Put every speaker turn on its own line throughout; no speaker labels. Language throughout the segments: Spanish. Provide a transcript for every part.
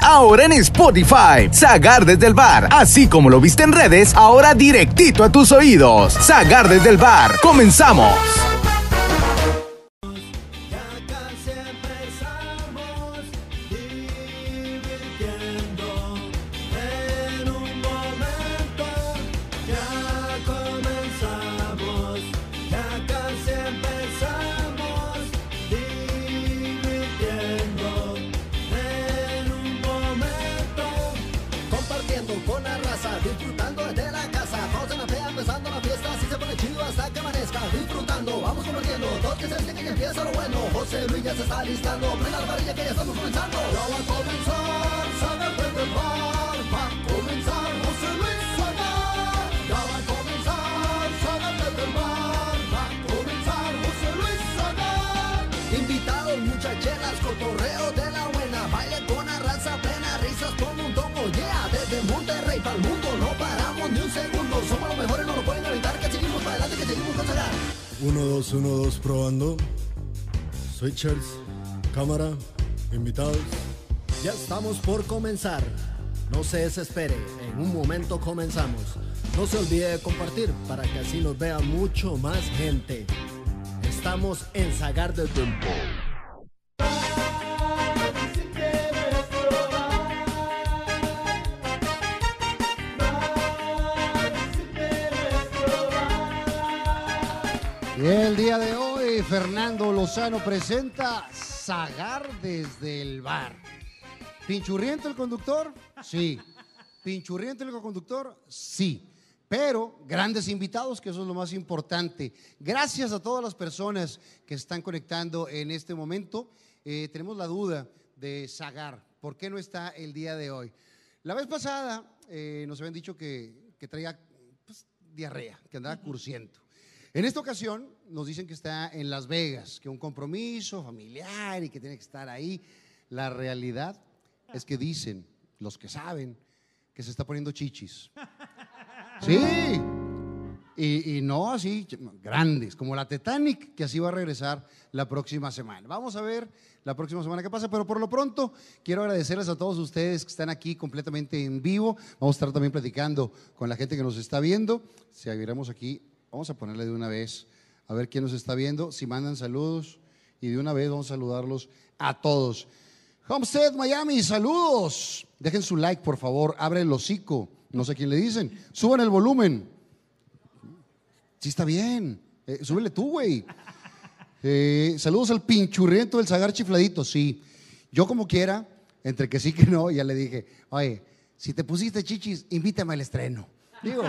ahora en Spotify. Sagar desde el bar, así como lo viste en redes, ahora directito a tus oídos. Sagar desde el bar, comenzamos.
cámara, invitados.
Ya estamos por comenzar. No se desespere, en un momento comenzamos. No se olvide de compartir para que así nos vea mucho más gente. Estamos en Sagar del Tiempo.
Y el día de hoy, Fernando Lozano presenta Sagar desde el bar. ¿Pinchurriente el conductor? Sí. ¿Pinchurriente el conductor? Sí. Pero grandes invitados, que eso es lo más importante. Gracias a todas las personas que están conectando en este momento. Eh, tenemos la duda de Sagar. ¿Por qué no está el día de hoy? La vez pasada eh, nos habían dicho que, que traía pues, diarrea, que andaba cursiento. En esta ocasión nos dicen que está en Las Vegas, que un compromiso familiar y que tiene que estar ahí. La realidad es que dicen los que saben que se está poniendo chichis. Sí. Y, y no así grandes, como la Titanic, que así va a regresar la próxima semana. Vamos a ver la próxima semana qué pasa, pero por lo pronto quiero agradecerles a todos ustedes que están aquí completamente en vivo. Vamos a estar también platicando con la gente que nos está viendo. Si abriremos aquí Vamos a ponerle de una vez, a ver quién nos está viendo, si mandan saludos y de una vez vamos a saludarlos a todos. Homestead Miami, saludos. Dejen su like, por favor, abre el hocico, no sé quién le dicen. Suban el volumen. Sí está bien, eh, súbele tú, güey. Eh, saludos al pinchurriento del sagar chifladito, sí. Yo como quiera, entre que sí que no, ya le dije, oye, si te pusiste chichis, invítame al estreno. Digo,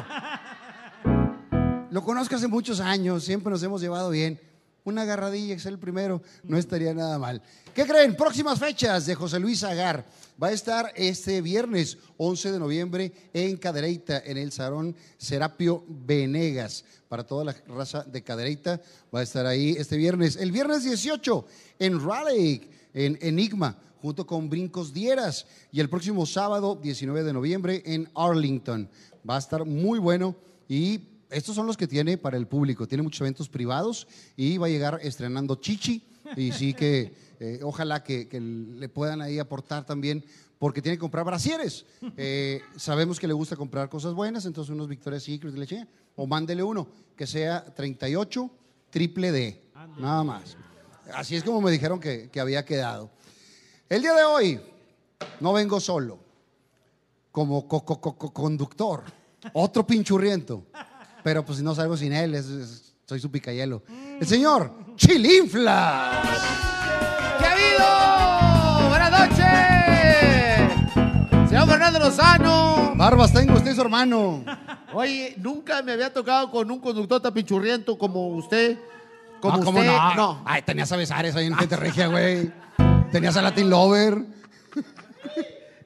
lo conozco hace muchos años, siempre nos hemos llevado bien. Una agarradilla, que es el primero, no estaría nada mal. ¿Qué creen? Próximas fechas de José Luis Agar. Va a estar este viernes 11 de noviembre en Cadereyta, en el Salón Serapio Venegas. Para toda la raza de Cadereyta va a estar ahí este viernes. El viernes 18 en Raleigh, en Enigma, junto con Brincos Dieras. Y el próximo sábado 19 de noviembre en Arlington. Va a estar muy bueno y estos son los que tiene para el público. Tiene muchos eventos privados y va a llegar estrenando Chichi. Y sí que eh, ojalá que, que, le puedan ahí aportar también, porque tiene que comprar brasieres. Eh, sabemos que le gusta comprar cosas buenas, entonces unos Victoria's Secret leche. O mándele uno, que sea 38 triple D. Nada más. Así es como me dijeron que, que había quedado. El día de hoy no vengo solo, como co co co conductor, otro pinchurriento pero pues no salgo sin él, es, es, soy su picayelo. El señor Chilinflas.
¡Qué ha habido! ¡Buenas noches! Señor Fernando Lozano.
Barbas tengo usted, su hermano.
Oye, nunca me había tocado con un conductor tan pinchurriento como usted. Como Ah, no, usted.
No? no? Ay, tenías a Besares ahí en Gente Regia, güey. Tenías a Latin Lover.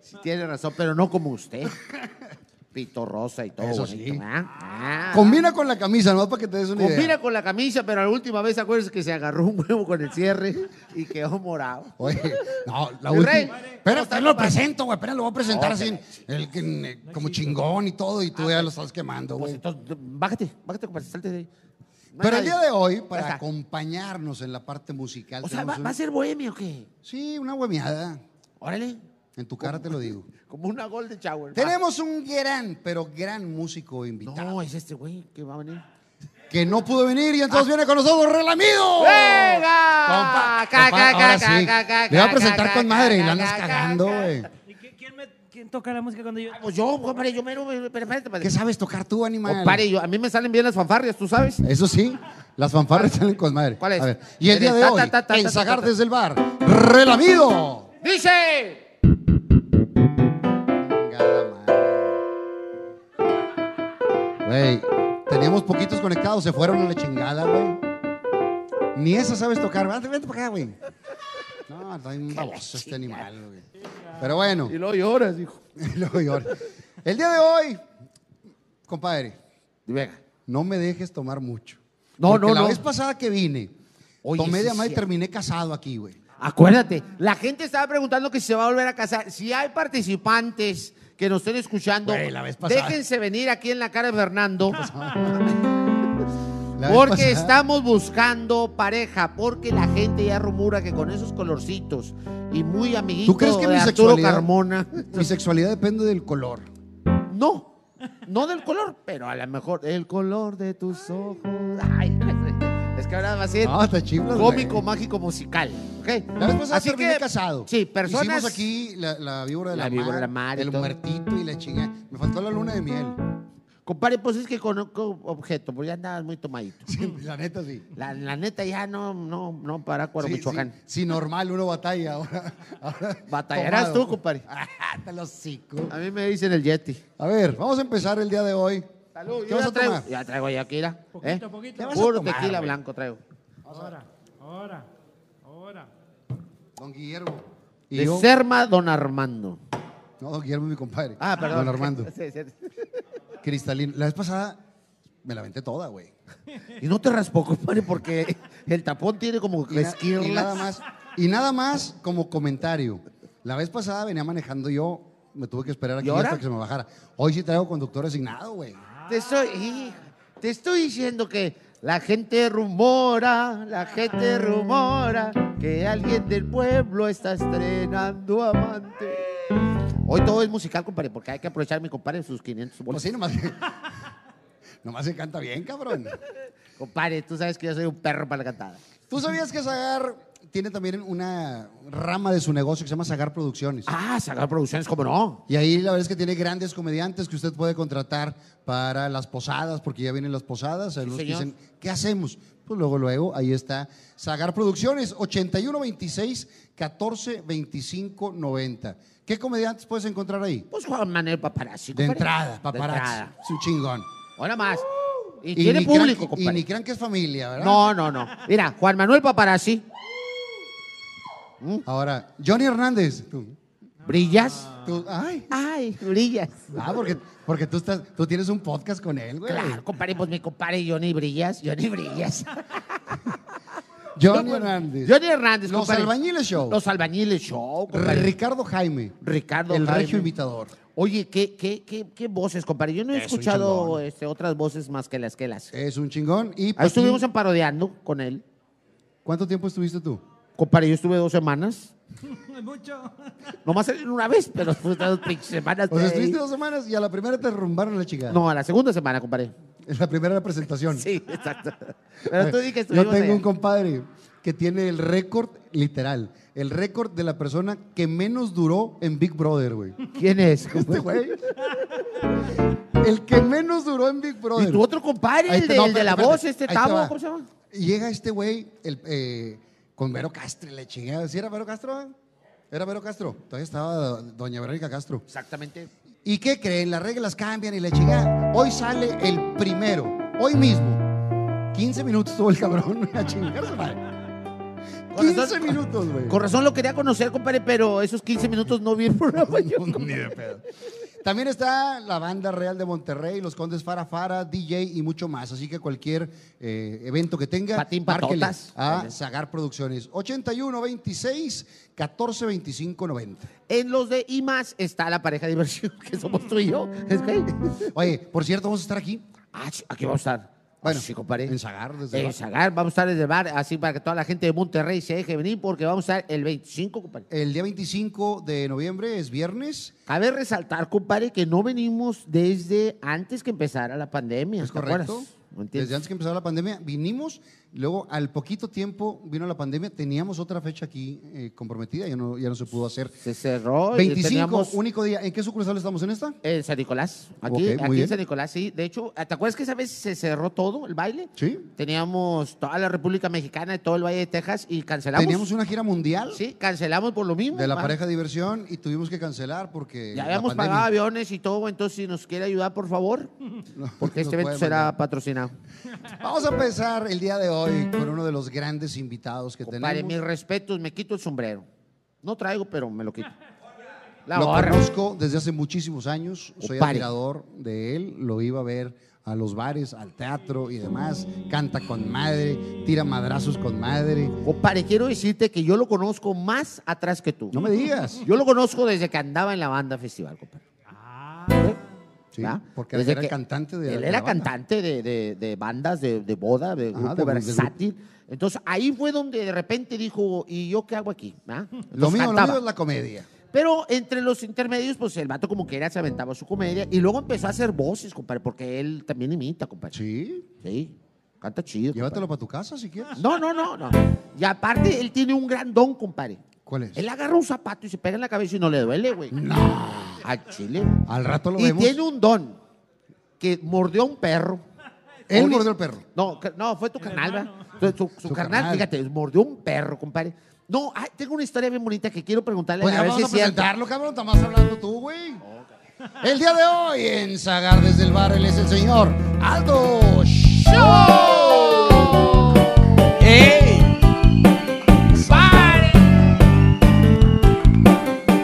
Sí, tiene razón, pero no como usted. Pito rosa y todo.
Eso bonito. Sí. Ah, ah. Combina con la camisa, ¿no? Para que te des una
Combina
idea.
Combina con la camisa, pero la última vez, acuérdense que se agarró un huevo con el cierre y quedó morado.
Oye, no, la el última. Rey, pero usted lo presento, güey. Pero lo voy a presentar Ótale. así, el, el, como chingón y todo, y tú ah, ya lo estás quemando, güey.
Pues, bájate, bájate, compadre, salte de ahí.
Pero el día de hoy, para Está. acompañarnos en la parte musical.
O sea, ¿va, un... ¿va a ser bohemia o qué?
Sí, una bohemiada.
Órale.
En tu cara te lo digo.
Como una Golden Shower.
Tenemos un gran, pero gran músico
Ah,
invitado.
No, es este güey que va a venir.
Que no pudo venir y entonces viene con nosotros relamido.
Ah. ¡Venga!
Compa,
Ca,
compa,
ca,
ahora
ca,
sí.
ca, ca,
Le voy a
ca,
presentar
ca,
con
ca,
madre y
ca,
la andas
ca, ca,
cagando, eh.
ca.
güey.
¿Y qué- quién, me, quién toca la música cuando yo.?
Pues yo, compadre, yo mero, pero espérate,
¿Qué sabes tocar tú, animal?
Compadre, yo, a mí me salen bien las fanfarrias, ¿tú sabes?
Eso sí, las fanfarras salen con madre.
¿Cuál es?
A ver, y el día de
Ta, ta,
hoy,
ta, ta, ta,
en
ta,
Sagar
ta.
desde el bar, relamido.
¡Dice!
Venga, la madre. Güey, teníamos poquitos conectados, se fueron a la chingada, güey. Ni esa sabes tocar, vente, vente para acá, güey. No, está bien baboso este animal, güey. Pero bueno.
Y luego lloras, hijo.
Y luego llora. El día de hoy, compadre,
Venga.
no me dejes tomar mucho.
No,
Porque
no,
la
no.
vez pasada que vine,
Oye,
tomé
sí
de
es
más y
cierto.
terminé casado aquí, güey.
Acuérdate, la gente estaba preguntando que si se va a volver a casar. Si hay participantes que nos estén escuchando,
Güey, la vez pasada.
déjense venir aquí en la cara de Fernando,
La vez
porque
pasada-
estamos buscando pareja, porque la gente ya rumora que con esos colorcitos y muy amiguito
¿Tú crees que
de
mi
Arturo
sexualidad,
Carmona.
mi sexualidad depende del color?
No, no del color, pero a lo mejor el color de tus ojos. Ay, es que ahora va a ser
No, te chiflas, güey.
cómico, mágico, musical. ¿ok?
La vez pasada terminé casado.
Sí, personas.
Hicimos aquí la, la víbora de la,
La víbora de la mar y
el
todo.
muertito y la chingada. Me faltó la luna de miel.
Compadre, pues es que conozco objeto, porque ya andabas muy tomadito.
Sí, la neta, sí.
La, la neta ya no, no, no para Cuaro
Sí,
Michoacán.
sí. Sí, normal, uno batalla ahora. ahora
Batallarás
tomado.
tú, compadre.
Ah, te lo hocico.
A mí me dicen el Yeti.
A ver, vamos a empezar el día de hoy.
Salud,
¿Qué
yo
vas
ya
a
traigo,
tomar?
ya traigo ya, Kira.
Poquito, poquito.
¿Eh? ¿Qué vas a
Puro
tomar,
tequila
güey?
blanco traigo.
Ahora, ahora, ahora.
Don Guillermo. Y
De
yo.
Serma Don Armando.
No, don Guillermo, mi compadre.
Ah, perdón.
Don Armando.
Sí, sí.
Cristalino. La vez pasada me la aventé toda, güey.
Y no te raspó, compadre, porque el tapón tiene como
Y
que
na- Y
esquirlas.
nada más. Y nada más como comentario. La vez pasada venía manejando yo, me tuve que esperar aquí
¿Y ahora?
hasta que se me bajara. Hoy sí traigo conductor asignado, güey.
Te estoy,
Ah.
hija, te estoy diciendo que la gente rumora, la
Ah.
gente rumora que alguien del pueblo está estrenando amante. Hoy todo es musical, compadre, porque hay que aprovechar mi compadre sus 500
Pues
bolas.
sí, nomás. nomás se canta bien, cabrón.
Compadre, tú sabes que yo soy un perro para la cantada.
¿Tú sabías que Zagar tiene también una rama de su negocio que se llama Zagar Producciones?
Ah, sacar producciones, como no.
Y ahí la verdad es que tiene grandes comediantes que usted puede contratar para las posadas, porque ya vienen las posadas. Algunos que
señor.
dicen, ¿qué hacemos? Pues luego, luego, ahí está. Sagar Producciones, 8126 14 25 90. ¿Qué comediantes puedes encontrar ahí?
Pues Juan Manuel Paparazzi.
De
compadre.
entrada,
De
paparazzi.
entrada.
Es un chingón.
Ahora más. Y,
ni
tiene
crean
público,
que-
compadre.
Y ni crean que es familia, ¿verdad?
No, no, no. Mira, Juan Manuel Paparazzi,
Ahora, Johnny Hernández. Tú,
brillas.
tú- ay.
Ay, brillas.
Ah, porque, porque tú, estás, tú tienes un podcast con él, güey.
Claro, compadre, pues mi compadre Johnny Brillas, Johnny Brillas.
Johnny Hernández.
Johnny Hernández,
Los
compadre.
Albañiles Show.
Los Albañiles Show, compadre.
Ricardo Jaime.
Ricardo
El
Jaime.
regio imitador.
Oye, ¿qué, qué, qué, qué voces, compadre? Yo no he
Es un
escuchado
chingón.
este, otras voces más que las que las.
Es un chingón. Y
Ahí
Paquín-
estuvimos en parodeando con él.
¿Cuánto tiempo estuviste tú?
Compadre, yo estuve dos semanas.
Mucho.
Nomás salí una vez, pero fue dos pinches semanas.
O sea,
ahí.
estuviste dos semanas y a la primera te rumbaron la chica.
No, a la segunda semana, compadre.
En la primera presentación.
Sí, exacto. Pero tú di
Yo
que estuvimos
tengo
allá.
un compadre que tiene el récord, literal, el récord de la persona que menos duró en Big Brother, güey.
¿Quién es?
Este güey. El que menos duró en Big Brother.
Y tu otro compadre,
Ahí
el,
te-
de,
no,
el de la
espérate,
voz,
espérate.
este
Ahí te
Tavo,
va.
¿cómo se llama?
Y Llega este güey el, eh, con Vero Castro, y la chingada. ¿Sí era Vero Castro? eh? Era Vero Castro. Todavía estaba doña Verónica Castro.
Exactamente.
¿Y qué creen? Las reglas cambian y la chingada. Hoy sale el primero. Hoy mismo. 15 minutos tuvo el cabrón a chingarse, madre. 15 minutos, güey.
Con razón lo quería conocer, compadre, pero esos 15 minutos no vi el programa. yo, compadre.
También está la banda real de Monterrey, los Condes Fara Fara, DJ y mucho más. Así que cualquier eh, evento que tenga,
Patín
márquele
patotas.
a
Vale.
Sagar Producciones. 81 26 14 25 90.
En los de IMAS está la pareja de diversión, que somos tú y yo. Es que-
Oye, por cierto, vamos a estar aquí.
Ah, ch- aquí vamos a estar.
Bueno,
sí, compadre.
en Sagar, desde
En
el-
Sagar, vamos a estar desde el bar, así para que toda la gente de Monterrey se deje venir, porque vamos a estar el 25, compadre.
El día 25 de noviembre es viernes.
Cabe resaltar, compadre, que no venimos desde antes que empezara la pandemia.
Es
¿te
correcto.
acuerdas? ¿Me entiendes?
Desde antes que empezara la pandemia vinimos, luego al poquito tiempo vino la pandemia, teníamos otra fecha aquí eh, comprometida, ya no, ya no se pudo hacer.
Se cerró. y
25,
teníamos-
único día. ¿En qué sucursal estamos en esta?
En Eh, San Nicolás. Aquí,
Ok, muy
aquí en
bien.
San Nicolás, sí. De hecho, ¿te acuerdas que esa vez se cerró todo el baile?
Sí.
Teníamos toda la República Mexicana y todo el Valle de Texas y cancelamos.
Teníamos una gira mundial
Sí, cancelamos por lo mismo.
de la
Ah,
pareja diversión y tuvimos que cancelar porque
Ya
la
habíamos
pandemia.
pagado aviones y todo, entonces si nos quiere ayudar, por favor, porque
nos
este evento
puede
será
mandar.
patrocinado.
Vamos a empezar el día de hoy con uno de los grandes invitados que
Compadre, mis
tenemos.
respetos, me quito el sombrero. No traigo, pero me lo quito. La
lo
gorra.
conozco desde hace muchísimos años, soy
Compadre.
admirador de él, lo iba a ver a los bares, al teatro y demás, canta con madre, tira madrazos con madre.
Compadre, quiero decirte que yo lo conozco más atrás que tú.
No me digas.
Yo lo conozco desde que andaba en la banda festival, compadre.
Sí,
¿verdad?
porque
Desde
era
que-
cantante de
Él
de
era
la banda.
cantante de, de- de bandas de, de boda, de
Ajá,
grupo
de- de
versátil. Entonces ahí fue donde de repente dijo, ¿y yo qué hago aquí? ¿verdad?
Lo
Entonces,
mío, lo
cantaba.
mío es la comedia.
Pero entre los intermedios, pues el vato como que era, se aventaba su comedia y luego empezó a hacer voces, compadre, porque él también imita, compadre.
Sí,
Sí, canta chido.
llévatelo para tu casa si quieres.
compadre. No, no, no, no. Y aparte, él tiene un gran don, compadre.
¿Cuál es?
Él agarra un zapato y se pega en la cabeza y no le duele, güey. No. Al chile. güey.
Al rato lo
Y
vemos.
tiene un don que mordió a un perro.
Él
Ori-
mordió al perro.
No, ca- no, fue tu carnal, ¿verdad? Su, su
Su
carnal,
carnal.
fíjate, mordió un perro, compadre. No, ay, tengo una historia bien bonita que quiero preguntarle
Pues
a
ya
ver
vamos
si
a
es cierto.
presentarlo, cabrón. Estás más hablando tú, güey. El día de hoy en Sagar desde el bar, él es el señor Aldo Show.
¡Ey! ¡Pare!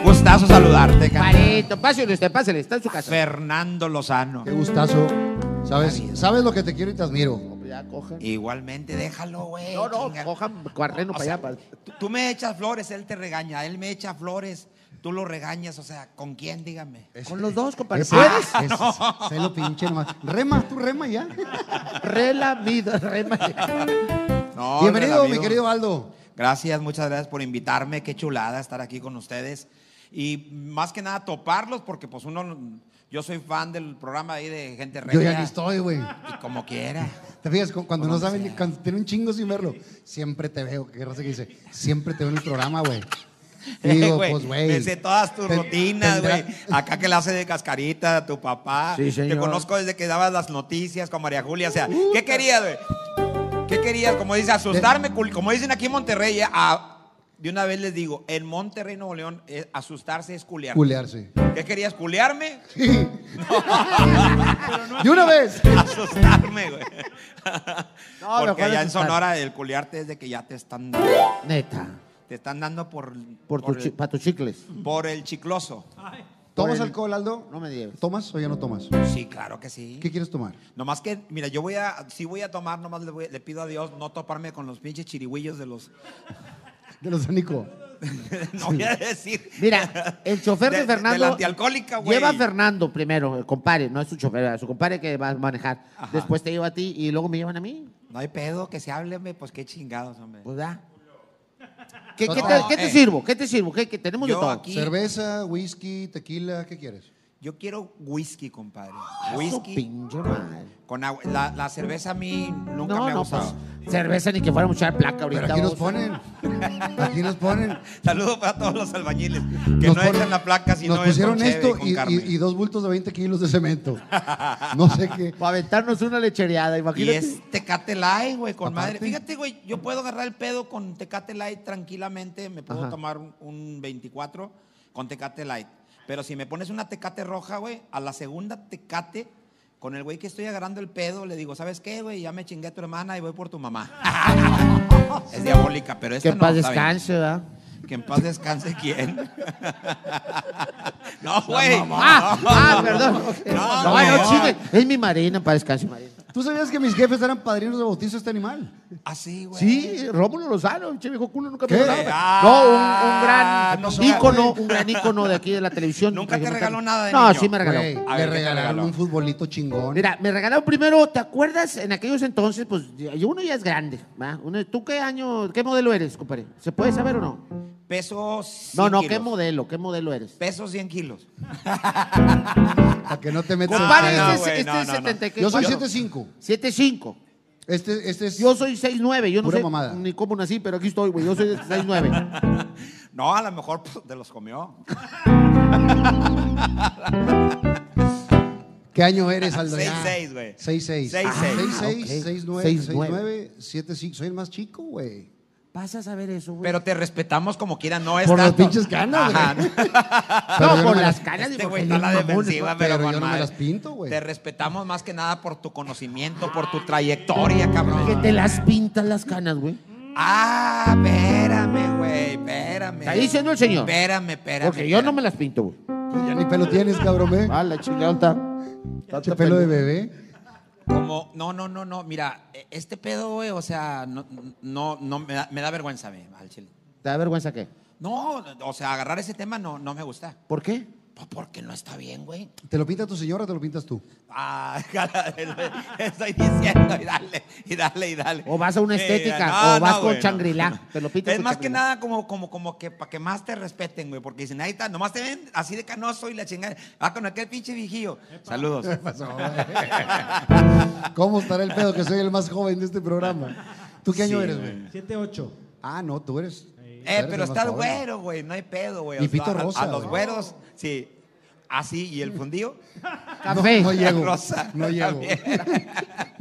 Gustazo saludarte, carnal.
Parito, pásele usted, pásele, está en su casa.
Fernando Lozano.
Qué gustazo. ¿Sabes, sabes lo que te quiero y te admiro.
Ya, cojan.
Igualmente, déjalo, güey.
No, no,
chinga.
cojan cuarreno
O
para
sea,
allá. para-
tú, tú me echas flores, él te regaña. Él me echa flores, tú lo regañas. O sea, ¿con quién? Dígame.
Con los dos, compadre.
Es-
¿Puedes?
¿Eh? es- Se lo pinche nomás. Rema, tú rema ya.
Ah, Relamida, relamida.
No,
Bienvenido, mi
relamido.
querido Aldo.
Gracias, muchas gracias por invitarme. Qué chulada estar aquí con ustedes. Y más que nada toparlos, porque pues uno, yo soy fan del programa ahí de gente regia.
Yo ya ni estoy, güey.
Y como quiera.
Te fijas, cu- cuando no saben, ni- cuando tienen un chingo sin verlo, siempre te veo. Qué raza que dice, siempre te veo en el programa, güey. Y Digo,
Güey,
pues, güey.
Me sé todas tus
ten-
rutinas,
tendrá-
güey. Acá que la hace de cascarita, tu papá.
Sí,
Te
señor.
conozco desde que dabas las noticias con María Julia. O sea, ¿qué querías, güey? ¿Qué querías? Como dice, asustarme, cul- como dicen aquí en Monterrey, ya, ah, de una vez les digo, en Monterrey, Nuevo León, eh, asustarse es culiar.
Culearse.
¿Qué querías? ¿Culearme?
De una vez.
Asustarme, güey.
No, mejor
Porque allá en
asustar.
Sonora el culiarte es de que ya te están
Neta,
te están dando por
por tu chi- Ah.
el,
para tus chicles.
por el chicloso.
¿Tomas alcohol, Aldo?
No me digas.
¿Tomas o ya no tomas?
Sí, claro que sí.
¿Qué quieres tomar?
Nomás que, mira, yo voy a, si voy a tomar, nomás le, voy- le pido a Dios no toparme con los pinches chirigüillos de los.
De los de Nico.
no voy a decir.
Mira, el chofer de,
De- de
Fernando.
la antialcohólica, güey.
Lleva a Fernando primero, el compadre, no es su chofer, a su compadre que va a manejar. Después te lleva a ti y luego me llevan a mí.
No hay pedo, que se hábleme, pues qué chingados, hombre.
Pues da. ¿Qué,
No,
qué
no,
te, qué te
eh.
sirvo? ¿Qué te sirvo? ¿Qué, qué tenemos de
Yo
todo?
aquí-
Cerveza, whisky, tequila, ¿qué quieres?
Yo quiero whisky, compadre.
Ah, su
Whisky
pinche madre.
con agua. La, la cerveza a mí nunca
No,
me ha
no,
gustado.
pues, cerveza ni que fuera mucha placa ahorita.
Pero aquí nos
vos.
ponen. Aquí nos ponen.
pues.
Saludos para todos los albañiles que
Nos
no
ponen-
echan la placa si
Nos
no es con
pusieron
cheve y
esto
con
y, y-
carne.
y dos bultos de 20 kilos de cemento. No sé qué.
Para aventarnos una lechereada,
Y
imagínate.
es Tecate Light, güey, con madre.
Aparte.
Fíjate, güey, yo puedo agarrar el pedo con Tecate Light tranquilamente. Me puedo
Ajá.
tomar un, un 24 con Tecate Light. Pero si me pones una Tecate roja, güey, a la segunda Tecate, con el güey que estoy agarrando el pedo, le digo, ¿sabes qué, güey? Ya me chingué a tu hermana y voy por tu mamá. es diabólica, pero esta
que en
no,
paz
está bien.
descanse, ¿verdad?
Que en paz descanse, ¿quién? no, güey.
Ah, ah, perdón. No,
No,
no,
no.
chingue. Es mi marina, en paz descanse, marina.
¿Tú sabías que mis jefes eran padrinos de bautizo de este animal?
Ah, sí, güey.
Sí, Rómulo Lozano, un viejo culo, nunca me
¿Qué?
acordaba.
Ah,
no,
no
un- un,
sé.
gran ícono, un gran ícono de aquí de la televisión.
Nunca te regaló nada de
No,
niño.
sí me regaló.
Güey,
A
me
ver, ¿qué te
regalaron
regaló?
un futbolito chingón.
Mira, me regalaron primero, ¿te acuerdas? En aquellos entonces, pues ya- uno ya es grande. ¿va? Uno- ¿Tú qué año, qué modelo eres, compadre? ¿Se puede saber o no?
Peso 100
No, no,
kilos.
¿qué modelo? ¿Qué modelo eres?
Peso 100 kilos.
Para que no te metas en
Compadre,
pedo.
este,
Ah, no,
es-
güey,
este
no,
es
no, no.
70 y qué
Yo soy
cuatro.
7'5".
7'5".
Este, este es.
Yo soy 6'9". Yo no
Pura
sé
mamada.
ni cómo nací, pero aquí estoy, güey. Yo soy 6'9".
No, a lo mejor pues, te los comió.
¿Qué año eres, Aldrea?
6'6", güey.
6'6".
6'6".
6'6",
Ah, ok.
6'9",
6'9".
6'9", 7'5". Soy el más chico, güey.
Vas a saber eso, güey.
Pero te respetamos como quiera, no es
Por las
tanto.
pinches canas, güey.
Ajá,
Pero yo
no,
no
por
me
las
las-
canas.
Este
digo,
güey
qué
está a la
mamones,
defensiva,
güey.
pero,
pero yo
con
no me
madre.
las pinto, güey.
Te respetamos más que nada por tu conocimiento, por tu trayectoria, cabrón.
Que te las pintan las canas, güey.
Ah, espérame, güey, espérame.
Está diciendo el señor.
Espérame, espérame.
Porque yo no
espérame.
me las pinto, güey.
Ya ni pelo tienes, cabrón, ¿eh?
Ah, la chingada está.
Pinche pelo de bebé.
Como, no, no, no, no, mira, e- este pedo, güey, o sea, no, no, no, me da, me da vergüenza, güey, al chile.
¿Te da vergüenza qué?
No, o sea, agarrar ese tema no, no me gusta.
¿Por qué?
Pues porque no está bien, güey.
¿Te lo pinta tu señora o te lo pintas tú?
Ah, cara, estoy diciendo, y dale, y dale, y dale.
O vas a una
Sí,
estética,
no,
o vas
no,
con
güey, no.
Shangri-La, te lo pintas
Es
con
más que
Shangri-La.
nada como, como, como que para que más te respeten, güey, porque dicen, ahí está, nomás te ven así de canoso y la chingada. Va con aquel pinche vigío. Saludos.
¿Cómo estará el pedo que soy el más joven de este programa? ¿Tú qué año
Sí,
eres,
güey.
güey?
7-8.
Ah, no, tú eres. tú eres
Eh,
el
pero
más
está el
joven.
güero, güey, no hay pedo, güey.
Y
O sea,
pito
a-
rosa,
A, los
güey.
güeros, sí. Así, y el fundido.
Café.
Ah, No llego.
Rosa.
No llego.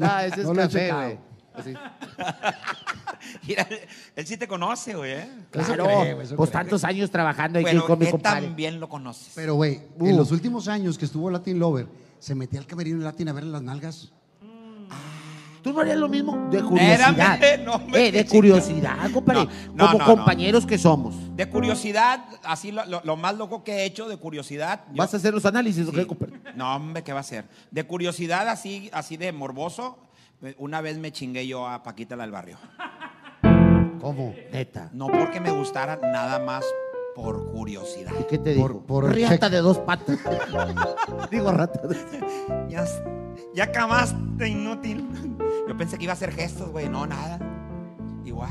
Ah, ese es
No lo he
café,
checado.
güey. Así.
Mira, él sí te conoce, güey. ¿eh?
Claro,
cree, güey, eso
pues
cree.
tantos años trabajando aquí
Bueno,
con mi
que
compadre.
también lo conoces.
Pero, güey,
Uh.
en los últimos años que estuvo Latin Lover, se metía al camerino Latin a verle las nalgas.
¿Tú no harías lo mismo? De curiosidad.
Espérame, no me-
Eh, de curiosidad, compadre.
No, no,
Como
no, no.
compañeros que somos.
De curiosidad, así lo, lo- lo más loco que he hecho de curiosidad. yo-
¿Vas a hacer los análisis o
Sí.
qué, compadre?
No, hombre, ¿qué va a ser? De curiosidad, así, así de morboso, eh, una vez me chingué yo a Paquita la del barrio.
¿Cómo?
Neta.
No porque me gustara, nada más por curiosidad.
¿Y qué te
Por-
digo?
por-
Riata de dos patas. digo rata de
Ya, ya acabaste, inútil. Yo pensé que iba a hacer gestos, güey. No, nada. Igual.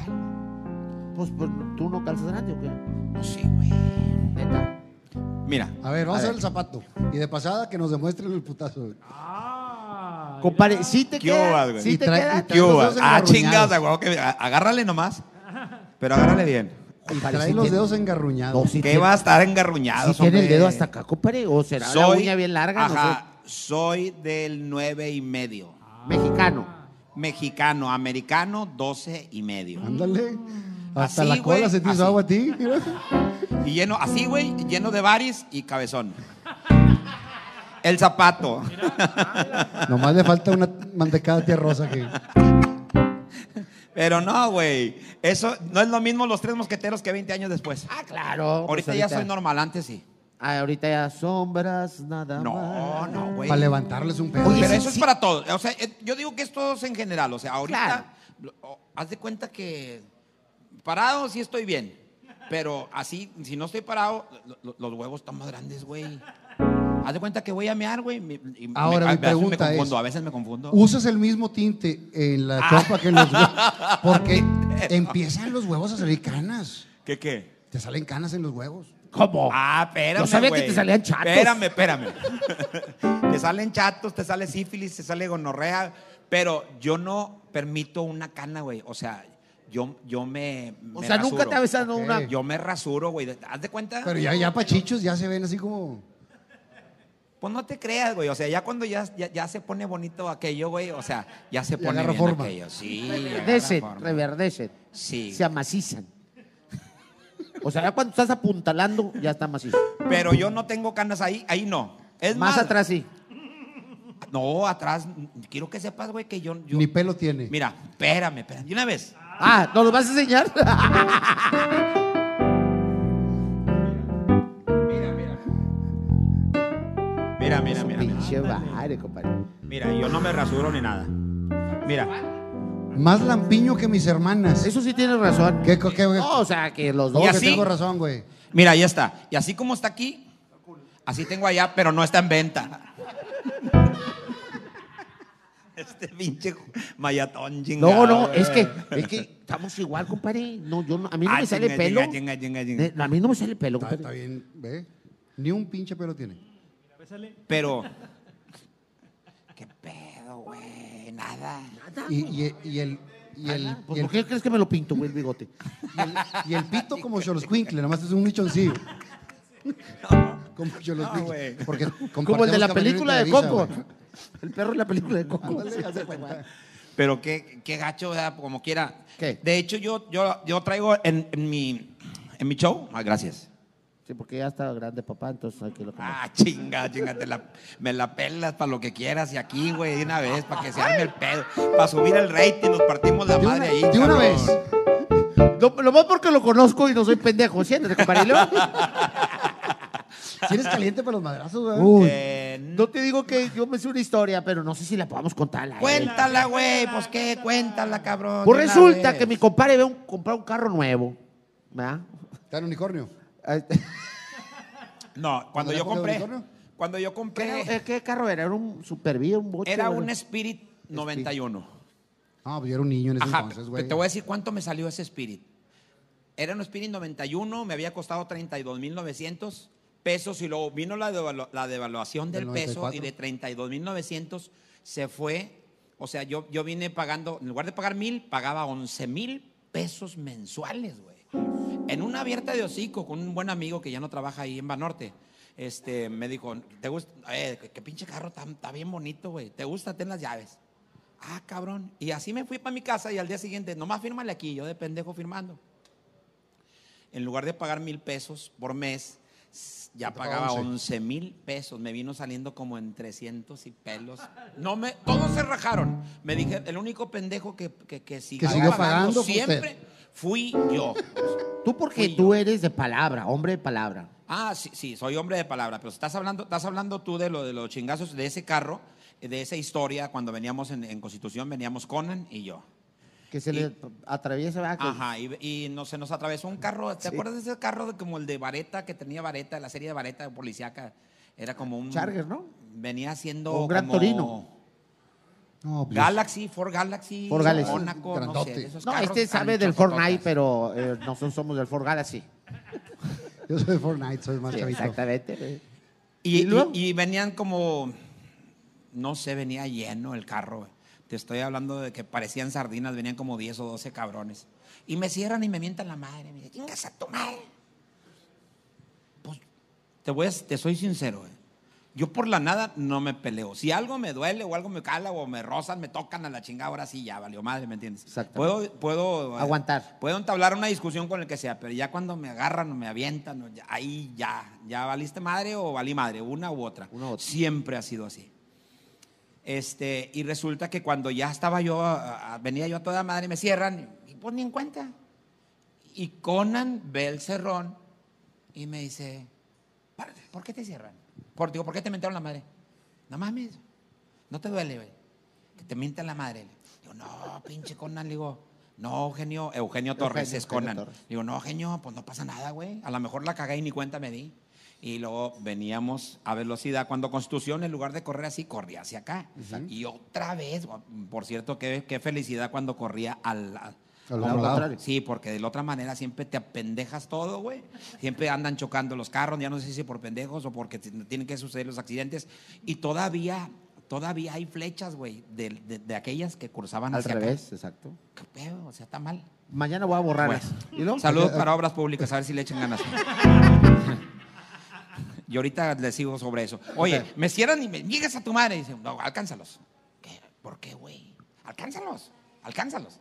Pues, pues, tú no calzas grande o qué?
No sé, güey.
Neta.
Mira.
A ver, vamos
A
a ver
ver.
el zapato. Y de pasada que nos demuestren el putazo. güey.
Ah.
Compadre, sí te
¿Qué
queda.
hubo, güey?
Sí
Y
te
trae-
queda.
y trae los dedos
Ah,
engarruñados.
chingada, güey. ok, agárrale nomás. Pero agárrale bien.
Y
Compadre,
trae
sí
los
tiene-
dedos engarruñados.
No, sí
¿Qué
tiene-
va a estar
Si
engarruñado?
tiene el dedo hasta acá, compadre, o será la uña bien larga,
Ajá. Soy del nueve y medio.
no sé. Mexicano.
Mexicano, americano, 12 y medio.
Ándale. Hasta
Así,
la cola
güey,
se te hizo
así.
agua a ti. mira.
Y lleno, así, güey, lleno de varis y cabezón. El zapato.
Nomás le falta una mantecada tía rosa que.
Pero no, güey. Eso no es lo mismo los tres mosqueteros que 20 años después.
Ah, claro. pues
ahorita, ya soy normal, antes sí.
Ah, ahorita ya sombras, nada
No,
más.
no, güey.
Para levantarles un pedo.
Oye,
Pero
sí,
eso es
sí.
para todos. O sea, eh, yo digo que es todos en general. O sea, ahorita,
Claro.
lo- o- haz de cuenta que parado sí estoy bien. Pero así, si no estoy parado, lo- lo- los huevos están más grandes, güey. Haz de cuenta que voy a mear, güey. me- y me-
Ahora,
a-
mi
a veces
pregunta
me confundo,
es-
A veces me confundo.
Usas el mismo tinte en la copa que en los huevos. Porque empiezan los huevos a salir canas.
¿Qué qué?
Te salen canas en los huevos.
¿Cómo?
Ah, espérame.
Yo sabía que
güey.
te salían chatos.
Espérame, espérame. te salen chatos, te sale sífilis, te sale gonorrea. Pero yo no permito una cana, güey. O sea, yo, yo me.
o
me
sea, nunca
rasuro.
te ha besado
Ok.
una.
Yo me rasuro, güey. ¿Haz de cuenta?
Pero ya, ya pachichos ya se ven así como.
Pues no te creas, güey. O sea, ya cuando ya, ya, ya se pone bonito aquello, güey. O sea, ya se
Y
pone
agarra
bien
forma.
aquello. Sí. agarra
Reverdecen,
forma.
reverdecen.
Sí.
Se amacizan. O sea, ya cuando estás apuntalando, ya está macizo.
Pero yo no tengo canas ahí. Ahí no. Es
Más
más,
atrás sí.
No, atrás. Quiero que sepas, güey, que yo. yo
Ni pelo tiene.
Mira, espérame, espérame. De una vez.
Ah, ¿nos lo vas a enseñar?
Mira, mira, mira. Mira,
Pinche madre, compadre.
Mira, yo no me rasuro ni nada. Mira.
Más lampiño que mis hermanas.
Eso sí tienes razón.
¿Qué, qué, qué-
No, o sea, que los
No,
dos.
Y
que
así-
tengo razón, güey.
Mira, ya está. Y así como está aquí, así tengo allá, pero no está en venta. Este pinche mayatón chingado.
No, no,
güey.
es que, es que estamos igual, compadre. No, yo no- a mí no
Ah,
me sale
chinga,
pelo.
chinga, chinga, chinga,
Eh, A mí no me sale pelo,
Está, está
compadre.
bien, ve. Ni un pinche pelo tiene.
Pero. ¿Qué pedo, güey? Nada.
Y, y- y el. Y el,
Pues,
y el-
¿Por qué crees que me lo pinto, güey, el
y
bigote?
el- y el pito como Choloscuincle, nomás es un nichoncillo. Como Choloscuincle.
güey.
porque
Como el de
compartimos
la
camerino y
película de
Televisa,
Coco.
güey.
El perro de la película de Coco.
Pero qué, qué gacho, ¿verdad? Como quiera.
¿Qué?
De hecho, yo, yo, yo traigo en, en mi, en mi show. Ah, gracias.
Sí, porque ya estaba grande, papá, entonces hay que lo comer.
Ah, chinga, chinga, te la- me la pelas para lo que quieras y aquí, güey, de una vez, para que se arme el pedo, para subir el rating, nos partimos la
Ah,
De una,
madre ahí.
de una
cabrón.
vez.
Lo, lo más porque lo conozco y no soy pendejo. Siéntate, compadre. Y luego-
Si eres caliente para los madrazos, güey.
Uy.
Eh, no-
No te digo que yo me sé una historia, pero no sé si la podamos contar. al aire.
cuéntala, güey, pues qué, cuéntala, cabrón.
Pues
de una
resulta
vez.
que mi compadre ve un, comprar un carro nuevo. ¿Verdad?
Está en unicornio.
Ay,
No, cuando
¿Cuándo
yo
era
compré,
Coca-Cola unicornio?
cuando yo
¿Qué,
eh,
compré,
era- ¿Qué carro era? ¿Era un Supervía, un bocho?
era un Spirit 91.
Ah, pues yo era un niño en ese
Ajá,
entonces,
te,
güey.
te voy a decir cuánto me salió ese Spirit. Era un Spirit 91, me había costado 32.900 pesos y luego vino la, devalu- la devaluación del
Del
peso y
94.
de 32.900 se fue. O sea, yo, yo vine pagando, en lugar de pagar mil, pagaba 11 mil pesos mensuales, güey. En una abierta de hocico con un buen amigo que ya no trabaja ahí en Banorte. Este, me dijo, ¿te gusta? Eh, qué- qué pinche carro, está- está bien bonito, güey. ¿Te gusta? Ten las llaves. Ah, cabrón. Y así me fui para mi casa y al día siguiente, nomás fírmale aquí, yo de pendejo firmando. En lugar de pagar mil pesos por mes, s- ya
Te pagó
pagaba
11.
once mil pesos. Me vino saliendo como en 300 y pelos. No me, todos se rajaron. Me dije, el único pendejo que, que, que siguió
siguió pagando fue
siempre
usted.
fui yo.
Tú porque
Fui
tú
yo.
eres de palabra, hombre de palabra.
Ah, sí, sí, soy hombre de palabra, pero estás hablando, estás hablando tú de, lo, de los chingazos de ese carro, de esa historia, cuando veníamos en, en Constitución, veníamos Conan y yo.
Que se
Y-
le atraviesa, ¿verdad? Que-
Ajá, y, y no, se nos atravesó un carro. ¿Te acuerdas de ese carro de- como el de Vareta, que tenía Vareta, la serie de Vareta de policíaca? Era como un.
Charger, ¿no?
Venía siendo.
O un Gran
como
Torino.
No, pues yo-
Galaxy, Ford Galaxy,
Ford Galaxy.
Mónaco, no
Grandote.
sé. de esos
No,
carros
este sabe
tan
del Fortnite,
chafototas.
pero eh, nosotros somos del Fort Galaxy.
yo soy de Fortnite, soy más
Sí,
chavito.
exactamente. güey.
Y,
¿Y luego?
y- y venían como, no sé, venía lleno el carro. güey. Te estoy hablando de que parecían sardinas, venían como 10 o 12 cabrones. Y me cierran y me mientan la madre. Me dicen, chingas a tu madre. Pues, te, voy a- te soy sincero, güey. Yo por la nada no me peleo. Si algo me duele o algo me cala o me rozan, me tocan a la chingada, ahora sí ya valió madre, ¿me entiendes?
Exactamente.
Puedo, puedo eh,
Aguantar.
Puedo entablar una discusión con el que sea, pero ya cuando me agarran o me avientan, o ya- ahí ya, ya valiste madre o valí madre, una u otra.
Una u otra.
Siempre ha sido así. Este, y resulta que cuando ya estaba yo, a- a- venía yo a toda madre, me cierran y pues ni en cuenta. Y Conan ve el cerrón y me dice, "Párate, ¿por qué te cierran? Por, digo, ¿por qué te mentaron la madre? No mames, no te duele, güey. Que te mientan la madre. Le digo, no, pinche Conan. Le digo, no, Eugenio, Eugenio Torres
Eugenio,
es
Eugenio
Conan.
Torres.
Le digo, no, Eugenio, pues no pasa nada, güey. A lo mejor la cagué y ni cuenta me di. Y luego veníamos a velocidad. Cuando Constitución, en lugar de correr así, corría hacia acá. Y otra vez, güey, por cierto, qué, qué felicidad cuando corría al... al-
Al
Al
otro lado.
contrario.
Sí, porque de la otra manera siempre te apendejas todo, güey. Siempre andan chocando los carros, ya no sé si por pendejos o porque t- tienen que suceder los accidentes. Y todavía, todavía hay flechas, güey, de, de- de aquellas que cursaban
Al
hacia acá.
revés, exacto.
¿Qué pedo? O sea, está mal.
Mañana voy a borrarlas.
Bueno.
¿Y luego?
Saludos
uh,
para Obras Públicas, a ver si le echan ganas. y ahorita les sigo sobre eso. Oye, me cierran y me llegas a tu madre y dicen, no, alcánzalos. ¿Qué? ¿Por qué, güey? Alcánzalos, alcánzalos.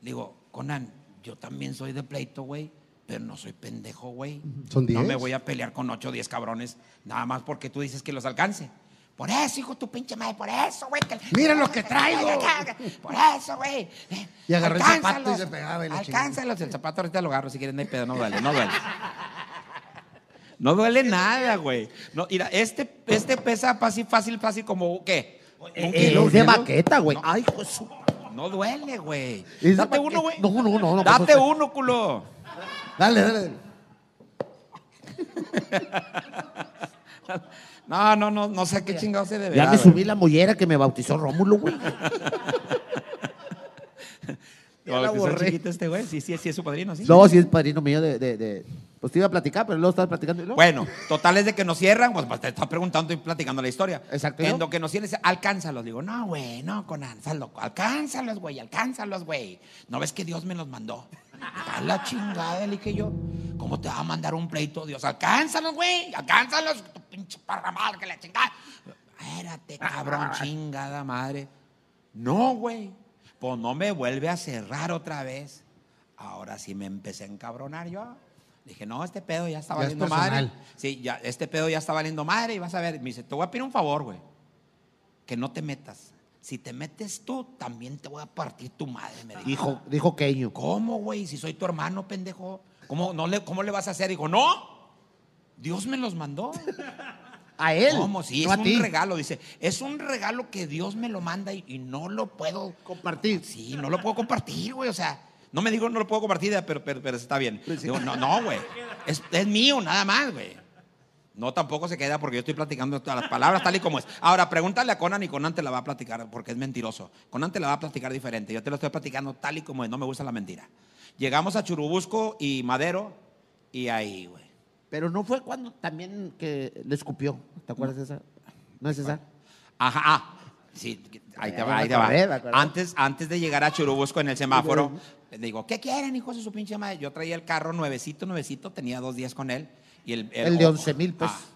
Le Digo, Conan, yo también soy de pleito, güey, pero no soy pendejo, güey.
Son
No me
10.
voy a pelear con 8 o 10 cabrones, nada más porque tú dices que los alcance. Por eso, hijo, de tu pinche madre, por eso, güey. que-
Mira lo que traigo.
Por eso, güey.
Y agarró el zapato y
Alcánzalos,
se pegaba y la chingada.
Alcánzalos, el zapato ahorita lo agarro si quieren, no hay pedo, no duele, no duele. No duele nada, güey. No, mira, este, este pesa fácil, fácil, fácil como, ¿qué? Un
Eh,
kilo,
es de
¿no?
baqueta, güey. Ay, pues.
No duele, güey.
Es-
Date
¿para
uno,
qué?
güey.
No, no, no, no,
Date
pues,
uno, culo.
Dale, dale. dale.
No, no, no, no sé a qué chingado se debe.
Ya me subí la mollera que me bautizó Rómulo, güey. ya la borré.
chiquito este güey. Sí, sí, sí, es su padrino, sí.
No, si es padrino mío de, de, de- Pues te iba a platicar, pero luego estabas platicando. y luego-
Bueno, total es de que nos cierran, pues pues, te está preguntando y platicando la historia.
Exacto.
En lo que nos cierran, dice, alcánzalos. Digo, no, güey, no, Conan, sal loco. Alcánzalos, güey, alcánzalos, güey. ¿No ves que Dios me los mandó? A la chingada, le dije yo. ¿Cómo te va a mandar un pleito, Dios? Alcánzalos, güey, alcánzalos, tu pinche parramal, que la chingada. Espérate, cabrón, chingada madre. No, güey, pues no me vuelve a cerrar otra vez. Ahora sí me empecé a encabronar yo. Dije, no, este pedo ya está
Ya es
valiendo
personal.
madre. Sí, ya, este pedo ya está valiendo madre y vas a ver. Me dice, te voy a pedir un favor, güey. Que no te metas. Si te metes tú, también te voy a partir tu madre, me dijo.
Dijo, dijo Keño.
¿Cómo, güey? Si soy tu hermano, pendejo. ¿Cómo, no le, ¿Cómo le vas a hacer? Dijo, no. Dios me los mandó.
A él.
¿Cómo? Sí,
no
es
a
un
ti.
regalo. Dice, es un regalo que Dios me lo manda y, y no lo puedo
Compartir.
Sí, no lo puedo compartir, güey. O sea, no me digo no lo puedo compartir, eh, pero, pero, pero está bien. Digo, no, no, güey. Es, es mío, nada más, güey. No, tampoco se queda porque yo estoy platicando todas las palabras tal y como es. Ahora, pregúntale a Conan y Conan te la va a platicar porque es mentiroso. Conan te la va a platicar diferente. Yo te lo estoy platicando tal y como es. No me gusta la mentira. Llegamos a Churubusco y Madero y ahí, güey.
Pero no fue cuando también que le escupió. ¿Te acuerdas de esa? ¿No es esa?
Ajá. ah, Sí, ahí te va,
Ya
ahí
me
te va.
acordé, me acordé.
Antes, antes de llegar a Churubusco en el semáforo, le digo, ¿qué quieren, hijos de su pinche madre? Yo traía el carro nuevecito, nuevecito, tenía dos días con él. Y el, Ah,
El de 11 mil pues, pesos.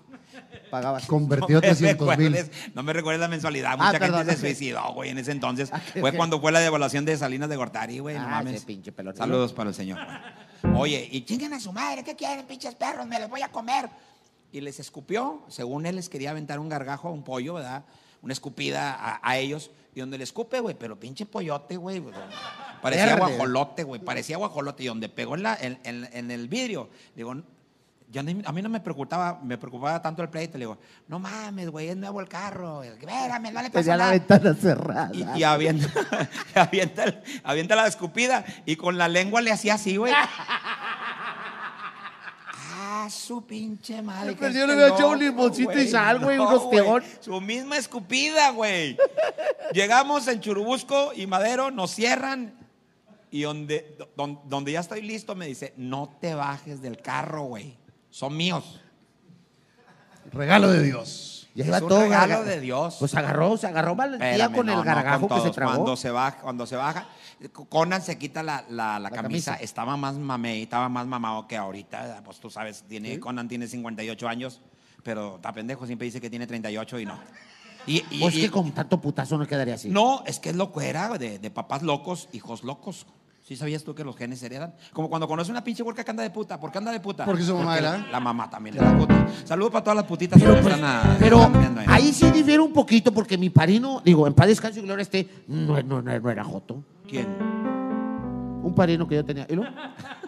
Pagaba.
Convertido
me
300 mil.
recuerdes- no me recuerdes la mensualidad.
Ah,
Mucha
perdón,
gente
ok.
se suicidó, güey, en ese entonces.
ok,
fue
ok.
cuando fue la devaluación de Salinas de Gortari, güey. no
Ah,
mames.
ese pinche pelón.
Saludos para el señor. güey. Oye, y chinguen a su madre, ¿qué quieren, pinches perros? Me los voy a comer. Y les escupió, según él les quería aventar un gargajo, un pollo, ¿verdad? Una escupida a, a ellos. Y donde le escupe, güey, pero pinche pollote, güey. güey. Parecía
Verde.
guajolote, güey. Parecía guajolote. Y donde pegó en, la- en- en- en el vidrio, digo, yo ni- a mí no me preocupaba, me preocupaba tanto el pleito. Le digo, no mames, güey, es nuevo el carro. Espérame, no
Tenía
le pasa
Pues la
nada.
ventana cerrada.
Y, y avienta, y avienta, el- avienta la escupida y con la lengua le hacía así, güey. Ah, su pinche madre.
Pero
que
yo le
este
hubiera echado un
loco,
limoncito y sal, güey, un
güey,
ostión.
Su misma escupida, güey. Llegamos en Churubusco y Madero, nos cierran y donde, don- donde ya estoy listo me dice, no te bajes del carro, güey. Son míos.
Regalo de Dios.
Ya
es
iba
un
todo
regalo
garga-
de Dios.
Pues agarró, se agarró valentía
Espérame,
con
no,
el
no,
gargajo
con
que se
todos.
tragó.
Cuando se baja, cuando se baja, Conan se quita la, la- la camisa.
camisa.
Estaba más mamey, estaba más mamado que ahorita. Pues tú sabes, tiene, Conan tiene 58 años, pero está pendejo, siempre dice que tiene 38 y no. Y, y-
Pues
y-
que con tanto putazo no quedaría así.
No, es que es locuera de, de papás locos, hijos locos. ¿Sí sabías tú que los genes se heredan? Como cuando conoces una pinche huerca que anda de puta. ¿Por qué anda de puta?
Porque su mamá
la,
era.
la mamá también le da puta. Saludos para todas las putitas
Pero,
que nos
pues,
están a-
pero
están viendo ahí.
ahí sí difiere un poquito porque mi parino, digo, en paz descanso y gloria este, no, no, no, no era Joto.
¿Quién?
Un parino que yo tenía. ¿Y luego?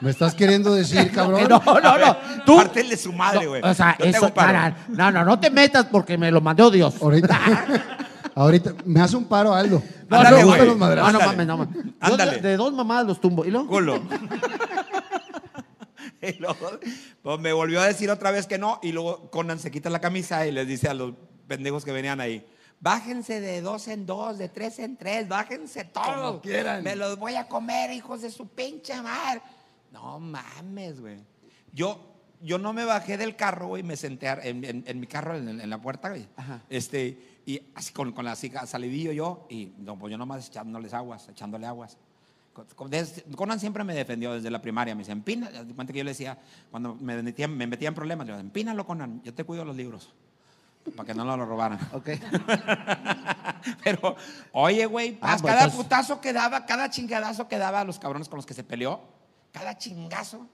¿Me estás queriendo decir, cabrón?
No, no, no. Tú.
Pártele su madre, güey.
No, o sea,
Yo te
eso.
hago un paro.
para- No, no, no te metas porque me lo mandó Dios.
Ahorita, ahorita, me hace un paro, Aldo.
No,
Ándale,
no,
me gustan
güey.
los
no,
madrazos.
no
Ándale.
mames, no mames. Yo
Ándale.
de, de dos mamadas los tumbo. ¿Y luego?
culo. Y luego, pues me volvió a decir otra vez que no. Y luego Conan se quita la camisa y les dice a los pendejos que venían ahí: Bájense de dos en dos, de tres en tres, bájense todos. Me los voy a comer, hijos de su pinche madre. No mames, güey. Yo, yo no me bajé del carro, güey, me senté ar- en, en- en mi carro, en, en la puerta, güey. Este, y así con, con la cica- salidillo yo, y no, pues yo nomás echándoles aguas, echándole aguas. Con- con- des- Conan siempre me defendió desde la primaria. Me decía, empina. haz de cuenta que yo le decía, cuando me metía, me metía en problemas, yo, empínalo, Conan, yo te cuido los libros. Para que no lo robaran.
Ok.
Pero, oye, güey,
Ah,
pas-
pues,
cada
entonces-
putazo que daba, cada chingadazo que daba a los cabrones con los que se peleó, cada chingazo,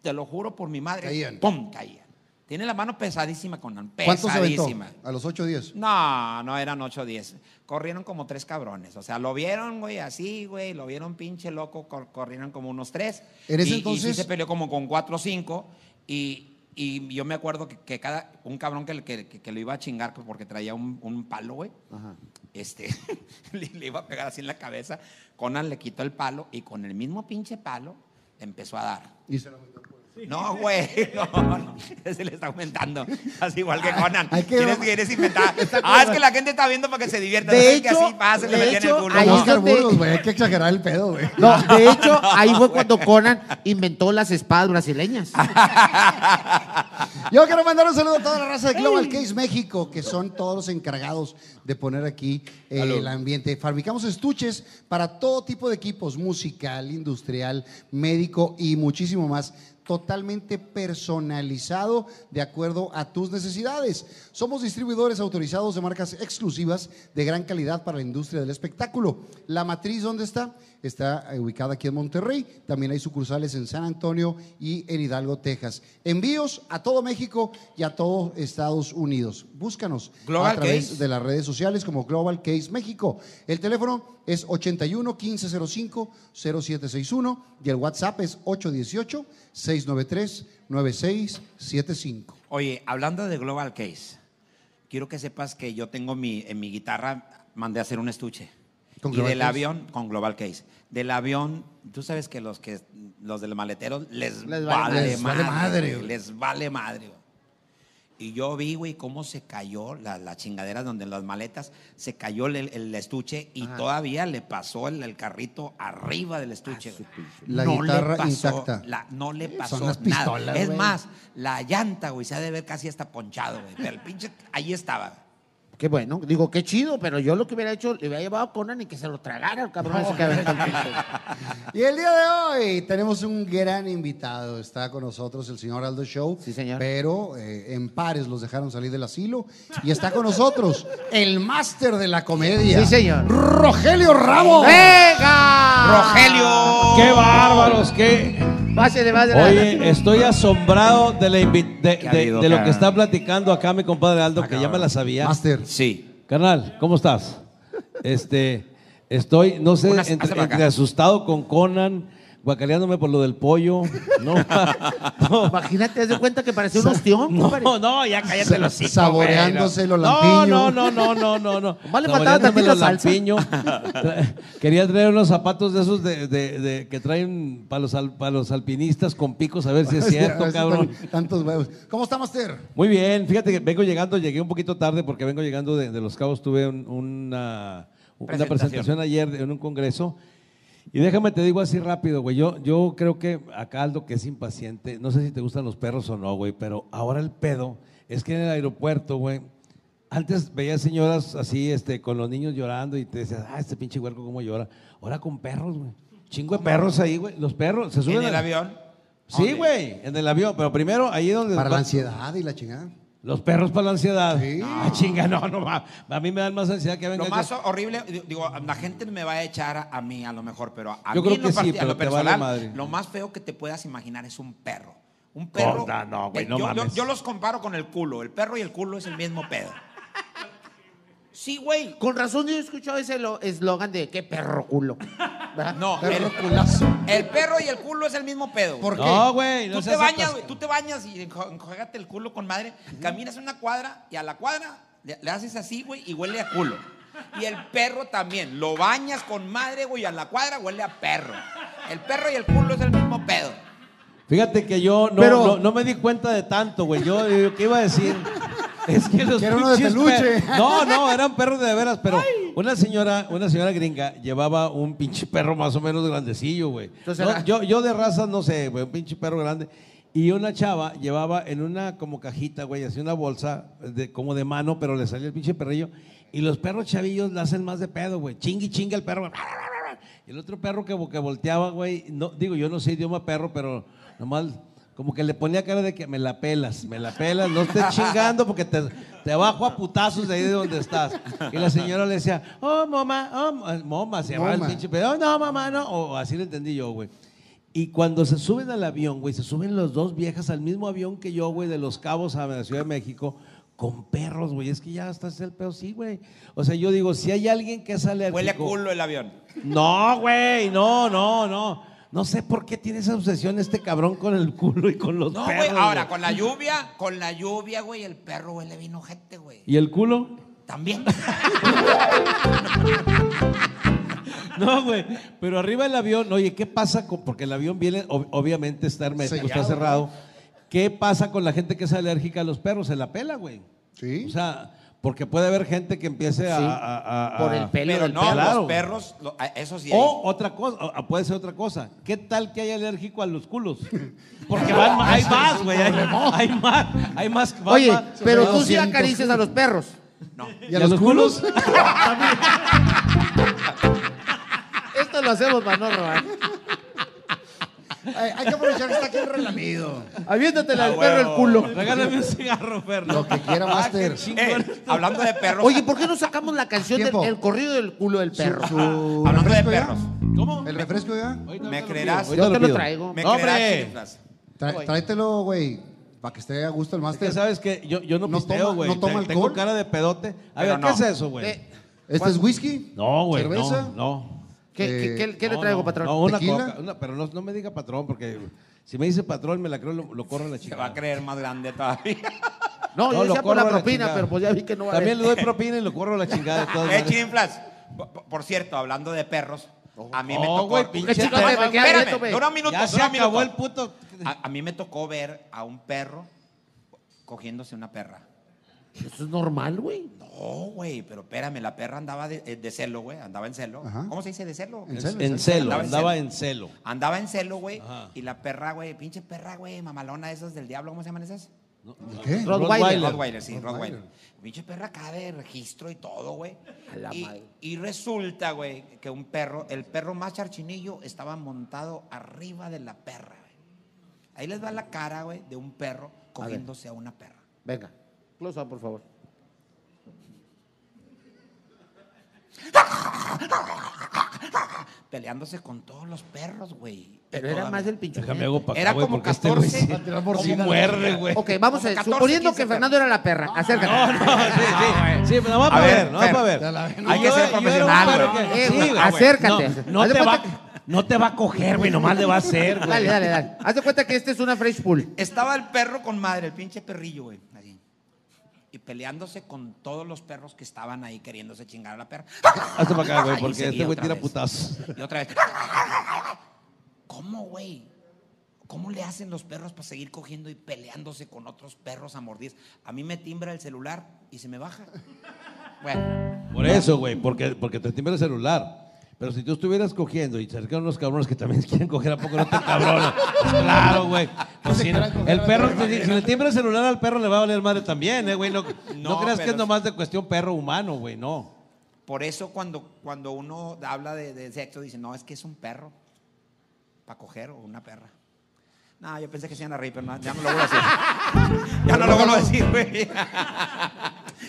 te lo juro por mi madre,
Caían.
¡pum! caían. Tiene la mano pesadísima, Conan.
¿Cuántos se aventó?
Pesadísima.
A los 8 o 10.
No, no eran 8 o 10. Corrieron como tres cabrones. O sea, lo vieron, güey, así, güey. Lo vieron pinche loco. cor- corrieron como unos tres.
¿Eres
y, y sí
entonces-
se peleó como con cuatro o cinco. Y, Y yo me acuerdo que, que cada, un cabrón que, que, que- que lo iba a chingar porque traía un, un palo, güey. Este, le, le iba a pegar así en la cabeza. Conan le quitó el palo y con el mismo pinche palo empezó a dar.
Y se lo
No, güey, no, no, se le está aumentando. Así igual que
Ah,
Conan.
hay que-
¿Quieres, quieres inventar? Ah, es que la gente está viendo para que se divierta.
De
no es que
hecho,
así pasa, que
de
me tiene el
hecho,
culo.
ahí
No.
es donde-
Burgos, güey, hay que exagerar el pedo, güey.
No, de hecho, ahí
Ah,
fue cuando Conan inventó las espadas brasileñas.
Yo quiero mandar un saludo a toda la raza de Global Case México, que son todos los encargados de poner aquí eh, el ambiente. Fabricamos estuches para todo tipo de equipos, musical, industrial, médico y muchísimo más, totalmente personalizado de acuerdo a tus necesidades. Somos distribuidores autorizados de marcas exclusivas de gran calidad para la industria del espectáculo. La matriz, ¿dónde está? Está eh, ubicada aquí en Monterrey. También hay sucursales en San Antonio y en Hidalgo, Texas. Envíos a todo México y a todo Estados Unidos. Búscanos
Global
a través
Case.
de las redes sociales como Global Case México. El teléfono es 81 1505 0761 y el WhatsApp es 818 693 9675.
Oye, hablando de Global Case, quiero que sepas que yo tengo mi, en mi guitarra, mandé a hacer un estuche.
¿Con
y
Global
del
Case?
avión, con Global Case. Del avión, tú sabes que los que los del maletero les,
Les vale
vale,
madre.
madre,
Les vale madre,
güey,
güey.
Les vale madre, güey. Y yo vi, güey, cómo se cayó la, la chingadera donde las maletas, se cayó el, el estuche y todavía le pasó el, el carrito arriba del estuche. güey.
Ah, La
le
guitarra
pasó
intacta.
la- no le pasó
las
nada.
pistolas,
Es
güey.
más, la llanta, güey, se ha de ver casi hasta ponchado, güey. Pero el pinche, ahí estaba.
Qué bueno, digo, qué chido, pero yo lo que hubiera hecho, le hubiera llevado a Conan y que se lo tragara el cabrón ese que aventó el piso.
Y el día de hoy tenemos un gran invitado. Está con nosotros el señor Aldo Show.
Sí, señor.
Pero eh, en pares los dejaron salir del asilo. Y está con nosotros el máster de la comedia.
Sí, señor.
Rogelio Ramos.
¡Venga!
¡Rogelio!
¡Qué bárbaros! ¡Qué!
Pásele, pásele.
Oye, eh, estoy asombrado de, la invi- de,
¿Qué Ah, ha
de-
habido,
de lo
cara?
que está platicando acá mi compadre Aldo, que ya me la sabía.
Máster.
Sí.
Carnal, ¿cómo estás? Este, estoy, no sé,
Unas-
entre,
hazte para
entre
acá.
asustado con Conan, guacaleándome por lo del pollo. No, no,
Imagínate, haz de cuenta que parecía un ostión, compadre.
no, no, ya cállate los hocico,
Saboreándose
güey,
los
no.
lampiños.
No, no, no, no, no, no.
Nomás le faltaba
Saboreándome
tantita
los
salsa.
lampiños. Tra- Quería traer unos zapatos de esos de, de- de- que traen para los, al- para los alpinistas con picos, a ver si es cierto, cabrón.
Tantos huevos. ¿Cómo está, Master?
Muy bien, fíjate que vengo llegando, llegué un poquito tarde porque vengo llegando de, de Los Cabos, tuve un- una, una
Presentación.
presentación. ayer en un congreso. Y déjame te digo así rápido, güey, yo, yo creo que a Caldo, que es impaciente, no sé si te gustan los perros o no, güey, pero ahora el pedo es que en el aeropuerto, güey, antes veías señoras así, este, con los niños llorando y te decías, ah, este pinche huerco cómo llora. Ahora con perros, güey. Chingo de perros ahí, güey. Los perros se suben.
¿En el
al-
avión?
Sí,
Ok.
güey, en el avión, pero primero ahí donde...
Para la
va-
ansiedad y la chingada.
los perros para la ansiedad.
Sí.
Ah, chinga, no, no va. A mí me dan más ansiedad que venga.
Lo más horrible, di- digo, la gente me va a echar a, a mí a lo mejor, pero a
Yo
mí
creo
en lo,
que sí,
parti- a
pero
lo
te vale
personal,
madre.
lo más feo que te puedas imaginar es un perro. Un perro.
Corda, Oh, no, güey,
eh,
no
yo, yo-
mames.
yo los comparo con el culo. El perro y el culo es el mismo pedo. Sí, güey.
Con razón yo he escuchado ese lo- eslogan de qué perro culo. ¿Verdad?
No,
Perro
el,
culazo.
el perro y el culo es el mismo pedo.
¿Por qué?
No, güey. No
Tú te
seas
bañas,
atas-
güey, tú te bañas y enju- enjuágate el culo con madre, caminas una cuadra y a la cuadra le, le haces así, güey, y huele a culo. Y el perro también, lo bañas con madre, güey, y a la cuadra huele a perro. El perro y el culo es el mismo pedo.
Fíjate que yo no,
Pero-
no, no me di cuenta de tanto, güey. Yo, yo, ¿qué iba a decir? Es que los
Que era uno de
pinches
peluche.
per- No, no, eran perros de veras, pero una señora, una señora gringa llevaba un pinche perro más o menos grandecillo, güey.
Entonces
No,
era-
yo, yo de raza no sé, güey, un pinche perro grande. Y una chava llevaba en una como cajita, güey, así una bolsa de, como de mano, pero le salía el pinche perrillo. Y los perros chavillos la hacen más de pedo, güey. Chingui, chinga el perro. Y el otro perro que, que volteaba, güey, no, digo, yo no sé idioma perro, pero nomás como que le ponía cara de que me la pelas, me la pelas, no estés chingando porque te, te bajo a putazos de ahí de donde estás. Y la señora le decía, oh, mamá, oh, ma- moma, se llamaba el
Moma.
pinche perro, "Oh, no, mamá, no, o así lo entendí yo, güey. Y cuando se suben al avión, güey, se suben los dos viejas al mismo avión que yo, güey, de Los Cabos a la Ciudad de México, con perros, güey. Es que ya está el pedo, sí, güey. O sea, yo digo, si hay alguien que sale
Huele a culo el avión.
no, güey, no, no, no. No sé por qué tiene esa obsesión este cabrón con el culo y con los
No,
perros.
güey, ahora
güey.
con la lluvia, con la lluvia, güey, el perro, güey, le vino gente, güey.
¿Y el culo?
También.
No, güey. Pero arriba el avión, oye, ¿qué pasa? con- porque el avión viene, ob- obviamente está hermético, está
Sellado,
cerrado. ¿Qué pasa con la gente que es alérgica a los perros? Se la pela, güey.
Sí.
O sea, porque puede haber gente que empiece a,
Sí,
a- a- a-
por el pelo
Pero
del
no,
perro.
Ah. Claro.
los perros, lo- a- esos sí.
O otra cosa, o- o puede ser otra cosa. ¿Qué tal que hay alérgico a los culos? Porque van, ma- hay más, güey. Hay, hay más, hay más. va-
Oye,
va-
pero tú sí
200.
acaricias a los perros.
No.
¿Y a los culos?
Esto lo hacemos ¿eh? para no robar.
Ay, hay que aprovechar que está aquí el relamido.
Ah,
Habiéndotela al perro el culo.
Regálame un cigarro, Fernando.
Lo que quiera,
Ah, qué
Master.
chingón.
Eh, hablando de perros.
Oye, ¿por qué no sacamos la canción del
Tiempo.
el corrido del culo del perro?
pues,
Su
hablando de
refresco ya.
perros.
¿Cómo?
¿El refresco ya?
Ahorita
¿Me
te lo
creerás?
pido, ahorita
Yo te lo
pido.
traigo.
Me
No,
creerás,
hombre.
chiflas.
Tra- tráetelo, güey, para que esté a gusto el
Es que
máster.
sabes que yo, yo no,
No
pisteo,
toma-
güey.
no toma
Te- Tengo
alcohol.
cara de pedote. A
Pero
ver,
no.
¿qué es eso, güey?
Eh,
¿Este es whisky?
no, güey.
¿Cerveza?
No, no.
¿Qué,
Eh,
qué- qué- qué le
No,
traigo,
no,
patrón?
No, una
¿Tequila?
coca. una- pero no, no me diga patrón, porque si me dice patrón, me la creo, lo, lo corro a la
Se va a
chica.
creer más grande todavía.
No, yo decía por la propina,
chingada.
pero pues ya vi que no va a
También
haber.
le doy propina y lo corro a la chingada. de todas
eh,
maneras.
chinflas. Por, por cierto, hablando de perros, a mí me
Oh,
tocó.
güey, pinche
Qué chingón,
Espérame,
me queda
espérame,
quieto, güey.
dura un minuto,
Ya se
dura un minuto.
acabó el puto.
A, a mí me tocó ver a un perro cogiéndose una perra.
Eso es normal, güey.
No, güey, pero espérame, la perra andaba de, eh, de celo, güey, andaba en celo.
Ajá.
¿Cómo se dice de celo?
En celo,
En celo,
Andaba en
andaba
celo.
en celo.
Andaba en celo, güey,
Ajá.
y la perra, güey, pinche perra, güey, mamalona, esas del diablo, ¿cómo se llaman esas?
¿Qué?
Rottweiler.
Rottweiler, sí, Rottweiler. Pinche perra acá de registro y todo, güey.
A la
Y,
madre.
y resulta, güey, que un perro, el perro más charchinillo estaba montado arriba de la perra, güey. Ahí les va la cara, güey, de un perro cogiéndose a una perra.
Venga, close up, por favor.
Peleándose con todos los perros, güey.
Pero
Y
era
toda-
más el pinche.
Déjame hago para
Era
acá, güey,
como
porque este güey
14.
sí-
Va a tirar
¿Cómo
morcina.
muerde, güey.
Ok, vamos a
Como 14,
suponiendo
15
que Fernando era la perra. Acércate.
No, sí, sí. Sí, nada
Ah,
más
A
para
ver,
ver, nada más
Fer,
para
ya la
ver.
ven.
Yo
Hay que
era-
ser
yo era un
profesional,
perro
güey.
que-
Eh,
sí,
güey,
güey.
acércate.
No,
Haz
no
de
te va,
cuenta-
no te va a coger, güey, nomás le va a hacer, güey.
Dale, dale, dale. Haz de cuenta que esta es una fresh pool.
Estaba el perro con madre, el pinche perrillo, güey. Así. Y peleándose con todos los perros que estaban ahí queriéndose chingar a la perra.
Hazte para acá, güey,
Y
porque
seguía
este güey
otra
tira
vez.
putazos.
Y otra vez. ¿Cómo, güey? ¿Cómo le hacen los perros para seguir cogiendo y peleándose con otros perros a mordir? A mí me timbra el celular y se me baja. Bueno,
Por eso, güey, porque, porque te timbra el celular. Pero si tú estuvieras cogiendo y cercaron unos cabrones que también quieren coger, ¿a poco no te cabronas? claro, güey. Pues si no- el perro, si, si le timbra el celular al perro, le va a valer madre también, ¿eh, güey? No, no
No,
creas que
pero
es nomás de cuestión perro-humano, güey, no.
por eso cuando, cuando uno habla de, de sexo, dice, no, es que es un perro. Para coger o una perra. No, yo pensé que se iban a reír, pero no, ya no lo voy a decir. ya no lo vuelvo a decir, güey.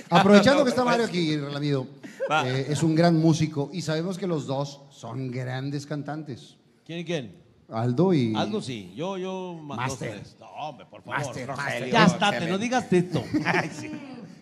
Aprovechando
No,
que está
pues.
Mario aquí, relamido,
Va.
eh, es un gran músico y sabemos que los dos son grandes cantantes.
¿Quién y quién?
Aldo y...
Hazlo sí. Yo, yo, más dos,
Master.
tres. No, hombre, por favor.
Master,
Rogelio,
Ya estate,
excelente.
no digas esto.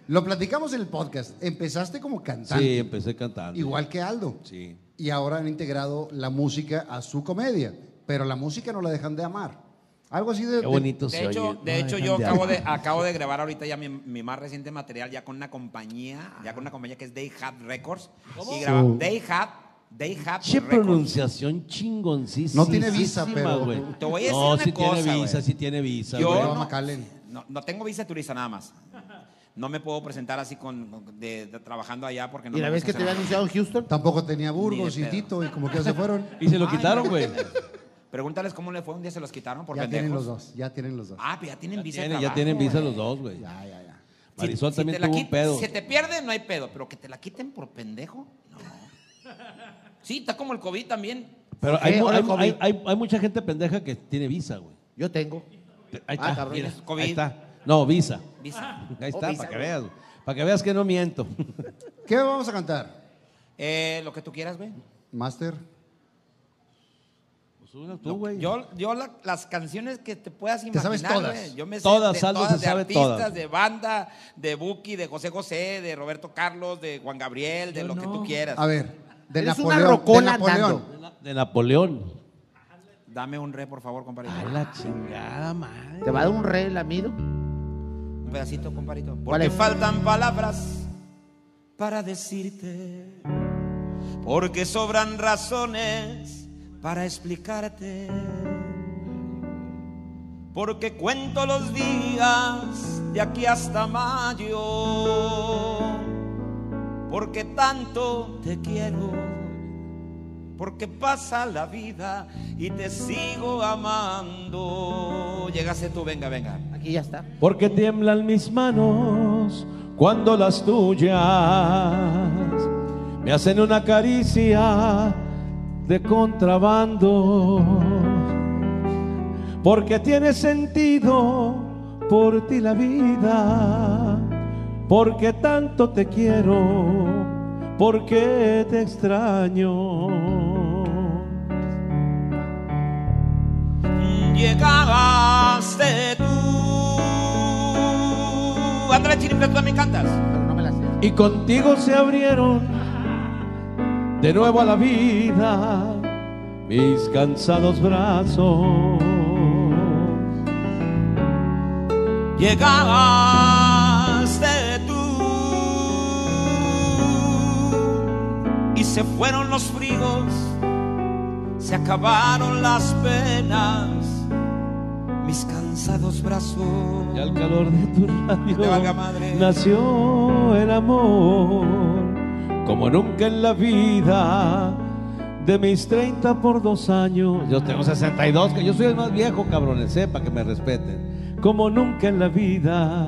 Lo platicamos en el podcast. Empezaste como cantante,
Sí, empecé cantando.
igual que Aldo.
Sí.
Y ahora han integrado la música a su comedia, pero la música no la dejan de amar. Algo así de...
Qué bonito
De
se
hecho,
oye.
de
Ay,
hecho yo
Andy,
acabo de, acabo de grabar ahorita ya mi, mi más reciente material ya con una compañía, ya con una compañía que es Day Hub Records. Y graba Day Hub, Day Hub
Che
Records.
pronunciación chingoncísima.
No tiene visa, pero-
güey.
Te voy a decir
No,
una
sí
cosa,
tiene visa,
güey.
sí tiene visa.
Yo
güey.
Yo
no-
Macallen.
No, no tengo visa de turista nada más. No me puedo presentar así con, con- de, de- trabajando allá porque no
Y la
me
vez que te
gusta
había
hacer-
anunciado en Houston,
Tampoco tenía Burgos
Ni
y
de pedo.
Tito y como que ya se fueron.
Y se lo quitaron, güey.
Pregúntales cómo le fue, un día se los quitaron por
Ya tienen los
pendejos.
dos, ya tienen los dos.
Ah, pero ya tienen
Ya
visa de
tienen, ya
trabajo,
tienen visa
güey.
los dos, güey.
Ya, ya, ya.
Si-
Marisol
si
también
te la
tuvo un
quit-
pedo.
Si te pierde, no hay pedo, pero que te la quiten por pendejo, no. Sí, está como el COVID también.
Pero hay,
Eh,
mu-
hola,
hay-
COVID.
hay- hay- hay mucha gente pendeja que tiene visa, güey.
Ah,
yo tengo.
Ahí
Ah,
está,
cabrón,
mira,
es
COVID. Oh,
ahí está. No, visa.
Visa.
Ahí está,
visa,
para que
güey.
veas. Para que veas que no miento.
Pues ¿Qué vamos a cantar,
Eh, lo que tú quieras, güey.
Master?
Pues una tú, güey.
Yo, yo la- las canciones que te puedas
Te
imaginar,
sabes todas.
güey, yo me sé
Todas,
de,
Aldo
todas,
se
de
sabe
artistas,
todas.
de banda, de Buki, de José José, de Roberto Carlos, de Juan Gabriel, de lo que tú quieras.
A ver, de
Eres una
Napoleón. de
rocola
Napoleón.
andando.
De, Na- de Napoleón.
Dame un re, por favor, compadrito.
A la chingada madre.
¿Te va a dar un re lamido?
Un pedacito, compadrito.
¿Cuál
Porque
es?
faltan palabras para decirte. Porque sobran razones para explicarte. Porque cuento los días de aquí hasta mayo. Porque tanto te quiero. Porque pasa la vida y te sigo amando. Llegase tú, venga, venga.
Aquí ya está.
porque tiemblan mis manos cuando las tuyas me hacen una caricia de contrabando, porque tiene sentido por ti la vida, porque tanto te quiero, porque te extraño.
llegaste tú. Ándale, chirimbla, tú también cantas.
Pero no me la sé.
y contigo se abrieron de nuevo a la vida mis cansados brazos.
Llegaste tú. Y se fueron los fríos, se acabaron las penas, mis cansados brazos.
Y al calor de tu
Te valga
radio
madre.
nació el amor, como nunca en la vida. De mis 30 por dos años, yo tengo 62, que yo soy el más viejo, cabrones, sepa que me respeten. Como nunca en la vida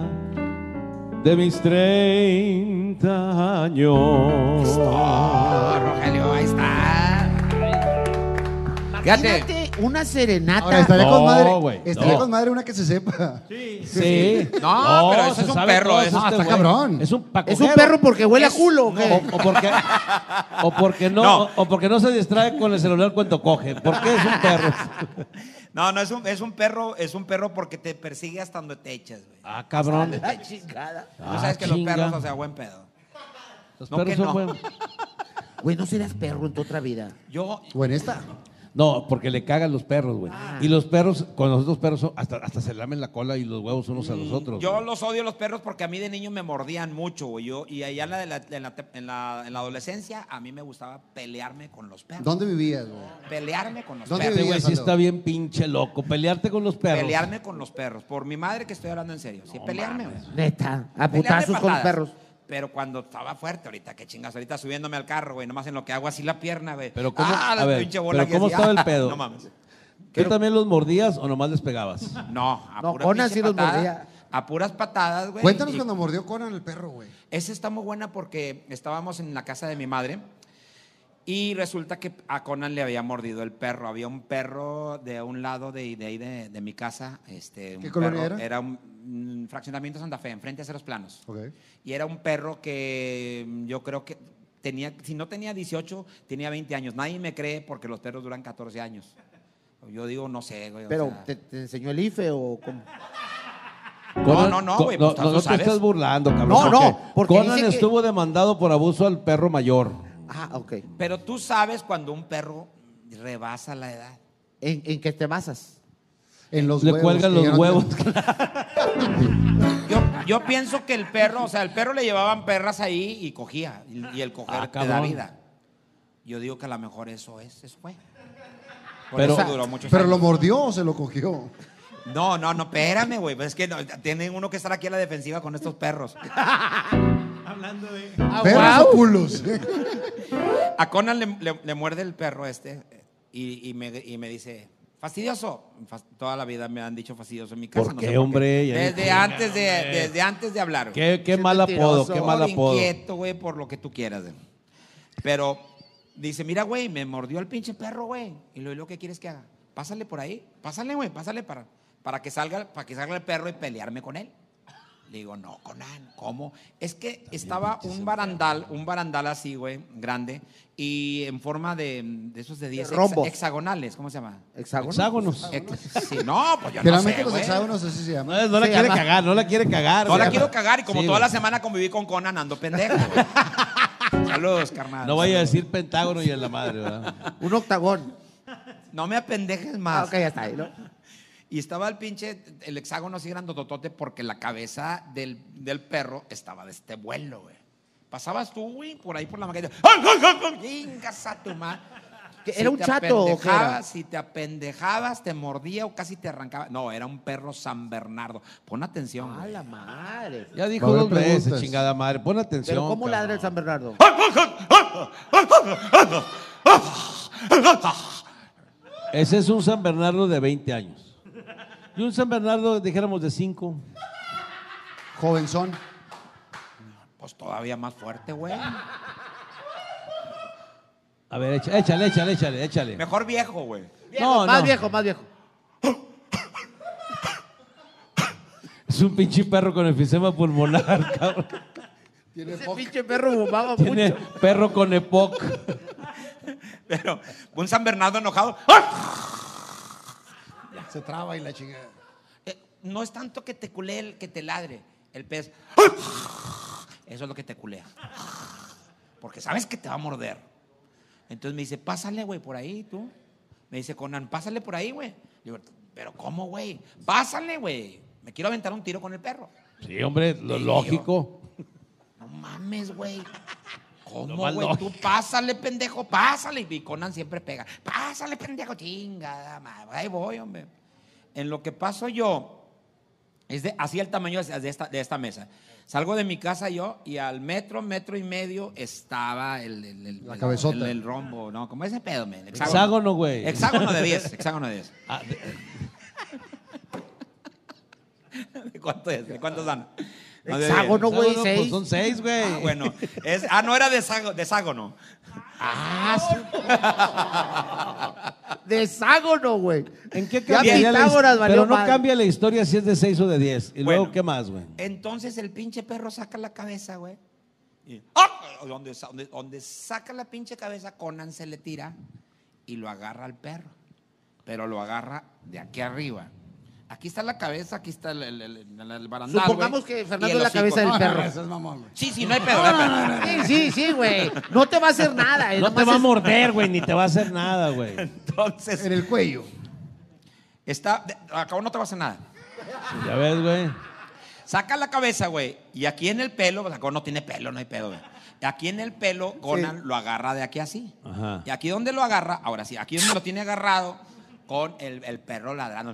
de mis 30 años.
Oh, Rogelio, ahí está. Fíjate.
Imagínate una serenata.
Ahora estaría con
No,
madre.
güey,
estaría
no.
con madre una que se sepa.
Sí.
No, pero ese
se
es un
sabe
perro,
todo
ese
este
está
güey.
cabrón.
Es un
¿Es un
pacujero.
perro porque huele a culo o
No,
qué?
o, o porque, o porque no,
No.
O, o porque no se distrae con el celular cuando coge. ¿Por qué es un perro?
No, no, es un, es un perro, es un perro porque te persigue hasta donde te echas, güey.
Ah, cabrón.
Ay, chingada.
Tú sabes
Ah,
que
chinga.
los perros, o sea, buen pedo.
Los
no,
perros
que
son
no.
buenos.
Güey, no serás perro en tu otra vida.
Yo,
O en esta.
No, porque le cagan los perros, güey.
Ah.
Y los perros, con los otros perros, son- hasta, hasta se lamen la cola y los huevos unos a los otros.
yo
güey.
los odio los perros porque a mí de niño me mordían mucho, güey. Yo, y allá en la, de la- en la- en la- en la adolescencia, a mí me gustaba pelearme con los perros.
¿Dónde vivías, güey?
Pelearme con los
¿Dónde
perros.
Este güey sí
Sandro.
está bien pinche loco. Pelearte con los perros.
Pelearme con los perros. Por mi madre que estoy hablando en serio. Sí, pelearme, güey.
Neta, a
Pelearme
putazos con los
patadas.
perros.
Pero cuando estaba fuerte, ahorita, qué chingas, ahorita subiéndome al carro, güey, nomás en lo que hago así la pierna, güey.
Pero cómo,
ah, la
a ver,
pinche bola
pero
que
¿cómo
hacía.
estaba el pedo?
No mames.
¿Tú también los mordías o nomás les pegabas?
No, a
No,
puras
Conan
pinche
sí los
patadas,
mordía.
A puras patadas, güey.
Cuéntanos
y-
cuando mordió Conan el perro, güey.
Esa está muy buena porque estábamos en la casa de mi madre y resulta que a Conan le había mordido el perro. Había un perro de un lado de, de ahí de, de mi casa. Este, un
¿Qué colonia
perro-
era?
un, mm, fraccionamiento Santa Fe, enfrente a Ceros Planos.
Ok.
Y era un perro que mm, yo creo que tenía, si no tenía 18, tenía 20 años. Nadie me cree porque los perros duran 14 años. Yo digo, no sé, güey. o
Pero,
sea,
¿te, te enseñó el IFE o cómo?
Conan-
no, no,
co-
güey,
No,
pues,
no,
tú
no te
sabes.
estás burlando, cabrón.
No, no, porque
Conan
dice que-
estuvo demandado por abuso al perro mayor.
Ah, ok.
pero tú sabes cuando un perro rebasa la edad.
¿En, en qué te basas?
En los
Le
huevos.
cuelgan
que
los
ya no
huevos.
tienen-
Yo, yo pienso que el perro, o sea, el perro le llevaban perras ahí y cogía. Y, y el coger
Ah,
te da
cabrón.
vida. Yo digo que a lo mejor eso es, eso fue. Por
Pero-
eso duró mucho
Pero lo mordió o se lo cogió.
No, no, no, espérame, güey. pues Es que no, tiene uno que estar aquí a la defensiva con estos perros.
Hablando de.
Perros o culos.
A Conan le, le- le muerde el perro este y, y me, y me dice, fastidioso. Fas- Toda la vida me han dicho fastidioso en mi casa.
¿Por
no
qué,
sé
hombre? Ya
Desde,
dije,
antes de, desde antes de hablar. güey.
Qué, qué
Sí,
mal apodo,
mentiroso.
qué mal
Por
apodo.
inquieto, güey, por lo que tú quieras. güey. Pero dice, mira, güey, me mordió el pinche perro, güey. Y lo, lo que quieres que haga. Pásale por ahí. Pásale, güey, pásale para, para, que salga, para que salga el perro y pelearme con él. Le digo, no, Conan, ¿cómo? Es que estaba un barandal, un barandal así, güey, grande, y en forma de, de esos de 10 hexa-
rombos.
hexagonales, ¿cómo se llama?
¿Hexágono?
Hexágonos.
Hex- sí, no, pues yo no
Generalmente
sé,
los
güey.
hexágonos así se llaman.
No, no la
pues, Se
quiere
llama-
cagar, no la quiere cagar.
No la
güey.
quiero cagar y como
Sí,
toda la
güey.
semana conviví con Conan ando pendejo. güey. Saludos, carnal.
No vaya a decir pentágono y en la madre, ¿verdad?
Un octagón.
No me apendejes más.
Ah, ok, ya está ahí, ¿no?
Y estaba el pinche, el hexágono así grandototote porque la cabeza del, del perro estaba de este vuelo, güey. Pasabas tú, güey, por ahí por la maqueta. ¡Ay, ay, ay, ay! ¡Chingas a tu madre!
¿Que era un
te
chato o qué era?
apendejabas, Si te apendejabas, te mordía o casi te arrancaba. No, era un perro San Bernardo. Pon atención.
A
güey.
la madre.
Ya
Va
dijo
a haber
dos veces,
preguntas.
pues, chingada madre. Pon atención.
Pero ¿cómo
cabrón.
ladra el San Bernardo?
Ese es un San Bernardo de 20 años. Y un San Bernardo, dijéramos, de 5.
Jovenzón.
Pues todavía más fuerte, güey.
A ver, echa- échale, échale, échale, échale.
Mejor viejo, güey.
Viejo,
No,
más
no.
viejo, más viejo.
Es un pinche perro con enfisema pulmonar, cabrón.
Ese pinche perro fumaba
Tiene
mucho.
perro con EPOC.
Pero un San Bernardo enojado.
Se traba y la chingada.
Eh, No es tanto que te culé el que te ladre. El pez. Eso es lo que te culea. Porque sabes que te va a morder. Entonces me dice, pásale, güey, por ahí, tú. Me dice, Conan, pásale por ahí, güey. Digo, pero ¿cómo, güey? Pásale, güey. Me quiero aventar un tiro con el perro.
Sí, hombre, lo lógico.
No mames, güey.
Lo
¿Cómo,
más
güey? Tú
lógico.
pásale, pendejo, pásale. Y Conan siempre pega. Pásale, pendejo, chingada madre. Ahí voy, hombre. En lo que paso yo, es de, así el tamaño es de esta, de esta mesa. Salgo de mi casa yo y al metro, metro y medio estaba el, el, el-
La
el-
cabezota.
el- el rombo, ¿no? Como ese pedo, men.
Hexágono, güey.
Hexágono de 10, hexágono de 10.
Ah, de-
¿De cuánto es? ¿De cuántos dan? No, de 10.
Hexágono, güey,
hexágono,
seis.
pues, son seis, güey.
Ah, bueno. Es, ah, no era desago- deságono.
Ah, su- Deságono, Ah, güey.
¿En qué
Ya
cambia? la
Pitágoras
his-
valió
Pero no
madre.
cambia la historia si es de seis o de 10. ¿Y luego
Bueno.
qué más, güey?
Entonces el pinche perro saca la cabeza, güey. Y, ¡ah! Donde, sa- donde- donde saca la pinche cabeza, Conan se le tira y lo agarra al perro. Pero lo agarra de aquí arriba. Aquí está la cabeza, aquí está el, el, el- el- el barandal,
Supongamos
güey,
que
y
Fernando
el
es la
hocico.
cabeza del
No, no,
perro.
no,
Esas Ah, mamón, güey.
Sí, sí, no hay pedo. no hay pedo.
Sí, sí, sí, güey. No te va a hacer nada. eh,
No te
nomás
va a
es-
morder, güey, ni te va a hacer nada, güey.
Entonces,
En el cuello.
está, acabo no te vas a hacer nada.
Ya ves, güey.
Saca la cabeza, güey. Y aquí en el pelo, o sea, Conan no tiene pelo, no hay pedo, güey. Aquí en el pelo, Conan lo agarra de aquí así.
Ajá.
Y aquí donde lo agarra, ahora sí, aquí donde lo tiene agarrado, con el, el perro ladrando.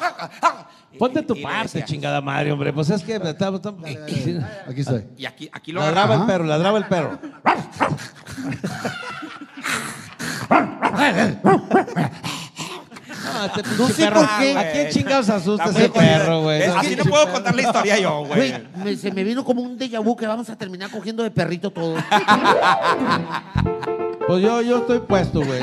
Y-
Ponte
y-
tu
y le
parte,
decía,
chingada madre, hombre. Pues es que está- está- sí.
Aquí estoy.
Y aquí, aquí lo agarraba.
ladraba el
Ajá.
perro, ladraba el perro. Ah, este pinche
No sé
perro.
por qué.
¿A quién chingados
pues,
asusta ese
Tampoco-
perro, güey?
Es- Así no puedo contar la historia yo,
Güey,
güey.
me- se me vino como un déjà vu que vamos a terminar cogiendo de perrito todo.
Pues yo, yo estoy puesto, güey.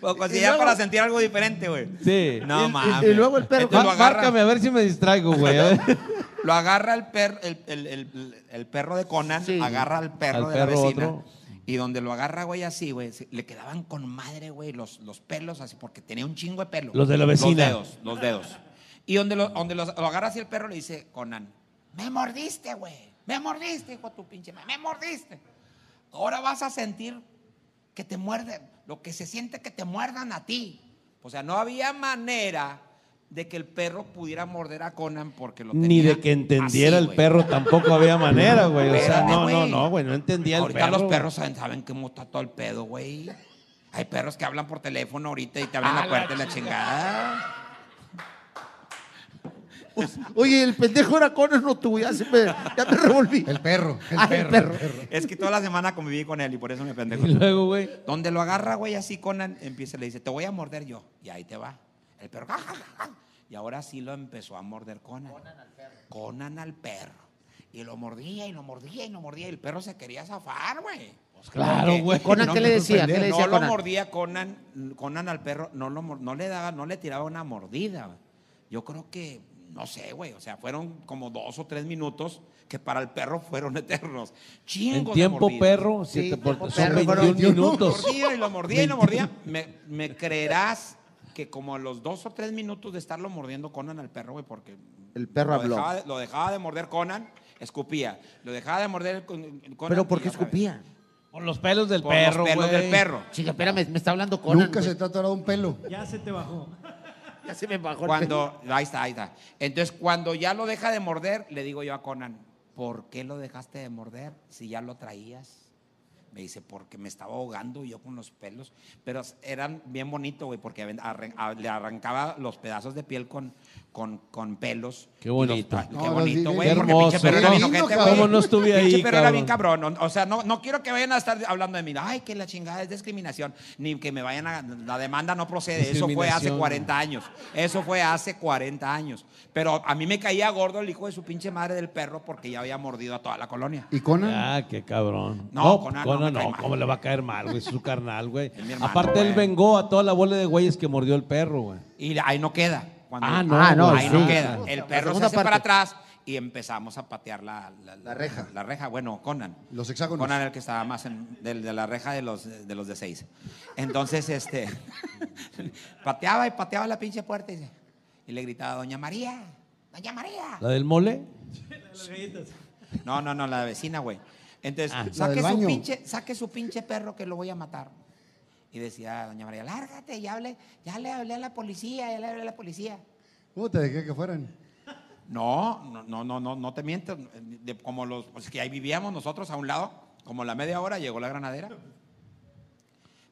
Puedo considerar para sentir algo diferente, güey.
Sí.
No mames.
y luego el perro-
Entonces lo
Má-
agarra.
Márcame a ver si me distraigo, güey. a ver.
Lo agarra el perro, el, el- el- el perro de Conan,
Sí.
agarra al perro
Al
de la
perro
vecina.
otro.
Y donde lo agarra, güey, así, güey, se- le quedaban con madre, güey, los, los pelos así, porque tenía un chingo de pelo.
Los de la vecina.
Los dedos, los dedos. Y donde lo, donde los- lo agarra así el perro, le dice, Conan, me mordiste, güey, me mordiste, hijo de tu pinche madre, me mordiste. Ahora vas a sentir que te muerden, lo que se siente que te muerdan a ti. O sea, no había manera de que el perro pudiera morder a Conan porque lo tenía
Ni de que entendiera el perro tampoco había manera, güey. O sea,
Espérate,
no, no,
güey.
no, güey. No entendía el
Ahorita
perro.
los
güey.
perros saben, saben cómo está todo el pedo, güey. Hay perros que hablan por teléfono ahorita y te abren la puerta y la chingada.
Oye, el pendejo era Conan, no tú, ya, se me, ya me revolví.
El perro. El
Ah, el
perro.
perro.
el perro.
Es que toda la semana conviví con él y por eso me pendejo.
Y luego, güey.
Donde lo agarra, güey, así Conan empieza y le dice, te voy a morder yo. Y ahí te va. El perro. "Ja, ja, ja, ja". Y ahora sí lo empezó a morder Conan. Conan al perro. Y lo mordía y lo mordía y lo mordía. Y el perro se quería zafar, güey.
Claro,
Porque-
güey.
Pues Conan, ¿qué le decía? ¿Qué le
no
decía
lo
Conan?
mordía Conan, Conan al perro, no, lo, mor- no le daba, no le tiraba una mordida. Yo creo que, no sé, güey, o sea, fueron como dos o tres minutos que para el perro fueron eternos.
En
Chingos de
tiempo
mordidas.
perro,
Sí,
siete por-
tiempo
son
perro, fueron
21
21
minutos.
Mordía y lo mordía y lo mordía. Me, me creerás que como a los dos o tres minutos de estarlo mordiendo Conan al perro, güey, porque
El perro
lo
habló.
Dejaba, de- lo dejaba de morder Conan, escupía. Lo dejaba de morder con- Conan.
¿Pero por
y
qué
otra vez.
escupía?
Por los pelos del
Por
perro,
los pelos
güey.
del perro.
Chica, espérame, me está hablando Conan.
Nunca se
güey.
te ha atorado un pelo.
Ya se te bajó.
Ya se me bajó el pelo.
Cuando, ahí está, ahí está. Entonces, cuando ya lo deja de morder, le digo yo a Conan, ¿por qué lo dejaste de morder si ya lo traías? Me dice, porque me estaba ahogando yo con los pelos. Pero eran bien bonitos, güey, porque arran- a- le arrancaba los pedazos de piel con, con, con pelos.
Qué bonito.
Y los tra-
No,
qué
los
bonito,
diré-
güey.
Qué
porque pinche
hermoso.
perro era
Qué
bien
lindo,
ojete,
cabrón.
güey.
¿Cómo no estuve
Pinche
ahí,
perro era bien
cabrón?
cabrón. O- O sea, no, no quiero que vayan a estar hablando de mí. Ay, que la chingada es discriminación. Ni que me vayan a. La demanda no procede. Eso fue hace
Discriminación,
40 años. Eso fue hace 40 años. Pero a mí me caía gordo el hijo de su pinche madre del perro porque ya había mordido a toda la colonia.
¿Y Conan?
Ah, qué cabrón.
No, Conan no me cae
no,
mal.
¿cómo le va a caer mal, güey? Es su carnal, güey.
Es mi hermano,
Aparte, él
güey.
vengó a toda la bola de güeyes que mordió el perro, güey.
Y ahí no queda. Cuando-
Ah, no,
Ah, no,
ahí no
sí.
queda.
Ah.
El
La
perro se
segunda
hace
parte.
para atrás y empezamos a patear la,
La reja.
La reja, bueno, Conan.
Los hexágonos.
Conan era el que estaba más en, del- de, la reja de los de, los de seis. Entonces, este, pateaba y pateaba la pinche puerta y, se- y le gritaba, Doña María, Doña María.
¿La del mole?
No, no, no, la vecina, güey. Entonces,
Ah.
La del
saque, su
baño.
pinche, saque su pinche perro que lo voy a matar. Y decía doña María, lárgate, ya, hablé, ya le hablé a la policía, ya le hablé a la policía.
¿Cómo te dejé que fueran?
No, no, no, no, no, no te miento. De- como los pues, que ahí vivíamos nosotros a un lado, como la media hora llegó la granadera.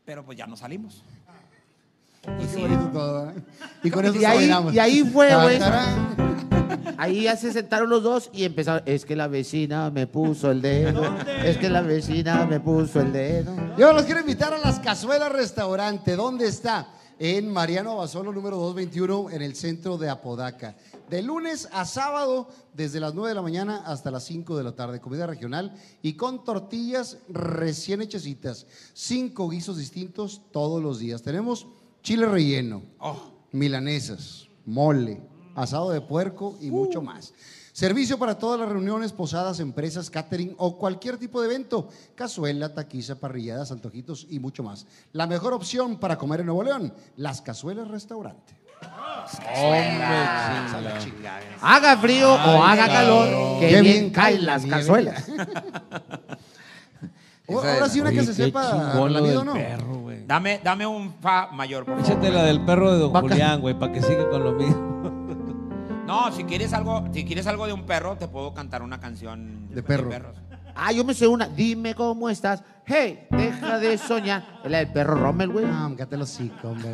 Pero pues ya no salimos. Y
Qué
sí,
bonito todo, ¿verdad? Y con eso
Y ahí-
terminamos.
y ahí fue,
Ta,
güey.
tarán.
Ahí ya se sentaron los dos y empezaron. Es que la vecina me puso el dedo.
¿Dónde?
Es que la vecina me puso el dedo.
Yo los quiero invitar a Las Cazuelas Restaurante. ¿Dónde está? En Mariano Basolo, número 221, en el centro de Apodaca. De lunes a sábado, desde las 9 de la mañana hasta las 5 de la tarde. Comida regional y con tortillas recién hechecitas. Cinco guisos distintos todos los días. Tenemos chile relleno,
Oh.
milanesas, mole, asado de puerco
Uh.
y mucho más. Servicio para todas las reuniones, posadas, empresas, catering o cualquier tipo de evento. Cazuela, taquiza, parrilladas, antojitos y mucho más. La mejor opción para comer en Nuevo León, las cazuelas restaurante.
Hombre, chinga.
Haga frío o haga calor, que
Qué
bien,
bien
caen
cae
las
la nieve.
cazuelas.
O- ahora sí una que se sepa la vida o no.
perro, güey.
dame, dame un fa mayor, por favor.
Échate la del perro de don
Vaca.
Julián, güey, para que siga con lo mismo.
No, si quieres algo, si quieres algo de un perro, te puedo cantar una canción
De perro.
perros.
Ah, yo me sé una. Dime cómo estás. Hey, deja de soñar. Es la del perro Rommel, güey.
Ah, cállate los hocico, hombre.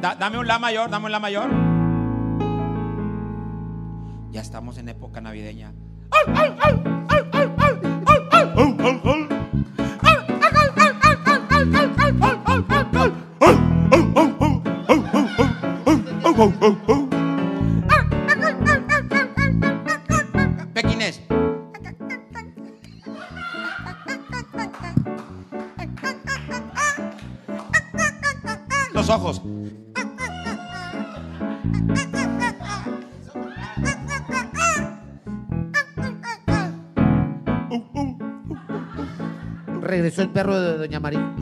Da- dame un la mayor, dame un la mayor. Ya estamos en época navideña. Pequines. Los ojos.
Regresó el perro de Doña María.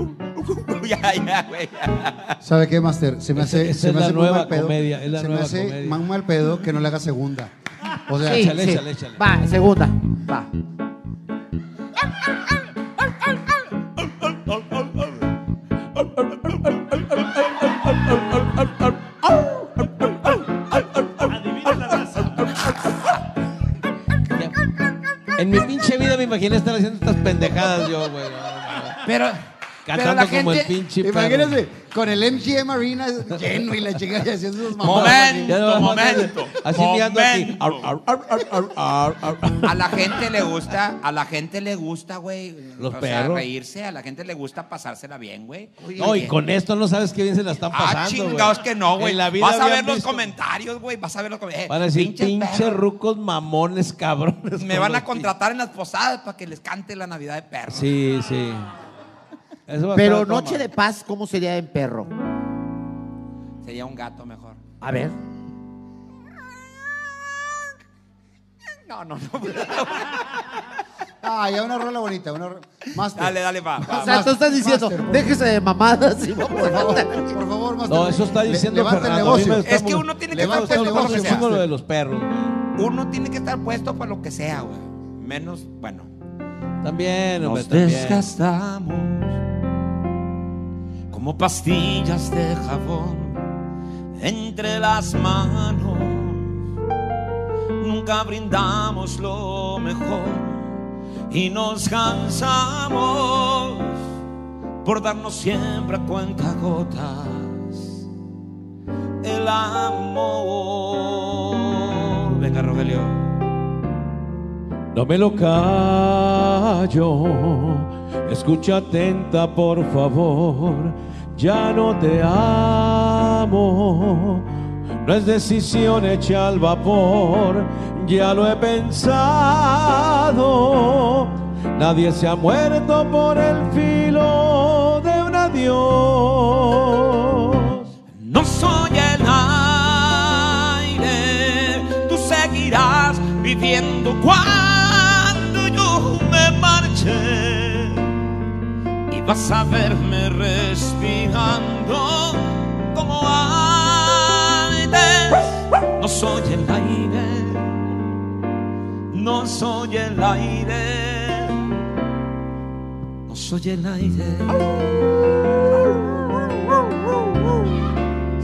ya, ya, güey. ya.
¿Sabe qué, Master? Se me hace,
Esa
se
es
me
la
hace
nueva
muy mal pedo.
comedia, es la
se
nueva
me hace
comedia.
más mal pedo que no le haga segunda. O sea,
Sí,
échale,
sí.
échale, échale.
Va, segunda. Va.
Adivina la raza.
Ya. En mi pinche vida me imaginé estar haciendo estas pendejadas yo, güey.
Pero, pero la
Cantando como el
gente.
pinche perro.
imagínese, con el MGM Arena lleno y la chica ya haciendo sus mamadas.
Momento,
Ya no vamos a hacer-
momento.
Así mirando aquí.
momento.
Ar, ar, ar, ar, ar, ar, ar.
A la gente le gusta, a la gente le gusta, güey.
Los
o sea,
perros.
reírse, a la gente le gusta pasársela bien, güey.
No, y con esto no sabes qué bien se la están pasando.
Ah,
güey.
chingados que no, güey.
En la vida
Vas a
habían
ver los
visto-
comentarios, güey. Vas a ver los comentarios.
Van a decir,
Pinches
pinche
perros.
rucos mamones, cabrones.
Me
con
van
los
a contratar en las posadas para que les cante la Navidad de perros.
pinches- Sí, sí. Eso va a
Pero
estar a
Noche de
toda
Paz, ¿cómo sería en perro?
Sería un gato mejor.
A ver.
No, no, no.
Ah, ya una rola bonita. Una ro- Master.
dale, dale, va. va,
O sea,
va.
tú estás diciendo,
Master, por-
déjese de mamadas y vamos
Por
a
favor,
hablar".
por favor, Master.
No, eso está
Le-
diciendo
levanta el
Fernando. a mí
negocio.
me gusta
Es que
mucho-
uno tiene
que estar
Me gusta
puesto para lo que
muchísimo
sea.
lo de los perros. güey.
Uno tiene que estar puesto para lo que sea, güey. Menos, bueno.
También, hombre,
Nos
también.
desgastamos como pastillas de jabón entre las manos. Nunca brindamos lo mejor y nos cansamos por darnos siempre a cuenta gotas el amor. Venga, Rogelio.
No me lo callo, escucha atenta por favor, ya no te amo, no es decisión hecha al vapor, ya lo he pensado, nadie se ha muerto por el filo de un adiós.
No soy el aire, tú seguirás viviendo cuando yo me marche y vas a verme respirando como antes. No soy el aire, no soy el aire, no soy el aire.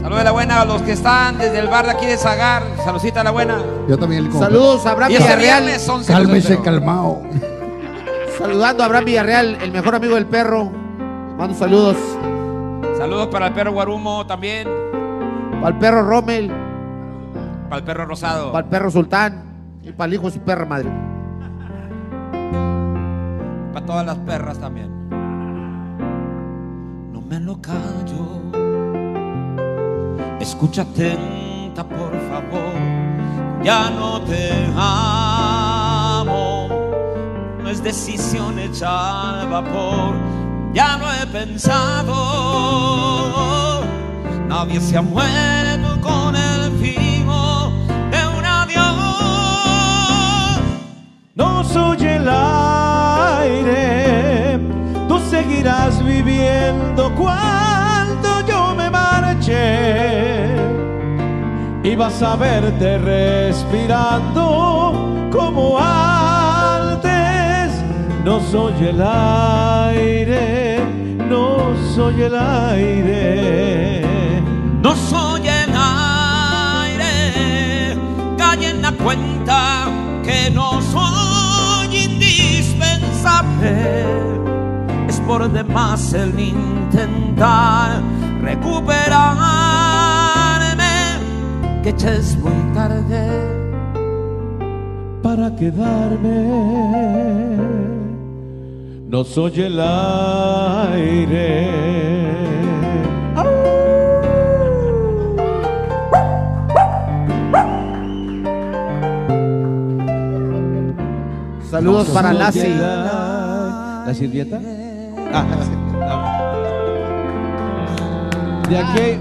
Saludos a la buena a los que están desde el bar de aquí de Zagar. Saludcita a la buena.
Yo también le compro.
Saludos a Abraham
Y este
Villarreal.
viernes 11 de
Cálmese,
febrero.
calmao.
Saludando a Abraham Villarreal, el mejor amigo del perro. Mando saludos
Saludos para el perro Guarumo también,
al perro Rommel,
para el perro Rosado.
al perro Sultán y para el hijo de su perra madre.
para todas las perras también. No me lo callo. Escucha atenta, por favor. Ya no te amo. No es decisión hecha al vapor. Ya no he pensado. Nadie se ha muerto con el fimo de un adiós.
No soy el aire, tú seguirás viviendo cuando yo me marche. Y vas a verte respirando como antes. No soy el aire, no soy el aire.
No soy el aire, cae en la cuenta que no soy indispensable. Es por demás el intentar recuperarme, que ya es muy tarde.
para quedarme. No soy el aire.
Saludos para
Soy
Lassi.
el a- ¿La sirvienta? Ah, no.
Ah.
De aquí.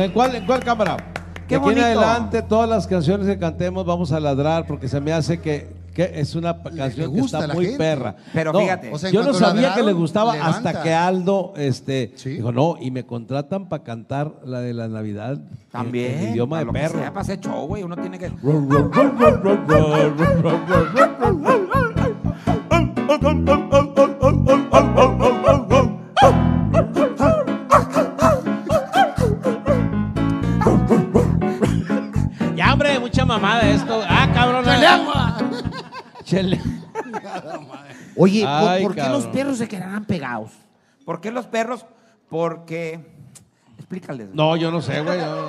¿En cuál, en cuál cámara?
Qué
de aquí en
bonito.
adelante, todas las canciones que cantemos vamos a ladrar porque se me hace que, que es una p- canción que
gusta a
está
la
muy
gente.
perra.
Pero
No,
fíjate.
O sea, en
yo no
cuanto
sabía que
ladraron,
le gustaba
levanta.
hasta que Aldo este,
Sí.
dijo, no, y me contratan para cantar la de la Navidad en-
También.
en, idioma
para
de
lo que
perro.
sea, para hacer show, güey, uno tiene que.
Ya, hombre, mucha mamada esto. Ah, cabrón. Chele agua.
Oye, ¿por,
Ay,
por qué los
cabrón.
perros se quedarán pegados?
¿Por qué los perros? Porque. Explícales.
No, yo no sé, güey. yo-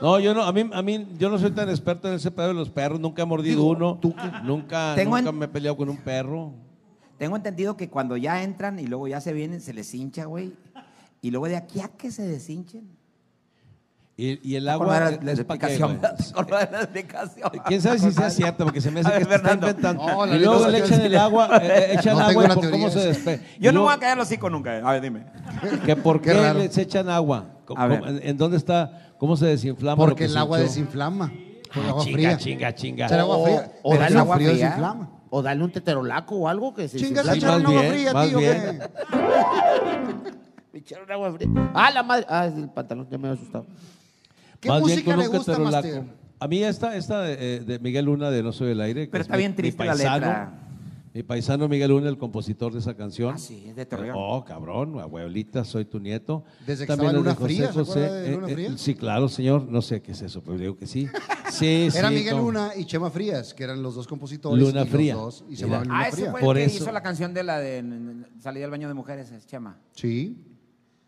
No, yo no, a mí, a mí, yo no soy tan experto en ese pedo de los perros, nunca he mordido uno, nunca,
Tengo
nunca
en-
me he peleado con un perro.
Tengo entendido que cuando ya entran y luego ya se vienen, se les hincha, güey. Y luego de aquí a que se deshinchen.
Y, y el
Con
agua
la,
es-
la
es pa' qué, güey. Eh,
explicación. Con la explicación.
¿Quién sabe si sea cierto? Porque se me hace
A
que
ver,
se está
Fernando.
inventando.
No, la
y luego
neta
le
es que-
echan el agua, eh, eh, echan
No tengo
agua y
la
por
teoría
cómo se
esa.
despega.
Yo no me voy a caer los hocico nunca. eh. A ver, dime.
Que por
Qué
qué,
raro.
les echan agua. ¿Cómo-
A ver.
cómo- en, en dónde está? ¿Cómo se desinflama? lo
Porque
que
el
se
agua
echó?
desinflama. Con agua
Chinga,
fría.
chinga, chinga.
Echar agua
O-
fría.
o
Pero
dale
el agua
agua
fría
fría.
desinflama.
O darle un teterolaco o algo que se...
Chingas,
se-
a
Sí,
echar
más
el agua
bien,
fría,
más
tío.
bien.
que-
Me echaron agua fría. Ah, la madre. Ah, es el pantalón, ya me había asustado.
¿Qué
Más bien
música
con
le
un
gusta,
cacerolaco.
Master?
A mí esta, esta de, eh, de Miguel Luna de No Soy el Aire. que
Pero
es
está
mi-
bien
mi
triste la
paisano,
letra.
Mi Mi paisano Miguel Luna, el compositor de esa canción.
Ah, sí, es de Torreón.
Oh, cabrón, abuelita, soy tu nieto.
Desde que
También
estaba
los de
Luna
José
Fría, ¿se
José,
acuerda de Luna Fría?
eh, sí, claro, señor. No sé qué es eso, pero digo que sí. Sí,
Era
sí,
Miguel
cómo-
Luna y Chema Frías, que eran los dos compositores.
Luna
y los
Fría.
dos- y se
Mira.
llamaban Luna
Ah, ese
Fría.
fue el
Por
que
eso.
hizo la canción de la de n- n- Salí del baño de mujeres, es Chema.
Sí.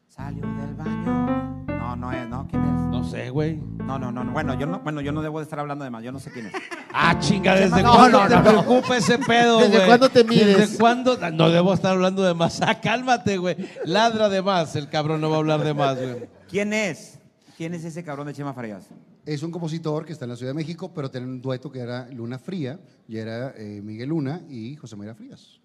Salió del baño. No, no es, no, ¿quién es?
No sé, güey.
No, no, no, no. Bueno, yo no, bueno, yo no debo de estar hablando de más, yo no sé quién es.
Ah, chinga, ¿desde
No,
cuándo
no,
te
no, no.
preocupa ese pedo, güey?
¿Desde cuándo te mides?
¿Desde cuándo? Ah, No debo estar hablando de más. Ah, cálmate, güey. Ladra de más. El cabrón no va a hablar de más, güey.
¿Quién es? ¿Quién es ese cabrón de Chema Farías?
Es un compositor que está en la Ciudad de México, pero tenía un dueto que era Luna Fría, y era eh, Miguel Luna y José María Frías.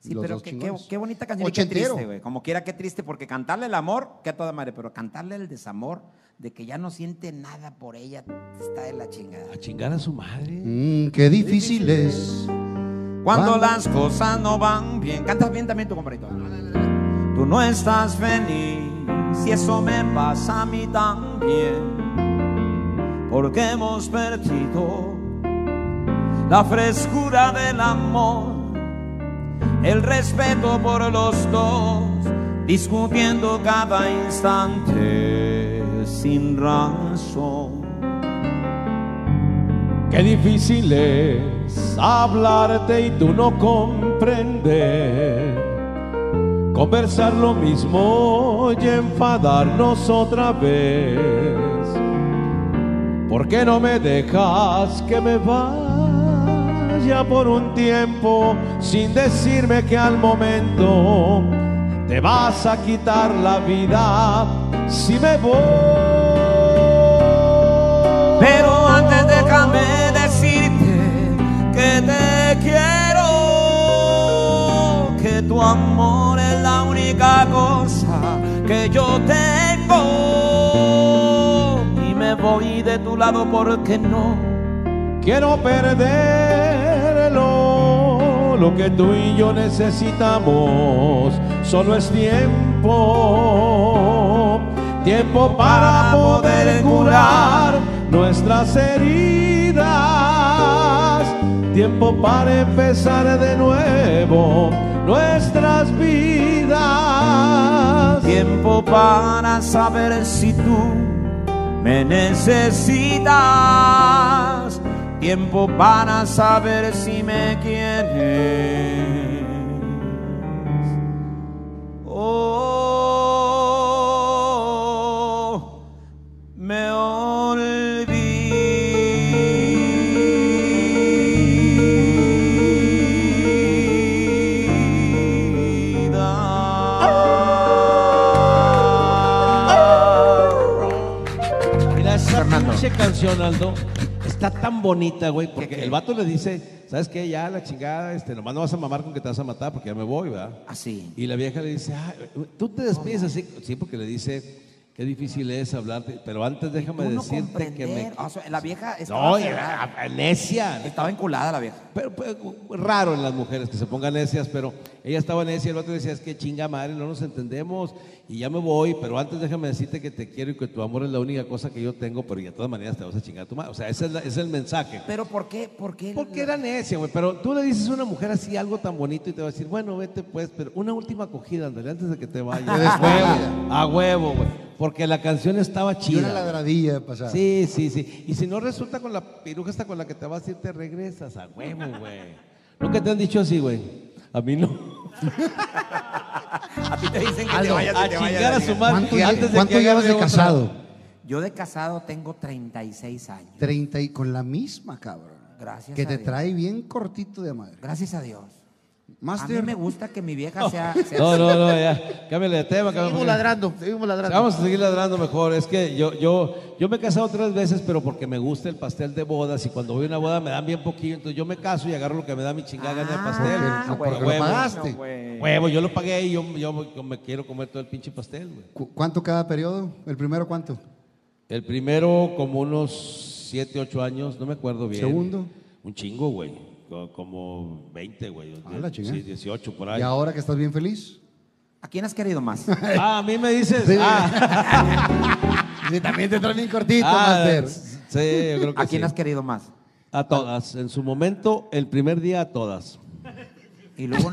Sí,
Los
pero
dos
qué, qué,
chingones.
qué bonita canción y qué
Ochentero.
triste, güey. Como quiera, qué triste, porque cantarle el amor, que a toda madre, pero cantarle el desamor de que ya no siente nada por ella, está de la chingada.
A chingar a su madre.
Mm, qué difícil es.
Cuando
Cuando
las cosas no van bien. Cantas bien también tu compadrito. Tú no estás feliz, si eso me pasa a mí también. Porque hemos perdido la frescura del amor, el respeto por los dos, discutiendo cada instante sin razón.
Qué difícil es hablarte y tú no comprender. Conversar lo mismo y enfadarnos otra vez. ¿Por qué no me dejas que me vaya por un tiempo sin decirme que al momento te vas a quitar la vida si me voy?
Pero antes déjame decirte que te quiero, que tu amor es la única cosa que yo tengo. Y me voy de tu lado porque no.
Quiero perderlo, lo que tú y yo necesitamos, solo es tiempo, tiempo para poder curar nuestras heridas, tiempo para empezar de nuevo nuestras vidas.
Tiempo para saber si tú me necesitas. Tiempo para saber si me quieres. Oh, me olvidas.
Mira, esa
Fernando.
pinche canción, Aldo, está tan bonita, güey, porque el vato le dice, ¿sabes qué? Ya, la chingada, este, nomás no vas a mamar con que te vas a matar porque ya me voy, ¿verdad?
Así.
Y la vieja le dice, "Ay, tú te despides así, sí, porque le dice, qué difícil es hablarte, pero antes déjame
Tú no
decirte que me...
comprender. O sea, la vieja estaba
No,
cerrada.
ya, necia,
Estaba enculada la vieja.
Pero, pero, raro en las mujeres que se pongan necias, pero ella estaba necia y el vato decía, es que chinga madre, no nos entendemos y ya me voy, pero antes déjame decirte que te quiero y que tu amor es la única cosa que yo tengo, pero y de todas maneras te vas a chingar a tu madre. O sea, ese es, la- ese es el mensaje.
Pero ¿por qué? ¿Por qué?
Porque
la-
era necia, güey, pero tú le dices a una mujer así algo tan bonito y te va a decir, bueno, vete pues, pero una última acogida, ándale, antes de que te vayas. a huevo, a huevo, güey. Porque la canción estaba
Y una
chida. güey.
ladradilla pasada.
Sí, sí, sí. Y si no resulta con la piruja hasta con la que te vas a ir, te regresas a huevo, güey. Nunca te han dicho así, güey. A mí no.
A ti te dicen que te
Aldo,
vayas y te
a
vayas.
chingar
la
a su
chingada.
madre.
¿Cuánto,
y
lle-
antes de
cuánto
que
llevas
agarre
de
otra.
casado?
Yo de casado tengo 36 años.
30 y con la misma, cabrón.
Gracias
Que
a
te
Dios.
trae bien cortito de madre.
Gracias a Dios. A mí
Master,
me gusta que mi vieja sea... sea-
No, no, no, ya. Cámbiale de tema,
Seguimos
cámbiale.
ladrando, seguimos ladrando.
Vamos a seguir ladrando mejor. Es que yo, yo, yo me he casado tres veces, pero porque me gusta el pastel de bodas y cuando voy a una boda me dan bien poquillo. Entonces yo me caso y agarro lo que me da mi chingada gana de pastel.
Ah,
porque-
güey.
porque lo
Huevo.
pagaste.
No, güey.
Huevo, yo lo pagué y yo, yo- yo me quiero comer todo el pinche pastel, güey.
¿cu- ¿cuánto cada periodo? ¿El primero cuánto?
El primero como unos 7, 8 años, no me acuerdo bien.
¿Segundo?
Un chingo, güey. Co- Como 20, güey.
Ah, la chingada.
Sí, 18 por ahí.
Y ahora que estás bien feliz.
¿A quién has querido más?
Ah, a mí me dices. Ah,
Sí, también te trae bien cortito,
ah,
Master.
sí, yo creo que
¿A quién
sí.
has querido más?
A todas. En su momento, el primer día a todas.
Y luego.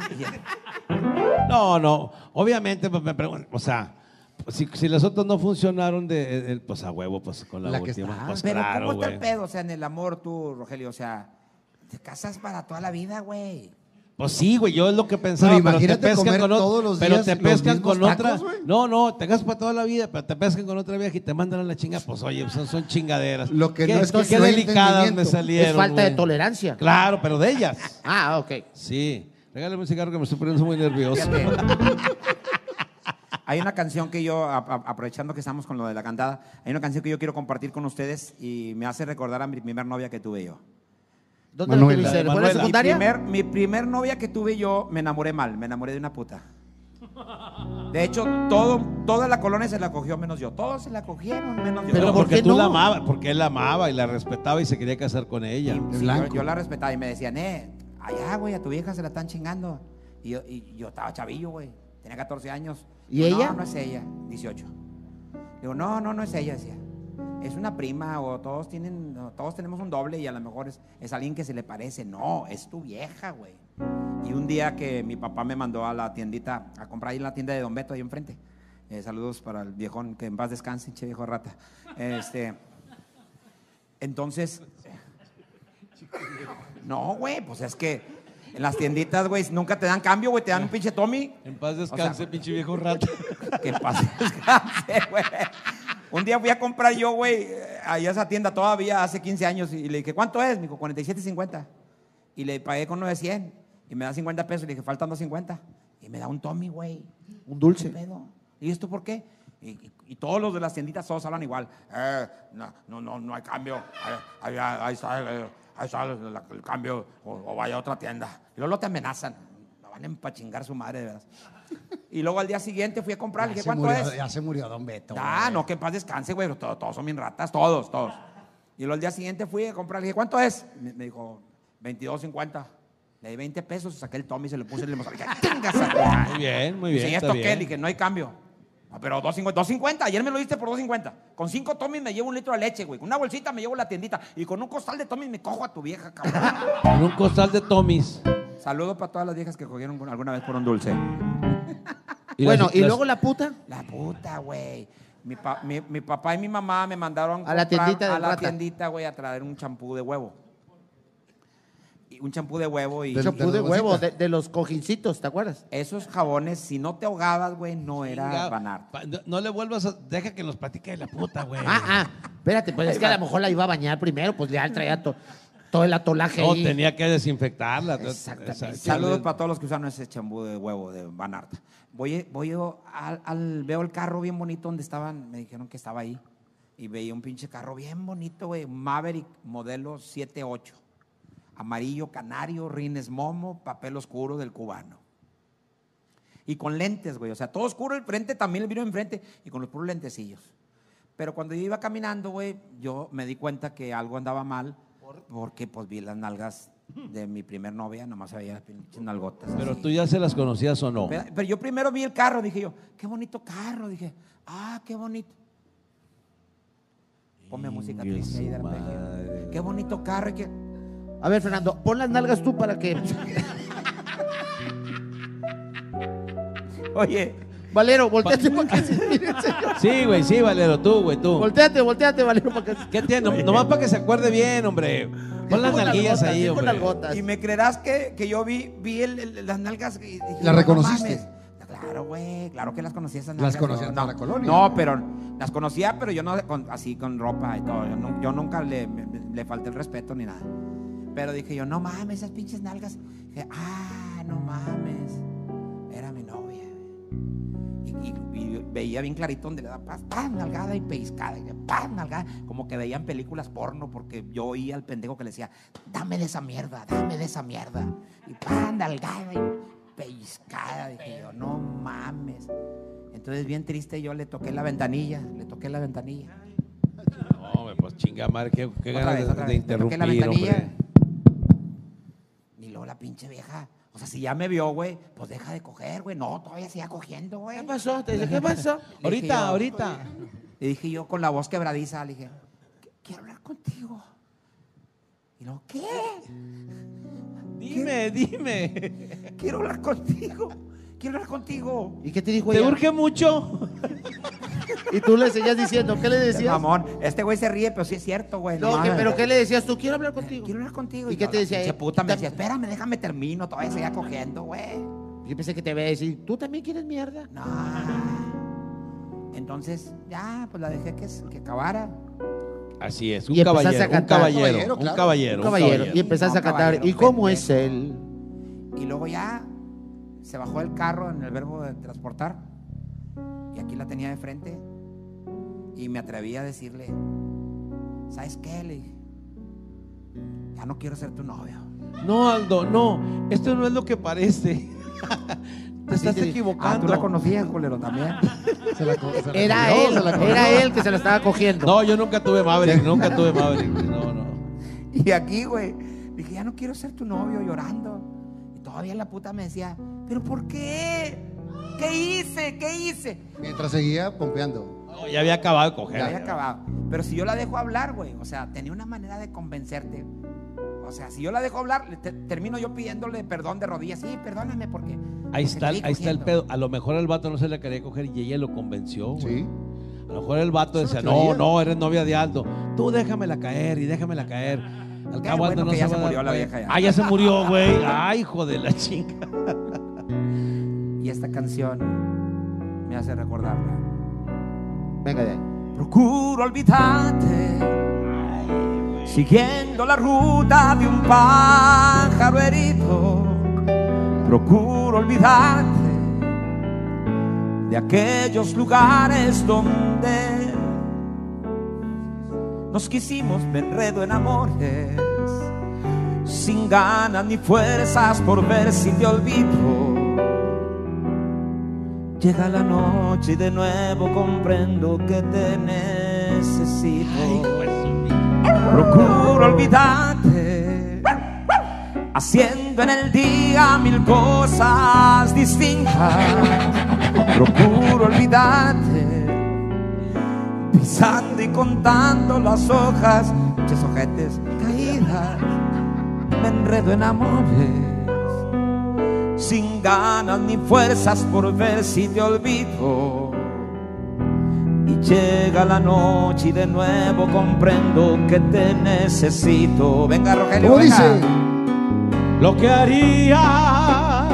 No, no. Obviamente, pues me pregunto, o sea, pues, si, si las otras no funcionaron, de, eh, eh, pues a huevo, pues con la,
La que
última.
está.
Pues
Pero
claro,
¿cómo está
güey.
el pedo? O sea, en el amor tú, Rogelio, o sea, te casas para toda la vida, güey.
Pues sí, güey, yo es lo que pensaba. Pero,
imagínate
te pescan
comer
con ot-
todos los
Pero
días
te
los
pescan
mismos
con
tacos,
otra.
güey.
No, no, te casas para toda la vida, pero te pescan con otra vieja y te mandan a la chinga. Pues oye, son, son chingaderas.
Lo que
Qué-
no es que
Qué
no hay
delicadas me
entendimiento.
salieron.
Es falta de
güey.
tolerancia.
Claro, pero de ellas.
Ah, ok.
Sí. Regálame un cigarro que me estoy poniendo muy nervioso.
Fíjate. Pues Hay una canción que yo, a- a- aprovechando que estamos con lo de la cantada, hay una canción que yo quiero compartir con ustedes y me hace recordar a mi primer novia que tuve yo.
¿Dónde lo
Manuela.
tuviste? ¿En la escuela
Manuela.
secundaria?
Mi primer, mi primer novia que tuve yo, me enamoré mal, me enamoré de una puta. De hecho, todo, toda la colonia se la cogió menos yo. Todos se la cogieron menos yo.
Pero
¿por
porque
qué
tú
no?
la amabas, porque él la amaba y la respetaba y se quería casar con ella.
Sí, yo-
Blanco.
Yo, la respetaba y me decían, eh, allá, güey, a tu vieja se la están chingando. Y yo, y yo estaba chavillo, güey. Tenía 14 años.
¿Y
Digo,
ella?
No, no es ella. 18. Digo, no, no, no es ella, decía. Es una prima o todos tienen, o todos tenemos un doble y a lo mejor es, es alguien que se le parece. No, es tu vieja, güey. Y un día que mi papá me mandó a la tiendita, a comprar ahí en la tienda de Don Beto, ahí enfrente. Eh, saludos para el viejón, que en paz descanse, che viejo rata. Este, entonces, no, güey, pues es que en las tienditas, güey, nunca te dan cambio, güey, te dan un pinche Tommy.
En paz
descanse,
descanse, pinche viejo rato.
Que pase descanse, güey. Un día fui a comprar yo, güey, allá a esa tienda todavía hace 15 años y le dije, ¿cuánto es? Me dijo, 47.50. Y le pagué con 900 y me da 50 pesos. Le dije, faltan 250. Y me da un Tommy, güey.
Un
¿Qué
dulce.
pedo? ¿Y esto por qué? Y, y- y todos los de las tienditas todos hablan igual. Eh, no, no, no, no hay cambio. Eh, ahí, ahí está, eh, ahí está el, la- el cambio. O, o vaya a otra tienda. Y luego te amenazan. Lo van a empachingar su madre, de veras. Y luego al día siguiente fui a comprar.
Ya
Le dije,
se,
¿cuánto
murió,
es?
ya se murió Don Beto.
Ah,
güey.
no, que en paz descanse, güey. pero Todos, todos son bien ratas, todos, todos. Y luego al día siguiente fui a comprar. Le dije, ¿cuánto es? Me, me dijo, 22.50. Le di 20 pesos, saqué el Tommy y se lo puse en el limosal. Le dije, "Tengas a tu madre".
Muy bien, muy
Y
bien.
sin
está
esto
bien.
qué, le dije, no hay cambio. Ah, Pero 2.50, 2.50, ayer me lo diste por 2.50. Con cinco tomis me llevo un litro de leche, güey. Con una bolsita me llevo la tiendita. Y con un costal de tomis me cojo a tu vieja, cabrón.
En un costal de Tommy's.
Saludo para todas las viejas que cogieron con- alguna vez por un dulce.
bueno,
las-
y
las-
luego la puta.
La puta, güey. Mi, pa- mi- mi papá y mi mamá me mandaron
A la
comprar-
tiendita del
a la
rata.
tiendita, güey, a traer un champú de huevo. Y un champú de huevo y
Del-
Champú
de
de
la
huevo,
bolsita.
de, de los cojincitos, ¿te acuerdas?
esos jabones, si no te ahogabas, güey, no era
Chinga,
banar.
pa- no- No le vuelvas a. Deja que nos platique de la puta, güey.
Ah, ah, espérate, pues es que a lo mejor la iba a bañar primero, pues ya traía to- todo el atolaje
No,
ahí.
tenía que desinfectarla.
Exactamente.
Exacto.
Saludos para todos los que usaron ese champú de huevo de Van Aert. Voy, voy yo al, al- veo el carro bien bonito donde estaban, me dijeron que estaba ahí. Y veía un pinche carro bien bonito, güey. Maverick modelo 78. Amarillo canario, rines momo, papel oscuro del cubano. Y con lentes, güey. O sea, todo oscuro el frente, también el vino enfrente. Y con los puros lentecillos. Pero cuando yo iba caminando, güey, yo me di cuenta que algo andaba mal. Porque pues vi las nalgas de mi primer novia, nomás se veía las pinches nalgotas.
Pero
así.
tú ya se las conocías o no.
Pero, pero yo primero vi el carro, dije yo, qué bonito carro. Dije, ah, qué bonito. Ponme música
Ingue
triste ahí de
su
arpegio.
madre.
Qué bonito carro. y que...
A ver, Fernando, pon las nalgas tú para que.
Oye,
Valero, volteate para que se mire.
Sí, güey, sí, Valero, tú, güey, tú.
Volteate, volteate, Valero, para que se
¿Qué tiene? Nomás para que se acuerde bien, hombre. Pon las
Con
nalguillas
nalgotas,
ahí,
sí, con
hombre.
nalgotas.
y me creerás que, que yo vi, vi el- el- las nalgas. y dije,
¿Las
"No
reconociste?
mames". Claro, güey, claro que las conocí esas
Las
nalgas.
conocías
no,
en la colonia.
No, pero las conocía, pero yo no con- así con ropa y todo. Yo, nu- yo nunca le, me- me- le falté el respeto ni nada. Pero dije yo, no mames, esas pinches nalgas. Dije, ah, no mames. Era mi novia. Y, y- y veía bien clarito donde le da paz, paz, nalgada y pellizcada, y paz, nalgada. Como que veían películas porno porque yo oía al pendejo que le decía, dame de esa mierda, dame de esa mierda. Y paz, nalgada y pellizcada. Dije yo, no mames. Entonces, bien triste, yo le toqué la ventanilla, le toqué la ventanilla.
No, güey, pues chinga madre, qué, qué
Otra
ganas
vez, otra
de- de
vez. Le toqué
interrumpir,
la ventanilla.
hombre.
Y luego la pinche vieja. O sea, si ya me vio, güey, pues deja de coger, güey. No, todavía siga cogiendo, güey.
¿Qué pasó? Te dice, ¿qué pasó?
Le dije
Ahorita,
yo-
ahorita.
Le dije yo con la voz quebradiza, le dije, "Qu- quiero hablar contigo. Y luego, ¿qué?
Dime, dime.
Quiero hablar contigo. Quiero hablar contigo.
¿Y qué te dijo
¿Te
ella?
urge mucho?
Y tú le seguías diciendo, ¿qué le decías?
Mamón, este güey se ríe, pero sí es cierto, güey.
No,
mames.
que- pero ¿qué le decías tú? Quiero hablar contigo.
Quiero hablar contigo.
¿Y qué
yo,
te
la
decía Eh,
pinche
ella?
puta me
Tam-
decía, espérame, déjame termino. Todavía seguía cogiendo, güey.
Yo pensé que te iba a decir, ¿tú también quieres mierda?
No. Entonces, ya, pues la dejé que, que acabara.
Así es,
Y
un
empezaste
caballero,
a
un
cantar.
caballero,
Caballero,
un
claro.
caballero,
Un
un
caballero.
caballero.
Y empezaste
No,
a cantar,
caballero,
¿y cómo es
pendejo.
él?
Y luego ya se bajó del carro en el verbo de transportar. Y aquí la tenía de frente. Y me atreví a decirle, ¿sabes qué? Le dije, ya no quiero ser tu novio.
No, Aldo, no, esto no es lo que parece. Te estás
Ah, tú la
equivocando.
conocías, culero, también.
Se la co- se la
Era
comió,
él,
se la comió.
era él que se la estaba cogiendo.
No, yo nunca tuve Maverick, nunca tuve Maverick. No, no.
Y aquí, güey, dije, ya no quiero ser tu novio llorando. Y todavía la puta me decía, ¿pero por qué? ¿Qué hice? ¿Qué hice?
Mientras seguía pompeando.
No, ya había acabado de coger.
Ya había acabado. Pero si yo la dejo hablar, güey, o sea, tenía una manera de convencerte. O sea, si yo la dejo hablar, le te- termino yo pidiéndole perdón de rodillas. Sí, perdóname porque. porque te
Ahí está,
vi
ahí está el
cogiendo.
pedo. A lo mejor el vato no se la quería coger y ella lo convenció. güey.
Sí.
A lo mejor el vato
Es una
decía, no,
teoría.
no, eres novia de Aldo. Tú déjamela caer y déjamela caer. Al
Qué
cabo
bueno
Aldo no
que ya
se
se
va a
murió
dar
la
cuenta.
vieja ya.
Ah, ya se murió, güey. Ay, hijo de la chinga.
Y esta canción me hace recordarla.
Venga de ahí.
Procuro olvidarte, siguiendo la ruta de un pájaro herido. Procuro olvidarte de aquellos lugares donde nos quisimos, me enredo en amores, sin ganas ni fuerzas por ver si te olvido. Llega la noche y de nuevo comprendo que te necesito. Procuro olvidarte, haciendo en el día mil cosas distintas. Procuro olvidarte pisando y contando las hojas, ches ojetes caídas, me enredo en amores, sin ganas ni fuerzas por ver si te olvido. Y llega la noche y de nuevo comprendo que te necesito. Venga, Rogelio,
¿Cómo
venga.
dice?
Lo que haría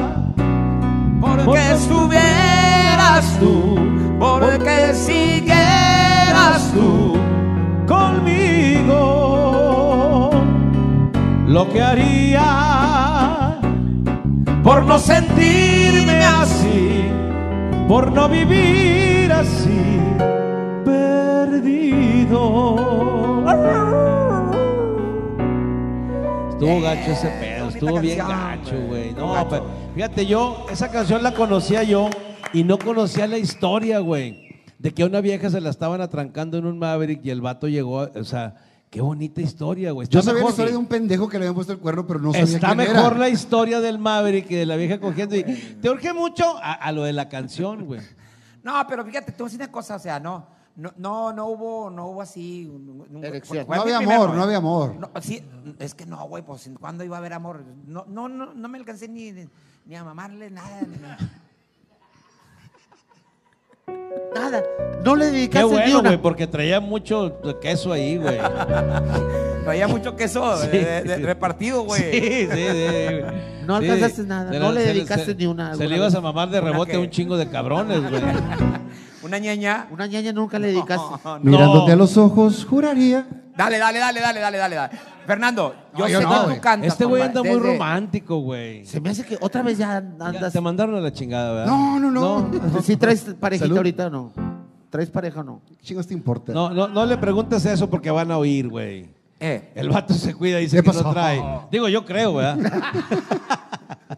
Porque estuvieras tú, porque siguieras tú.
conmigo, lo que haría
por no sentirme
así, por no vivir así, perdido. Estuvo gacho ese pedo, estuvo bien gacho, Eh, güey. No, pero fíjate, yo esa canción la conocía yo y no conocía la historia, güey. De que a una vieja se la estaban atrancando en un Maverick y el vato llegó, o sea, qué bonita historia, güey.
Yo
Está
sabía la
mejor-
historia de un pendejo que le habían puesto el cuerno, pero no sabía
Está
quién
mejor
era.
la historia del Maverick que de la vieja cogiendo. Y, te urge mucho a, a lo de la canción, güey.
No, pero fíjate, tú decís una cosa, o sea, no, no, no, no hubo, no hubo así. un- un-
Erección.
fue
No
mi
había
primer
amor,
novio.
no había amor.
No, sí, es que no, güey, pues ¿cuándo iba a haber amor? No, no, no, no me alcancé ni, ni a mamarle nada. ni nada.
Nada, no le dedicaste
Qué
ni
bueno,
una.
güey, porque traía mucho queso ahí, güey.
Traía mucho queso
Sí.
de- de- de- repartido, güey.
Sí, sí, sí.
No
Sí.
alcanzaste nada,
Se
no le
se
dedicaste
se-
ni una
Se
alguna
le ibas
vez.
a mamar de
¿Una
rebote a
qué?
un chingo de cabrones, güey.
Una ñaña.
Una ñaña nunca le dedicaste.
Mirándote
No.
a los ojos, juraría.
Dale, dale, dale, dale, dale, dale, dale. Fernando, yo
No,
sé
yo
que
no,
tú
güey.
cantas.
Este güey
compadre,
anda muy
desde-
romántico, güey.
Se me hace que otra vez ya
Ya
andas.
Te mandaron a la chingada, ¿verdad?
No, no, no.
Si traes parejita
Salud.
ahorita o no. ¿Traes pareja o no?
¿Qué chingos te importa?
No, no, no le preguntes eso porque van a oír, güey.
Eh,
El vato se cuida y dice
¿Qué
que no
pasó?
trae. Digo, yo creo, ¿verdad?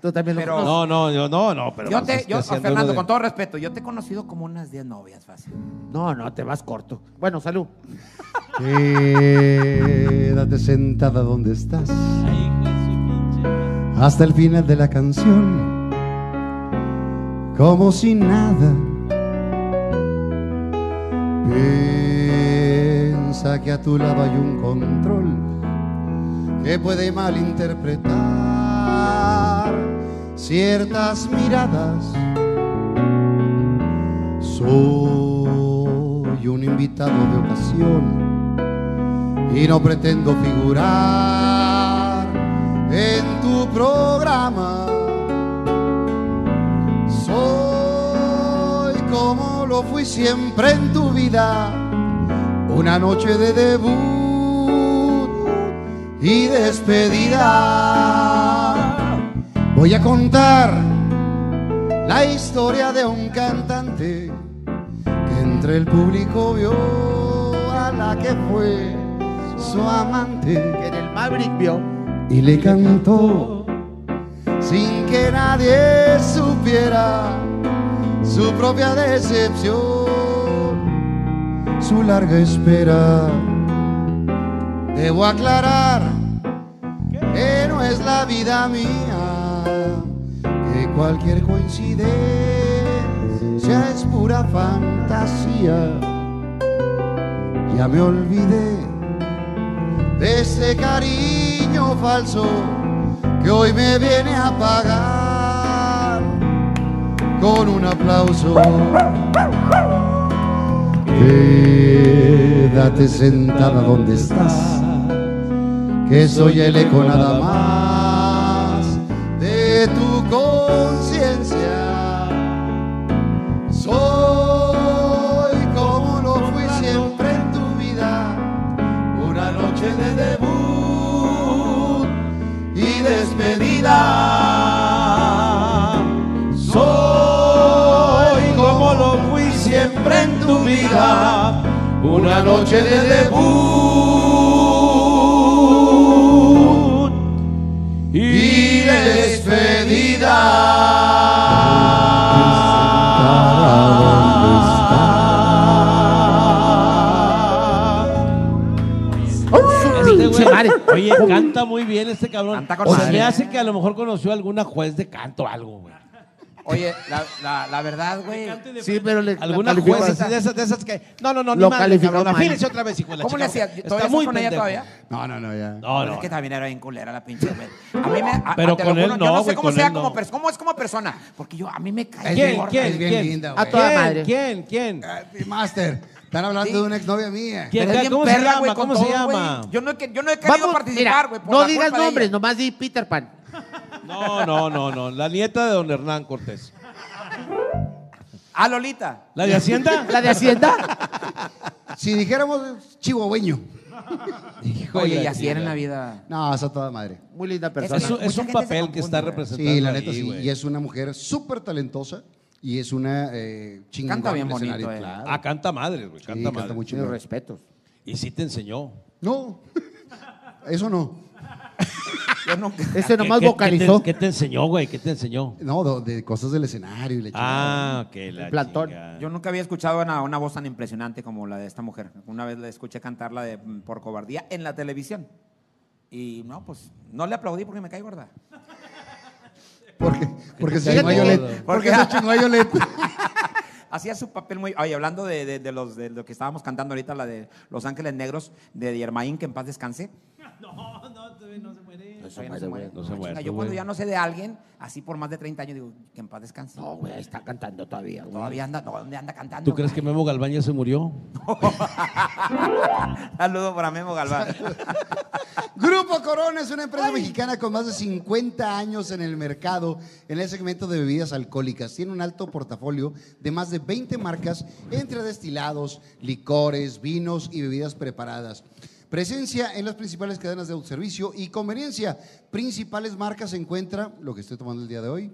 Tú también lo
Pero-
conoces.
No, no, yo no, no, pero.
yo
vas,
te,
este,
yo, a
haciendo
Fernando,
uno de-
con todo respeto, yo te he conocido como unas 10 novias, fácil.
No, no, te vas corto. Bueno, salud.
Quédate sentada donde estás. Hasta el final de la canción. Como si nada. Piensa que a tu lado hay un control que puede malinterpretar. ciertas miradas. Soy un invitado de ocasión y no pretendo figurar en tu programa. Soy como lo fui siempre en tu vida, una noche de debut y despedida. Voy a contar la historia de un cantante que entre el público vio a la que fue su amante
Que en el Maverick vio.
y le cantó sin que nadie supiera su propia decepción, su larga espera. Debo aclarar que no es la vida mía, que cualquier coincidencia es pura fantasía. Ya me olvidé de ese cariño falso que hoy me viene a pagar con un aplauso. Quédate sentada donde estás, que soy el eco nada más de tu conciencia. Soy como lo fui siempre en tu vida, una noche de debut y despedida. Soy como lo fui siempre en tu vida, una noche de debut y despedida.
Este
Pinche
güey-
madre.
Oye, canta muy bien este cabrón.
Canta con
o sea,
madre.
me hace que a lo mejor conoció a alguna juez de canto o algo, güey.
Oye, la, la, la verdad, güey.
Sí, pero le
Alguna
la calificó
juez
así.
de esas, de esas que. No, no, no,
Lo
ni madre,
calificó
cabrón.
mal.
Afínense otra vez, hijo de la
¿Cómo le
chica.
hacías? ¿Todavía estás con ella
pendejo.
todavía?
No, no, no, ya.
No,
Es
no.
que también era bien culera la pinche, güey. A mí me. a-
Pero
te lo
con él
juro, Yo
no,
no sé
güey,
cómo
con
sea
él
como,
no.
pers- cómo es como persona. Porque yo, a mí me cae.
¿Quién,
gorda.
quién,
es bien
quién?
linda,
A
güey.
toda
¿Quién,
madre.
¿Quién, quién?
Happy Master, están hablando de una exnovia mía.
¿Quién?
Pero es bien
¿Cómo se
perra,
llama?
güey, con
¿Cómo se
todo,
llama?
güey. Yo no he, que- yo no he querido
Vamos, mira,
participar, güey. por
no
la
digas
culpa de
nombres,
ella.
nomás di Peter Pan.
No, no, no, no. La nieta de don Hernán Cortés.
Ah, Lolita.
¿La de Hacienda?
¿La de Hacienda?
Si dijéramos chihuahueño.
Hijo de
Oye, y
la
así era en
chingada.
la vida.
No, esa toda madre.
Muy linda
Es
Es,
persona.
un- es
Mucha
un
gente se
papel que
confunde,
está
güey.
representado.
Sí, la neta
ahí,
sí.
güey.
Y es una mujer súper talentosa y es una eh, chingona.
Canta bien
en el
bonito,
escenario,
eh.
claro.
Ah, canta madre, güey.
Sí,
Canta
canta
madre.
muy
Mis
chingón.
respetos.
Y sí te enseñó.
No, eso no.
Yo nunca.
Ese nomás
¿Qué- qué-
vocalizó.
¿Qué te, qué te enseñó, güey? ¿Qué te enseñó?
No, de, de cosas del escenario y la chingada.
Ah, que la
plantón.
chingada.
Yo nunca había escuchado una, una voz tan impresionante como la de esta mujer. Una vez le escuché cantar la de mm, Por Cobardía en la televisión. Y no, pues no le aplaudí porque me cae gorda.
Porque, porque se chingó
Fíjate
a
que-
Yolette. Porque se
porque-
chingó a Yolette.
Hacía su papel muy. Oye, hablando de, de- de los, de lo que estábamos cantando ahorita, la de Los Ángeles Negros, de Yermaín, que en paz descanse.
No, no, todavía no se muere.
Eso ya no se muere.
no se
Ah,
muere,
chinga, Yo
güey.
cuando ya no sé de alguien, así por más de 30 años, digo, que en paz descanse.
No, güey, está cantando todavía. güey.
Todavía anda, no, ¿dónde anda cantando?
¿Tú crees que Memo Galván ya se murió?
Saludo para Memo Galván.
Grupo Corona es una empresa mexicana con más de 50 años en el mercado en el segmento de bebidas alcohólicas. Tiene un alto portafolio de más de 20 marcas entre destilados, licores, vinos y bebidas preparadas. Presencia en las principales cadenas de autoservicio y conveniencia. Principales marcas se encuentra lo que estoy tomando el día de hoy.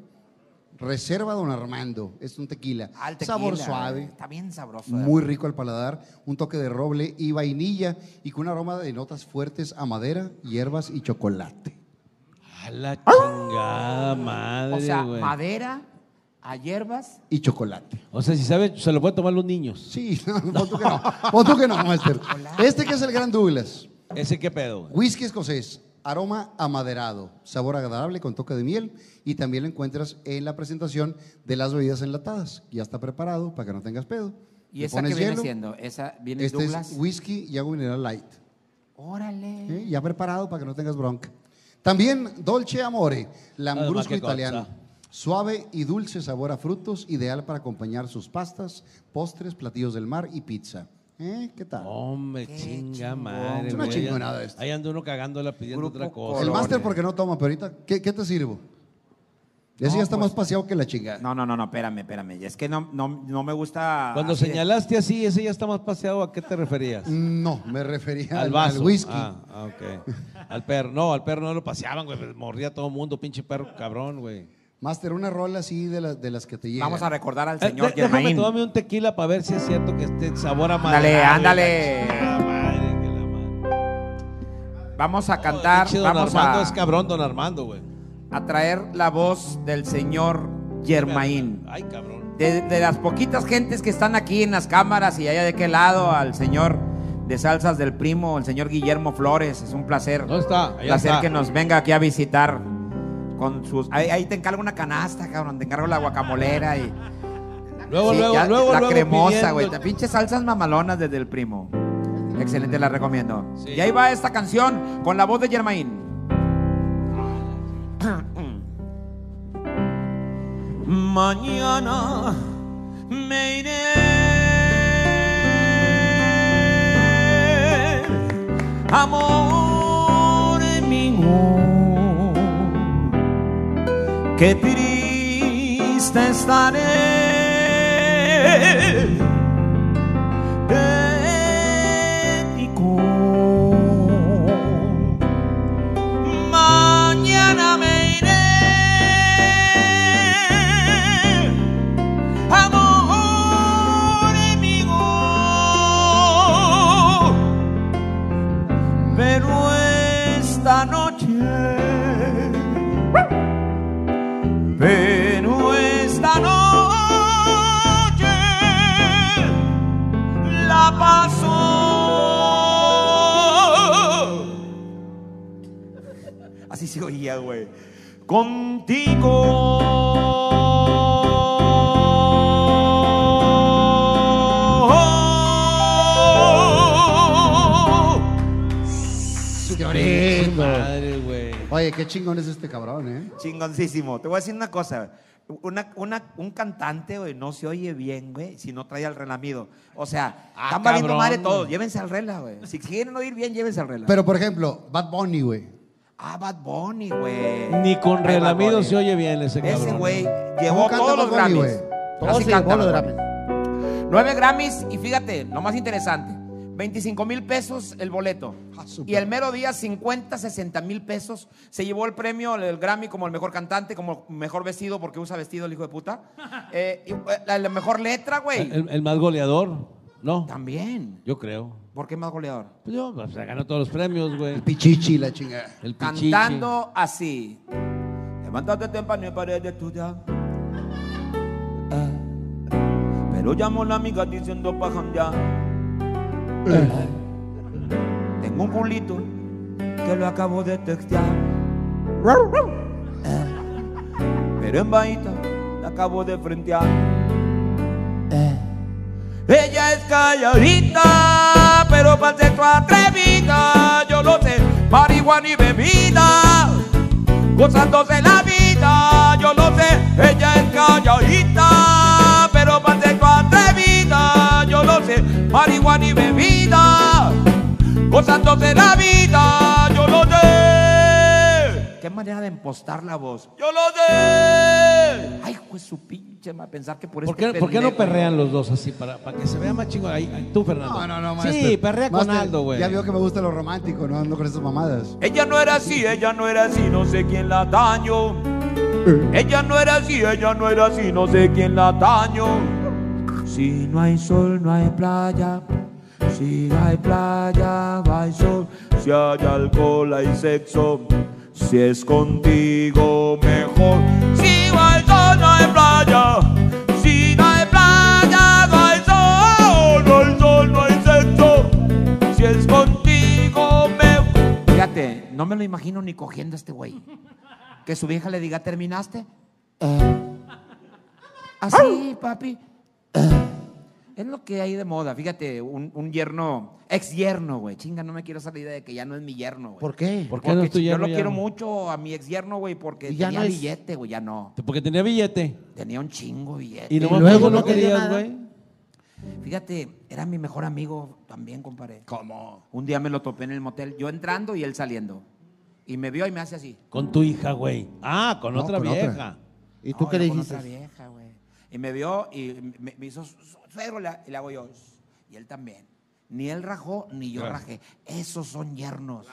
Reserva Don Armando, es un tequila,
Ah, el
sabor
tequila,
suave,
Está bien sabroso.
muy rico al paladar, un toque de roble y vainilla y con un aroma de notas fuertes a madera, hierbas y chocolate.
A la chingada madre,
O sea,
güey.
madera a hierbas.
Y chocolate.
O sea, si sabe, se lo pueden tomar los niños.
Sí, no, pon tú que no, pon tú que no, Master. Este que es el Gran Douglas,
¿Ese qué pedo, güey?
whisky escocés, aroma amaderado, sabor agradable con toque de miel y también lo encuentras en la presentación de las bebidas enlatadas. Ya está preparado para que no tengas pedo.
¿Y
Le
esa que
pones
viene
hielo.
siendo? Esa viene
Este
Douglas.
es whisky y agua mineral light.
Órale.
¿Eh? Ya preparado para que no tengas bronca. También Dolce Amore,
Ah, más
lambrusco
que cosa.
italiano. Suave y dulce sabor a frutos, ideal para acompañar sus pastas, postres, platillos del mar y pizza. ¿Eh? ¿Qué tal?
Hombre, chinga madre.
Es una
güey.
chingonada esto.
Ahí anda uno cagándola pidiendo
Grupo
otra cosa.
El
colores.
máster porque no toma, pero ahorita, ¿qué, qué te sirvo? Ese ya
pues,
está más paseado que la chingada.
No, no, no, no, espérame, espérame. Es que no, no, no me gusta.
Cuando
así de-
señalaste así, ese ya está más paseado, ¿a qué te referías?
No, me refería
Al
al,
vaso.
al whisky.
Ah, ah, ok. Al perro. No, al perro no lo paseaban, güey. Mordía a todo mundo, pinche perro cabrón, güey.
Máster, una rola así de, la- de las que te llegan.
Vamos a recordar al
Eh,
señor
de- déjame
Germain.
tomarme un tequila para ver si es cierto que este sabor a madera,
Ándale,
güey, la
ándale.
chingada madre, que la madre.
Vamos
Oh,
a cantar,
Pinche don
vamos
Armando
a,
es cabrón, don Armando, güey.
a traer la voz del señor Germain.
Ay, cabrón.
De, de las poquitas gentes que están aquí en las cámaras y allá de qué lado, al señor de salsas del primo, el señor Guillermo Flores. Es un placer.
¿Dónde está? Allá
placer
está.
que nos venga aquí a visitar con sus. Ahí, ahí te encargo una canasta, cabrón. Te encargo la guacamolera y.
Luego,
Sí,
luego,
ya,
luego,
La
luego
cremosa,
pidiendo-
güey. Te Pinches salsas mamalonas desde el primo. Excelente, la recomiendo.
Sí.
Y ahí va esta canción con la voz de Germain. Mañana me iré. Amor mío. Qué triste estaré de ti con- Mañana me iré Amor mío Pero esta noche pero esta noche la pasó. Así se oía, güey. Contigo.
Madre, güey.
Oye, qué chingón es este cabrón, ¿eh?
Chingoncísimo. Te voy a decir una cosa. Una, una- un cantante, güey, no se oye bien, güey, si no trae al relamido. O sea,
Ah,
están valiendo
cabrón.
madre todos. Llévense al rela, güey. Si quieren oír bien, llévense al rela.
Pero, por ejemplo, Bad Bunny, güey.
ah, Bad Bunny, güey.
Ni con
Ay, Bad
relamido
Bunny.
se oye bien ese cabrón. ¿eh?
Ese güey
¿Cómo
llevó
canta
todos
Bad
los
Bunny,
Grammys.
güey?
Todos
Así
llevó
canta
los
Bad
Grammys.
Bunny. Nueve Grammys y fíjate, lo más interesante. 25 mil pesos el boleto.
Ah, súper.
Y el mero día, 50, 60 mil pesos. Se llevó el premio, el Grammy, como el mejor cantante, como mejor vestido, porque usa vestido el hijo de puta. Eh, y, eh, la, la mejor letra, güey.
Ah, El, el más goleador, ¿no?
También.
Yo creo.
¿Por qué más goleador?
Pues yo, pues, se ganó todos los premios, güey.
Pichichi, la chingada.
El pichichi.
Cantando así. Levántate temprano y pared de tuya. Ah. Pero llamó la amiga diciendo pa' jandear. Ah. Tengo un culito que lo acabo de textear. Ah. Pero en bajita la acabo de frentear. Ah. Ella es calladita, pero para sexo atrevida, yo lo sé, marihuana y bebida, gozándose la vida, yo lo sé, ella es calladita, pero para sexo atrevida, yo lo sé, marihuana y bebida, gozándose la vida, yo lo sé. Qué manera de impostar la voz. Yo lo sé. Ay, pues su pinche, ma- pensar que por este eso.
¿Por qué, por qué no perrean los dos así? Para, para que se vea más chingón. Ahí, ahí, tú, Fernando.
No, no, no,
Sí,
Máster.
perrea con
Máster,
Aldo, güey.
Ya vio que me gusta lo romántico, no ando con esas mamadas.
Ella no era así, ella no era así, no sé quién la daño. Ella no era así, ella no era así, no sé quién la daño. Si no hay sol, no hay playa. Si no hay playa, no hay sol. Si hay alcohol, hay sexo. Si es contigo, mejor. Si no hay sol, no hay playa. Si no hay playa, no hay sol. No hay sol, no hay sexo. Si es contigo, mejor. Fíjate, no me lo imagino ni cogiendo a este güey. Que su vieja le diga,
Ah.
¿terminaste? Así, papi. Es lo que hay de moda. Fíjate, un, un yerno, ex yerno, güey. Chinga, no me quiero esa idea de que ya no es mi yerno, güey.
¿Por qué?
¿Por qué
Porque
no es tu
chi- yo
yerno
lo
ya?
quiero mucho a mi ex yerno, güey, porque
Y ya
tenía
no es-
billete, güey, ya no.
Porque tenía billete.
Tenía un chingo billete.
Y, nomás
luego
luego
no
no
te dio
querías,
nada.
güey.
Fíjate, era mi mejor amigo también, compadre. ¿Cómo? Un día me lo topé en el motel, yo entrando y él saliendo. Y me vio y me hace así.
Con tu hija, güey. Ah, con
No,
otra
con otra.
vieja.
¿Y tú
No,
qué
yo
le
con otra
dijiste?
vieja, güey. Y me vio y me, me hizo su- su- suegro, le- y le hago yo. "Shh", Y él también. Ni él rajó, ni yo rajé. Esos son yernos.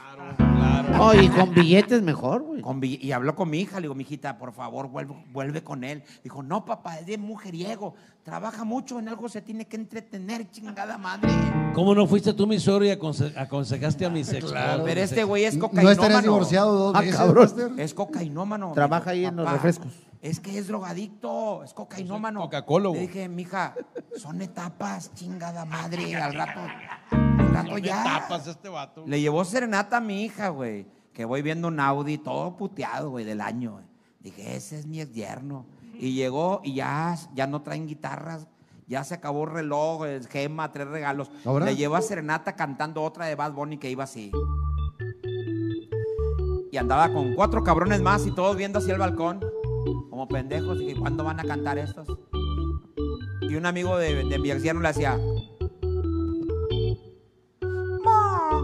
No, y con billetes mejor, güey.
Con vi- y habló con mi hija, le digo, mijita, por favor, vuelve, vuelve con él. Dijo, no, papá, es de mujeriego. Trabaja mucho, en algo se tiene que entretener, chingada madre.
¿Cómo no fuiste tú mi suegro y aconse- aconsejaste a mis ex?
Pero este güey es
¿No
cocainómano.
estarás divorciado dos
Ah,
veces,
cabrón.
Buster?
Es cocainómano.
Trabaja
Me
ahí en los
"Papá,
refrescos".
Es que es drogadicto, es cocainómano.
Soy Coca-Cola,
Le
güey.
dije, mija, son etapas, chingada madre, al rato, al rato ya.
tapas este vato.
Le llevó serenata a mi hija, güey. Que voy viendo un Audi todo puteado, güey, del año. güey. Dije, ese es mi yerno. Y llegó y ya, ya no traen guitarras. Ya se acabó el reloj, el gema, tres regalos.
¿Ahora?
Le llevó a serenata cantando otra de Bad Bunny que iba así. Y andaba con cuatro cabrones más y todos viendo hacia el balcón. Como pendejos. Y dije, ¿cuándo van a cantar estos? Y un amigo de, de mi ex yerno le hacía... "Ma".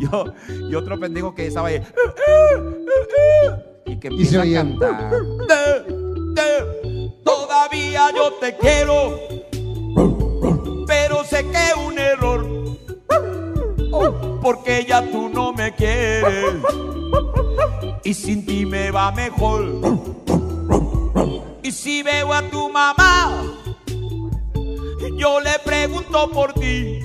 Yo, y otro pendejo que estaba ahí. "Eh, eh, eh, eh", Y que
Y se
empieza a
oía.
cantar. "Te, te, todavía yo te quiero. Pero sé que es un error. Porque ya tú no me quieres. Y sin ti me va mejor. Y si veo a tu mamá, yo le pregunto por ti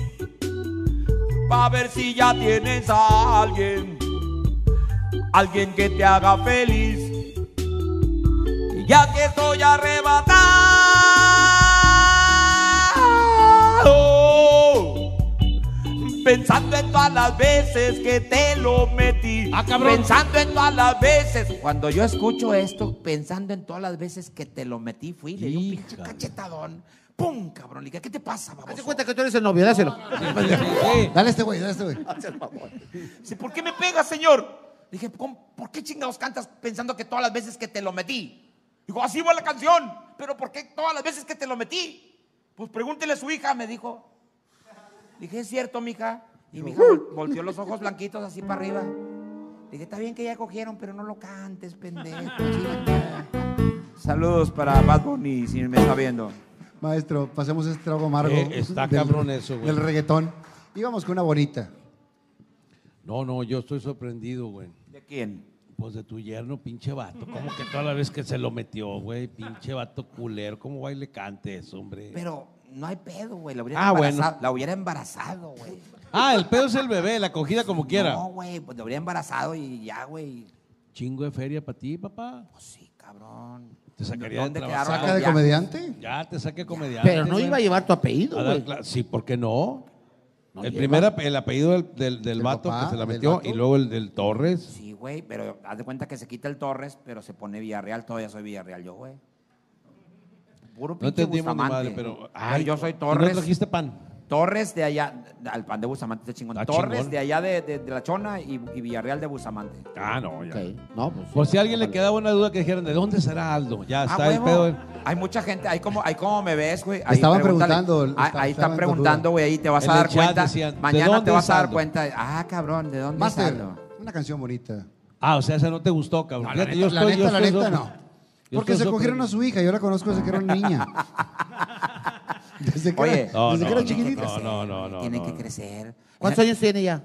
para ver si ya tienes a alguien, alguien que te haga feliz. Y ya que estoy arrebatado, pensando en todas las veces que te lo metí,
Ah, cabrón.
pensando en todas las veces. Cuando yo escucho esto, pensando en todas las veces que te lo metí, fui y le di un pinche
Híjole.
cachetadón. ¡Pum, cabrón! Le dije, ¿qué te pasa, baboso?
Hazte cuenta que tú eres el novio, dáselo.
Sí.
Dale a este güey, dale a este güey.
Dice, ¿por qué me pegas, señor? Dije, "¿Cómo- ¿por qué chingados cantas pensando que todas las veces que te lo metí? Dijo, así va la canción, pero ¿por qué todas las veces que te lo metí? Pues pregúntele a su hija, me dijo. Dije, es cierto, mija. Y mi hija vol- volteó los ojos blanquitos así para arriba. Dije, está bien que ya cogieron, pero no lo cantes, pendejo. chinga". Saludos para Bad Bunny, si me está viendo.
Maestro, pasemos este trago amargo.
Eh, está cabrón eso, güey.
Del reggaetón. Íbamos con una bonita.
No, no, yo estoy sorprendido, güey.
¿De quién?
Pues de tu yerno, pinche vato. Como que toda la vez que se lo metió, güey. Pinche vato culero. ¿Cómo va y le cantes, hombre?
Pero no hay pedo, güey. La hubiera
Ah, bueno.
embarazado, la hubiera embarazado, güey.
Ah, el pedo es el bebé, la cogida como quiera.
No, güey, pues lo habría embarazado y ya, güey.
Chingo de feria para ti, papá.
Pues sí, cabrón.
Te sacaría
¿Dónde
del
quedaron
Saca
trabajo.
los
de
viajes?
comediante.
Ya te saqué comediante.
Pero no
güey.
iba a llevar tu apellido,
A dar
güey.
cla- Sí, ¿por qué no?
No
el
lleva.
primer ape- el apellido del, del, del
¿Del
vato
papá?
que se la
¿Del
metió
vato?
y luego el del Torres.
Sí, güey, pero haz de cuenta que se quita el Torres, pero se pone Villarreal. Todavía soy Villarreal yo, güey. Puro
No
pinche
entendimos ni
Bustamante.
madre, pero.
yo soy
¿y
Torres.
¿No trajiste pan?
Torres de allá, al pan de Bustamante está chingón.
Está
Torres
Ah, chingón.
de allá de, de- de la Chona y, y Villarreal de Bustamante.
Ah, no, ya.
Ok, No, pues.
Por si a alguien le quedaba una duda que dijeran, ¿de dónde será Aldo? Ya
Ah,
está el
huevo.
pedo.
Hay mucha gente, hay como, hay como me ves, güey. Ahí
Estaban
pregúntale.
preguntando,
Ah,
está- estaban
ahí están preguntando,
dudando.
güey. Ahí te vas
En
a
el
dar
chat
cuenta.
decían, ¿de
Mañana
dónde
te vas
es
a dar
Aldo?
cuenta. Ah, cabrón, ¿de dónde es
Master,
Aldo?
una canción bonita.
Ah, o sea, esa no te gustó, cabrón.
la
Fíjate,
neta, la
yo
neta, la
estoy
neta,
sobre-
no.
yo
Porque
estoy
se
sobre-
cogieron a su hija, yo la conozco desde que era niña. Desde que
Oye.
era,
No,
desde
no,
que era
no,
chiquitita.
No, no, no, no.
Tiene
no,
que
no.
crecer.
¿Cuántos años tiene ya?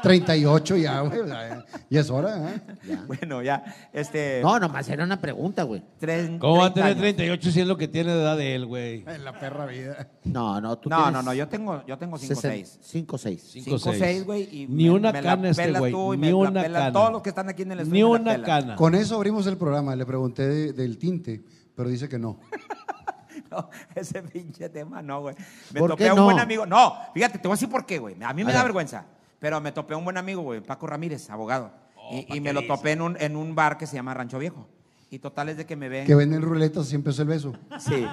38 ya, güey. la- Ya es hora, ¿eh?
Bueno, ya, este.
No, nomás era una pregunta, güey.
tres-
¿Cómo va a
30
tener
años.
38 si es lo que tiene de edad de él, güey?
En la perra vida.
No, no, tú
No, no, no, yo tengo, yo tengo 5 6.
5 6.
Cinco,
5
seis.
6, güey. y
Ni
me-
una
me la
cana este
pelas
güey.
tú y
Ni
me la
una
pelas
cana.
todos los que están aquí en el estudio
Ni
me la
una
pelan.
cana.
Con eso abrimos el programa. Le pregunté de- del tinte, pero dice que no.
No, ese pinche tema no, güey. Me
¿Por
topé
qué
a un buen
no?
amigo. No, fíjate, te voy a decir por qué, güey. A mí me
A
da
ver.
vergüenza. Pero
Oh,
me topé a un buen amigo, güey, Paco Ramírez, abogado. y y me lo topé en un, en un bar que se llama Rancho Viejo. Y total es de que me ven.
Que venden ruletas y empezó el beso.
Sí.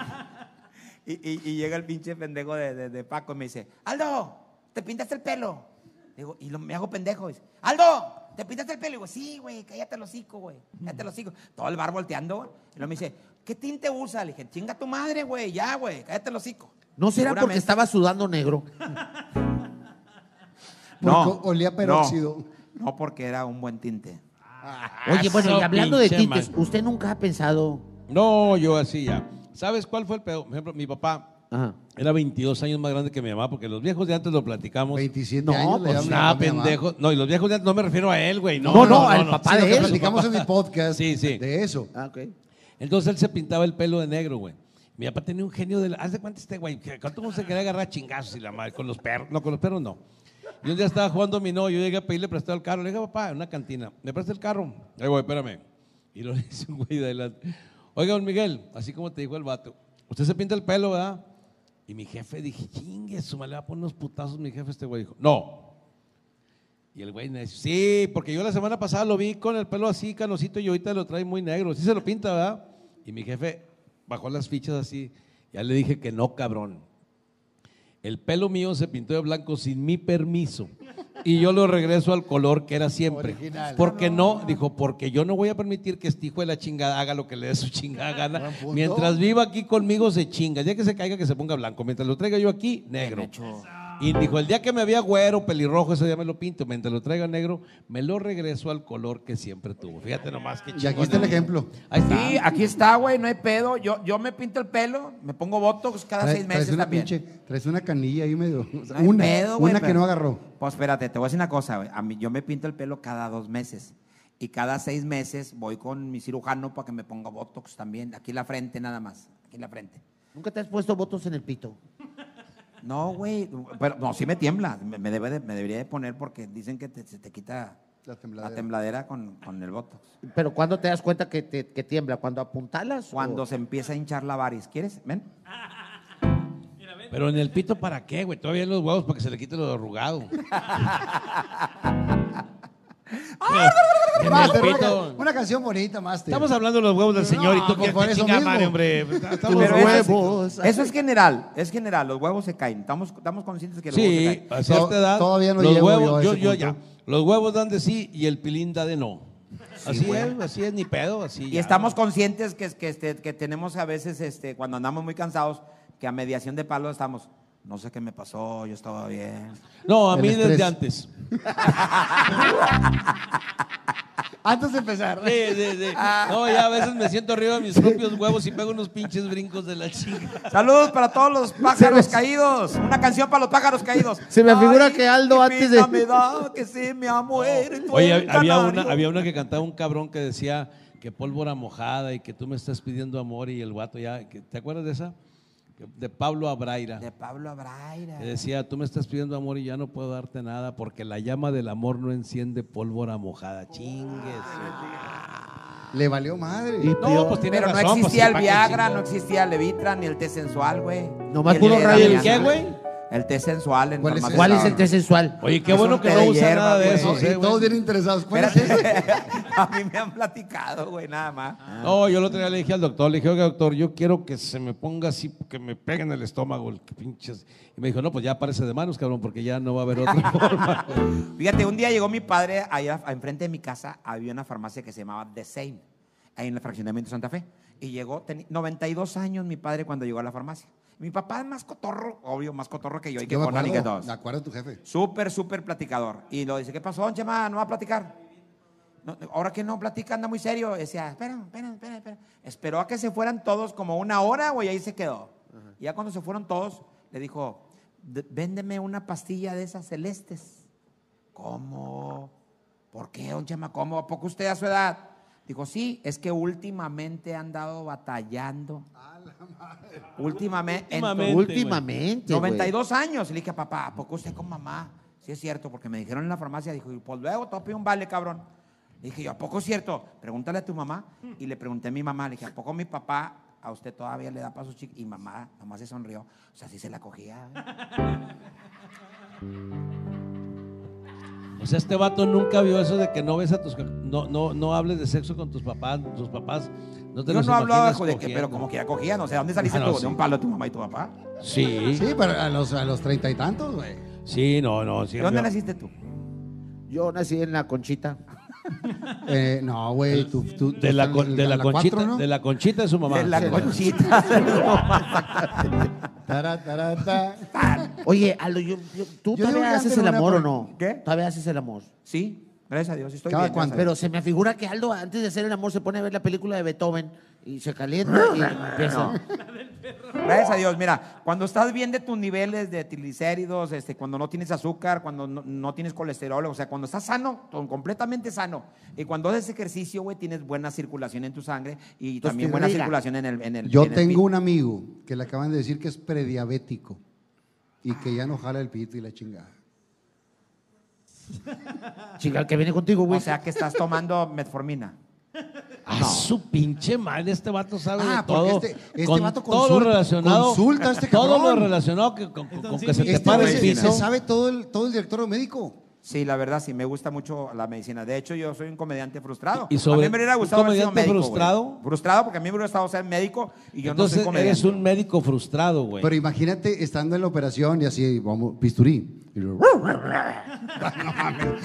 Y, y- y llega el pinche pendejo de, de- de Paco y me dice, Aldo, ¿te pintaste el pelo? Digo, y lo- me hago pendejo. Dice, Aldo, ¿te pintaste el pelo? Digo, sí, güey, cállate los hocico, güey. Cállate los hocico. Todo el bar volteando. güey. Y luego me dice, ¿qué tinte usa? Le dije, chinga tu madre, güey, ya, güey, cállate los hocico.
¿No será porque
Seguramente-
estaba sudando negro?
Porque olía
no,
peróxido.
No, porque era un buen tinte.
Oye, bueno, y
Eso,
hablando de
pinche
tintes,
man.
¿usted nunca ha pensado?
No, yo así ya. ¿Sabes cuál fue el peor? Por ejemplo, mi papá
Ajá.
era 22 años más grande que mi mamá, porque los viejos de antes lo platicamos.
27
No,
años. le
pues
hablo a
Nada,
mi mamá.
ah, pendejo. No, y los viejos de antes no me refiero a él, güey. No,
No, no, al papá
Sí, lo
de
que
él.
platicamos en mi podcast
Sí, sí.
de eso.
Ah, ok.
Entonces él se pintaba el pelo de negro, güey. Mi papá tenía un genio de la... Haz de cuenta este güey, que cuánto uno se quería agarrar a chingazos y la madre, con los perros. No, con los perros no. Y un día estaba jugando dominó, yo llegué a pedirle prestado el carro. Le dije, papá, en una cantina, ¿me presta el carro? Ahí voy, espérame. Y lo dice un güey de adelante. Oiga, don Miguel, así como te dijo el vato, usted se pinta el pelo, ¿verdad? Y mi jefe dije, chingue, su madre, le va a poner unos putazos mi jefe este güey. Dijo, no, y el güey dice, sí, porque yo la semana pasada lo vi con el pelo así, canosito, y ahorita lo trae muy negro. Sí se lo pinta, ¿verdad? Y mi jefe bajó las fichas así. Ya le dije que no, cabrón. El pelo mío se pintó de blanco sin mi permiso. Y yo lo regreso al color que era siempre.
Original.
Porque no, dijo, porque yo no voy a permitir que este hijo de la chingada haga lo que le dé su chingada gana.
Buen punto.
Mientras viva aquí conmigo se chinga. Ya que se caiga, que se ponga blanco. Mientras lo traiga yo aquí, negro. Y dijo, el día que me había güero, pelirrojo, ese día me lo pinto. Mientras lo traiga negro, me lo regreso al color que siempre tuvo. Fíjate nomás que
Y aquí está el ejemplo.
Ahí está.
Sí, aquí está, güey, no hay pedo. Yo, yo me pinto el pelo, me pongo botox cada
Trae-
seis
traes
meses
una
también.
pinche- traes una canilla ahí medio.
Pues, No hay
una
pedo, güey,
una que
pero-
no agarró.
Pues espérate, te voy a decir una cosa, güey. A mí, yo me pinto el pelo cada dos meses. Y cada seis meses voy con mi cirujano para que me ponga botox también. Aquí la frente, nada más. Aquí la frente.
¿Nunca te has puesto votos en el pito?
No, güey. Pero no, sí me tiembla. Me, me debe de- me debería de poner porque dicen que te- se te quita
La tembladera.
tembladera con, con el botox.
Pero ¿cuándo te das cuenta que, te- que tiembla? ¿Cuando apuntalas? o-
Cuando se empieza a hinchar la varis. ¿Quieres? Ven.
Pero en el pito, ¿para qué, güey? Todavía en los huevos para que se le quite lo arrugado.
Ah,
En el
Master, una,
pito.
ca- una canción bonita, Master.
Estamos hablando de los huevos del señor y
No,
tú
pues,
quieres
por
que
eso
chinga
mismo.
madre, hombre. Estamos
Pero eso es-
huevos.
Eso es, general. Es general. Los huevos se caen. Estamos, estamos conscientes que los huevos se
Sí,
caen.
a cierta
To-
edad.
todavía no
los
llego
huevos,
yo a ese
ya.
punto.
Los huevos dan de sí y el pilín da de no. Así es, así es, ni pedo, así.
Y
ya.
estamos conscientes que, que, este, que tenemos a veces, este, cuando andamos muy cansados, que a mediación de palo estamos, no sé qué me pasó, yo estaba bien.
No, a
El
mí
estrés.
desde antes.
Antes de empezar.
Sí, sí, sí. No, ya a veces me siento arriba de mis propios huevos y pego unos pinches brincos de la chica.
Saludos para todos los pájaros caídos. Una canción para los pájaros caídos.
Se me
Ay,
figura que Aldo antes de-
vida me da que se me ha muerto
Oye,
el
había
canario.
una, había una que cantaba un cabrón que decía que pólvora mojada y que tú me estás pidiendo amor y el guato ya. que- ¿Te acuerdas de esa? Que- De Pablo Abraira.
De Pablo Abraira.
Que decía, tú me estás pidiendo amor y ya no puedo darte nada porque la llama del amor no enciende pólvora mojada. Chingues.
Le valió madre.
No, pues tiene
Pero no
razón, pues,
existía
sí,
el
pa' qué
Viagra,
chingón.
no existía el Levitra, ni el té sensual, güey.
Nomás
Ni el
puro
té de
radio.
la
¿Y el
mañana.
qué, güey?
El té sensual. en
¿Cuál es
farmacia
¿Cuál es
estaba.
el té sensual?
Oye, qué
Es un
bueno que
té
no
de
usa
hierba,
nada de
güey.
eso.
No, y
¿eh, güey?
todos bien interesados. Pues, ¿Cuál es ese?
Espérate. A mí me han platicado, güey, nada más.
No, yo el otro día le dije al doctor, le dije, oiga, doctor, yo quiero que se me ponga así, que me pegue en el estómago, el que pinches. Y me dijo, no, pues ya aparece de manos, cabrón, porque ya no va a haber otra forma.
Fíjate, un día llegó mi padre, allá a- enfrente de mi casa había una farmacia que se llamaba The Same, ahí en el fraccionamiento de Santa Fe. Y llegó, tenía 92 años mi padre cuando llegó a la farmacia. Mi papá es más cotorro, obvio, más cotorro que yo, y que
Yo me
con nadie que
acuerdo.
todos.
Me acuerdo de tu jefe.
Súper, súper platicador. Y lo dice, ¿qué pasó, don Chema? ¿No va a platicar? No, ahora que no platica, anda muy serio. Decía, espera, espera, espera, espera. Esperó a que se fueran todos como una hora, güey, ahí se quedó. Y ya cuando se fueron todos, le dijo, "D- véndeme una pastilla de esas celestes. ¿Cómo? ¿Por qué, don Chema? ¿Cómo? ¿A poco usted a su edad? Dijo, sí, es que últimamente han dado batallando. Últimamente.
Últimamente. güey.
Últimamente. güey.
92 años. Y le dije, papá, ¿a poco usted con mamá? Sí es cierto, porque me dijeron en la farmacia, dijo, y pues luego tope un vale, cabrón. Le dije, yo, ¿a poco es cierto? Pregúntale a tu mamá. Y le pregunté a mi mamá, le dije, ¿a poco mi papá a usted todavía le da para sus chicos? Y mamá, mamá se sonrió. O sea, sí se la cogía.
Pues este vato nunca vio eso de que no ves a tus ca- no no no hables de sexo con tus papás, tus papás. No te
Yo
los
no hablaba de
imaginas
que, pero como
cogiendo.
que ya cogían, o sea, ¿dónde saliste
Ah, no,
tú?
sí.
¿De un palo de tu mamá y tu papá?
Sí.
Sí, pero a los, a los treinta y tantos, güey.
Sí, no, no, sí.
¿De dónde
vio-
naciste tú?
Yo nací en la conchita.
Eh, no, güey, tú, tú-
De la,
tú-
con- de la
a
conchita,
cuatro, ¿no?
de la conchita de su mamá.
De la
Sí.
conchita.
Tara, tara, ta.
Oye, Aldo, yo- yo- ¿tú
Yo digo que
todavía haces
antes
el
no era
amor o
por-
no?
¿Qué?
¿Todavía haces el amor?
Sí, gracias a Dios, estoy
¿Cada
bien. gracias
cuánto?
a Dios.
Pero se me figura que Aldo, antes de hacer el amor, se pone a ver la película de Beethoven y se calienta y empieza.
Gracias a Dios, mira, cuando estás bien de tus niveles de triglicéridos, este, cuando no tienes azúcar, cuando no, no tienes colesterol, o sea, cuando estás sano, to- completamente sano, y cuando haces ejercicio, güey, tienes buena circulación en tu sangre y
Entonces,
también
te
buena
liga.
circulación en el... En el
Yo
en el
tengo
pito.
un amigo que le acaban de decir que es prediabético y que ya no jala el pito y la chingada.
Chica, el que viene contigo, güey.
O sea, que estás tomando metformina.
A Ah, su pinche madre, este vato sabe
Ah,
de
porque
todo.
este- este
con
vato
todo
consulta-
lo relacionado.
consulta a este
Todo lo
cabrón.
relacionado que, con, con- con que se te
Este
Este
para
güey
el
se, se
piso.
sabe todo el, todo el directorio médico.
Sí, la verdad, sí, me gusta mucho la medicina. De hecho, yo soy un comediante frustrado.
Y sobre-
a mí me hubiera
¿un
gustado haber sido
comediante
médico, güey.
frustrado?
Frustrado porque a mí me hubiera gustado ser médico y yo no
Entonces
soy comediante.
eres un médico frustrado, güey.
Pero imagínate estando en la operación y así, vamos, pisturí. Y luego- no mames.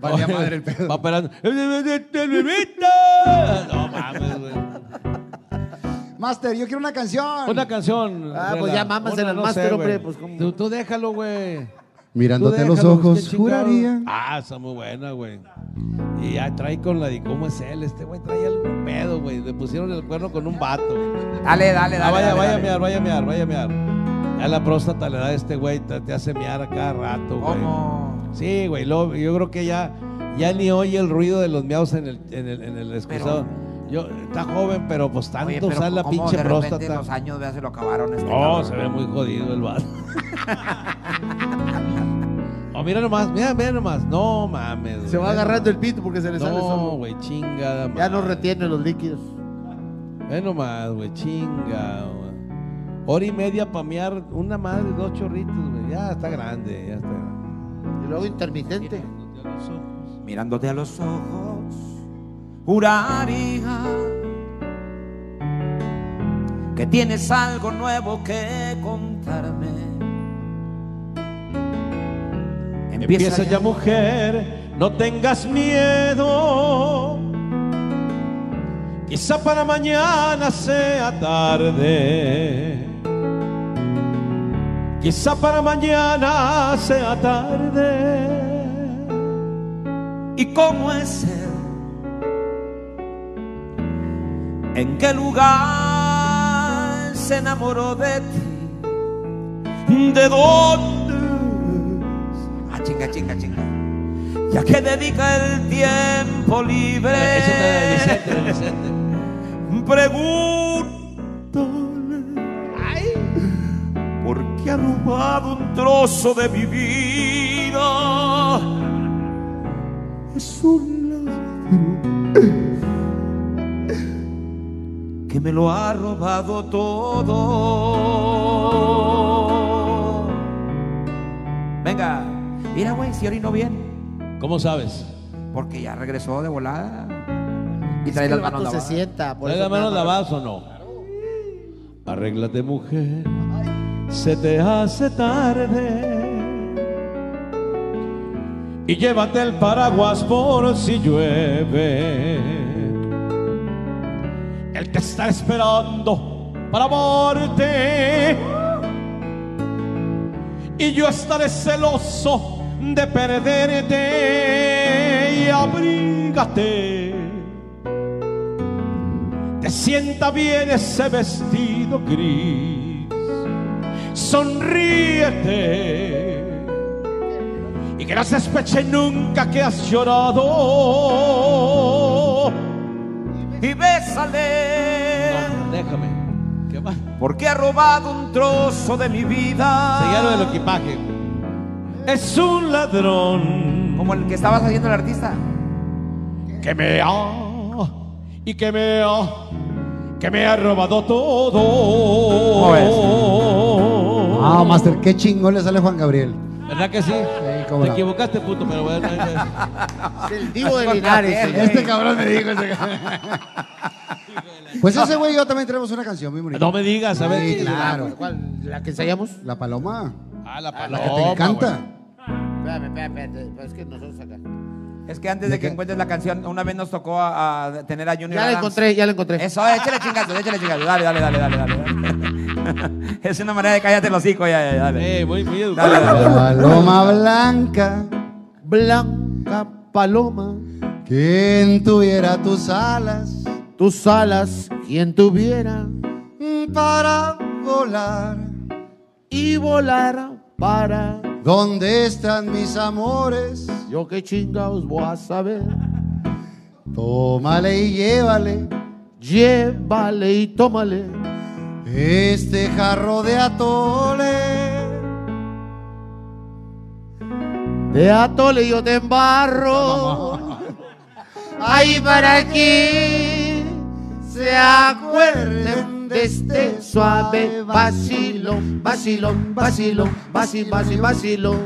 Valía madre el pedo.
Va operando. No mames, güey.
Master, yo quiero una canción.
Una canción.
Ah, pues
Adela.
ya mamas
Una,
en el
no
máster,
sé,
hombre,
güey.
pues, ¿cómo?
Tú, tú déjalo, güey.
Mirándote
Tú
a los
déjalo,
ojos,
qué chingado.
juraría.
Ah, está muy buena, güey. Y ya trae con la de cómo es él. Este güey trae algún pedo, güey. Le pusieron el cuerno con un vato.
Dale, dale, dale.
Ah, vaya,
dale,
vaya a
dale.
mear, vaya a mear, vaya a mear. Ya la próstata le da a este güey, te, te hace mear a cada rato, Ah, güey.
¿Cómo?
Sí, güey, luego yo creo que ya, ya ni oye el ruido de los miaos en el, en el, en el excusado. Yo, está joven, pero pues tanto
Oye,
usar la
¿cómo
pinche
de repente los
próstata.
años, vea, se lo acabaron este
Oh,
cabrón?
se ve muy jodido el vato. oh, mira nomás, mira, mira nomás. No mames.
se va agarrando el pito porque se le sale
No,
solo.
güey, chingada.
Ya
madre.
no retiene los líquidos.
Ve nomás, güey, chinga, güey. Hora y media para mear una madre, dos chorritos, güey. Ya está grande, ya está grande.
Y luego intermitente.
Mirándote a los ojos, juraría que tienes algo nuevo que contarme.
Empieza ya, mujer, no tengas miedo. Quizá para mañana sea tarde. Quizá para mañana sea tarde.
¿Y cómo es él? ¿En qué lugar se enamoró de ti? ¿De dónde? Ah, chinga, chinga, chinga. Ya que dedica el tiempo libre.
Es una de Vicente, de Vicente.
Pregúntale por qué ha robado un trozo de mi vida. Es un ladrón que me lo ha robado todo. Venga, mira, güey, si orinó bien,
¿Cómo sabes?
porque ya regresó de volada. Y
Es
trae
que
las
el vato
manos
se
lavadas.
sienta. por
¿Trae
eso
las manos
nada más-
lavadas o no? Arréglate, mujer. Se te hace tarde. Y llévate el paraguas por si llueve. Él te está esperando para amarte. Y yo estaré celoso de perderte. Y abrígate. Te sienta bien ese vestido gris. Sonríete. Y que no se despeche nunca que has llorado.
y bésale.
déjame. ¿Qué va?
Porque ha robado un trozo de mi vida.
del equipaje. Es un ladrón
Como el que estabas haciendo el artista.
que me ha y que me ha que me ha robado todo.
¿Cómo ves?
Ah, Master, qué chingón le sale Juan Gabriel.
¿Verdad que sí?
el
Te
cabrón.
equivocaste, puto, pero bueno. ahí va.
El divo de Linares. señor.
Este cabrón me dijo. Ese cabrón. pues ese güey y yo también tenemos una canción muy bonita.
no me digas, a ver.
Sí,
Claro.
claro.
¿Cuál? ¿La que ensayamos?
La paloma.
Ah, la
La
paloma.
que te encanta.
güey.
Espérame, espérame, espérame. Pues Es que nosotros acá.
Es que antes de que encuentres la canción, una vez nos tocó a, a tener a Junior
Ya la
Adams.
encontré, ya la encontré.
Eso, échale chingazo, échale chingazo. Dale, dale, dale, dale, dale. es una manera de cállate los hocico, ya, ya, dale.
Eh, muy, muy
Dale,
educado.
dale.
Paloma blanca,
Blanca paloma,
quien tuviera tus alas
tus alas, quien tuviera,
para volar.
y volar para.
¿Dónde están mis amores?
Yo qué chingados voy a saber.
Tómale y llévale
Llévale y tómale.
este jarro de atole.
De atole yo te embarro. Ay, para que se acuerden de este suave vacilón, vacilón, vacilón, vacilón, vacilón, vacilón.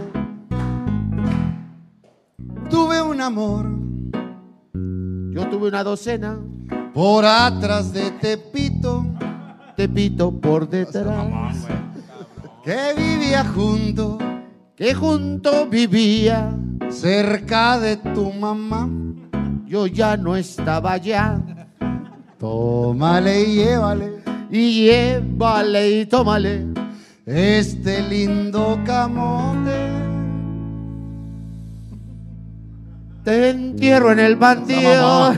Tuve un amor
Yo tuve una docena,
por atrás de Tepito
te pito por detrás,
que vivía junto
que junto vivía,
cerca de tu mamá.
yo ya no estaba ya.
Tómale y llévale
Y llévale y tómale,
este lindo camote.
te entierro en el bandido.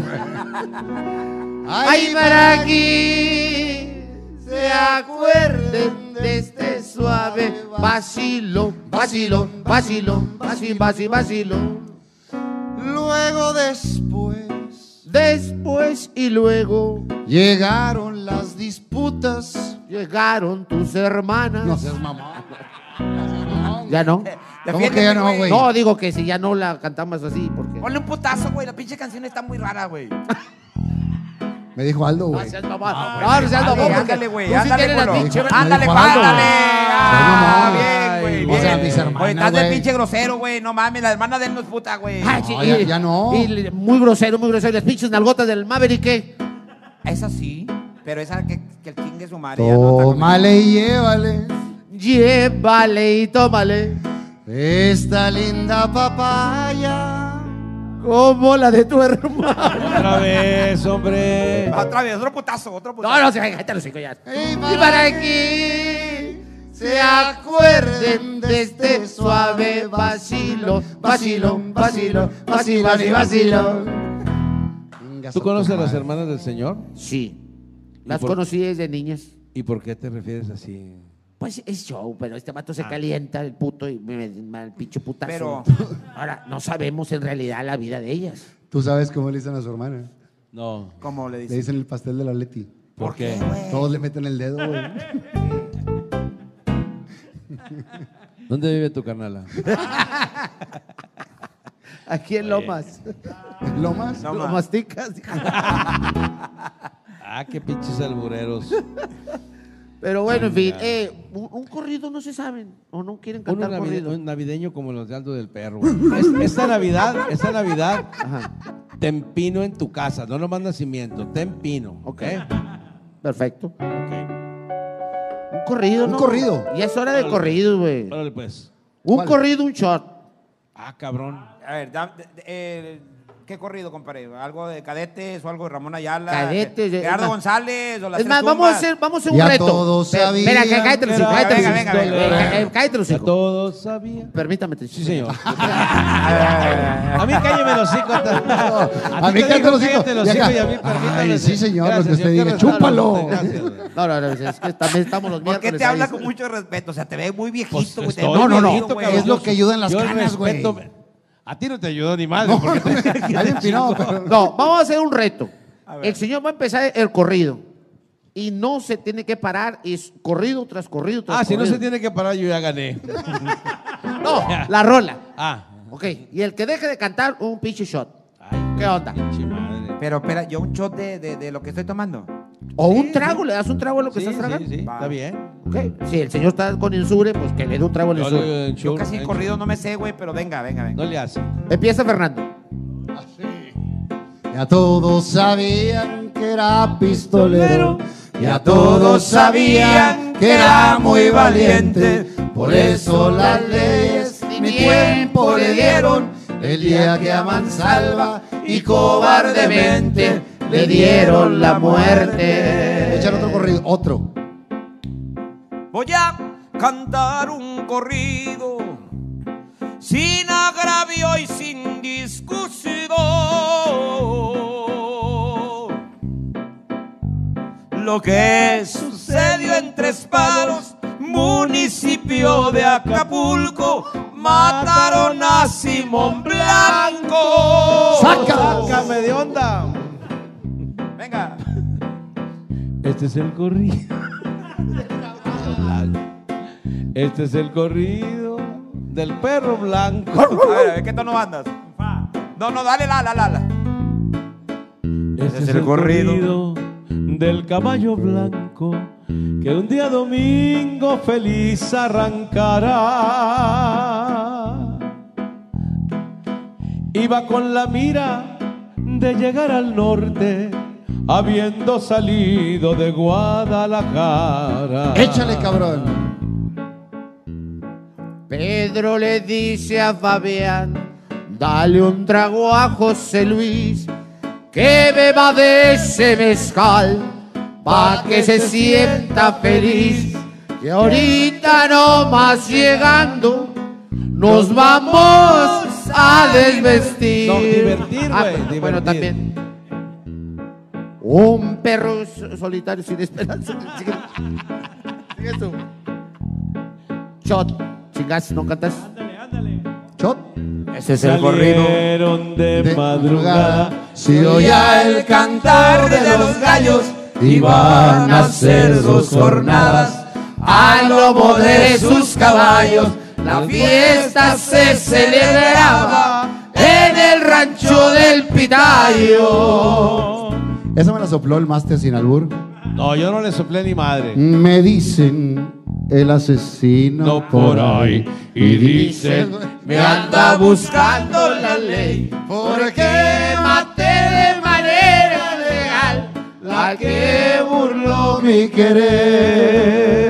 Ay, para que se acuerden de este suave vacilo, vacilo, vacilo, vacilo, vacilo, vacilo.
Luego después
Después y luego
llegaron las disputas.
llegaron tus hermanas.
mamá.
ya no.
¿Cómo que ya no, güey?
No, digo que si ya no la cantamos así, porque.
Ponle un putazo, güey. La pinche canción está muy rara, güey.
Me dijo Aldo,
No
güey. Ah,
seas mamón. No, no seas
Ándale,
mamón, porque
ándale, güey.
tú sí
Ándale,
tienes la
culo.
pinche-
Ándale,
Ay,
ándale.
Juan,
Ah,
güey.
bien, güey.
O sea,
bien.
mis hermanas,
Oye, estás de
güey.
pinche grosero, güey. No mames, la hermana de él no es puta, güey.
Ah, sí,
No, ya- ya no.
y le- muy grosero, muy grosero. Las pinches nalgotas del Maverick, ¿qué?
Esa sí, pero esa que, que el king de su madre. ya no está con-
Tómale y llévale
Llévale y tómale.
esta linda papaya.
Como la de tu hermano.
Otra vez, hombre.
Otra vez, otro putazo, otro putazo.
No, no, se cállate los hijos ya.
Y
Y para aquí se acuerden de este suave vacilo, vacilo, vacilo, vacilo, vacilo, vacilo.
¿Tú conoces a las hermanas del Señor?
Sí, las
por-
conocí desde niñas.
¿Y por qué te refieres así?
Pues es show, pero este mato se calienta, el puto, y me, me- el pinche putazo.
Pero-
Ahora, no sabemos en realidad la vida de ellas.
Tú sabes cómo le dicen a su hermana.
No.
Como le
Le
dice.
dicen el pastel de la Leti.
¿Por qué?
Todos le meten el dedo, güey.
¿Dónde vive tu canala?
Aquí en Lomas.
Lomas.
No,
Lo
ma.
masticas.
Ah, qué pinches albureros.
Pero bueno, en fin, eh, un, un corrido no se saben, o no quieren
Uno
cantar
navide-
corrido.
un navideño como los de Aldo del Perro. Es- esta Navidad, esta Navidad, ten pino en tu casa, no nomás nacimiento, ten pino.
Ok.
Ok.
Perfecto.
Ok.
Un corrido,
Un
¿no?
corrido.
Ya es hora de corrido, güey.
Órale, pues.
Un
¿Cuál?
corrido, un shot.
Ah, cabrón.
A ver, da- de- de- eh, ¿qué corrido, compadre? ¿Algo de cadetes o algo de Ramón Ayala?
Cadetes,
de- Gerardo
es más-
González o las
Es más,
Tres
vamos a
Tumbas?
hacer, vamos a hacer un
Ya
reto.
todos
Espera, Espera,
sabían.
cállate los hijos,
Venga,
cállate los hijos.
venga, venga,
venga.
Eh, Cállate los
Ya
hijos.
todos sabían.
Permítame. te-
Sí, señor.
Ah,
a mí cálleme los hijos. A,
a mí
te
cállate
digo,
los hijos.
cállate los
Y acá,
hijos y a mí permítame.
ay, sí, señor, lo que usted
señor,
diga,
qué raro,
chúpalo.
usted, gracias, güey.
No, no, no, es que también estamos los
¿Por
miércoles.
qué te habla
ahí.
con mucho respeto? O sea, te ves muy
Pues,
viejito, güey. te
estoy
ves muy
bien
viejito,
viejito,
güey.
cabrón.
Es lo que ayudan las
Yo el
canas, güey.
respeto me- A ti no te ayudó ni madre.
No,
porque te-
está bien pirado, pero-
No, vamos a hacer un reto.
A ver.
El señor va a empezar el corrido. Y no se tiene que parar, es corrido tras corrido tras
Ah, si
corrido.
no se tiene que parar, yo ya gané.
No, la rola.
Ah.
Ok, y el que deje de cantar, un pinche shot.
Ay,
¿Qué onda?
pinche madre.
Pero espera, yo un shot de, de, de lo que estoy tomando.
O un trago, le das un trago a lo que
Sí,
estás
sí,
tragando.
sí,
Va.
está bien.
Ok, Si el señor está con insure, pues que le dé un trago al
Yo,
insure.
le-
Yo
yo-
casi
eh,
corrido no me sé, güey, pero venga, venga, venga.
No le hace.
Empieza Fernando.
Ya todos sabían que era pistolero. Ya todos sabían que era muy valiente. Por eso las leyes ni tiempo le dieron. El día que a Mansalva y cobardemente le dieron la muerte. Echar otro corrido, otro.
Voy a cantar un corrido sin agravio y sin discusión. Lo que sucedió en Tres Palos, municipio de Acapulco, mataron a Simón Blanco.
¡Sácalo!
Sácame de onda.
Venga.
Este es el corrido. Este es el corrido del perro blanco.
A ver, a ver, ¿qué tono andas? No, no, dale la, la, la, la.
Este es el corrido del caballo blanco que un día domingo feliz arrancará. Iba con la mira de llegar al norte habiendo salido de Guadalajara.
Échale, cabrón.
Pedro le dice a Fabián, dale un trago a José Luis, que beba de ese mezcal, pa' que se sienta feliz. Que ahorita nomás llegando, nos vamos a desvestir.
No, divertir,
Ah,
güey,
bueno, Bueno,
divertir.
también. Un perro so- solitario sin esperanza. Sigue, sigue tú. Shot. Chingas, no cantas.
Ándale, ándale.
Shot.
Ese es
Salieron de,
De
madrugada.
madrugada. Si oía el
cantar de los gallos
iban a hacer sus jornadas
al lomo de sus caballos. La fiesta se celebraba en el rancho del Pitayo.
Esa me la sopló el máster sin albur.
No, yo no le soplé ni
Mm.
madre.
Me dicen el asesino
No por ahí. Y dicen,
Me anda buscando la ley porque maté de manera legal la que burló mi querer.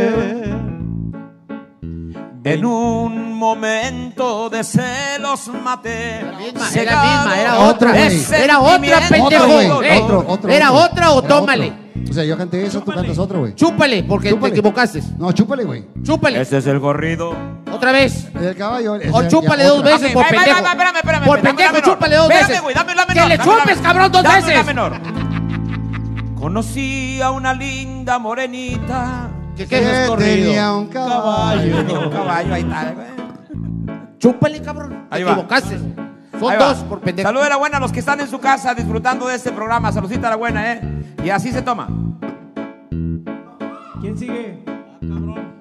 En un momento de celos maté.
La misma, era la
cegado
misma, era
de
otra.
sentimiento.
Era otra,
Otro,
pendejo.
güey.
Eh,
Otro, otro.
era
otro.
otra o
Era
tómale.
otro. O sea, yo canté eso, tú cantas otro, güey.
Chúpale, porque
Chúpale.
te equivocaste.
No, chúpale, güey.
Chúpale.
Este es el corrido.
Otra vez.
El Ah, caballo. ese,
O
ya,
chúpale
otra.
dos veces
Ok,
por
va, va, va,
pendejo.
va, espérame, espérame,
por
dame la
pendejo,
menor.
chúpale dos
Espérame,
veces.
güey, dame la
que
menor,
le
dame la
chupes,
menor.
cabrón, dos
Dame la
veces.
menor. Conocí a una linda morenita.
¿Qué, qué?
Que tenía un caballo.
Eh,
Un caballo, ahí está, güey.
Chúpale, cabrón.
Ahí
te
va.
equivocaste. Son
Ahí va.
dos por pendejo.
Salud a la buena a los que están en su casa disfrutando de este programa. Saludcita a la buena, ¿eh? Y así se toma.
¿Quién sigue? Ah, cabrón.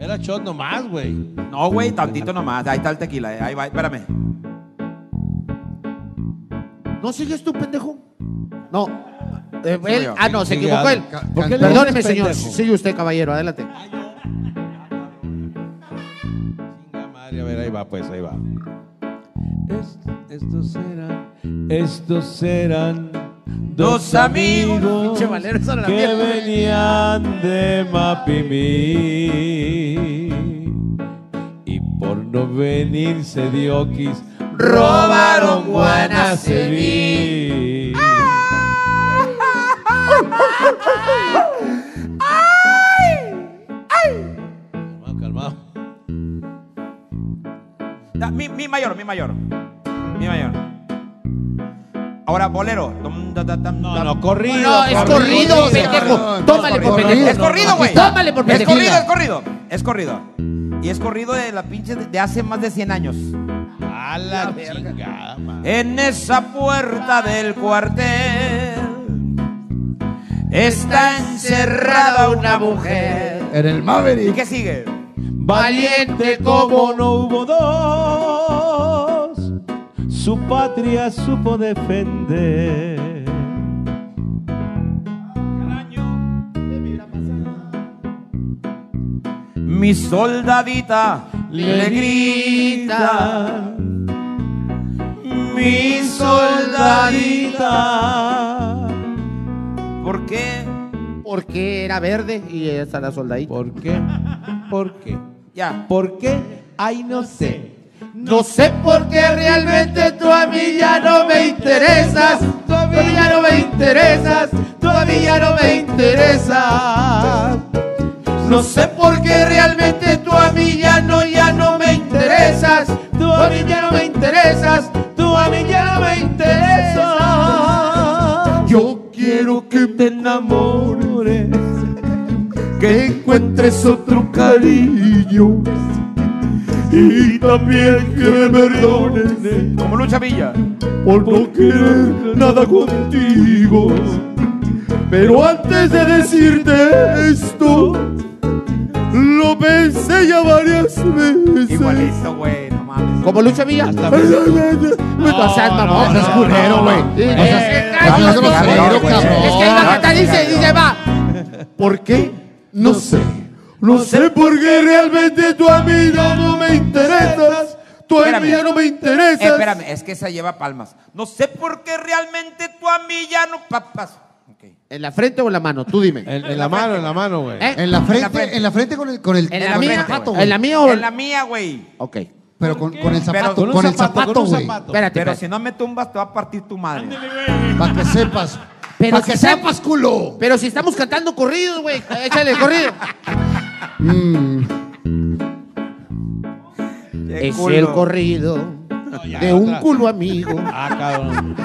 Era shot nomás, güey.
No, güey, tantito nomás. Ahí está el tequila, eh. Ahí va, espérame.
¿No sigues tú, pendejo? No. Eh,
Sigo
él-
yo.
ah, no, se
Sigue
equivocó
Alan.
él.
Ca-
¿Por qué
cantamos,
Perdóneme, señor.
pendejo.
Sigue usted, caballero. Adelante.
Chinga madre, a ver, ahí va, pues, ahí va.
"Est- estos eran, estos eran
Dos amigos".
Pinche Valero, esa era la
que
mía.
venían de Mapimí y por no venirse de Oquis
Robaron
Guanaceví.
Ah.
Calmado, calmado.
Da- Mi, mi mayor, mi mayor. Mi mayor. Ahora, bolero. Dum, da, da, dam,
No,
dam.
no, corrido.
No, es corrido,
corrido,
pendejo.
cabrón.
Tómale por
Corrido.
pendejo.
Es corrido, güey.
Tómale por
Es
pendejo.
corrido, es corrido. Es corrido. Y es corrido de la pinche de de hace más de 100 años.
A la, chingada, madre.
En esa puerta del cuartel está encerrada una mujer.
En el
¿Y
Maverick.
qué sigue?
Valiente como no hubo dos, su patria supo defender.
Caraño.
mi soldadita le grita, mi soldadita. ¿Por qué?
Porque era verde y esa la soldadita.
¿Por qué? ¿Por qué?
Ya.
¿Por qué? Ay, no sé.
No sé por qué realmente tú a mí ya no me interesas. Tú a mí ya no me interesas. Tú a mí ya no me interesas. No sé por qué realmente tú a mí ya no, ya no me interesas. Tú a mí ya no me interesas. Tú a mí ya no me interesas. Yo quiero que te enamores. Que encuentres otro cariño. Y también que me perdones
Como Lucha Villa.
por no querer nada contigo. Pero antes de decirte esto, lo pensé ya varias veces.
Igualito, güey, no mames.
Como Lucha Villa. No, seas
no,
mamón.
no, no,
güey.
no,
Eh,
no,
eh,
no,
cállate,
no,
no,
no,
no,
no, cabrón.
Es que la cata dice, dice, va. ¿Por qué? No sé. No sé por qué realmente tú a mí ya no me interesas. Tú a mí
Espérame.
ya no me interesas.
Eh, espérame, es que esa lleva palmas. No sé por qué realmente tú a mí ya no papas. Ok.
¿En la frente o en la mano? Tú dime.
En, en la mano, Eh, en la mano, güey.
¿Eh?
En la
frente.
frente, en la frente con el con el,
¿En la
con el
mía?
zapato,
¿En
güey.
la mía o
En la mía, güey.
Ok.
Pero con, con el zapato,
Pero
con,
un
el zapato,
con un
güey.
zapato.
Espérate,
Pero
espérate.
si no me tumbas, te va a partir tu madre.
Para que sepas.
Pero
Para
si
que
se-
sepas, culo.
Pero si estamos cantando corridos, güey. Échale el corrido.
Qué
Es
culo.
el corrido de un culo amigo.
Ah, cabrón.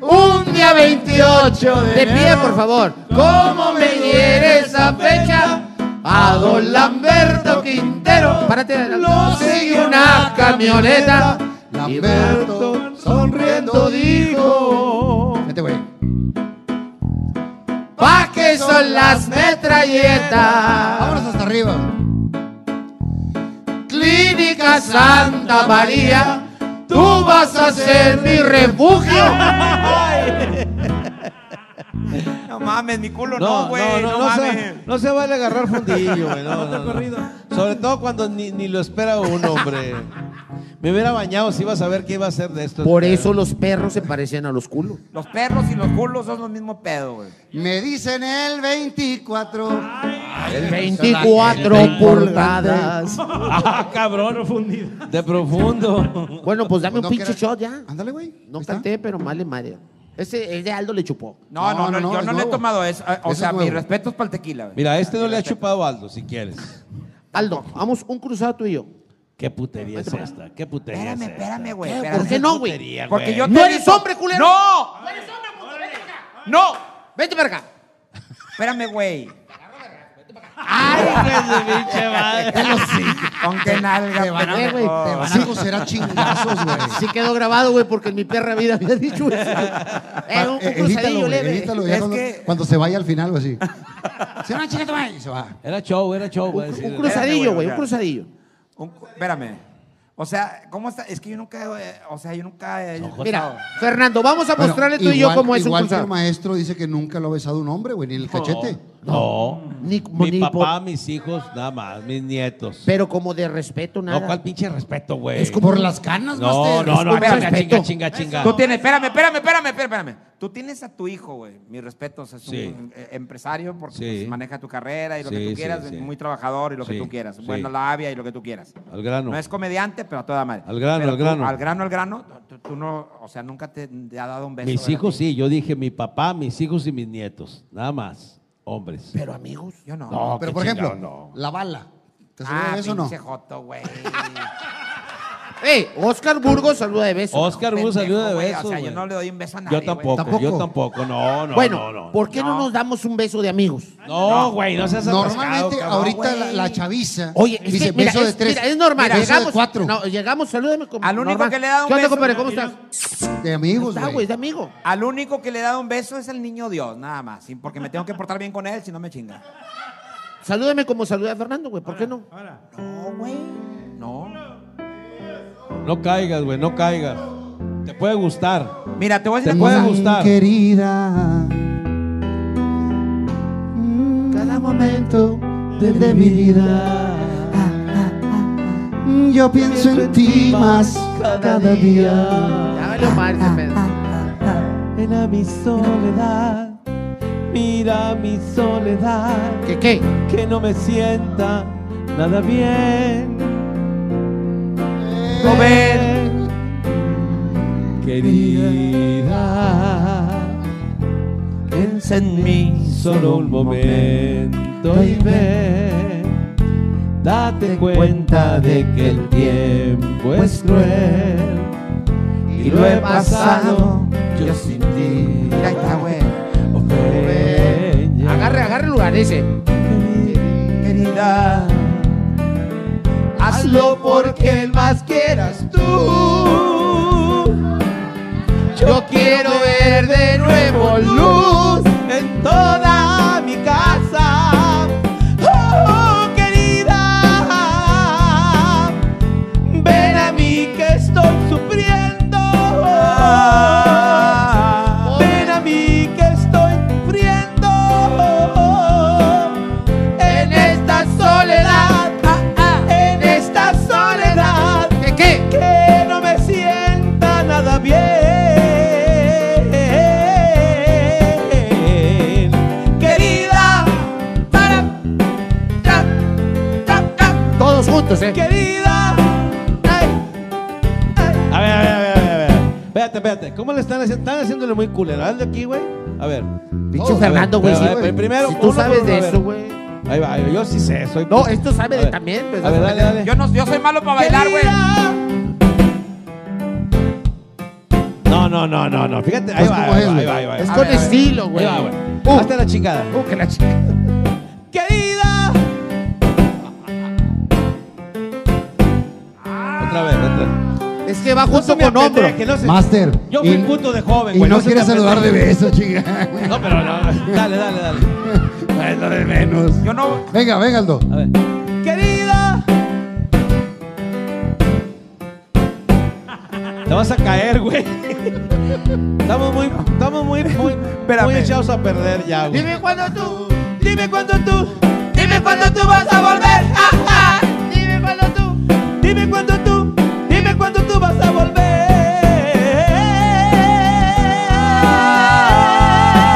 Un día 28 de pie, por favor. ¿Cómo me hiere esa fecha? A don Lamberto Quintero. Párate. Lo sigue una camioneta.
Lamberto sonriendo dijo. Vete, güey.
¿Pa' qué son
Vámonos
las metralletas?
hasta arriba.
Clínica Santa María. Tú vas a ser mi refugio.
No mames, mi culo
No,
no,
no,
güey.
no,
No,
no,
mames.
se, no se vale agarrar fundillo, güey. No, no, no. Sobre todo cuando ni, ni lo espera un hombre. Me hubiera bañado si iba a saber qué iba a hacer de esto.
Por eso los perros se parecen a los culos.
Los perros y los culos son los mismos pedos, güey.
Me dicen el 24.
Ah, El 24 pulgadas.
Ah, cabrón, profundido.
De profundo.
Bueno, pues dame un
No,
pinche
que era-
shot ya.
Ándale, güey.
No
Ahí está.
canté, pero mal le madre. Ese es de Aldo le chupó.
No, no, no, yo
es
no le he
nuevo.
tomado eso. Ah, O
Ese
sea,
es
mis
nuevo.
respetos para el tequila, güey.
Mira, este no le ha chupado Aldo, si quieres.
Aldo, vamos un cruzado tú y yo.
¿Qué putería es esta? ¿Qué putería
Espérame,
es esta?
espérame, güey.
¿Por
espérame.
qué no, güey?
putería, güey?
Porque yo
No
te
eres
digo-
hombre, culero.
¡No!
No eres hombre, puto, vete para acá.
¡No!
Vete para acá.
Espérame, güey. Con que nalga.
Te van a,
Eh, güey,
te van a coser a chingazos, güey.
Sí quedó grabado, güey, porque en mi perra vida había dicho eso. Eh, un, un
Eh,
cruzadillo
güey,
leve.
edítalo ya
Es
cuando,
que-
cuando se vaya al final, güey, así. Se va, chica, toma, y se va.
Era show, era show.
Un,
güey.
un
Sí,
cruzadillo,
Espérame,
güey,
güey,
un
ya.
cruzadillo.
Un cu- espérame. O sea, ¿cómo está? Es que yo nunca, eh, o sea, yo nunca. eh,
Mira, Fernando, vamos a
Bueno,
mostrarle tú y yo
igual-
cómo es un
igual que el
cruzado.
maestro dice que nunca lo ha besado un hombre, güey, ni en el cachete.
No.
Ni-
Mi
ni por-
papá, mis hijos, nada más, mis nietos.
Pero como de respeto, nada.
No, ¿cuál pinche respeto, güey?
Es como-
Por las canas,
No,
master.
no, no,
Espérame,
chinga,
respeto.
chinga, chinga, chinga.
Tú tienes, espérame, espérame, espérame, espérame. Tú tienes a tu hijo, güey. Mis respetos, es
Sí.
un eh, empresario porque
Sí.
pues, maneja tu carrera y lo
Sí,
que tú
sí,
quieras, es
sí.
muy trabajador y lo
Sí,
que tú quieras.
sí.
Buena labia y lo que tú quieras.
Al grano.
No es comediante, pero a toda madre.
Al grano,
Pero
al
tú,
grano.
Al grano, al grano, tú, tú no, o sea, nunca te, te ha dado un beso.
Mis
¿verdad?
hijos sí, yo dije mi papá, mis hijos y mis nietos, nada más, hombres.
Pero amigos.
Yo no.
No,
Pero,
qué
por ejemplo,
chingado, no.
la bala. ¿Te saluda
Ah,
de beso o no?
pinche joto, güey.
ey Oscar Eh, Burgos, saluda de beso.
Oscar Bus
Pendejo,
saluda de
güey,
besos.
O sea, yo
güey.
no le doy un beso a nadie.
Yo
güey.
tampoco,
¿Tampoco?
yo tampoco, no, no,
bueno,
no, no.
¿por qué no.
No.
nos damos un beso de amigos?
No, güey, no seas atascado,
Normalmente,
cabrón.
ahorita
güey.
la, la chaviza
Oye, es
dice
que, mira,
beso de
es,
tres.
mira, es normal.
beso
llegamos,
de cuatro.
No, llegamos, salúdame. como-
Al único
normal.
que le da un
¿Qué onda,
beso,
compadre?
¿no?
¿Cómo
Y
estás?
De amigos,
Está, güey,
güey.
es de amigo.
Al único que le da un beso es el niño Dios, nada más. sí, Porque me tengo que portar bien con él, si no me chinga.
Salúdame como saluda a Fernando, güey. ¿Por qué no?
Ahora.
No, güey. No.
No caigas, güey, no caigas. Te puede gustar.
Mira, te voy a decir
Te
una cosa.
puede gustar.
Querida.
Cada momento
de, de mi vida. Yo pienso en ti más cada día.
Dámelo mal ese pedo.
Era mi soledad, mira mi soledad,
¿Qué qué?
que no me sienta nada bien. Comer, querida, piensa en mí solo un momento y ve, date cuenta de que el tiempo es cruel y lo he pasado yo sin ti.
Mira, ahí está, güey.
Oh, peña,
Agarre, agarre el lugar ese.
querida. Hazlo porque más quieras tú. Yo quiero ver de nuevo luz en toda mi casa. Oh, querida, ven a mí que estoy sufriendo. Ven a mí que estoy sufriendo en esta soledad, ah, en esta soledad
¿Qué qué?
que no me sienta nada bien. Querida, para, ta, ta, ta,
Todos juntos, ¿eh?
querida. A ver, a ver, a ver, a ver. Espérate, espérate. ¿Cómo le están haciendo? Están haciéndole muy culero. Hazle aquí, güey. A ver.
Pinche
A ver,
Fernando, güey.
pero,
sí,
a ver,
güey.
primero,
Si tú
uno por
sabes
uno, a
de
ver.
eso, güey.
Ahí va, ahí va. yo sí sé, soy.
No, esto sabe
A
de
ver.
también, pues.
A ver, dale, dale.
Yo, no, yo soy malo para bailar, güey.
No, no, no, no, no. Fíjate, ahí
Pues,
va,
¿cómo
ahí
es,
va,
güey?
ahí va, ahí va.
Es
Ahí
con
va, ahí va.
estilo, güey.
Ahí va, güey.
Uh.
Hasta la chingada.
Uh, que la chica.
Querida. Otra vez, otra vez.
Es que va
No se
junto
me
con
apetece,
hombro.
que no se-
Master.
Yo fui
y-
puto de joven,
Y
güey,
no
se
quieres
te
saludar de
apetece.
beso, chinga.
No, pero no. Dale, dale, dale.
Es lo de menos.
Yo no.
Venga, venga, Aldo.
A ver. Querida. Te vas a caer, güey. Estamos muy, estamos muy, muy, muy echados a perder ya, güey.
Dime cuándo tú.
Dime cuándo tú, dime cuándo tú vas a volver. Ah,
Dime cuándo tú.
Dime cuándo tú, dime cuándo tú vas a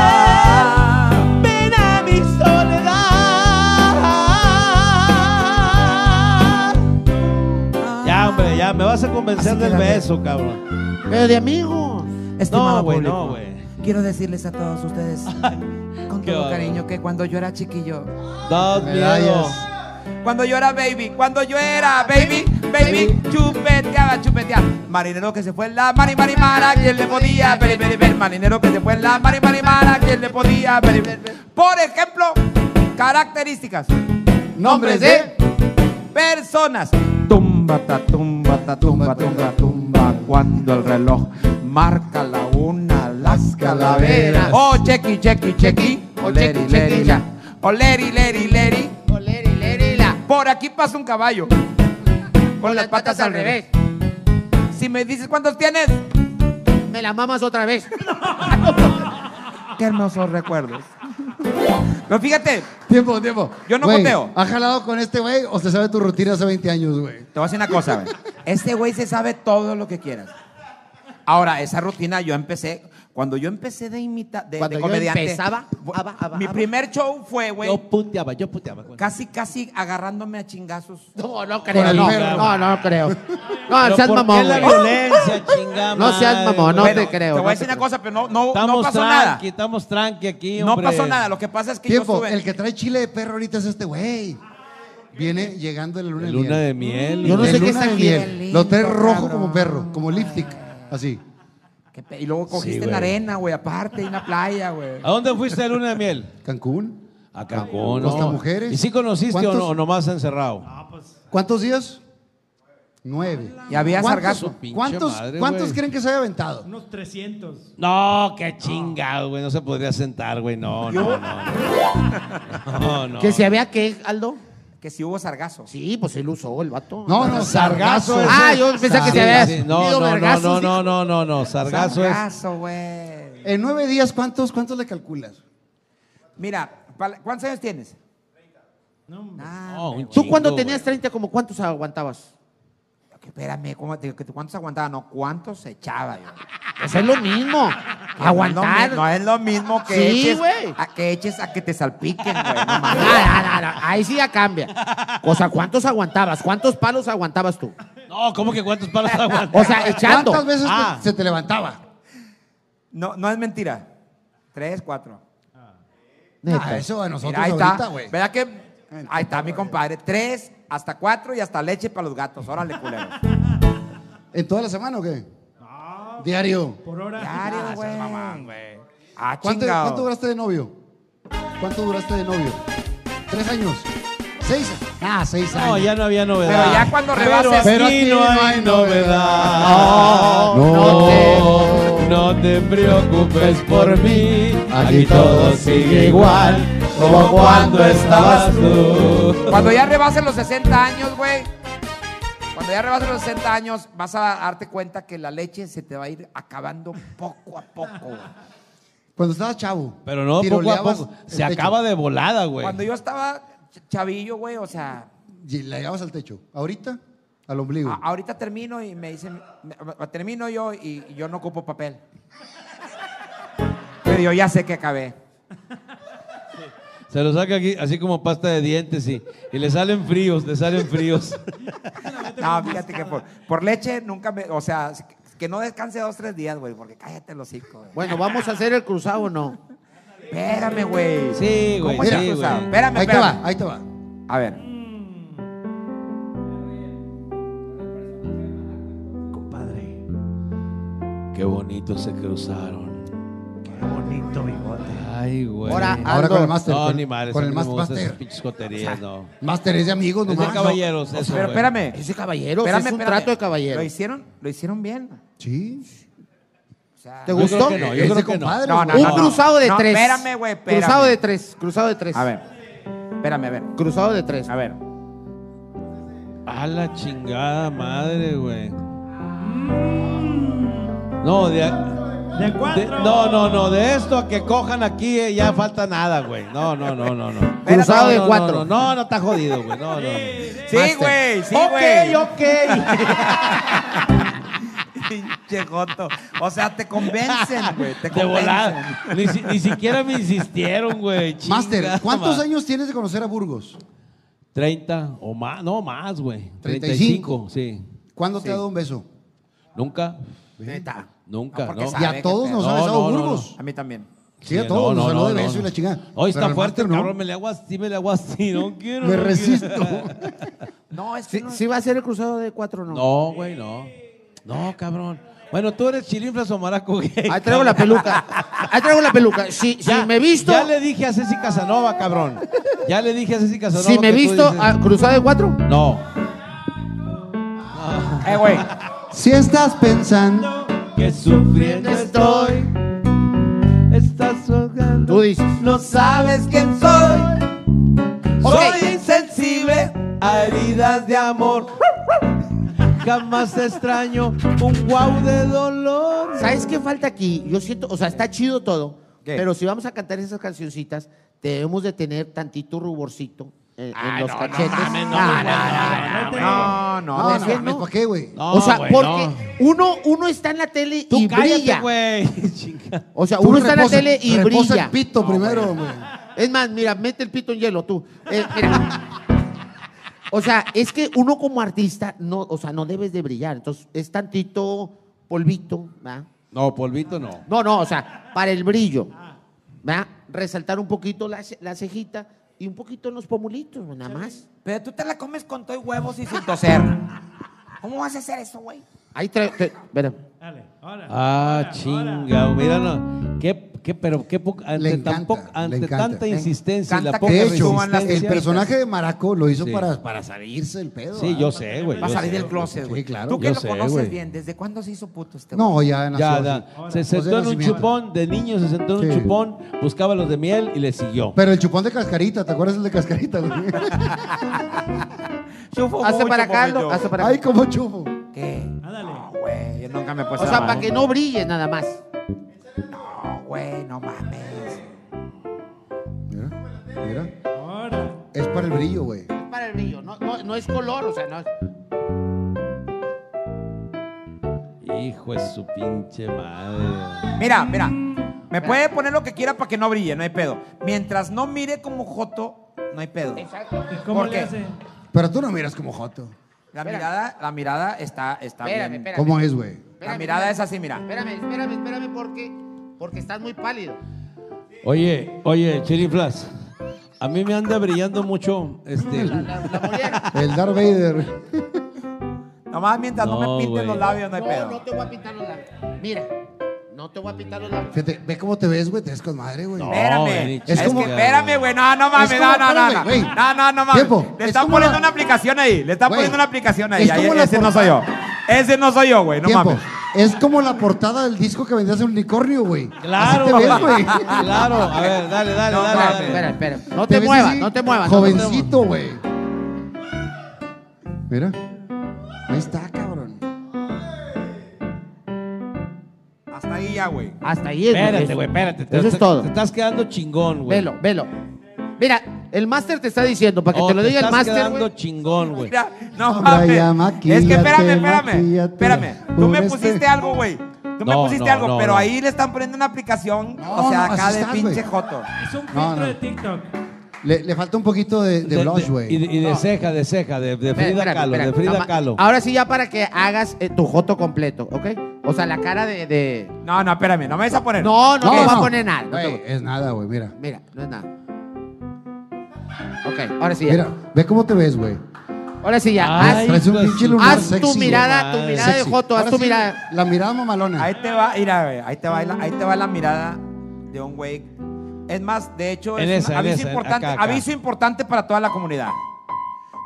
volver. Ven a mi soledad. Ya, hombre, ya me vas a convencer del beso, cabrón.
Pero de amigos.
No, güey, no, güey.
Quiero decirles a todos ustedes, con
Qué
todo
bárbaro.
cariño, que cuando yo era chiquillo,
Dos miedo.
Medallas.
Cuando yo era baby, cuando yo era baby, baby, chupeteaba, chupeteaba. Marinero que se fue en la mari mari mara, ¿quién le podía? Beri, beri, beri. Marinero que se fue en la mari mari mara, ¿quién le podía? Beri, beri, beri. Por ejemplo, características.
Nombres de.
personas. Tumba, ta, tumba, ta, tumba, tumba, tumba. Cuando el reloj marca la una, las calaveras. Oh, chequi, chequi, chequi.
Oh,
Oleri,
chequi, chequi,
leri, la. Oleri, leri, leri.
Oleri, leri, la.
Por aquí pasa un caballo. Con las patas al revés. Si me dices cuántos tienes,
Me la mamas otra vez.
qué hermosos recuerdos. Pero fíjate,
Tiempo, tiempo.
Yo no
Güey,
conteo.
¿Has jalado con este güey o se sabe tu rutina hace 20 años, güey?
Te voy a decir una cosa, güey. Este güey se sabe todo lo que quieras. Ahora, esa rutina yo empecé. Cuando yo empecé de imitar, de,
Cuando
de
yo
comediante.
empezaba,
fu-
aba, aba,
mi
aba.
primer show fue, güey,
Yo puteaba, yo puteaba. güey.
casi, casi agarrándome a chingazos.
No, no
Con
creo.
el
No,
perro.
no, no creo. No,
Pero
seas
¿por qué
mamón,
la
güey.
violencia, chingada
No seas mamón, no
madre, güey?
te creo.
Te
no
voy a decir
te
una
creo.
cosa, pero no, no,
Estamos
no pasó nada.
tranqui, estamos tranqui aquí,
No
hombre.
pasó nada. Lo que pasa es que yo
Tiempo.
sube.
El que trae chile de perro ahorita es este güey. Viene llegando el luna de
Luna
miel.
de miel.
Yo no
De
sé qué
luna
está
de
miel.
miel.
Lo trae rojo
Cabrón.
como perro, como lipstick. Así.
Qué pe- Y luego cogiste en
güey.
la arena, güey, Ah. aparte, en la playa, güey.
¿A dónde fuiste de luna de miel?
Cancún.
A Cancún.
Costa
no.
Mujeres.
¿Y si conociste o,
¿Cuántos?
no, o nomás encerrado?
¿Cuántos días? Nueve.
Y había
¿Cuántos-
sargazo.
Pinche
¿Cuántos,
madre,
¿cuántos
güey.
creen que se haya aventado?
Unos 300.
No, qué chingado, güey. No se podría sentar, güey. No, no, no. No, no. no.
Que se había que, Aldo.
Que si hubo sargazo.
Sí, pues él usó el vato.
No, no, sargazo.
Sargazo
Ah,
ese-
yo pensé que
Sí,
se había
sí, No,
ido
no, no,
vergazos,
no,
sí.
no, no, no, no. Sargazo es...
Sargazo, güey.
En nueve días, ¿cuántos, cuántos le calculas?
Mira, pal- ¿cuántos años tienes? Ah,
Nah,
No, Oh, un
hombre,
chingo,
Tú cuando
güey.
tenías 30, ¿como cuántos aguantabas?
güey. Que Espérame, ¿cómo te, que- ¿cuántos aguantaba? No, ¿cuántos echaba yo?
Pues es lo mismo.
No es
Aguantar.
lo mi- No es lo mismo que,
Sí,
eches,
güey.
a, que eches a que te salpiquen, güey. No
Ah,
mames.
ah, ah, ah, Ahí sí ya cambia. O sea, ¿cuántos aguantabas? ¿Cuántos palos aguantabas tú?
No, ¿cómo que cuántos palos aguantas?
O sea, echando.
¿Cuántas veces te-
Ah.
se te levantaba?
No, no es mentira. Tres, cuatro.
Neta.
Ah, eso a nosotros
Mira, ahí
ahorita,
está.
güey.
¿Verdad que? Ahí está mi compadre. Tres, hasta cuatro y hasta leche para los gatos. Órale, culero.
¿En toda la semana o qué? Diario.
Por hora.
Diario, güey. Ah,
¿Cuánto,
chingado.
cuánto duraste de novio? ¿Cuánto duraste de novio? ¿Tres años? ¿Seis? Ah, seis años.
No, ya no había novedad.
Pero ya cuando
Pero
rebases-
Pero
aquí no hay novedad.
No.
No te preocupes por mí. Aquí todo sigue igual como cuando estabas tú.
Cuando ya rebases los 60 años, güey. Cuando ya rebases los 60 años, vas a darte cuenta que la leche se te va a ir acabando poco a poco. güey.
Cuando estabas chavo.
Pero no, poco a
tiroleabas
poco.
el
Se
techo.
acaba de volada, güey.
Cuando yo estaba ch- chavillo, güey, o sea,
Y le llegabas al techo. Ahorita, al ombligo.
a- ahorita termino y me dicen, me- me- termino yo y y yo no ocupo papel. Pero yo ya sé que acabé.
Se lo saca aquí, así como pasta de dientes y, y le salen fríos, le salen fríos.
No, fíjate que por, por leche nunca me. O sea, que no descanse dos, tres días, güey, porque cállate los hocico. güey.
Bueno, ¿vamos a hacer el cruzado o no?
Espérame, güey.
Sí, güey,
¿Cómo es la
sí,
cosa?
güey.
Espérame,
ahí te
espérame.
va, ahí te va.
A ver.
Compadre, qué bonito se cruzaron. Qué bonito bigote. Ay, güey.
Ahora,
Ahora
Aldo.
con el máster.
No,
con,
ni madres.
Con
a
el
mí no me gustan esas
máster.
pinches joterías, no.
Máster es de amigos
Es de
nomás.
caballeros, eso,
Pero
güey.
espérame.
Es de caballeros,
Espérame,
es un
espérame.
trato de
Lo
caballeros.
hicieron, lo hicieron bien.
Sí.
O sea,
¿Te
Yo creo
gustó?
que no,
Es
yo
de
creo que no.
compadres,
No, no,
güey.
un
no, no.
cruzado de
No,
tres.
espérame, güey, espérame.
Cruzado de tres, cruzado de tres.
a ver. Espérame, a ver.
Cruzado de tres.
A ver.
A la chingada madre, güey. No, de, a-
De
de-
cuatro.
no, no, no, de esto a que cojan aquí eh, ya falta nada, güey. No, no, no, no, no.
Cruzado
No,
de
no,
cuatro.
No, no, no, no está jodido, güey. No, no.
Sí, güey, sí, güey.
Ok, ok.
Pinche joto. O sea, te convencen, güey. Te
De
convencen.
volada. Ni, si- ni siquiera me insistieron, güey.
Máster,
Chingada
¿cuántos
madre.
años tienes de conocer a Burgos?
30 o más, no más, güey.
35.
35, sí.
¿Cuándo te ha dado un beso?
Nunca,
Neta.
nunca,
No,
¿no?
porque
Y
sabe
a
que
todos
te-
nos ha
No,
besado
no, no,
Burgos.
A mí también.
Sí, a todos nos saludó de beso y la chingada.
Hoy está
Pero al
fuerte,
máster no.
cabrón, me le hago así, me le hago así, no quiero.
Me
no
resisto.
quiero.
No, es que
Sí,
no-
sí va a ser el cruzado de cuatro o no.
No, güey, no. No, cabrón. Bueno, tú eres chilinflas o maraco gay.
Ahí traigo la peluca. Ahí traigo la peluca. Si, si
Ya-
me visto,
Ya le dije a Ceci Casanova, cabrón. Ya le dije a Ceci Casanova.
si me
que tú
visto,
dices-
ah, cruzado de cuatro.
No.
Eh, güey.
Si estás pensando,
Que sufriendo estoy. Estás
Tú
jugando.
dices.
No sabes quién soy.
Ok.
Soy insensible a heridas de amor. Jamás extraño un guau de dolor.
¿Sabes qué falta aquí? Yo siento, o sea, está chido todo,
¿Qué?
pero si vamos a cantar esas cancioncitas, debemos de tener tantito ruborcito eh, en, en los cachetes. No, no, no,
No,
no, no,
no.
no,
mames,
no.
¿para qué, güey?
No,
O sea,
güey,
porque
no.
uno, uno está en la tele
Tú
y
cállate,
brilla.
güey. Chinga.
O sea,
Tú
uno está en la
reposa-
tele y
reposa
brilla.
el pito primero, güey.
Es más, mira, mete el pito en hielo tú. Eh, mira. O sea, es que uno como artista, no, o sea, no debes de brillar. Entonces, es tantito polvito, ¿verdad?
No, polvito no.
No, no, o sea, para el brillo. ¿verdad? Resaltar un poquito la, ce- la cejita y un poquito en los pomulitos, nada más.
Pero tú te la comes con todo y huevos y sin toser. ¿Cómo vas a hacer eso, güey?
Ahí trae. te- espérame.
Dale, ahora.
Ah,
ahora, ahora.
chinga. Mira, no. Qué, qué, pero qué poca- ante,
Le encanta,
tan poca-
le
ante
encanta.
tanta insistencia y la
encanta
poca
De hecho,
suban las
el
resistencia.
personaje de Maraco lo hizo
Sí.
para, para salirse del pedo.
Sí,
¿ah?
yo sé, güey.
Va a
yo
salir
sé,
del closet,
sí,
güey.
claro.
Tú que
Yo
lo
sé,
conoces
güey.
bien, ¿desde cuándo se hizo puto este güey?
No, ya nació.
Ya,
así.
ya. Se
Pues de
sentó en un
nacimiento.
chupón de niño, se sentó en un
Sí.
chupón, buscaba los de miel y le siguió.
Pero el chupón de cascarita, ¿te acuerdas el de cascarita, güey?
Chufo
Hazte
mucho,
para acá, Aldo,
poquito.
hazte para
Ay,
acá.
cómo chufo.
¿Qué?
Ándale.
No, güey, yo nunca me he
O
puesto
sea,
la
para
mano.
que no brille nada más.
No, güey, no mames.
Mira, mira.
Ahora.
Es para para el brillo, güey.
Es para el brillo. No, no, no es color, o sea, no es.
Hijo de su pinche madre.
Mira, mira. Me puede poner lo que quiera para que no brille, no hay pedo. Mientras no mire como Joto, no hay pedo.
Exacto.
¿Y cómo
¿Por
le
qué?
hace?
Pero tú no miras como Joto.
La mirada, la mirada está, está
Espérame,
bien.
espérame.
¿Cómo es, güey?
La
espérame,
mirada
espérame.
es así, mira.
Espérame, espérame, espérame, porque, porque estás muy pálido.
Oye, oye, Chiriflas. A mí me anda brillando mucho este.
La, la murieron.
El Darth Vader.
Nomás mientras no,
No,
me pinten
güey.
los labios, no hay
No,
pedo.
no te voy a pintar los labios. Mira, no te voy a pintar los labios.
Fíjate, ve cómo te ves, güey. Te ves con madre, güey.
No. güey,
Espérame.
ni
Es,
Es como-
que espérame, güey. No, no mames.
Es
No,
como-
no, no, no.
espérame, güey.
No, no, no mames.
Tiempo.
Le
Es
están
como
poniendo
la-
una aplicación ahí. Le están
Güey.
poniendo una aplicación ahí.
Es
ahí,
como la
ese no soy yo. Ese no soy yo, güey. No
Tiempo.
mames.
Es como la portada del disco que vendías el unicornio, güey.
Claro,
Así te ves,
güey.
güey.
Claro. A ver, dale, dale,
No,
dale.
Espera,
dale.
espera, espera. No
Te
te
ves
muevas,
así,
no te muevas. no te muevas.
Jovencito, güey. Mira. Ahí está, cabrón.
Hasta ahí ya, güey.
Hasta ahí es.
Espérate,
eso.
güey, espérate. Te-
Eso
te-
es todo.
Te estás quedando chingón, este güey.
Velo, velo. Mira, el máster te está diciendo, para que
Oh,
te lo diga el
estás
máster,
quedando
güey.
chingón, güey.
Mira, no
Ahora
mames.
ya,
es que
maquíllate,
espérame, espérame.
maquíllate.
Espérame. Tú me
Pon este-
pusiste algo, güey. Tú me
No,
pusiste
no,
algo,
no,
pero
no.
ahí le están poniendo una aplicación, o
No,
sea,
no,
acá
así
de
estás,
pinche
güey.
joto.
Es un filtro
No, no.
de TikTok.
Le, le falta un poquito de, de blush,
Y
güey.
de, y de ceja, de ceja, de, de Frida
Espérate,
Kahlo,
espérate.
de Frida
Ama-
Kahlo.
Ahora sí, ya para que hagas eh, tu joto completo, ¿ok? O sea, la cara de. de-
No, no, espérame, no me vas a poner.
No, no,
No,
te voy a
no.
poner nada. no te
Güey,
voy-
es nada, güey, mira.
Mira, no es nada. Ok, ahora sí ya.
Mira, ve cómo te ves, güey.
Ahora sí ya.
Ay,
haz
Traes un
pues,
pinche lunar
haz tu
sexy, güey.
mirada, tu
Madre.
mirada de joto, haz
Ahora
tu
sí,
mirada.
La mirada mamalona.
Ahí te va, mira, güey, ahí te va, la, ahí te va la mirada de un güey. Es más, de hecho, es
En
un
esa, en
aviso
esa,
importante,
acá, acá.
aviso importante para toda la comunidad.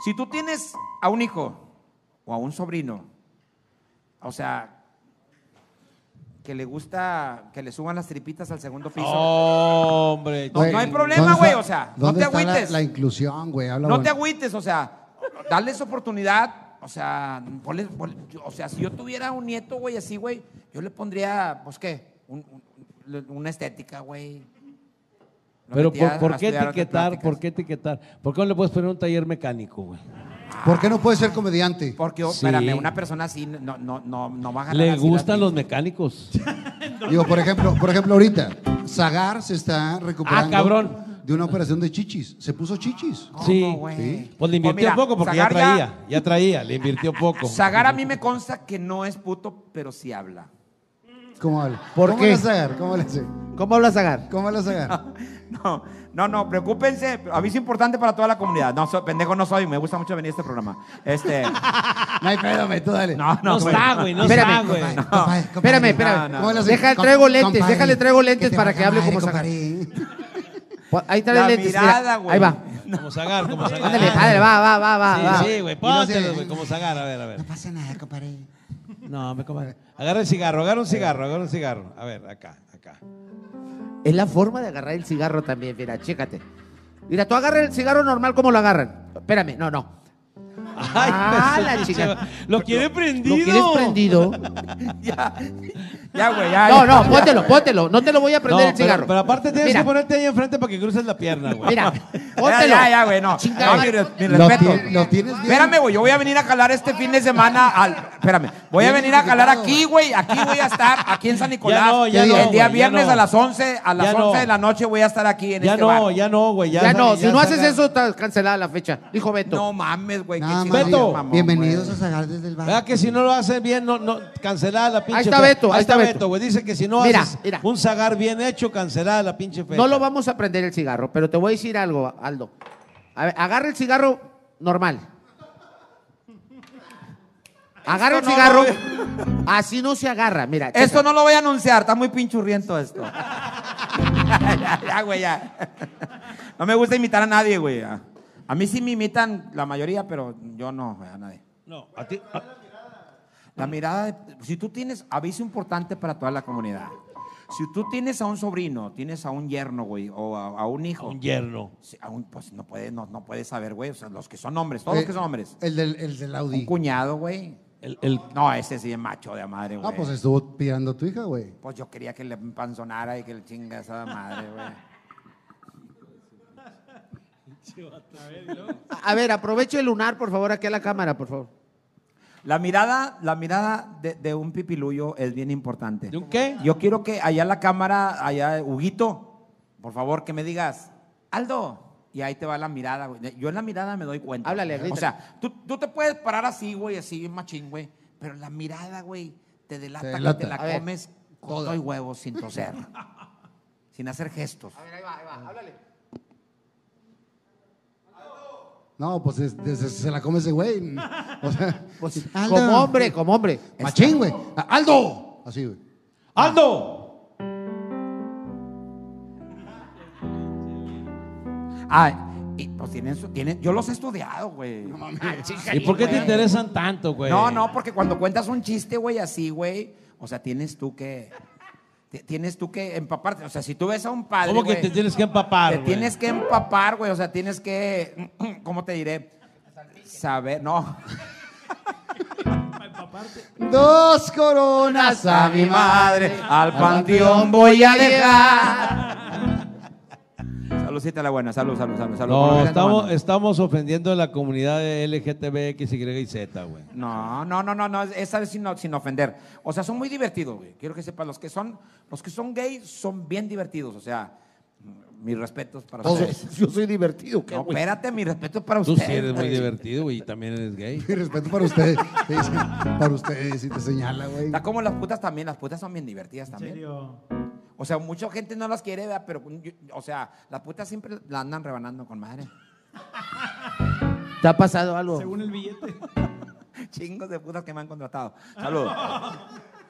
Si tú tienes a un hijo o a un sobrino, o sea, que le gusta que le suban las tripitas al segundo piso.
Oh, Hombre,
No,
Güey,
no hay
¿dónde
problema, güey,
está-
o sea, no
¿dónde
te
está la-
agüites.
La, inclusión, güey. Habla
No te
bonito.
agüites, o sea, darles oportunidad. O sea, ponle- ponle- yo- o sea, si yo tuviera un nieto, güey, así, güey, yo le pondría, pues qué, Un- un- una estética, güey. Lo
Pero
metía
por,
a
¿por qué
estudiar artes
etiquetar?
plásticas.
¿Por qué etiquetar? ¿Por qué no le puedes poner un taller mecánico, güey?
¿Por qué no puedes ser comediante?
Porque, oh,
Sí.
espérame, una persona así no, no, no, no va a ganar.
Le
así las
gustan los
vistas.
mecánicos.
Digo, por ejemplo, por ejemplo, ahorita, Zagar se está recuperando
Ah, cabrón.
de una operación de chichis. Se puso chichis.
sí.
¿Cómo, güey?
Pues le invirtió
mira,
poco porque ya
Zagar ya-
traía, ya... traía, le invirtió poco.
Sagar a mí me consta que no es puto, pero sí habla.
¿Cómo habla?
¿Por
¿Cómo
qué?
habla Zagar? ¿Cómo habla Zagar?
¿Cómo hablas, Agar?
¿Cómo habla Zagar?
No, no, no, preocúpense. Aviso importante para toda la comunidad. No, soy- pendejo no soy, me gusta mucho venir a este programa. Este,
No hay pedo, me tú dale.
no, no.
No
güey.
está, güey, no
Espérame,
Ah,
está, güey.
Compadre, compadre,
Espérame,
compadre.
espérame.
No, no.
¿Cómo habla Zagar?
Deja,
Com-
traigo lentes,
compadre,
déjale, traigo lentes
te
para
valga
que hable
madre,
como Zagar.
compadre.
Pon- Ahí trae
La
lentes. mira,
mirada, güey.
ahí va.
Como Zagar, como Zagar.
Ándale, ándale, va, va, va, va. va.
Ah. Sí, sí, güey, póntelo, güey, como Zagar, a ver, a ver.
No pasa nada, compadre.
No, me comadre. Agarra el cigarro, agarra un cigarro, agarra un cigarro. A ver, acá, acá.
Es la forma de agarrar el cigarro también, mira, chécate. Mira, tú agarras el cigarro normal como lo agarran. Espérame, no, no.
Ay,
Ah,
eso
la
sí,
chica.
chaval. Lo quiere prendido.
¿Lo quieres prendido?
Ya, ya, güey, ya.
No,
ya.
no, póntelo, póntelo. No te lo voy a prender
No,
el cigarro.
Pero, pero aparte tienes
Mira,
que ponerte ahí enfrente para que cruces la pierna, güey.
Mira,
Ya,
póntelo.
ya, ya, güey, no.
Chingada
No, mi,
madre,
re- mi
Lo
respeto.
ti- lo tienes bien.
Espérame, güey, yo voy a venir a calar este fin de semana al... Espérame, voy a
Bien
venir a calar
invitado.
aquí, güey, aquí voy a estar, aquí en San Nicolás.
Ya no, ya
el
no, güey,
día
ya
viernes
no.
a las 11, a las
Ya
11
no.
de la noche voy a estar aquí en
Ya
este
no,
bar.
ya no, güey. Ya,
Ya no,
sale-
si no haces
salga.
eso, está cancelada la fecha. Dijo Beto.
No mames, güey, qué
Nada
chingada,
más.
Beto.
mamón,
Bienvenidos
güey.
a Zagar desde el bar.
¿Verdad que si no lo haces bien, no, no, cancelada la pinche
Ahí está
fe-
Beto, ahí está Beto.
güey. Dice que si no
Mira,
haces
mira.
un zagar bien hecho, cancelada la pinche fe.
No lo vamos a prender el cigarro, pero te voy a decir algo, Aldo. A ver, agarra el cigarro normal. Agarra el
Esto no
cigarro.
lo
Así no se agarra, mira.
Esto
checa.
no lo voy a anunciar, está muy pinchurriento esto. ya, ya, güey, ya. No me gusta imitar a nadie, güey. A a mí sí me imitan la mayoría, pero yo no, güey, a nadie.
No, a ti. a-
La mirada, de- si tú tienes aviso importante para toda la comunidad. Si tú tienes a un sobrino, tienes a un yerno, güey, o a, a un hijo,
un yerno.
si- a un- pues no puedes, no, no puedes saber, güey. O sea, los que son hombres,
Eh,
todos los que son hombres.
El del, el del
Un
Audi.
cuñado, güey.
El, el-
No, ese sí es macho de madre, güey.
Ah, pues estuvo pirando a tu hija, güey.
Pues yo quería que le panzonara y que le chingas a la madre, güey.
A a ver, aproveche el lunar, por favor, aquí a la cámara, por favor.
La mirada, la mirada de, de un pipiluyo es bien importante.
¿De un qué?
Yo quiero que allá en la cámara, allá, Huguito, por favor, que me digas, Aldo. Y ahí te va la mirada, güey. Yo en la mirada me doy cuenta.
Háblale, grita.
O sea, tú, tú te puedes parar así, güey, así, machín, güey. Pero la mirada, güey, te delata,
Te delata.
que te
A
la
ver,
comes con todo y huevo, sin toser. sin hacer gestos.
No, pues es- es- es- se la come ese güey. O sea,
Pues,
Aldo.
como hombre, como hombre.
machín, güey. ¡Aldo! Así, güey.
¡Aldo!
Ah, y, pues tienen, su- tienen, yo los he estudiado, güey. No
¿Y por qué te interesan tanto, güey?
No, no, porque cuando cuentas un chiste, güey, así, güey, o sea, tienes tú que. ti- Tienes tú que empaparte. O sea, si tú ves a un padre.
¿Cómo que
güey,
te tienes que empapar?
te
güey?
tienes que empapar, güey. O sea, tienes que. ¿Cómo te diré? Saber. No.
Dos coronas a mi madre.
Al panteón voy a dejar. Saludcita la buena. Salud, salud, salud. salud.
No,
Salud,
estamos,
mano.
estamos ofendiendo a la comunidad de LGTBX, Y y Z, güey.
No, no, no, no, no, esa vez sin, sin ofender. O sea, son muy divertidos, güey. Quiero que sepan, los que son, los que son gays son bien divertidos. O sea, mm, mis respetos para ustedes.
Yo soy divertido, ¿qué,
No,
güey?
espérate, mis respetos para
Tú
ustedes.
sí eres muy
güey.
divertido, güey, y también eres gay.
Mi respeto para ustedes. Sí, sí, para ustedes, si te señala, güey.
Está como las putas también, las putas son bien divertidas
¿En
también.
serio?
O sea, mucha gente no las quiere, ¿verdad? pero, yo- o sea, las putas siempre la andan rebanando con madre.
¿Te ha pasado algo?
Según el billete.
Chingos de putas que me han contratado. Saludos.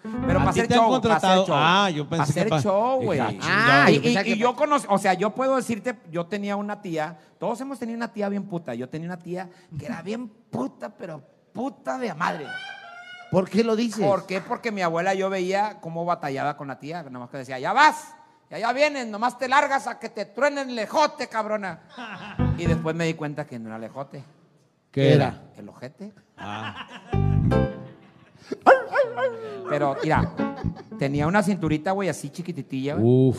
Pero
¿A
para
ti
hacer
te han
show, para hacer
contratado?
show.
Ah, yo pensé
para hacer
que pa-
show, güey. y,
Dije,
ah, chingado, yo pensaba
y- y
que
yo conozco, o sea, yo puedo decirte, yo tenía una tía, todos hemos tenido una tía bien puta. Yo tenía una tía que era bien puta, pero puta de a madre.
¿Por qué lo dices?
¿Por qué? Porque mi abuela yo veía cómo batallaba con la tía, que nomás que decía, ya vas, ya ya vienes, nomás te largas a que te truenen lejote, cabrona. Y después me di cuenta que no era lejote,
¿Qué
era?
el ojete.
Ah,
Pero mira, tenía una cinturita, güey, así chiquititilla, güey.
uf. Uh,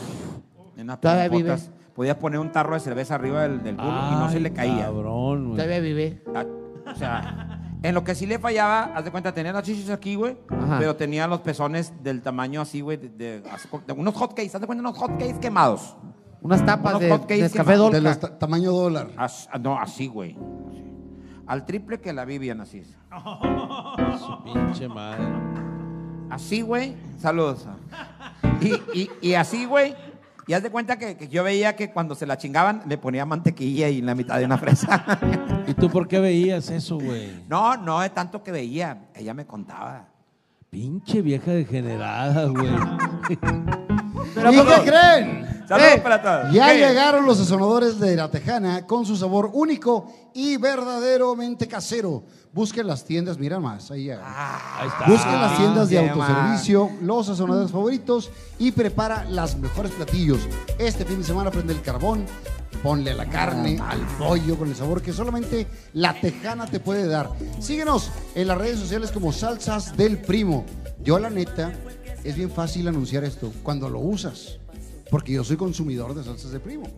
en unas
¿Todavía
pompotas. Podías poner un tarro de cerveza arriba del, del culo y no se
Ay,
le caía.
Cabrón, güey.
Todavía vive.
Ah, O sea, en lo que sí le fallaba, haz de cuenta, tenía las chichis aquí, güey,
Ajá.
pero tenía los pezones del tamaño así, güey, de, de- así como- de unos hotcakes, haz de cuenta, unos hotcakes quemados.
Unas tapas
Unos
de,
hot
de
cakes
café
quemados.
De
Dolca.
los ta- tamaño dólar.
As- ah, no, así, güey. Así. Al triple que la Vivian, así.
Su pinche madre.
Así, güey. Saludos. Y, y- y así, güey. Y haz de cuenta que, que yo veía que cuando se la chingaban le ponía mantequilla y la mitad de una fresa.
¿Y tú por qué veías eso, güey?
No, no es tanto que veía. Ella me contaba.
Pinche vieja degenerada, güey.
¿Y qué creen?
Saludos
Eh,
para todos.
Ya
¿Qué?
llegaron los sazonadores de la Tejana con su sabor único y verdaderamente casero. Busquen las tiendas, mira más, ahí llegaron.
Ahí está.
Busca las tiendas de
Ah, qué
autoservicio, los sazonadores favoritos y prepara las mejores platillos. Este fin de semana prende el carbón, ponle la carne
Ah.
al pollo con el sabor que solamente la tejana te puede dar. Síguenos en las redes sociales como Salsas del Primo. Yo la neta, es bien fácil anunciar esto cuando lo usas, porque yo soy consumidor de Salsas del Primo.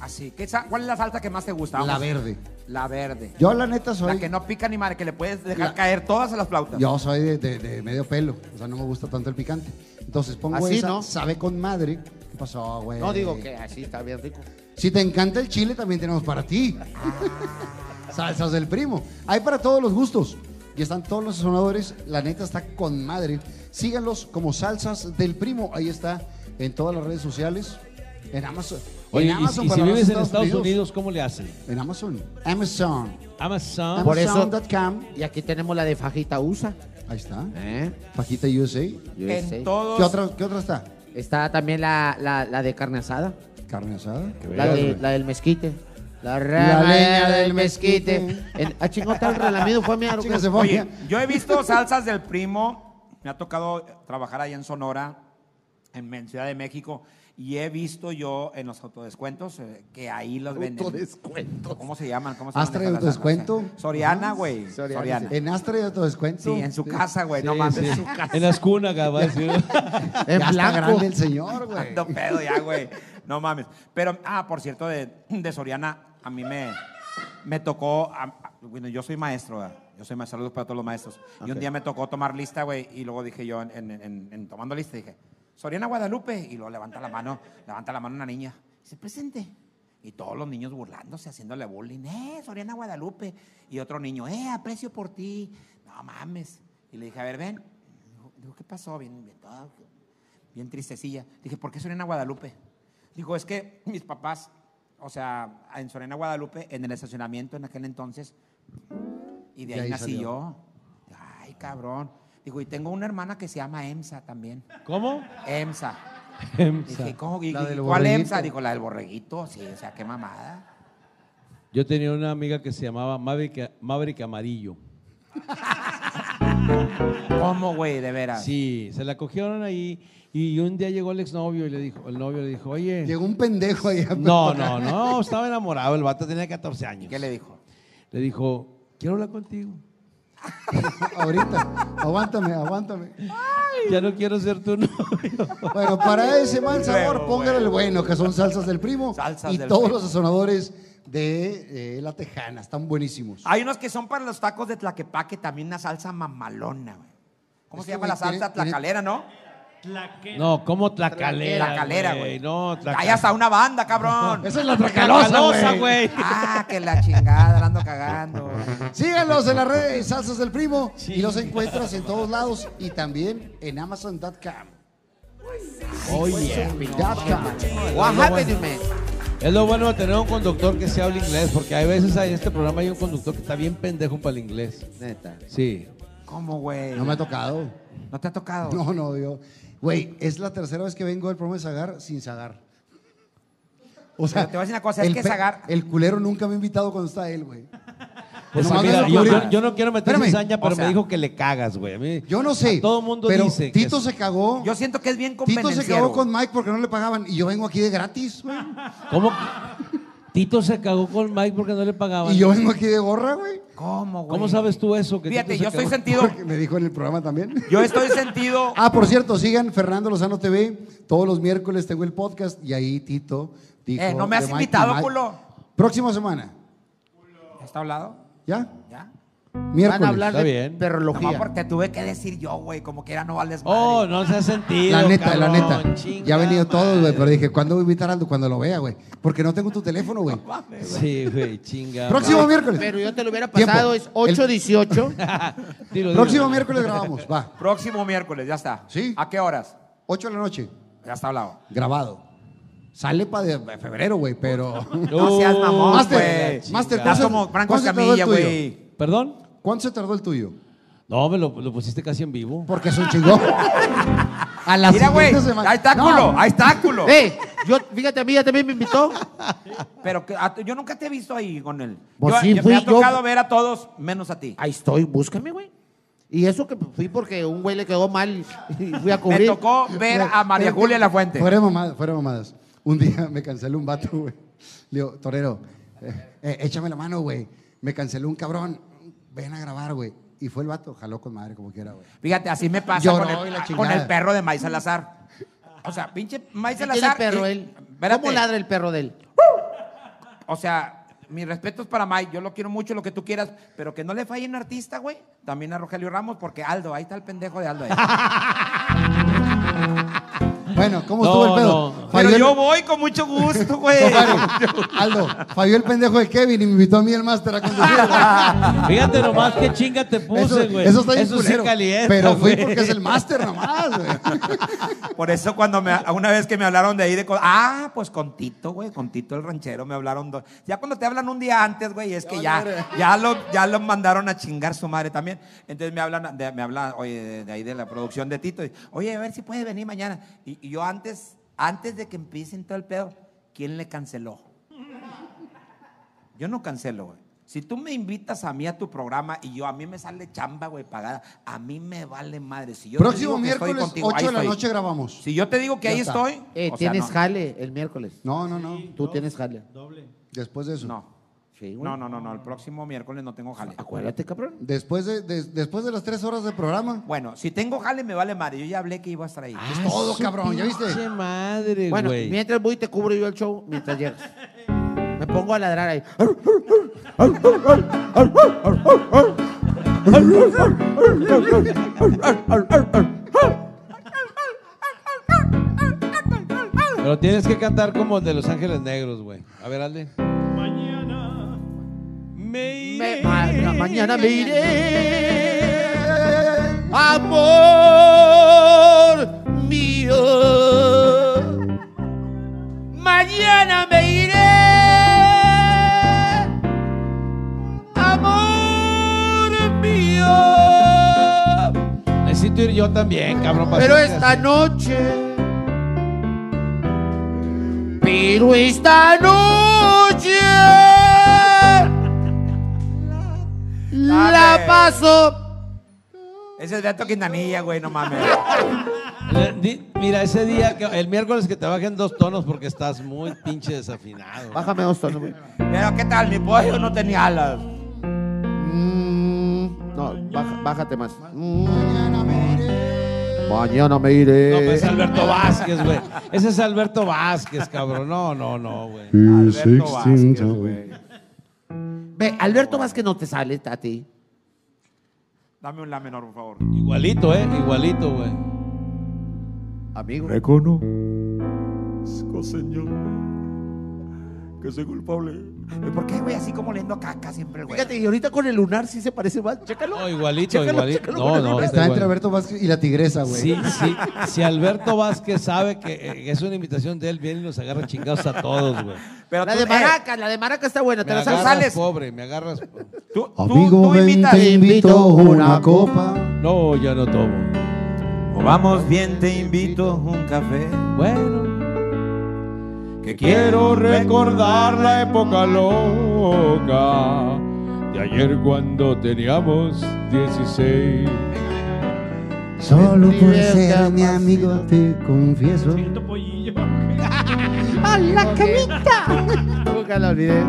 Así. ¿Qué sa- ¿Cuál es la salsa que más te gusta?
La
Vamos.
verde.
La verde.
Yo la neta
La
soy...
que no pica ni madre, que le puedes dejar
La-
caer todas a las flautas.
Yo soy de, de- de medio pelo, o sea, no me gusta tanto el picante. Entonces pongo
Así,
esa,
¿no?
sabe con madre. ¿Qué pasó, güey?
No digo que así está bien rico.
Si te encanta el chile, también tenemos para ti.
Ah.
Salsas del primo. Hay para todos los gustos. Y están todos los sazonadores. La neta está con madre. Síganlos como Salsas del Primo. Ahí está en todas las redes sociales. En Amazon.
Oye,
en
y,
Amazon
y si
para los
vives en Estados Unidos, ¿cómo le hacen?
En Amazon. Amazon.
Amazon.
Por eso-
Amazon.com.
Y aquí tenemos la de fajita USA.
Ahí está.
¿Eh?
Fajita USA.
Yo sé.
en todos.
¿Qué otra, qué otra está?
Está también la, la, la de carne asada.
Carne asada.
La, de, la del mezquite. La rama
leña
del
del
mezquite.
mezquite.
El, ah, chingón, está el relamido, fue a miar, ¿o qué?
Ah, Chinga, se fue.
Oye, yo he visto salsas del primo. Me ha tocado trabajar allá en Sonora, en, en Ciudad de México. Y he visto yo en los autodescuentos eh, que ahí los venden.
Autodescuentos.
¿Cómo se llaman? ¿Cómo se
Astra
maneja
de
la salsa?
autodescuento.
No sé. Soriana, güey.
Soriana,
Soriana.
En Astra de autodescuento.
Sí, en su casa, güey. no
Sí,
mames.
sí.
En su casa.
En las cunas, va a decir.
En
ya está
blanco.
grande el señor, güey.
Ando pedo ya, güey. No mames. Pero, ah, por cierto, de, de Soriana a mí me, me tocó, a- a- bueno, yo soy maestro, ¿verdad? yo soy maestro, saludos para todos los maestros. Y un día me tocó tomar lista, güey, y luego dije yo, en, en- en- en tomando lista, dije, Soriana Guadalupe, y luego levanta la mano, levanta la mano una niña, dice, presente. Y todos los niños burlándose, haciéndole bullying, eh, Soriana Guadalupe. Y otro niño, eh, aprecio por ti, no mames. Y le dije, a ver, ven. Dijo, dijo, ¿qué pasó? Bien, bien, todo- bien tristecilla. Dije, ¿por qué Soriana Guadalupe? Dijo, es que mis papás, o sea, en Soriana Guadalupe, en el estacionamiento en aquel entonces, y de
De
ahí,
ahí
nací
salió.
yo. Ay, cabrón. Digo, y tengo una hermana que se llama EMSA también.
¿Cómo? Em,
EMSA.
EMSA.
Dije, ¿cómo? ¿Y-
La del
y ¿Cuál
borreguito.
EMSA? Digo, la del borreguito. Sí, o sea, qué mamada.
Yo tenía una amiga que se llamaba Maverick, Maverick Amarillo.
¿Cómo, güey? De veras.
Sí, se la cogieron ahí y un día llegó el exnovio y le dijo, el novio le dijo, oye.
Llegó un pendejo ahí. a-
No, no, no, estaba enamorado, el vato tenía 14
¿Y
años.
qué le dijo?
Le dijo, quiero hablar contigo.
Ahorita. Aguántame, aguántame.
Ya no quiero ser tu novio.
Bueno, para ese mal sabor,
Luego,
póngale el
bueno.
bueno, que son salsas del primo.
Salsas
y
del
todos
primo.
los sazonadores de eh, La Tejana. Están buenísimos.
Ah,
Hay unos que son para los tacos de Tlaquepaque, también una salsa mamalona, güey. ¿Cómo
Es
se
que,
llama
güey,
la
tiene-
salsa?
tiene-
Tlacalera, ¿no?
No, como Tlacalera.
Tlacalera, güey.
No,
Hay hasta
Tlacalera.
una banda, cabrón.
Esa es la tracalosa, güey.
güey.
Ah, que la chingada, la ando cagando.
Síganlos en las redes Salsas del Primo y los encuentras en todos lados y también en Amazon.com.
Oye.
Amazon.com.
What happened, man?
Es lo bueno de tener un conductor que se hable inglés, porque hay veces ahí en este programa hay un conductor que está bien pendejo para el inglés.
Neta.
Sí.
¿Cómo, güey?
No me ha tocado.
¿No te ha tocado?
No, no, yo. Güey, es la tercera vez que vengo al programa de Zagar sin Zagar. O sea,
Pero te voy a decir una cosa, es
el
que
pe-
Zagar-
El culero nunca me ha invitado cuando está él, güey.
Pues
Nomás
mira,
me
yo,
descubrieron.
yo- yo no quiero meter
Espérame,
cizaña, pero
o sea,
me dijo que le cagas, güey. A mí-
Yo no sé.
a todo mundo
pero
dice. que
Tito
es-
se cagó.
Yo siento que es bien
Tito se
convenenciero.
cagó con Mike porque no le pagaban y yo vengo aquí de gratis, güey.
Ah,
¿Cómo? Tito se cagó con Mike porque no le pagaban.
Y yo vengo aquí de gorra, güey.
¿Cómo, güey?
¿Cómo sabes tú eso? que
Fíjate,
Tito
yo
se
estoy
cagó?
sentido.
Porque me dijo en el programa también.
Yo estoy sentido.
Ah, por cierto, sigan Fernando Lozano TV. Todos los miércoles tengo el podcast y ahí Tito dijo.
Eh, no me
de
has
Mike y
invitado,
Mike.
culo.
Próxima semana.
¿Está hablado?
¿Ya?
¿Ya?
Miércoles.
Van a hablar
Está
de
bien.
Nomás
perología.
porque tuve que decir yo, güey, como quiera no vales madre.
Oh, no se ha sentido.
La neta, la
cabrón,
neta.
chinga
Ya ha venido todo, güey,
madre.
pero dije, ¿cuándo voy a invitar a Aldo? Cuando lo vea, güey. Porque no tengo tu teléfono, güey.
Sí, güey, chinga.
Próximo miércoles.
Pero yo te lo hubiera pasado,
Tiempo.
es 818.
madre. Dilo, dilo.
Próximo miércoles grabamos, va.
Próximo miércoles, ya está.
Sí.
¿A qué horas?
8 de la noche,
Ya está hablado.
grabado. Sale para febrero, güey, pero.
No seas mamón, pues.
Master,
güey.
Master,
Estás
¿cuánto-
como Franco
cuánto tardó el
Escamilla,
tuyo?
güey.
¿Perdón?
¿Cuánto se tardó el tuyo?
No, me lo, lo pusiste casi en vivo.
Porque es un chingón. A la
Mira, güey.
siguiente semana-
Ahí está,
No,
culo. Ahí está, culo.
Eh, yo, fíjate, a mí ya también me invitó.
Pero que- a- yo nunca te he visto ahí con él.
Pues
yo,
sí,
yo-
fui
me ha
yo.
tocado ver a todos menos a ti.
Ahí estoy, búscame, güey. Y eso que fui porque un güey le quedó mal y fui a
Me
cubrir.
tocó ver a María Julia La Fuente.
Fuera de mamadas, fuera de mamadas. Un día me canceló un vato, güey. Le digo, torero, eh, eh, échame la mano, güey. Me canceló un cabrón. Ven a grabar, güey. Y fue el vato, jaló con madre como quiera, güey.
Fíjate, así me pasa
Lloró
con
y
el,
la
a-
chingada.
con el perro de Maíz Salazar. O sea, pinche Maíz
¿Qué tiene
Salazar.
el perro
y-
él?
espérate.
¿Cómo ladra el perro de él?
O sea, mis respetos para Mike, yo lo quiero mucho, lo que tú quieras, pero que no le falle un artista, güey. También a Rogelio Ramos, porque Aldo, ahí está el pendejo de Aldo. ahí.
Bueno, ¿cómo
No,
estuvo el pedo?
no.
pero
Falló el-
yo voy con mucho gusto, güey.
Compadre, Aldo, falló el pendejo de Kevin y me invitó a mí el máster a conducir. güey.
Fíjate nomás qué chinga te
Eso,
puse, güey.
eso está bien
sí
culero,
calienta,
Pero fui
güey.
porque es el máster nomás, güey.
Por eso cuando me, una vez que me hablaron de ahí de co- ah, pues con Tito, güey, con Tito el ranchero me hablaron do- ya cuando te hablan un día antes, güey, es que ya ya lo ya lo mandaron a chingar su madre también. Entonces me hablan de- me hablan, oye, de, de ahí de la producción de Tito, y, oye, a ver si puede venir mañana. Y, y yo antes antes de que empiecen todo el pedo, ¿quién le canceló? Yo no cancelo, güey. Si tú me invitas a mí a tu programa y yo a mí me sale chamba, güey, pagada, a mí me vale madre. Si yo te
Próximo
digo que estoy
miércoles,
contigo,
8
ahí
de la
estoy.
noche grabamos.
Si yo te digo que
Ya
ahí
está.
estoy,
Eh,
o sea,
tienes
no.
jale el miércoles.
No, no, no.
Tú tienes jale.
Después de eso.
no.
Sí, güey.
No, no, no, no, el próximo miércoles no tengo jale.
Acuérdate, cabrón.
Después de, de- después de las tres horas de programa.
Bueno, si tengo jale me vale madre, yo ya hablé que iba a estar ahí.
Ah.
Es todo, cabrón, ¿ya viste?
Pinche madre,
Bueno,
güey.
mientras voy te cubro yo el show mientras llegas. Me pongo a ladrar ahí.
Pero tienes que cantar como el de Los Ángeles Negros, güey. A ver, Alde.
Mañana me
Me-
iré.
ma- ma- mañana me iré. Amor mío. Mañana me iré. Amor mío.
Necesito ir yo también, cabrón. para
Pero
hacer-
esta noche. Pero esta noche. La
Dale.
paso.
Ese es Beto Quintanilla, güey, no mames.
Le- di- Mira, ese día, que- el miércoles que te bajen dos tonos porque estás muy pinche desafinado.
Ah,
Bájame dos tonos, güey.
Pero ¿qué tal? Mi pollo no tenía alas.
Mm, no, baja- bájate más. Mm,
Mañana me iré.
mañana me
No,
eh.
pues es
iré.
Alberto Vázquez, güey. Ese es Alberto Vázquez, cabrón. No, no, no, güey.
Alberto Vázquez, güey.
Ve, Alberto Vázquez no te sale a ti.
Dame un la menor, por favor.
Igualito, ¿eh? Igualito, güey.
Amigo.
Reconozco, señor, que soy culpable. ¿Por qué, güey, así como leyendo caca siempre, güey?
Fíjate, y ahorita con el lunar sí se parece más. Chécalo.
No, igualito,
Chécalo,
igualito.
chécalo,
No,
güey.
no,
Está
igual.
entre Alberto Vázquez y la tigresa, güey.
Sí, sí. Si Alberto Vázquez sabe que eh, es una invitación de él, viene y nos agarra chingados a todos, güey.
Pero
La
tú,
de
eh,
Maracas, la de Maracas está buena. Te
Me
la sabes.
agarras
sales.
pobre, me agarras. po-
tú, tú-
Amigo,
tú
ven,
imitas.
te invito una
una
copa.
No, ya no tomo.
O vamos bien, te invito un café.
Bueno,
Que
Quiero recordar la época loca de ayer cuando teníamos 16.
Solo por
Mentiras que
ser mi
jamás
amigo te confieso.
Siento pollillo.
¡A la camita! Nunca la olvidé.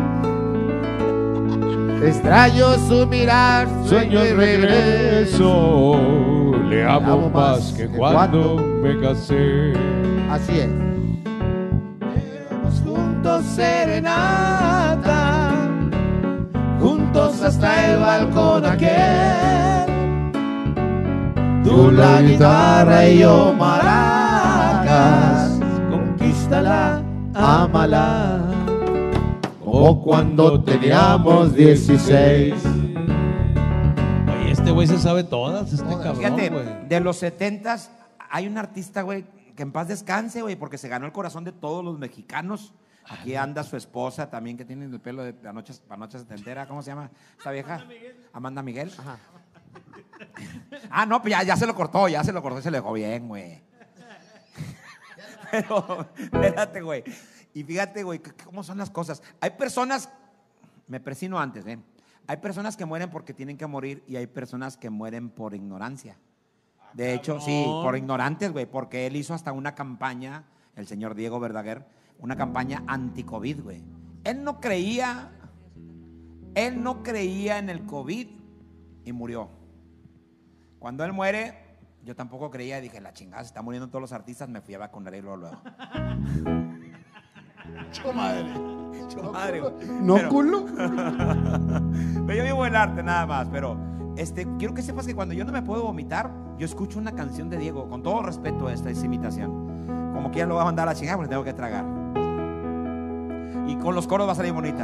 Extraño su mirar,
Sueño el regreso, le amo más que cuando me casé.
Así es. Juntos serenata, juntos hasta el balcón aquel. Tú la guitarra y yo maracas, conquístala, ámala.
O cuando teníamos 16.
oye, este güey se sabe todas, este
Fíjate,
cabrón, güey.
de los 70 hay un artista, güey, que en paz descanse, güey, porque se ganó el corazón de todos los mexicanos. Aquí anda su esposa también, que tiene el pelo de panocha, panocha setentera. ¿Cómo se llama esta vieja? Amanda Miguel. Ajá. Ah, no, pues ya, ya se lo cortó, ya se lo cortó y se lo dejó bien, güey. Pero, espérate, güey. Y fíjate, güey, c- cómo son las cosas. Hay personas, me persino antes, ¿eh? Hay personas que mueren porque tienen que morir y hay personas que mueren por ignorancia. De hecho, sí, por ignorantes, güey, porque él hizo hasta una campaña, el señor Diego Verdaguer, una campaña anti-COVID, güey. Él no creía, él no creía en el COVID y murió. Cuando él muere, yo tampoco creía, dije, la chingada, se están muriendo todos los artistas, me fui a vacunar y luego, luego. Chomadre. Chomadre, güey.
No culo.
Pero yo vivo el arte nada más, pero este, quiero que sepas que cuando yo no me puedo vomitar, yo escucho una canción de Diego, con todo respeto a esta es imitación. Como que ya lo va a mandar a la chingada porque tengo que tragar. Y con los coros va a salir bonita.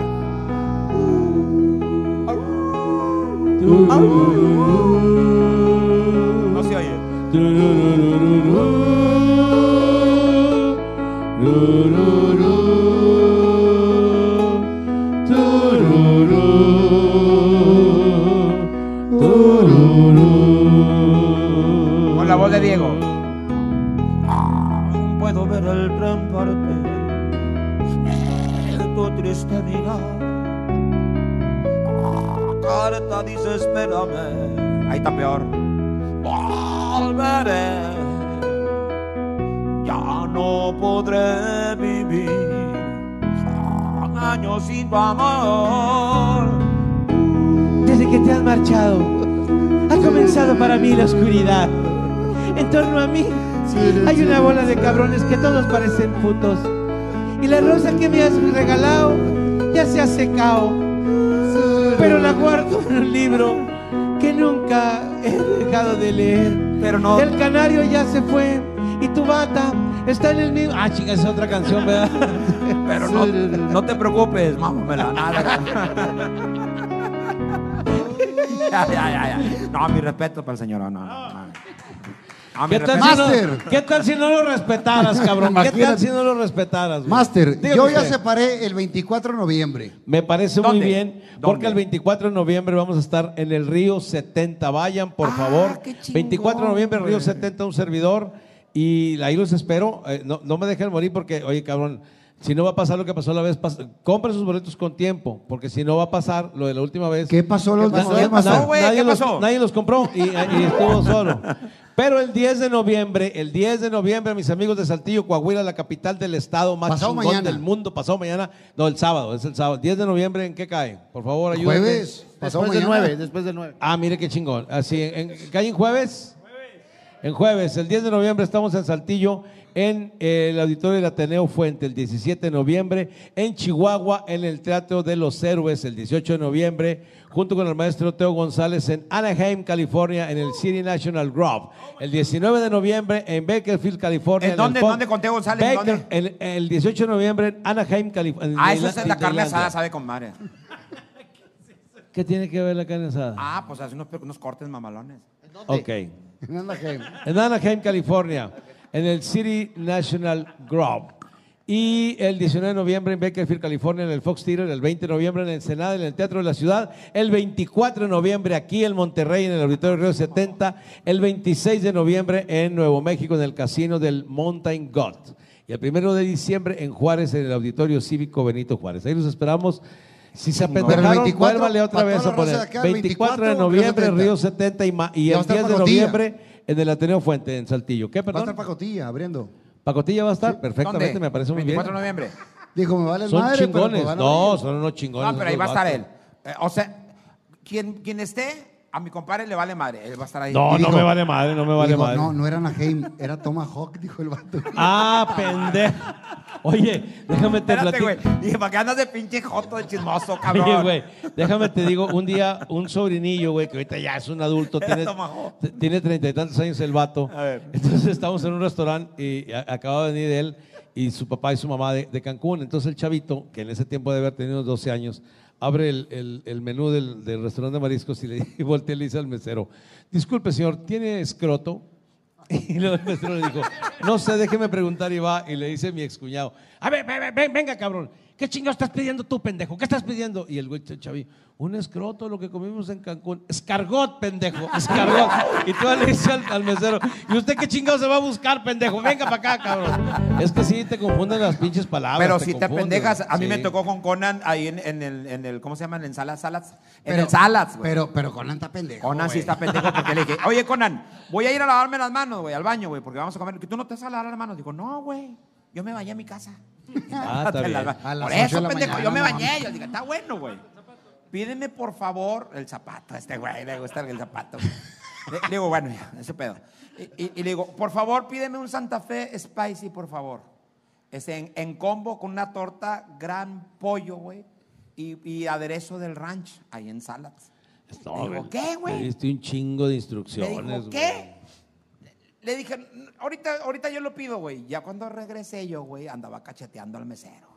No se oye. Con la voz de Diego. Aún puedo ver el plan parte de tu triste mirada. Carta dice espérame. Ahí está peor. Volveré. Ya no podré vivir. Años sin tu amor.
Desde que te has marchado, ha comenzado para mí la oscuridad. En torno a mí hay una bola de cabrones que todos parecen putos. Y la rosa que me has regalado
ya se ha secado, pero la guardo en un libro que nunca he dejado de leer.
Pero no.
El canario ya se fue y tu bata está en el mismo.
Ah, chica, es otra canción, ¿verdad?
Pero no, no te preocupes, mámamela, nada. ya, ya, ya, ya. No, mi respeto para el señor, no, no, no. no. No, mi
¿Qué tal,
respeto.
si no,
Master.
¿Qué tal si no lo respetaras, cabrón? ¿Qué tal
Imagínate.
si no lo respetaras? güey?
Master,
Dígame
yo ya
usted.
separé el 24 de noviembre.
Me parece
¿Dónde?
muy bien,
¿Dónde?
porque el 24 de noviembre vamos a estar en el Río 70. Vayan, por
Ah,
favor.
qué chingón,
24 de noviembre, Río
güey.
70, un servidor. Y ahí los espero. Eh, no, no me dejen morir porque, oye, cabrón, si no va a pasar lo que pasó la vez, pas- compren sus boletos con tiempo, porque si no va a pasar lo de la última vez.
¿Qué pasó la última
Na-
vez,
na-
Master?
pasó, güey?
nadie
¿Qué
los-
pasó?
Nadie los compró y, eh, y estuvo solo. Pero el 10 de noviembre, el 10 de noviembre, mis amigos de Saltillo, Coahuila, la capital del estado más
Pasado
chingón
mañana.
del mundo, pasado mañana, no, el sábado, es el sábado. 10 de noviembre, ¿en qué cae? Por favor, ayúdenme.
Jueves. Pasado
Después del
mañana.
9, después del 9.
Ah, mire qué chingón. Así, en, en- ¿cae en jueves? En jueves, el 10 de noviembre estamos en Saltillo, en eh, el auditorio del Ateneo Fuente, el 17 de noviembre, en Chihuahua, en el Teatro de los Héroes, el 18 de noviembre, junto con el maestro Teo González en Anaheim, California, en el City National Grove, el 19 de noviembre en Bakersfield, California.
¿En
el
dónde,
Fo-
dónde, con Teo González, en
Baker- el, el 18 de noviembre en Anaheim, California.
Ah, eso es la carne asada, sabe, compadre.
¿Qué tiene que ver la carne asada?
Ah, pues hace unos, pe- unos cortes mamalones.
ok.
Anda, gente.
en Anaheim, California, en el City National Grove. Y el 19 de noviembre en Bakersfield, California, en el Fox Theater. El 20 de noviembre en Ensenada, en el Teatro de la Ciudad. El 24 de noviembre aquí en Monterrey, en el Auditorio Río 70. El 26 de noviembre en Nuevo México, en el Casino del Mountain God. Y el 1 de diciembre en Juárez, en el Auditorio Cívico Benito Juárez. Ahí los esperamos. Si se
Pero el
apendejaron,
24,
vuélvale otra
para
vez
toda la raza
a poner.
de acá,
24 de
24,
noviembre,
Río
Río 70 y, ma- y
Y va
el
a estar
10 de
Pacotilla.
noviembre en el Ateneo Fuente, en Saltillo. ¿Qué,
Va a estar
perdón?
pacotilla abriendo.
Pacotilla va a estar
¿Dónde?
perfectamente, me parece muy
24 de
bien.
noviembre.
Dijo, me vale
Son
madre, pero
chingones.
pues van a
no,
venir.
son unos chingones.
No, Ah, pero ahí va a
esos
estar él.
vatos.
Eh, o sea, quien, quien esté, a mi compadre le vale madre. Él va a estar ahí.
No,
Y
no
dijo-
me vale madre, no me vale
Dijo,
madre.
No, no era Anaheim, era Tomahawk, dijo el vato.
Ah, pendejo. Oye, déjame te
Espérate,
platico.
güey. Dije, ¿para qué andas de pinche joto de chismoso, cabrón?
Oye, güey, déjame te digo, un día un sobrinillo, güey, que ahorita ya es un adulto, tiene,
Tomahawk.
t- tiene treinta y tantos años el vato.
A ver.
Entonces estamos en un restaurante y a- acaba de venir él y su papá y su mamá de, de Cancún. Entonces el chavito, que en ese tiempo debe haber tenido unos 12 años, abre el, el- el menú del, del restaurante de mariscos y le y voltea y le dice al mesero, disculpe señor, ¿tiene escroto? Y luego el maestro le dijo, no sé, déjeme preguntar y va. Y le dice mi excuñado, a ver, ve- ve- ve- venga, cabrón, ¿qué chingados estás pidiendo tú, pendejo? ¿Qué estás pidiendo? Y el güey, el chavillo, un escroto, lo que comimos en Cancún. Escargot, pendejo, escargot. Y tú le dices al, al mesero, ¿y usted qué chingados se va a buscar, pendejo? Venga para acá, cabrón. Es que sí, te confunden las pinches palabras.
Pero si te
confunden.
pendejas, a mí me
Sí.
tocó con Conan ahí en, en el, en el, ¿cómo se llaman? En Salas, Salas. En
Pero-
el Salas, güey.
Pero, pero Conan está pendejo.
Conan sí
güey.
está pendejo porque le dije, oye, Conan, voy a ir a lavarme las manos, güey, al baño, güey, porque vamos a comer. ¿Tú no te vas a lavar las manos? Digo, no, güey, yo me bañé a mi casa.
Ah, está bien.
A las
Por
ocho de
eso,
la
pendejo,
mañana,
yo me
no
bañé.
mames.
Yo digo, está bueno, güey. Pídeme, por favor, el zapato. A este güey le gusta el zapato. Le, le digo, bueno, ya, ese pedo. Y, y- y le digo, por favor, pídeme un Santa Fe Spicy, por favor. Este, en, en combo con una torta, gran pollo, güey. Y, y aderezo del ranch, ahí en salads.
No,
Le digo, ¿qué, güey?
Me diste un chingo de
Le
instrucciones.
dijo,
güey.
¿qué? Le dije, "N- ahorita, ahorita yo lo pido, güey. Ya cuando regresé yo, güey, andaba cacheteando al mesero.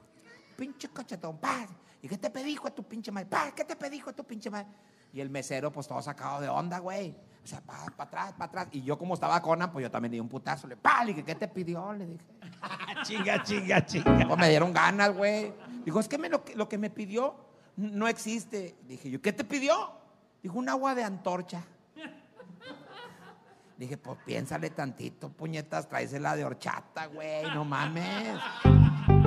Pinche cachetón, paz. ¿Y qué te pedí, hijo de tu pinche madre? Paz, ¿qué te pedí, hijo de tu pinche madre? Y el mesero, pues todo sacado de onda, güey. O sea, para atrás, para atrás. Y yo, como estaba Conan, pues yo también le di un putazo. Le, pa, le dije, ¿qué te pidió? Le dije.
Chinga, chinga, chinga.
Pues me dieron ganas, güey. Dijo, es que, me lo, que lo que me pidió n- no existe. Dije, yo, ¿qué te pidió? Dijo, un agua de antorcha. Dije, pues piénsale tantito, puñetas, tráesela de horchata, güey, no mames.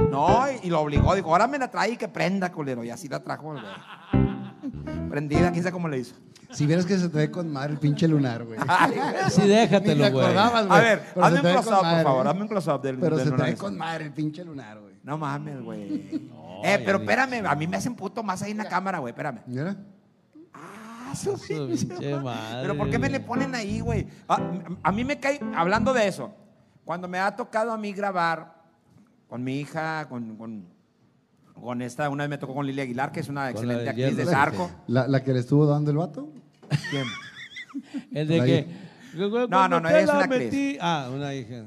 No, y, y lo obligó, dijo, ahora me la trae y que prenda, culero. Y así la trajo, güey. Prendida, quién sabe cómo le hizo.
Si vieras que se te ve con madre el pinche lunar, güey.
Ay, güey.
Sí,
Ni
déjatelo,
te
güey.
acordabas, güey.
A ver,
Pero
hazme
se te
un
ve con
close-up, por
madre,
favor,
güey.
hazme un close-up del-
Pero
del
se te
lunar
ve
ese.
con madre el pinche lunar, güey.
No mames, güey.
ya
eh, pero
vi.
espérame, a mí me hacen puto más ahí en la cámara, güey, espérame.
Mira.
Su
Su
pinche
pinche
madre.
madre,
Pero ¿por qué me le
güey.
ponen ahí, güey? A, a mí me cae, hablando de eso, cuando me ha tocado a mí grabar con mi hija, con, con-
Con esta, una vez me tocó con Lilia Aguilar, que es una
Con la
excelente
de
actriz de
hierro.
Zarco.
¿La, la que le estuvo dando el vato?
El de
La
que.
hija.
No, no, no, ella es una actriz.
metí- Ah, una hija.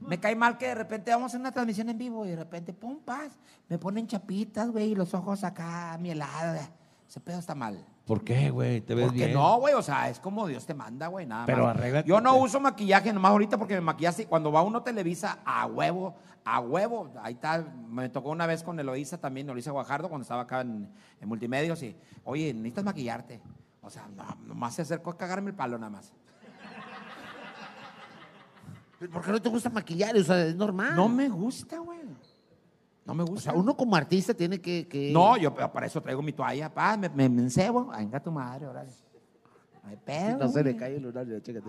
Me cae mal que de repente vamos a una transmisión en vivo y de repente, pum, paz, me ponen chapitas, güey, y los ojos acá mieladas. Ese pedo está mal.
¿Por qué, güey? Te ves
Porque
Pues bien.
no, güey, o sea, es como Dios te manda, güey, nada
Pero
más.
arréglate.
Yo no uso maquillaje nomás ahorita porque me maquillaste. Cuando va uno a Televisa, a huevo, a huevo. Ahí está, me tocó una vez con Eloísa también, Eloísa Guajardo, cuando estaba acá en, en Multimedios y, oye, necesitas maquillarte. O sea, no, nomás se acercó a cagarme el palo nada más.
Pero ¿Por qué no te gusta maquillar? O sea, es normal.
No me gusta, güey. No me
Ah. O
gusta.
sea, uno como artista tiene que. que-
No, yo pa- para eso traigo mi toalla, pa, me, me, me encebo. Ay, venga tu madre, órale. No hay pedo.
No se le
güey.
cae el horario, chécate.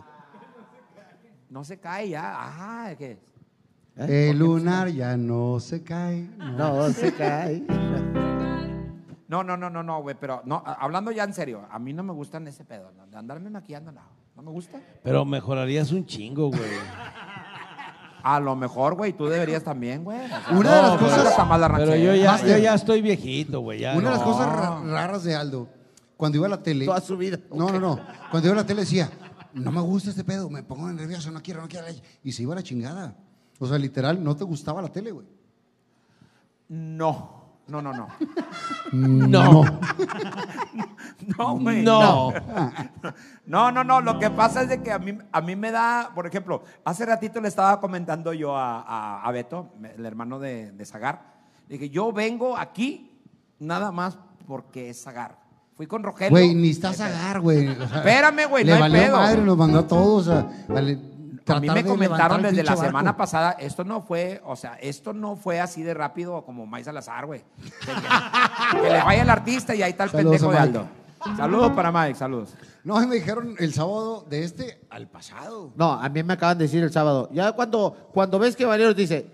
No se cae ya. Ajá, ¿qué? ¿Eh?
El lunar ya no se cae. no.
No se cae.
No, no, no, no, no, güey, pero no, a- hablando ya en serio, a mí no me gustan ese pedo, no, de andarme maquillando, no, no me gusta.
Pero mejorarías un chingo, güey.
A lo mejor, güey, tú deberías también, güey. o sea,
Una de las
pero
cosas-
está mal la
Pero
ranchera.
yo ya,
Master.
yo ya estoy viejito, güey. ya
Una de las
no.
cosas ra- raras de Aldo, cuando iba a la tele.
Toda su vida.
No, no, no. Cuando iba a la tele decía, no me gusta este pedo, me pongo nervioso, no quiero, no quiero. Y se iba a la chingada. O sea, literal, no te gustaba la tele, güey.
No, no, no, no.
No.
No, güey.
No.
No, no, no. Lo que pasa es de que a mí, a mí me da, por ejemplo, hace ratito le estaba comentando yo a, a- a Beto, me- el hermano de, de Zagar. Le dije, yo vengo aquí nada más porque es Zagar. Fui con Rogelio.
Güey, ni estás a agar, güey. O sea,
Espérame, güey,
Le
no hay
valió
pedo.
madre, nos mandó a todos a, a le-
A
tratar
mí
de
me comentaron
levantar el
desde la
pinche
semana
barco.
pasada, esto no fue, o sea, esto no fue así de rápido como Mais Salazar, güey. Que, que le vaya el artista y ahí está el
Saludos
pendejo de
a
Aldo. Saludos para Mike, saludos.
No, y me dijeron el sábado de este al pasado.
No, a mí me acaban de decir el sábado. Ya cuando, cuando ves que Valerio te dice,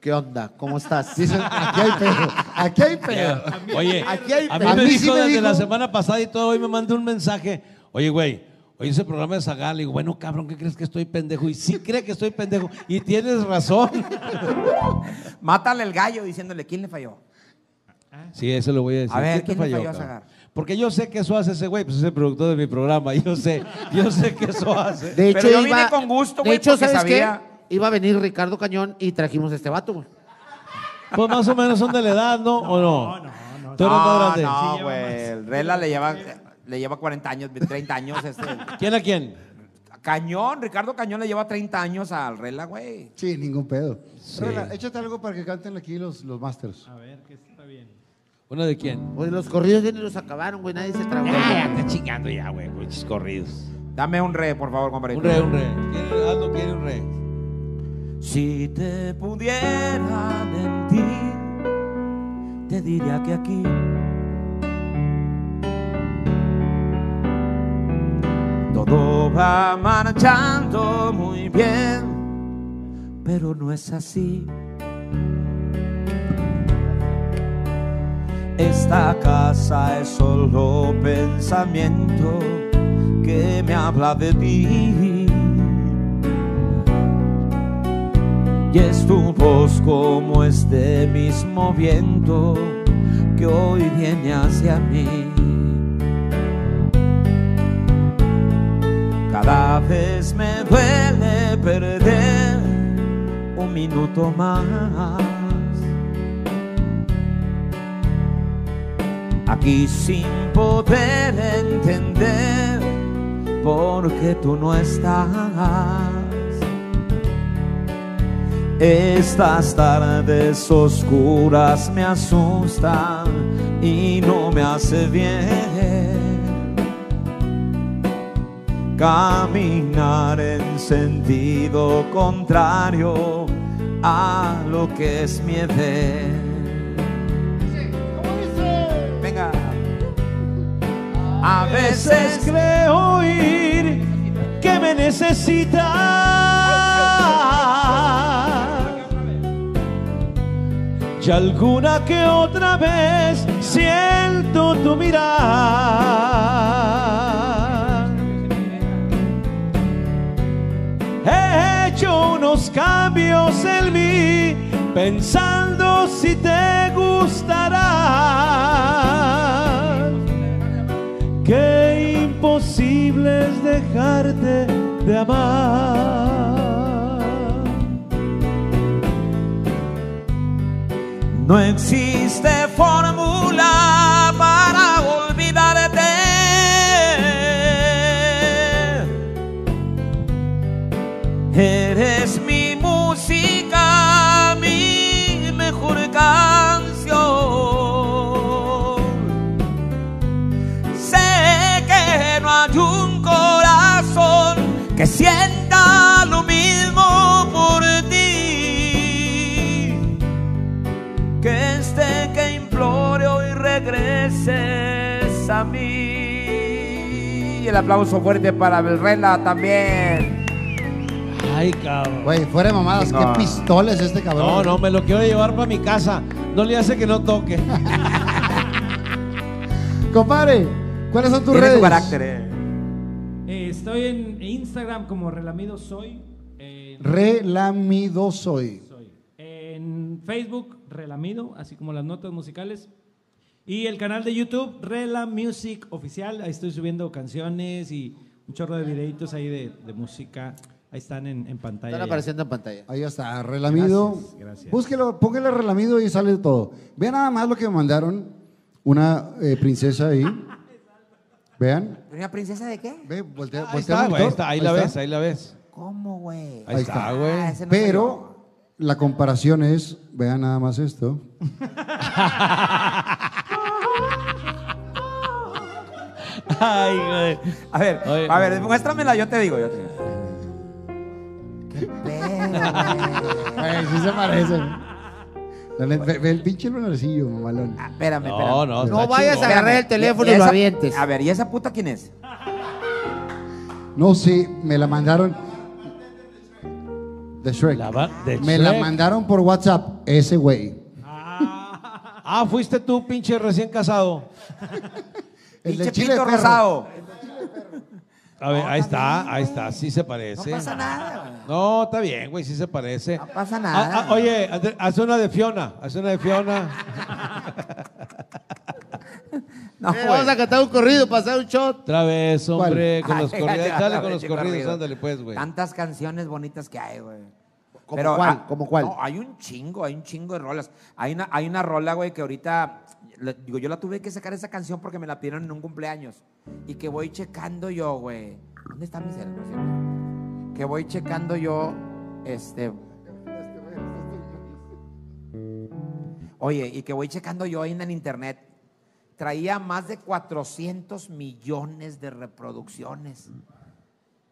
¿qué onda? ¿Cómo estás?
Dicen, aquí hay pedo, aquí hay pedo.
Oye,
Aquí hay-
a mí
a
me
mí sí
dijo
me
desde
dijo-
la semana pasada y todo, hoy me mandó un mensaje. Oye, güey, hoy ese programa de Zagal. Le digo, bueno, cabrón, ¿qué crees que estoy pendejo? Y sí cree que estoy pendejo. Y tienes razón.
Mátale el gallo diciéndole quién le falló.
Sí, eso lo voy a decir.
A ver,
te
¿quién le falló a
cabrón?
Zagar?
Porque yo sé que eso hace ese güey, pues es el productor de mi programa. Yo sé, yo sé que eso hace.
De
Pero yo vine con gusto, güey,
De hecho,
porque
¿sabes
sabía-
qué? Iba a venir Ricardo Cañón y trajimos a este vato, güey.
Pues más o menos son de la edad, ¿no? ¿O no?
No, no, no.
Tú eres más
No,
grande.
no, güey. el Rela le lleva, le lleva 40 años, 30 años. Este.
¿Quién a quién?
Cañón, Ricardo Cañón le lleva 30 años al Rela, güey.
Sí, ningún pedo. Rela, échate algo para que canten aquí los, los masters.
A ver, que está bien.
¿Uno de quién?
Oye, los corridos ya ni los acabaron, güey. Nadie se tragó.
está chingando Ah, ya, güey, muchos corridos.
Dame un re, por favor, compadre.
Un re, un re. ¿Quién- Aldo quiere un re.
Si te pudiera mentir, te diría que aquí todo va marchando muy bien, pero no es así. Esta casa es solo pensamiento que me habla de ti. Y es tu voz como este mismo viento que hoy viene hacia mí. Cada vez me duele perder un minuto más. Aquí sin poder entender por qué tú no estás. Estas tardes oscuras me asustan y no me hace bien caminar en sentido contrario a lo que es mi edad. Venga. A veces
creo oír que me necesitas. Y alguna que otra vez siento tu mirar. He hecho unos cambios en mí
pensando si te gustará. Qué imposible es dejarte de amar.
No existe fórmula para olvidarte. Eres mi música, mi mejor canción. Sé que no hay un corazón que sienta lo mismo por ti que este que implore hoy regreses a mí.
Y el aplauso fuerte para Belrela también.
Ay, cabrón.
Güey, fuera de mamadas,
No.
qué pistoles este cabrón.
No, no, me lo quiero llevar para mi casa. No le hace que no toque.
Compadre, ¿cuáles son tus
Tiene
redes?
su carácter, eh.
Eh, estoy en Instagram como Relamido Soy. eh,
Relamido soy.
soy. En Facebook, Relamido, así como las notas musicales. Y el canal de YouTube, Rela Music Oficial. Ahí estoy subiendo canciones y un chorro de videitos ahí de, de música. Ahí están en, en pantalla. ya.
Están apareciendo en pantalla.
Ahí está, relamido.
Gracias, gracias.
Búsquelo, póngale relamido y sale todo. Vean nada más lo que me mandaron. Una eh, princesa ahí. Vean.
¿Una princesa de qué?
Ve, voltea,
Ahí
voltea
está,
al
güey.
monitor.
está, ahí
pues, Ahí
la
está.
ves, ahí la ves.
¿Cómo, güey?
Ahí,
Ahí
está,
está.
güey.
Ah, ese no soy yo.
Pero la comparación es, vean nada más esto.
Ay, güey.
A ver,
Oye.
a ver, muéstramela, yo te digo, yo te digo. Ah.
Güey, sí se parecen. La neta, ve, ve el pinche lunarcillo, mamalón.
Ah, espérame,
No,
espérame.
no,
No
está
vayas a
chingón.
agarrar el teléfono y lo
esa-
avientes.
A ver, ¿y esa puta quién es?
No, sí, me la mandaron. De Shrek.
La va- de
me la
Shrek.
mandaron por WhatsApp, ese güey.
Ah, fuiste tú, pinche recién casado.
El
Pinche
de Chile de
pito
Perro.
rosado.
A ver, ahí está, ahí está, sí se parece.
No pasa nada.
No, está bien, güey, sí se parece.
No pasa
Ah,
nada.
ah, oye, haz- haz una de Fiona, haz una de Fiona.
No, pues.
Eh, vamos a
güey.
cantar un corrido, pasar un shot.
Otra vez, hombre,
¿Cuál?
con los
Ay,
corridos.
ya,
Dale
ya,
con los
pinche
corridos,
corrido.
ándale pues, güey.
Tantas canciones bonitas que hay, güey.
¿Cómo cuál?
ah,
¿Cómo cuál?
No, hay un chingo, hay un chingo de rolas. Hay una, hay una rola, güey, que ahorita, le- digo, yo la tuve que sacar esa canción porque me la pidieron en un cumpleaños. Y que voy checando yo, güey. ¿Dónde está mi celular? cierto? Que voy checando yo, este... Oye, y que voy checando yo ahí en el internet. Traía más de 400 millones de reproducciones.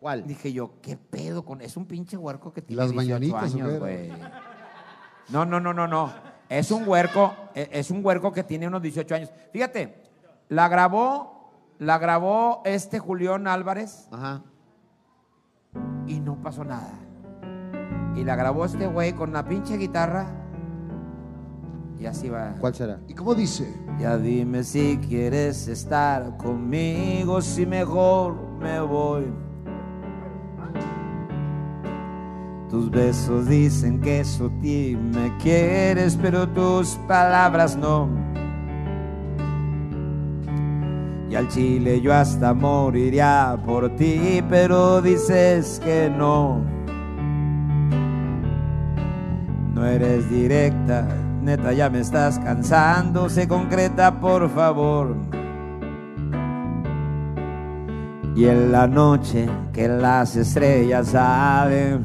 ¿Cuál?
Dije yo, ¿qué pedo con.? Es un pinche huerco que tiene.
Las
18
mañanitas, ¿o qué
años,
era?
güey. No, no, no, no, no. Es un huerco, e- es un huerco que tiene unos 18 años. Fíjate, la grabó, la grabó este Julián Álvarez
Ajá.
y no pasó nada. Y la grabó este güey con la pinche guitarra y así va.
¿Cuál será?
¿Y cómo dice?
Ya dime si quieres estar conmigo, si mejor me voy. Tus besos dicen que eso ti me quieres, pero tus palabras no. Y al chile yo hasta moriría por ti, pero dices que no. No eres directa, neta ya me estás cansando, sé concreta por favor. Y en la noche que las estrellas salen,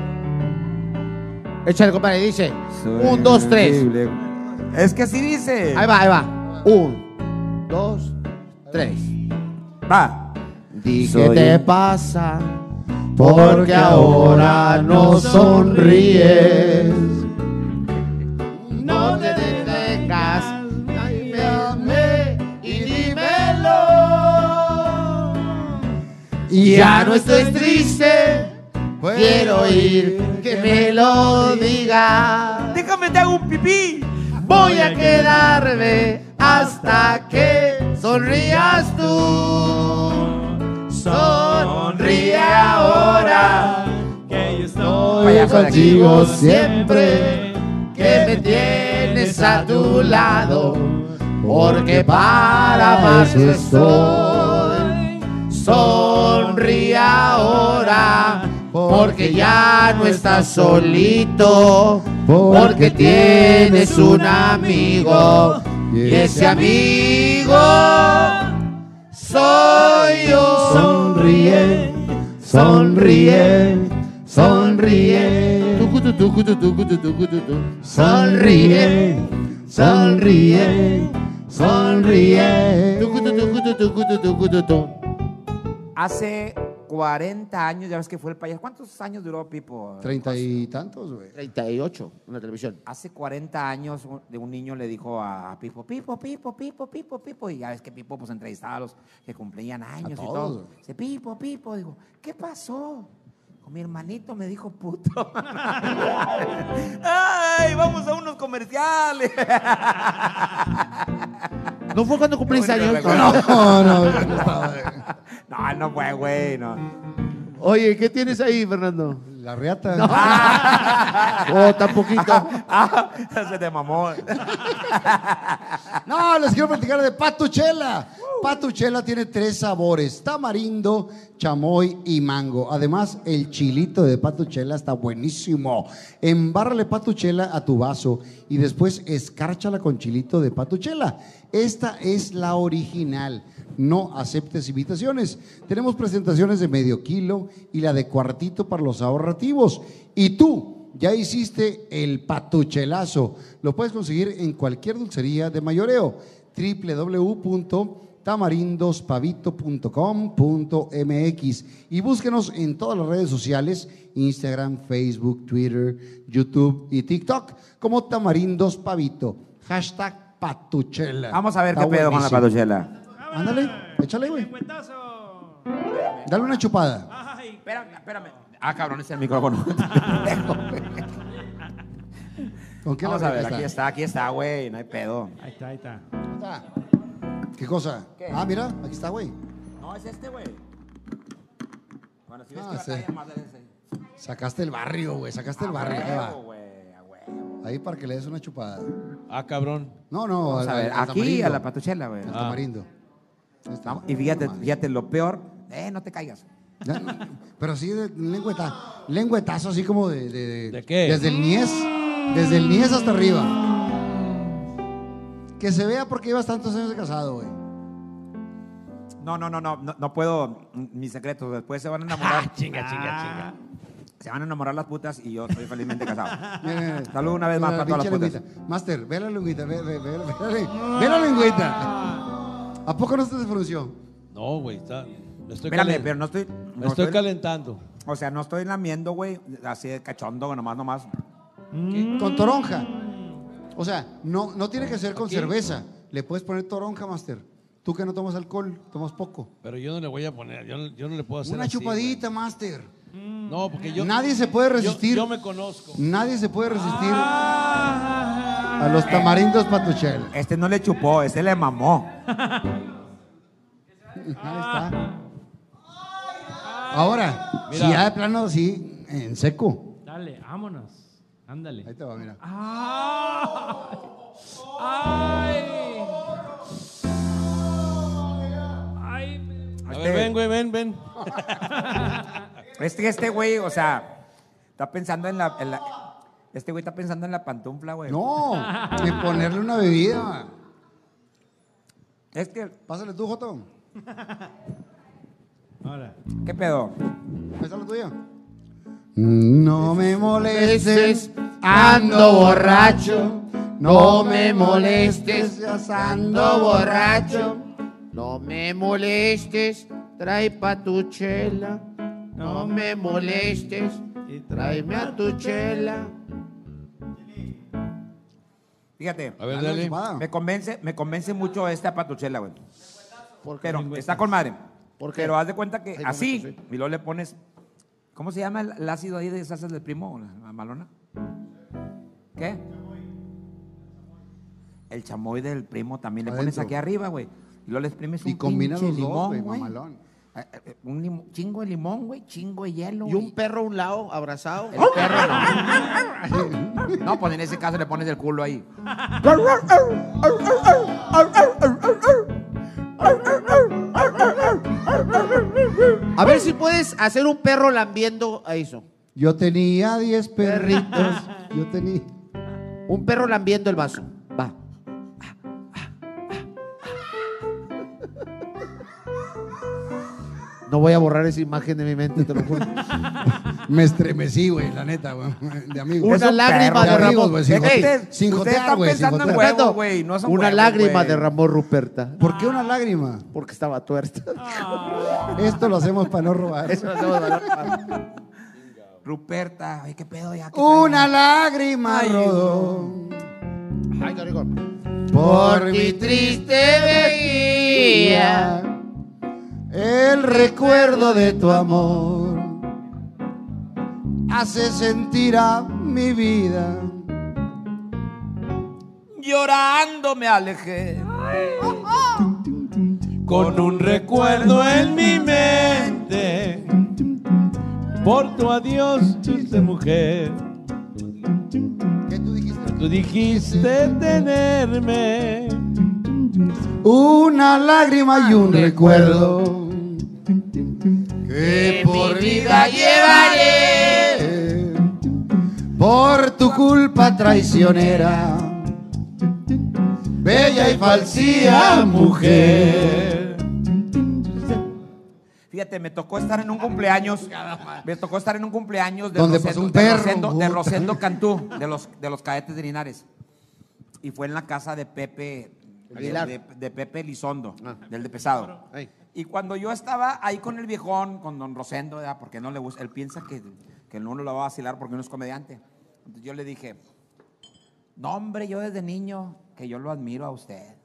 Échale, compadre, dice.
Soy
un, dos, tres.
horrible. Es que así dice.
Ahí va, ahí va. Un, dos, tres.
Va.
Dije
Soy
te
un-
pasa porque ahora no sonríes. No te detengas, ay, me Y ya no estoy triste. Quiero ir, que me lo diga.
Déjame, te hago un pipí.
Voy a quedarme hasta que sonrías tú. Sonríe ahora.
Que yo
Estoy
estoy
contigo siempre que me tienes a tu lado, porque para más estoy. Sonríe ahora, porque ya no estás solito, porque tienes un amigo y ese amigo soy yo. Sonríe, sonríe, sonríe. Tucu, tu, tucu, tu, tucu, tu, tucu, tu, tu. Sonríe, sonríe, sonríe. Tucu, tu, tucu, tu, tucu, tu, tucu, tu, tu.
Hace 40 años, ya ves que fue el payaso. ¿Cuántos años duró Pipo?
Treinta y tantos, güey.
38, una televisión.
Hace 40 años un- de un niño le dijo a Pipo, Pipo, Pipo, Pipo, Pipo, Pipo. Y ya ves que Pipo pues entrevistaba a los que cumplían años y
todos,
todo.
güey.
Dice, Pipo, Pipo. Digo, ¿qué pasó? Dijo, Mi hermanito me dijo puto. ¡Ay, vamos a unos comerciales!
¿No fue cuando cumplís años?
No, no, no estaba, güey.
No, no fue, güey, no.
Oye, ¿qué tienes ahí, Fernando?
La reata.
Oh, tan poquito.
Ah, se te mamó.
No, les quiero platicar de Patuchela. Patuchela tiene tres sabores: tamarindo, chamoy y mango. Además, el chilito de Patuchela está buenísimo. Embárrale Patuchela a tu vaso y después escárchala con chilito de Patuchela. Esta es la original. No aceptes invitaciones. Tenemos presentaciones de medio kilo y la de cuartito para los ahorrativos. Y tú. Ya hiciste el patuchelazo. Lo puedes conseguir en cualquier dulcería de mayoreo. www.tamarindospavito.com.mx y búsquenos en todas las redes sociales, Instagram, Facebook, Twitter, YouTube y TikTok como Tamarindos Pavito. Hashtag patuchela.
Vamos a ver
Está
qué pedo con la
buenísimo.
paduchela.
Ándale, échale, güey.
Cuentazo.
Dale una chupada.
Ay,
Espérame, espérame. Ah, cabrón, ese es el micrófono.
¿Con qué
Vamos
la
a ver,
abres?
aquí está, aquí está, güey, no hay pedo.
ahí está, ahí está.
Ah, ¿Qué cosa? Ah, mira, aquí está, güey.
No, es este, güey. Bueno, si ves
Ah,
que
sí.
batalla, más de ese.
Sacaste el barrio, güey. Sacaste el
A
barrio. ahí va.
Ah, huevo, güey, a huevo.
Ahí para que le des una chupada.
Ah, cabrón.
No, no,
Vamos
al-
a ver,
al
aquí
tamarindo,
a la patuchela, güey.
Ah.
al tamarindo. Ahí está.
Vamos, Y fíjate, fíjate, lo peor, eh, no te caigas.
Ya, no, Pero sí, de- lengüeta, lengüetazo así como de, de,
¿De qué?
Desde el niés, desde el niés hasta arriba. Que se vea porque llevas tantos años de casado, güey.
No, no, no, no, no, no puedo, mm, mis secretos, después se van a enamorar. Ah,
Chinga, chinga,
Se van a enamorar las putas y yo estoy felizmente casado.
Mira, mira, mira.
Salud una vez
Mira
más
la
para todas
pinche
las putas.
lengüita. Master, ve la lengüita, ve, ve, ve, ve, ve, ve la lengüita.
Ah.
¿A poco no se te frunció?
chinga. No, güey, está. Me estoy,
Espérame,
calen-
pero no estoy.
me
no
estoy calentando.
O sea, no estoy lamiendo, güey, así de cachondo, güey, nomás, nomás.
Mm.
Con toronja. O sea, no, no tiene que ser con cerveza. Le puedes poner toronja, Master. Tú que no tomas alcohol, tomas poco.
Pero yo no le voy a poner, yo no, yo no le puedo hacer
Una
así,
chupadita, Master.
güey. No, porque yo.
Nadie se puede
yo-
resistir.
Yo, me conozco.
Nadie se puede resistir
Ah.
a los tamarindos patuchel.
Este no le chupó, este le mamó.
Ahí está. Ahora,
Mira.
si ya de plano así, en seco.
Dale, vámonos. Ándale.
Ahí te va, mira.
¡Ah! ¡Ay! ¡Ay! me-
A
Este-
ver, ven, güey, ven, ven.
Este, este güey, o sea, está pensando en la. en la- este güey está pensando en la pantufla, güey.
No, de ponerle una bebida.
Es que,
Pásale tú, Joto.
Ahora.
¿qué pedo?
Ahí está la tuya. No me molestes, ando borracho.
No me molestes, ando borracho. No me molestes, trae pa' tu chela. No me molestes, tráeme a tu chela.
Fíjate,
A ver,
Dale una
dale.
chupada.
me convence, me convence mucho esta patuchela, güey.
Porque
Pero está con madre.
¿Por qué?
Pero haz de cuenta que
Ay, no me
así,
puse.
y luego le pones. ¿Cómo se llama el, el ácido ahí de salsas del primo? ¿La malona? ¿Qué? El chamoy del primo también le pones
Adentro.
aquí arriba, güey. Y luego le exprimes un
Y combina
pinche
los dos,
limón,
güey,
güey.
mamalón.
Eh, eh, Un limo- chingo de limón, güey, chingo de hielo.
Y un
güey.
perro a un lado, abrazado.
El perro no. No, pues en ese caso le pones el culo ahí.
A ver si puedes hacer un perro lambiendo a eso.
Yo tenía 10 perritos. Yo tenía.
Un perro lambiendo el vaso. Va. No voy a borrar esa imagen de mi mente, te lo juro.
Me estremecí, güey, la neta, güey. De amigos.
Una
perro.
lágrima de
De amigos,
Ramón.
güey, sin
Ey,
jotear,
ustedes-
sin
ustedes
jotear,
están
güey, sin
pensando en
jotear.
Huevo, güey, no son
Una
huevos,
lágrima
güey.
de Ramón Ruperta,
¿Por qué una lágrima?
porque estaba tuerta.
Esto lo hacemos para no robar.
Eso lo hacemos de Ramón.
Ruperta, ay, qué pedo ya. qué
Una
traigo.
lágrima
Ay,
rodó
Ay, qué rico.
por mi
triste veía.
tía. El recuerdo de tu amor hace sentir a mi vida.
Llorando me alejé.
Con un recuerdo en mi mente. Por tu adiós, dulce mujer.
¿Qué tú dijiste?
Tú dijiste tenerme.
Una lágrima y un Ah, recuerdo que por vida llevaré. Por tu culpa traicionera, bella y falsía mujer.
Fíjate, me tocó estar en un cumpleaños. Me tocó estar en un cumpleaños de
Donde
Rosendo,
pasó un
de
perro,
Rosendo- de
puta.
Rosendo Cantú, de los, de los cadetes de Linares. Y fue en la casa de Pepe, de,
Aguilar.
de- de Pepe Lizondo,
Ah.
del de Pesado.
Ay.
Y cuando yo estaba ahí con el viejón, con don Rosendo, ¿verdad? porque no le gusta, él piensa que, que no lo va a vacilar porque uno es comediante. Entonces yo le dije, no hombre, yo desde niño, que yo lo admiro a usted.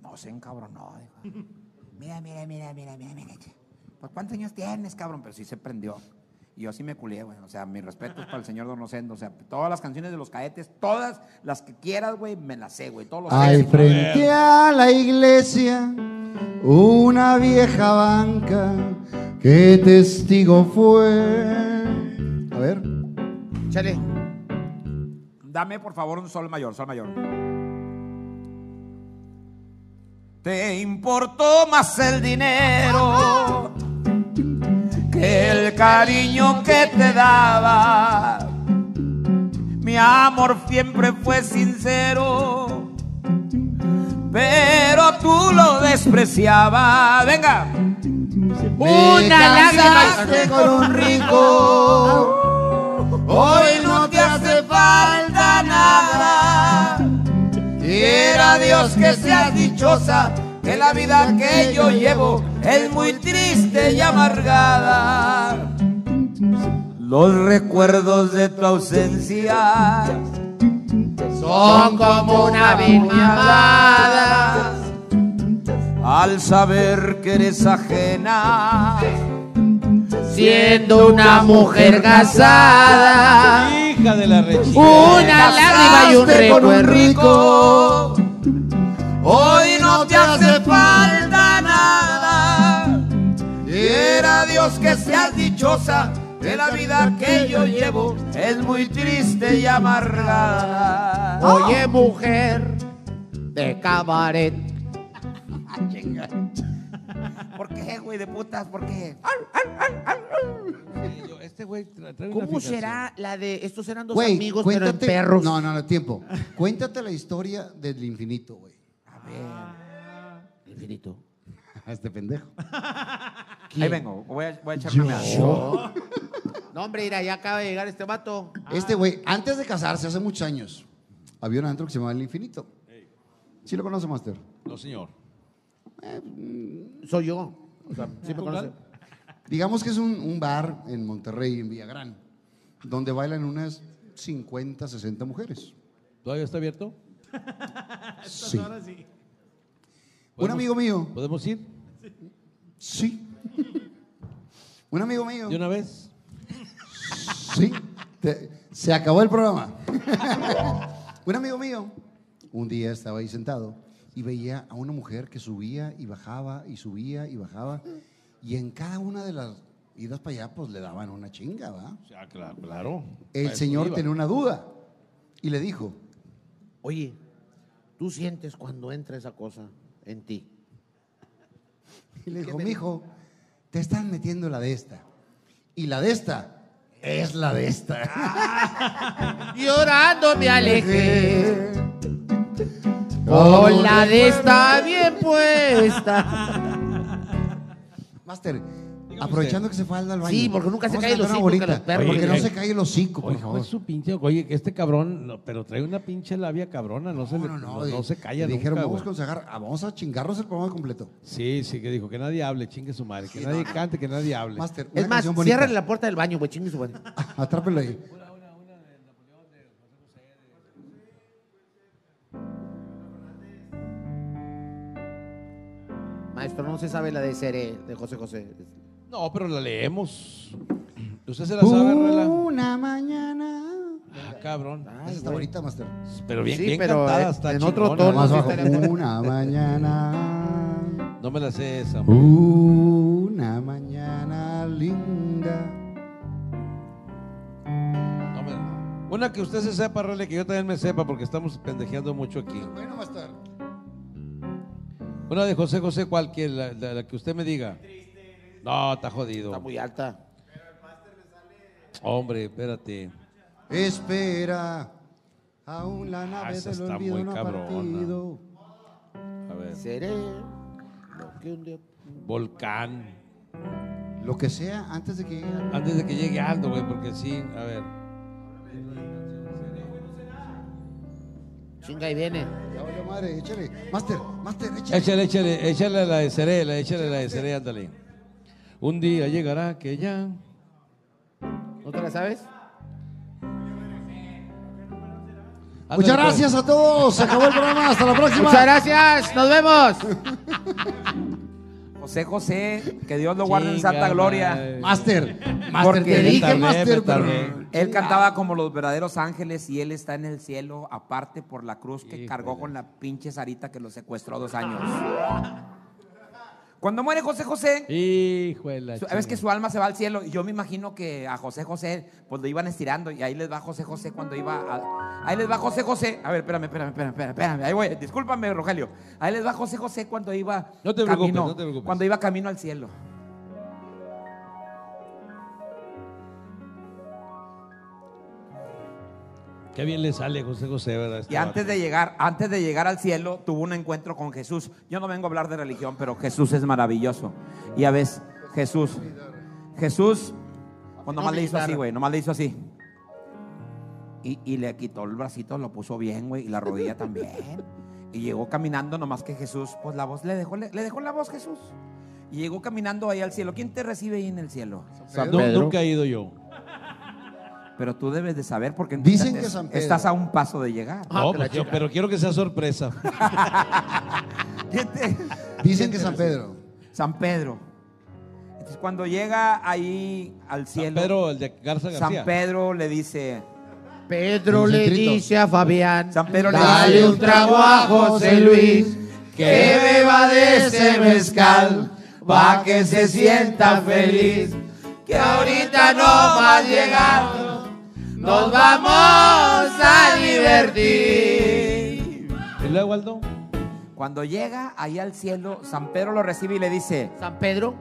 No se encabronó, dijo. Mira, mira, mira, mira, mira, mira. Pues cuántos años tienes, cabrón, pero sí se prendió. Y yo así me culé, güey. O sea, mis respetos para el señor Don Rosendo. O sea, todas las canciones de los cadetes, todas las que quieras, güey, me las sé, güey. Todos los
Hay
éxitos.
frente a la iglesia una vieja banca que testigo fue. A ver.
Chale.
Dame, por favor, un sol mayor, sol mayor. Te importó más el dinero que el cariño que te daba. Mi amor siempre fue sincero, pero tú lo despreciabas. Venga.
Me
lágrima
casaste con un rico.
Hoy no te hace falta nada. Quiera Dios que seas dichosa, que la vida que yo llevo es muy triste y amargada. Los recuerdos de tu ausencia son como una viñada. Al saber que eres ajena,
Siendo una mujer casada.
Hija de la rechina.
Una lágrima y un
Casaste con un
recuerdo.
rico. Hoy no te hace falta nada. Quiera Dios que seas dichosa, que la vida que yo llevo es muy triste y amargada.
Oye, mujer de cabaret.
¿Por qué, güey de putas? ¿Por qué?
Este güey tra- trae una
¿Cómo
fijación.
será la de estos eran dos
Güey,
amigos pero en
cuéntate.
perros?
No, no, no, tiempo. Cuéntate la historia del infinito, güey.
Infinito.
A este pendejo.
Ahí vengo, voy a, voy a echarme
Yo.
una.
No, hombre, mira, ya acaba de llegar este vato.
Este güey, antes de casarse, hace muchos años, había un antro que se llamaba El Infinito. ¿Sí lo conoce, Master?
No, señor.
Soy yo. O sea, sí me conoce.
Digamos que es un, un bar en Monterrey, en Villagrán, donde bailan unas 50, 60 mujeres.
¿Todavía está abierto?
Sí.
Ahora sí.
Un amigo mío,
¿Podemos ir?
Sí. Un amigo mío.
¿De una vez?
Sí. Te- se acabó el programa. un amigo mío un día estaba ahí sentado y veía a una mujer que subía y bajaba y subía y bajaba. Y en cada una de las idas para allá, pues le daban una chinga, ¿va?
Ah, claro. claro.
El
Para eso
señor
iba.
tenía una duda y le dijo,
Oye, ¿tú sientes cuando entra esa cosa en ti?
y le dijo, mijo, te están metiendo la de esta. Y la de esta es la de esta.
Llorando me alejé.
Oh,
Con Oh, la de esta bien pues, puesta.
Master, aprovechando que se fue al baño.
Sí, porque nunca se
vamos a
cae el
cantar una
hocico que
bolita,
los perros.
Porque no
Oye,
se cae los hocico, por
Oye,
favor.
pues, su pinche, oye, que este cabrón, no, pero trae una pinche labia cabrona, no se, le-
No, no, no,
no-
di-
no se calla
le
nunca,
Dijeron, vamos,
güey.
con Sagar, ah, vamos a chingarnos el programa completo.
Sí, sí, que dijo, que nadie hable, chingue su madre, que nadie cante, que nadie hable.
Master, una
Es más,
canción bonita.
cierren la puerta del baño, güey, chingue su madre.
Atrápelo ahí.
Maestro, no se sabe la de Cere, de José José.
No, pero la leemos. ¿Usted se la
Uh.
sabe, Rela?
Una mañana.
Ah, cabrón.
Esa está bonita, Master.
Pero bien,
Sí,
bien
pero,
cantada,
eh,
está
en otro
chingona,
tono,
güey.
Más
sí
bajo.
estaría bueno.
Una mañana.
No me la sé esa. güey.
Una mañana linda.
No me- Una que usted se sepa, Rela, que yo también me sepa, porque estamos pendejeando mucho aquí.
Bueno, Master.
Una de José José, ¿cuál? que La, la- la que usted me diga. No, está jodido.
Está muy alta.
Hombre, espérate.
Espera. Aún la nave
Ah, esa
del
está
olvido
muy
no ha
cabrona.
partido.
A ver.
Seré lo que un día.
Volcán.
Lo que sea, antes de que llegue. la-
Antes de que llegue Aldo, güey, porque sí, a ver.
Chinga y viene.
Ya valió madre, échale. Master, Master, échale.
Échale, échale, échale la de Cerela, échale la de Cerela, ándale. Un día llegará que ya.
¿No te la sabes?
pues.
Muchas gracias a todos. Se acabó el programa. Hasta la próxima.
Muchas gracias. Nos vemos.
José José, que Dios lo guarde en santa gloria.
Master, Master,
Porque
te dije,
tardé, me
Master,
tardé.
pero-
Él cantaba como los verdaderos ángeles y él está en el cielo, aparte por la cruz que cargó con la pinche Sarita que lo secuestró dos años. Cuando muere José José,
Hijo de la
Su- Ves que
chingada.
su alma se va al cielo. Y yo me imagino que a José José, pues lo iban estirando. Y ahí les va José José cuando iba a. Ahí les va José José. A ver, espérame, espérame, espérame, espérame. espérame. Ahí voy. Discúlpame, Rogelio. Ahí les va José José cuando iba.
No te preocupes, no te preocupes.
Cuando iba camino al cielo.
Qué bien le sale a José José, ¿verdad? Este
Y antes
vato.
de llegar, antes de llegar al cielo, tuvo un encuentro con Jesús. Yo no vengo a hablar de religión, pero Jesús es maravilloso. Y a veces, Jesús. Jesús, pues nomás le hizo así, güey, nomás le hizo así. Y, y le quitó el bracito, lo puso bien, güey, y la rodilla también. Y llegó caminando, nomás que Jesús, pues la voz, le dejó, le, le dejó la voz Jesús. Y llegó caminando ahí al cielo. ¿Quién te recibe ahí en el cielo?
Nu- Nunca he ido yo.
Pero tú debes de saber porque
Dicen que San Pedro.
estás a un paso de llegar.
no, pues yo- pero quiero que sea sorpresa.
¿Quién te-
Dicen que San Pedro.
San Pedro. Entonces cuando llega ahí al cielo,
Pero el de Garza
San
García.
Pedro le dice,
Pedro
Con
le
citrito.
dice a Fabián:
San Pedro le
Dale
dice-
un trago a José Luis. Que beba de ese mezcal. Pa' que se sienta feliz. Que ahorita no más llegando. Nos vamos a divertir.
¿Y luego Aldo?
cuando llega ahí al cielo, San Pedro lo recibe y le dice,
San Pedro.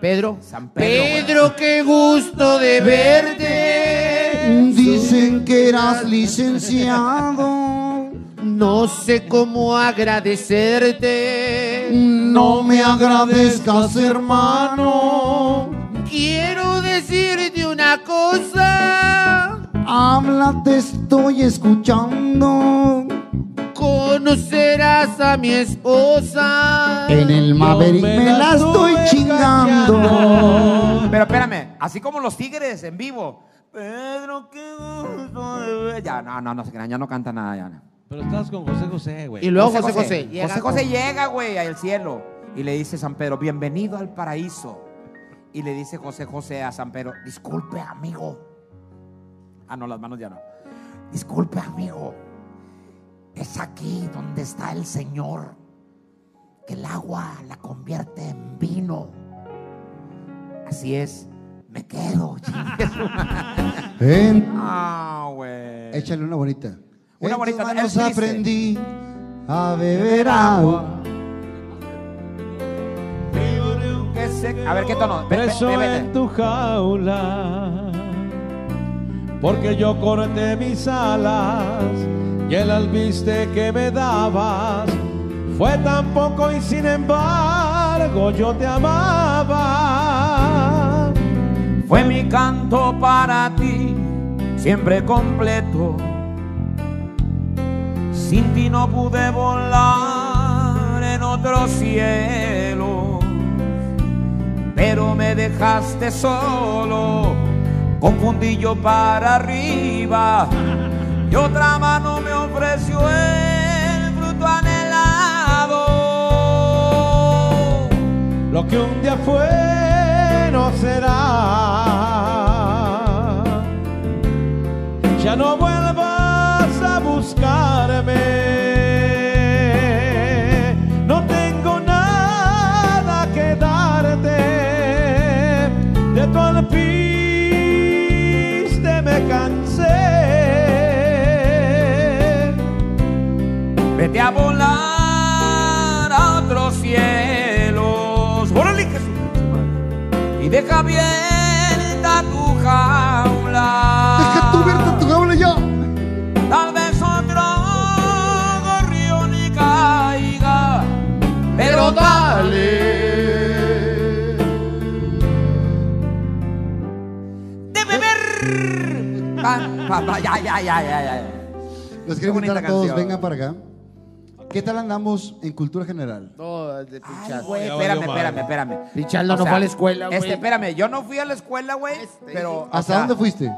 Pedro.
San Pedro,
Pedro, qué gusto de verte.
Dicen que eras licenciado.
No sé cómo agradecerte.
No me agradezcas, hermano.
Quiero decirte una cosa.
Habla, te estoy escuchando.
Conocerás a mi esposa.
En el Maverick
me
me
la
la estoy
estuve
chingando.
pero espérame, así como los tigres en vivo. Pedro, qué gusto de ver-". Ya, no, no, no se crean, ya no canta nada, ya no.
Pero estás con José José, güey.
Y luego José José.
José José llega, güey, al cielo. Y le dice San Pedro, bienvenido al paraíso. Y le dice José José a San Pedro, disculpe amigo. Ah, no, las manos ya no. Disculpe amigo. Es aquí donde está el Señor. Que el agua la convierte en vino. Así es. Me quedo. chingue su madre.
Ven.
Ah, güey.
Échale una bonita.
Una
En
bonita,
tus
es
manos
triste.
aprendí a beber agua.
Que se- A ver, ¿qué tono? Ve- ve-
Preso
ve- vete.
en tu jaula, porque yo corté mis alas y el albiste que me dabas fue tan poco y sin embargo yo te amaba.
Fue mi canto para ti, siempre completo. Sin ti no pude volar en otro cielo, pero me dejaste solo, con fundillo para arriba. Y otra mano me ofreció el fruto anhelado.
Lo que un día fue no será. Ya no vuelvas a buscarme. No tengo nada que darte. De tu alpiste me cansé.
Vete a volar a otros cielos. ¡Órale, que su- Y deja abierta tu jaula.
Deja tú abierta tu jaula yo.
Tal vez otro gorrión y caiga. Pero dale. De beber. Pa- pa- pa- Ah, Ya, ya, ya, ya, ya.
Los
Qué
quiero
bonita
invitar a todos,
canción.
vengan para acá. ¿Qué tal andamos en cultura general?
No, de
Ay,
pinchazo.
güey, espérame, espérame, espérame.
Richardo no fue a la escuela, güey.
Este, espérame, yo no fui a la escuela, güey.
Este,
Pero. o
¿Hasta
sea,
dónde fuiste?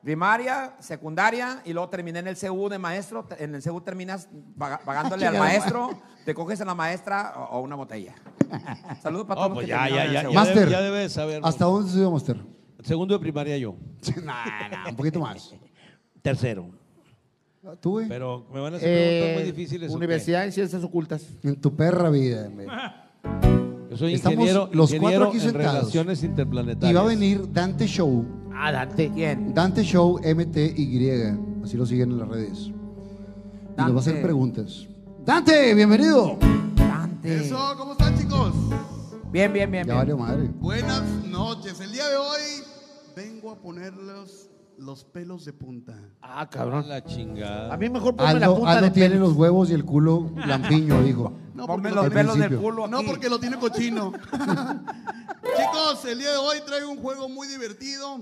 Primaria, secundaria y luego terminé en el CU de maestro. Te- En el CU terminas paga- pagándole al
Chingada
maestro, te coges a la maestra o, o una botella. Saludos para todos
Oh,
los
pues
que
ya, ya, ya.
terminaron en
Ya,
el CU.
Más- Master.
debe- ya debes saber.
¿Hasta dónde estudió Master?
Segundo de primaria yo.
nah, nah, un poquito más.
Tercero.
Tú, güey.
Pero me van a hacer
Eh,
preguntas muy difíciles. ¿o qué?
Universidad de Ciencias Ocultas.
En tu perra vida, güey.
Yo soy
Estamos
ingeniero,
los cuatro
ingeniero
aquí
en
sentados.
relaciones
Y
interplanetarias.
va a venir Dante Show.
Ah, Dante.
¿Quién?
Dante Show MTY. Así lo siguen en las redes. Y nos va a hacer
Dante.
preguntas. Dante, bienvenido.
Dante.
Eso, ¿cómo están chicos?
Bien, bien, bien.
Ya
bien.
valió madre.
Buenas noches. El día de hoy vengo a ponerles los pelos de punta.
Ah,
A
cabrón.
la chingada.
A mí mejor ponme la
Aldo,
punta
Aldo
de
tiene
pelo.
los huevos y el culo lampiño, dijo.
No,
Ponme
porque
los
lo
al
pelos del
principio.
culo.
No,
aquí.
porque lo tiene cochino. Chicos, el día de hoy traigo un juego muy divertido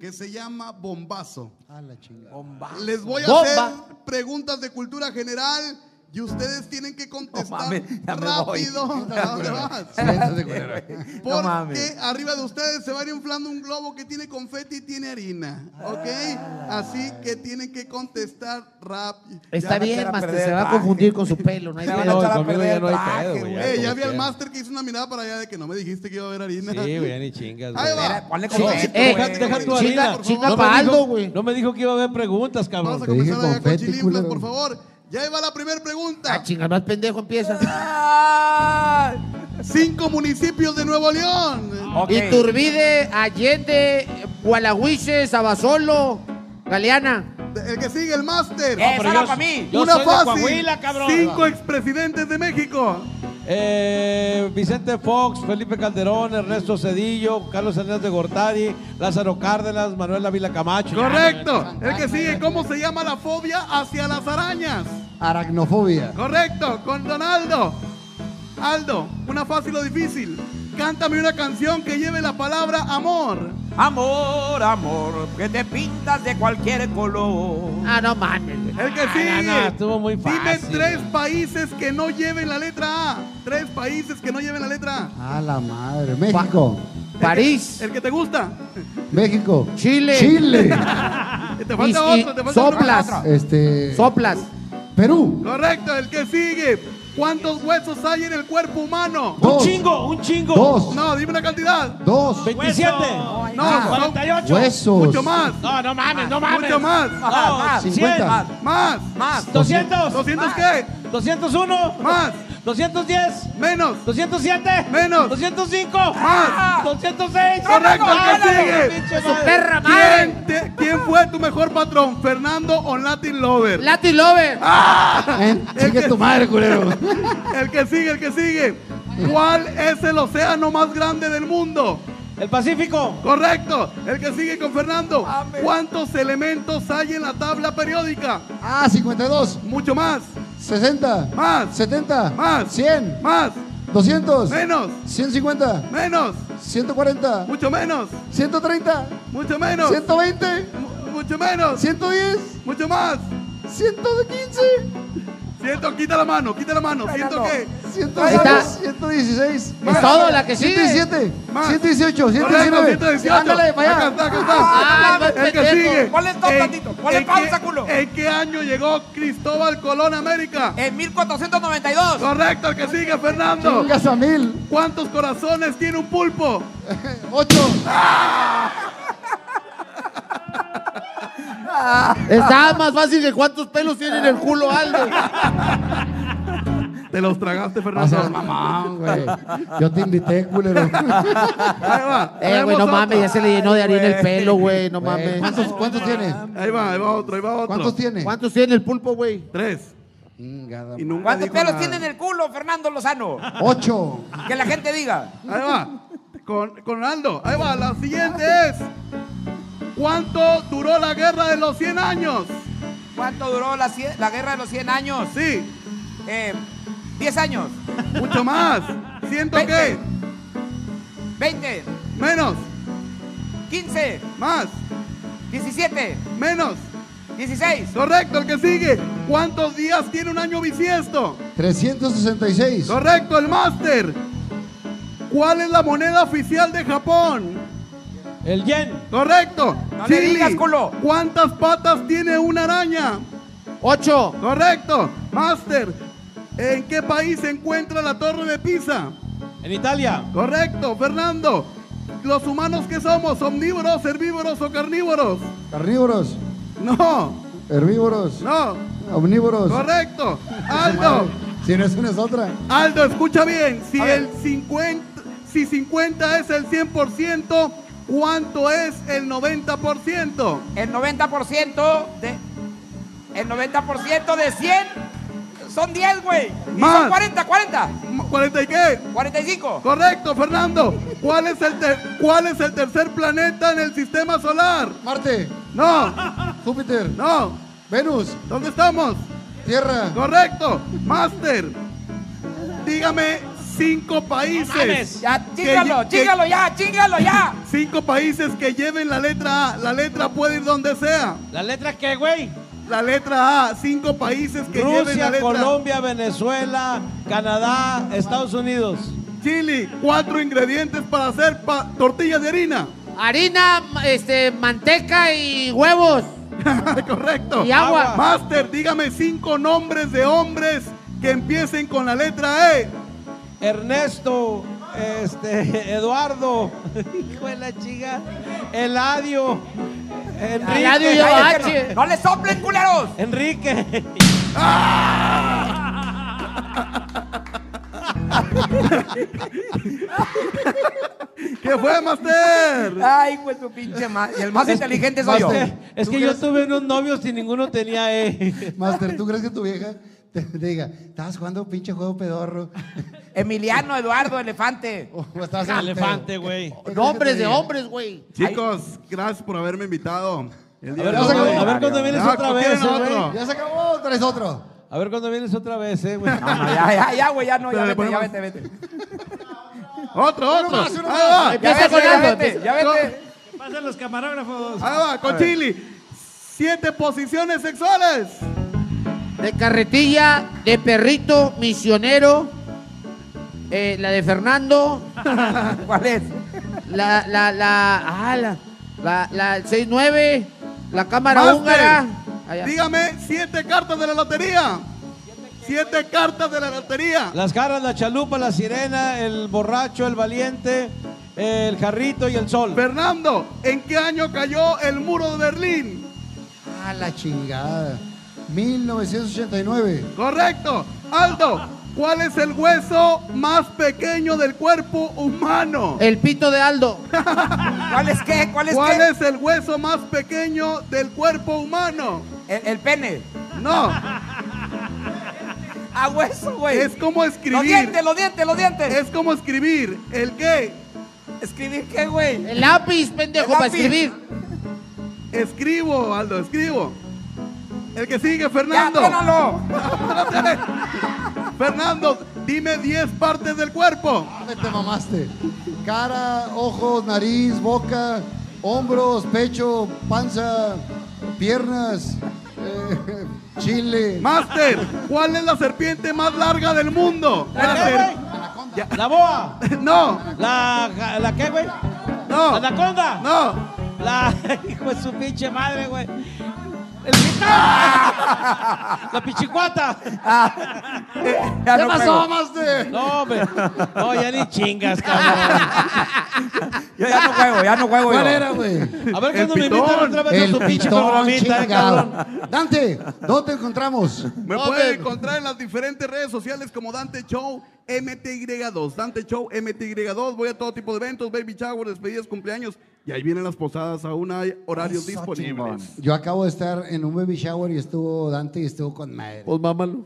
que se llama Bombazo.
A la chingada.
Les voy a
Bomba.
hacer preguntas de cultura general y ustedes tienen que contestar
mames, ya me
rápido.
voy.
¿A dónde vas?
Siéntate, culero.
No
Porque
mames.
arriba de ustedes se va a ir inflando un globo que tiene confeti y tiene harina. ¿Ok?
Ah.
Así que tienen que contestar rápido.
Está
Ya me
bien,
echar a
Master.
perder
Se
el
va a
traje.
confundir con su pelo. No hay
Te van a
pedo. Ah,
echar a
conmigo ya
perder
no hay
el traje,
pedo, güey,
güey.
Eh, ya vi al
quiera.
máster que hizo una mirada para allá de que no me dijiste que iba a haber harina.
Sí, güey, ni chingas.
Ahí
güey.
va.
Ponle
Sí,
confeti,
sí, eh,
güey.
deja tu
Por
harina.
favor,
Chinga
No me
pa'
dijo-
Aldo, güey.
No me dijo que iba a haber preguntas,
Vamos
cabrón.
a
Te dije
comenzar allá con
confeti,
chilinflas,
culero.
por favor. Ya ahí va la primera pregunta.
Ah, chinga, más pendejo empieza.
Ah,
Cinco municipios de Nuevo León.
ok. Eh,
Iturbide, Allende, Gualahuiche, Sabasolo, Galeana.
El que sigue, el máster.
Eh, esa era para mí.
Yo
Una
soy de
fácil.
Coahuila, cabrón.
Cinco expresidentes de México.
Eh, Vicente Fox, Felipe Calderón, Ernesto Cedillo, Carlos Hernández de Gortari, Lázaro Cárdenas, Manuel Ávila Camacho.
Correcto. El que sigue, ¿cómo se llama la fobia hacia las arañas?
Aracnofobia.
Correcto, con Donaldo. Aldo, una fácil o difícil. Cántame una canción que lleve la palabra amor.
Amor, amor, que te pintas de cualquier color.
Ah, no mames. güey.
El que sigue.
Ah, no, no, estuvo muy fácil.
Dime tres países que no lleven la letra A. Tres países que no lleven la letra
A la madre. México.
A.
París,
El que te gusta.
México.
Chile.
Chile.
Te falta
Y- y
otro, te falta otro.
soplas.
Este.
Soplas.
Perú.
Correcto, el que sigue.
¿Cuántos huesos hay en el cuerpo humano?
Un Dos. chingo, un chingo. Dos.
No, dime una cantidad.
Dos.
27. No,
Ah.
son-
48. Huesos.
Mucho más.
No, no mames, no mames.
Mucho más.
No, Más. 50.
Más. Más. Más.
200.
200 qué? 201. Más. 210. Menos. 207. Menos. 205. Más. 206. Correcto,
¡Ah,
¿qué
la
sigue?
pinche Su madre! perra madre.
¿Quién, te- quién fue tu mejor patrón? ¿Fernando o Latin Lover?
Latin Lover.
Sigue
tu madre, culero.
El que sigue, el que sigue. ¿Cuál es el océano más grande del mundo? El Pacífico. Correcto. El que sigue con Fernando. ¿Cuántos elementos hay en la tabla periódica?
Ah, 52.
Mucho más.
60.
Más.
70.
Más.
100.
Más.
200.
Menos.
150.
Menos.
140.
Mucho menos.
130.
Mucho menos.
120.
Mucho menos.
110.
Mucho más.
115.
Ciento, quita la mano, quita la mano. ¿Ciento qué?
116.
Más.
Todo, la que sigue.
117,
118,
118. Acá está,
Ah,
acá está. el que sigue.
Ponle stop
¿En-
tantito, ponle
en
pausa,
qué-
culo.
¿En qué año llegó Cristóbal Colón a América? En 1492. Correcto, el que sigue, Fernando.
Chingas a mil.
¿Cuántos corazones tiene un pulpo?
Ocho.
Está más fácil que cuántos pelos tiene en el culo Aldo. Eh,
Te los tragaste, Fernando.
mamón, güey. Yo te invité, culero.
Ahí va.
Eh, güey, no
Traemos
mames,
otra.
ya se le llenó de harina el pelo, güey, no
Güey,
mames.
¿Cuántos, cuántos tiene?
Ahí va, ahí va otro, ahí va otro.
¿Cuántos tiene?
¿Cuántos tiene el pulpo, güey?
Tres. Y nunca
¿Cuántos
dijo
pelos
nada.
tiene en el culo, Fernando Lozano?
Ocho.
Que la gente diga.
Ahí va. Con, con Aldo. Ahí va. La siguiente es. ¿Cuánto duró la guerra de los 100 años?
¿Cuánto duró la, cien- la guerra de los 100 años?
Sí.
Eh, 10 años.
Mucho más. ¿Ciento qué?
20,
Menos.
15,
Más.
17,
Menos.
16.
Correcto, el que sigue. ¿Cuántos días tiene un año bisiesto?
366.
Correcto, el máster. ¿Cuál es la moneda oficial de Japón?
El yen.
Correcto.
No le digas, culo.
¿Cuántas patas tiene una araña?
Ocho.
Correcto. Master, ¿en qué país se encuentra la Torre de Pisa?
En Italia.
Correcto, Fernando. ¿Los humanos qué somos? ¿Omnívoros, herbívoros o carnívoros?
Carnívoros,
No,
herbívoros,
no.
omnívoros.
Correcto. Aldo,
Si no es una es otra.
Aldo, escucha bien. Si
A ver.
el 50, si 50 es el 100%, ¿cuánto es el 90%?
El 90% de. El 90% de 100 son 10, güey. Y
Más.
son 40, 40,
¿40 y qué?
45.
Correcto, Fernando. ¿Cuál es el ter- cuál es el tercer planeta en el sistema solar?
Marte,
No,
Júpiter,
no.
Venus,
¿Dónde estamos?
Tierra,
Correcto, Master. Dígame cinco países.
Ya, chingalo,
que- que-
chingalo ya, chingalo ya.
Cinco países que lleven la letra A. La letra puede ir donde sea.
¿La letra qué, güey?
La letra A. Cinco países que lleven la
Rusia,
letra
Colombia, Venezuela, Canadá, Estados Unidos.
Chile. Cuatro ingredientes para hacer pa- tortillas de harina.
Harina, ma- este, manteca y huevos.
Correcto.
Y agua.
Master, dígame cinco nombres de hombres que empiecen con la letra E.
Ernesto, este, Eduardo, hijo de la chica, Eladio, Enrique,
Eladio ya va.
Cállate,
H.
no- no le soplen, culeros.
Enrique.
¿Qué fue, Master?
Ay, pues tu pinche madre. Y el más inteligente soy yo.
Es que- Es que yo tuve unos novios y ninguno tenía E.
Master, ¿tú crees que tu vieja te, te diga, estabas jugando un pinche juego pedorro?
Emiliano, Eduardo, Elefante.
O estabas en el
Elefante,
pedo?
güey.
¿Qué crees que
Nombres
te
de
diga?
hombres, güey.
Chicos, gracias por haberme invitado. El día
A ver,
ya
de hoy.
se
cuándo-
acabó.
a ver cuándo vienes
Ya,
otra
¿con
vez,
quién
eh,
otro?
güey.
Ya se acabó, traes otro.
A ver cuándo vienes otra vez, eh, güey.
No, ya, ya, ya, güey, ya no, ya
Pero le
vete, ya
ponemos-
vete, vete.
Otro, otro.
más, uno
Ahí va.
Ya
Empieza
vete,
con
ya
Aldo,
vete, ya vete.
Pasan los
pues,
camarógrafos.
Ahí va, con Chili. Siete posiciones sexuales.
De carretilla, de perrito, misionero, eh, la de Fernando,
¿Cuál es?
la, la, la, ah, la, la, la 69, la cámara
Master,
húngara. Allá.
Dígame siete cartas de la lotería. Siete cartas de la lotería.
Las caras, la chalupa, la sirena, el borracho, el valiente, el jarrito y el sol.
Fernando, ¿en qué año cayó el muro de Berlín?
A la chingada. 1989.
Correcto. Aldo, ¿cuál es el hueso más pequeño del cuerpo humano?
El pito de Aldo.
¿Cuál es qué? ¿Cuál es ¿Cuál es el hueso más pequeño del cuerpo humano?
El, pene.
No.
Ah,
A hueso, güey.
Es como escribir. Los dientes,
los dientes, los dientes.
Es como escribir. ¿El qué?
¿Escribir qué, güey?
El lápiz, pendejo,
El
para
lápiz.
escribir.
Escribo, Aldo, escribo. El que sigue, Fernando.
tronalo.
Fernando, dime 10 partes del cuerpo.
Dame, te mamaste. Cara, ojos, nariz, boca, hombros, pecho, panza, piernas, eh, chile.
Master, ¿cuál es la serpiente más larga del mundo? La,
La boa.
No.
La, la qué, güey.
No.
Anaconda.
No.
La hijo de su pinche madre, güey. El pita- La pichicuata.
Ya
¿Qué
no
pasó,
pego.
Master?
No, hombre. No, ya ni chingas, cabrón.
Yo ya no juego, ya no juego.
¿Cuál
yo.
era, güey?
A ver
El
cuándo me invitan
pitón.
otra vez a
El
su pinche
pitón,
programita, eh, cabrón.
chingado. Dante, ¿dónde te encontramos?
Me pueden encontrar en las diferentes redes sociales como Dante Show MTY2. Dante Show MTY2. Voy a todo tipo de eventos, baby shower, despedidas, cumpleaños. Y ahí vienen las posadas, aún hay horarios disponibles.
Yo acabo de estar en un baby shower y estuvo Dante y estuvo con madre.
Pues mámalo.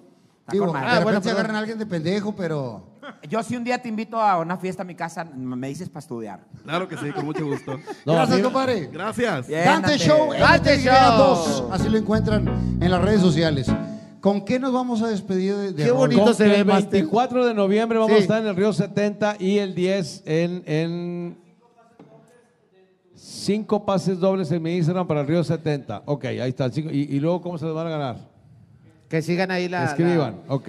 Digo,
con madre.
de
Ah,
repente
bueno,
se
perdón.
agarran a alguien de pendejo, pero...
Yo si un día te invito a una fiesta a mi casa, me dices para estudiar.
Claro que sí, con mucho gusto.
Gracias, compadre.
Gracias.
Dante Show, eh. Dante
Dante Show.
Show. Así lo encuentran en las redes sociales. ¿Con qué nos vamos a despedir de, de
Qué
Rollo?
bonito
Con
se
que
ve,
El 24 de noviembre vamos
Sí.
a estar en el Río 70 y el 10 en, en cinco pases dobles en mi Instagram para el Río 70. Ok, ahí está. cinco- Y, y luego, ¿cómo se los van a ganar?
Que sigan ahí la.
Escriban, ok.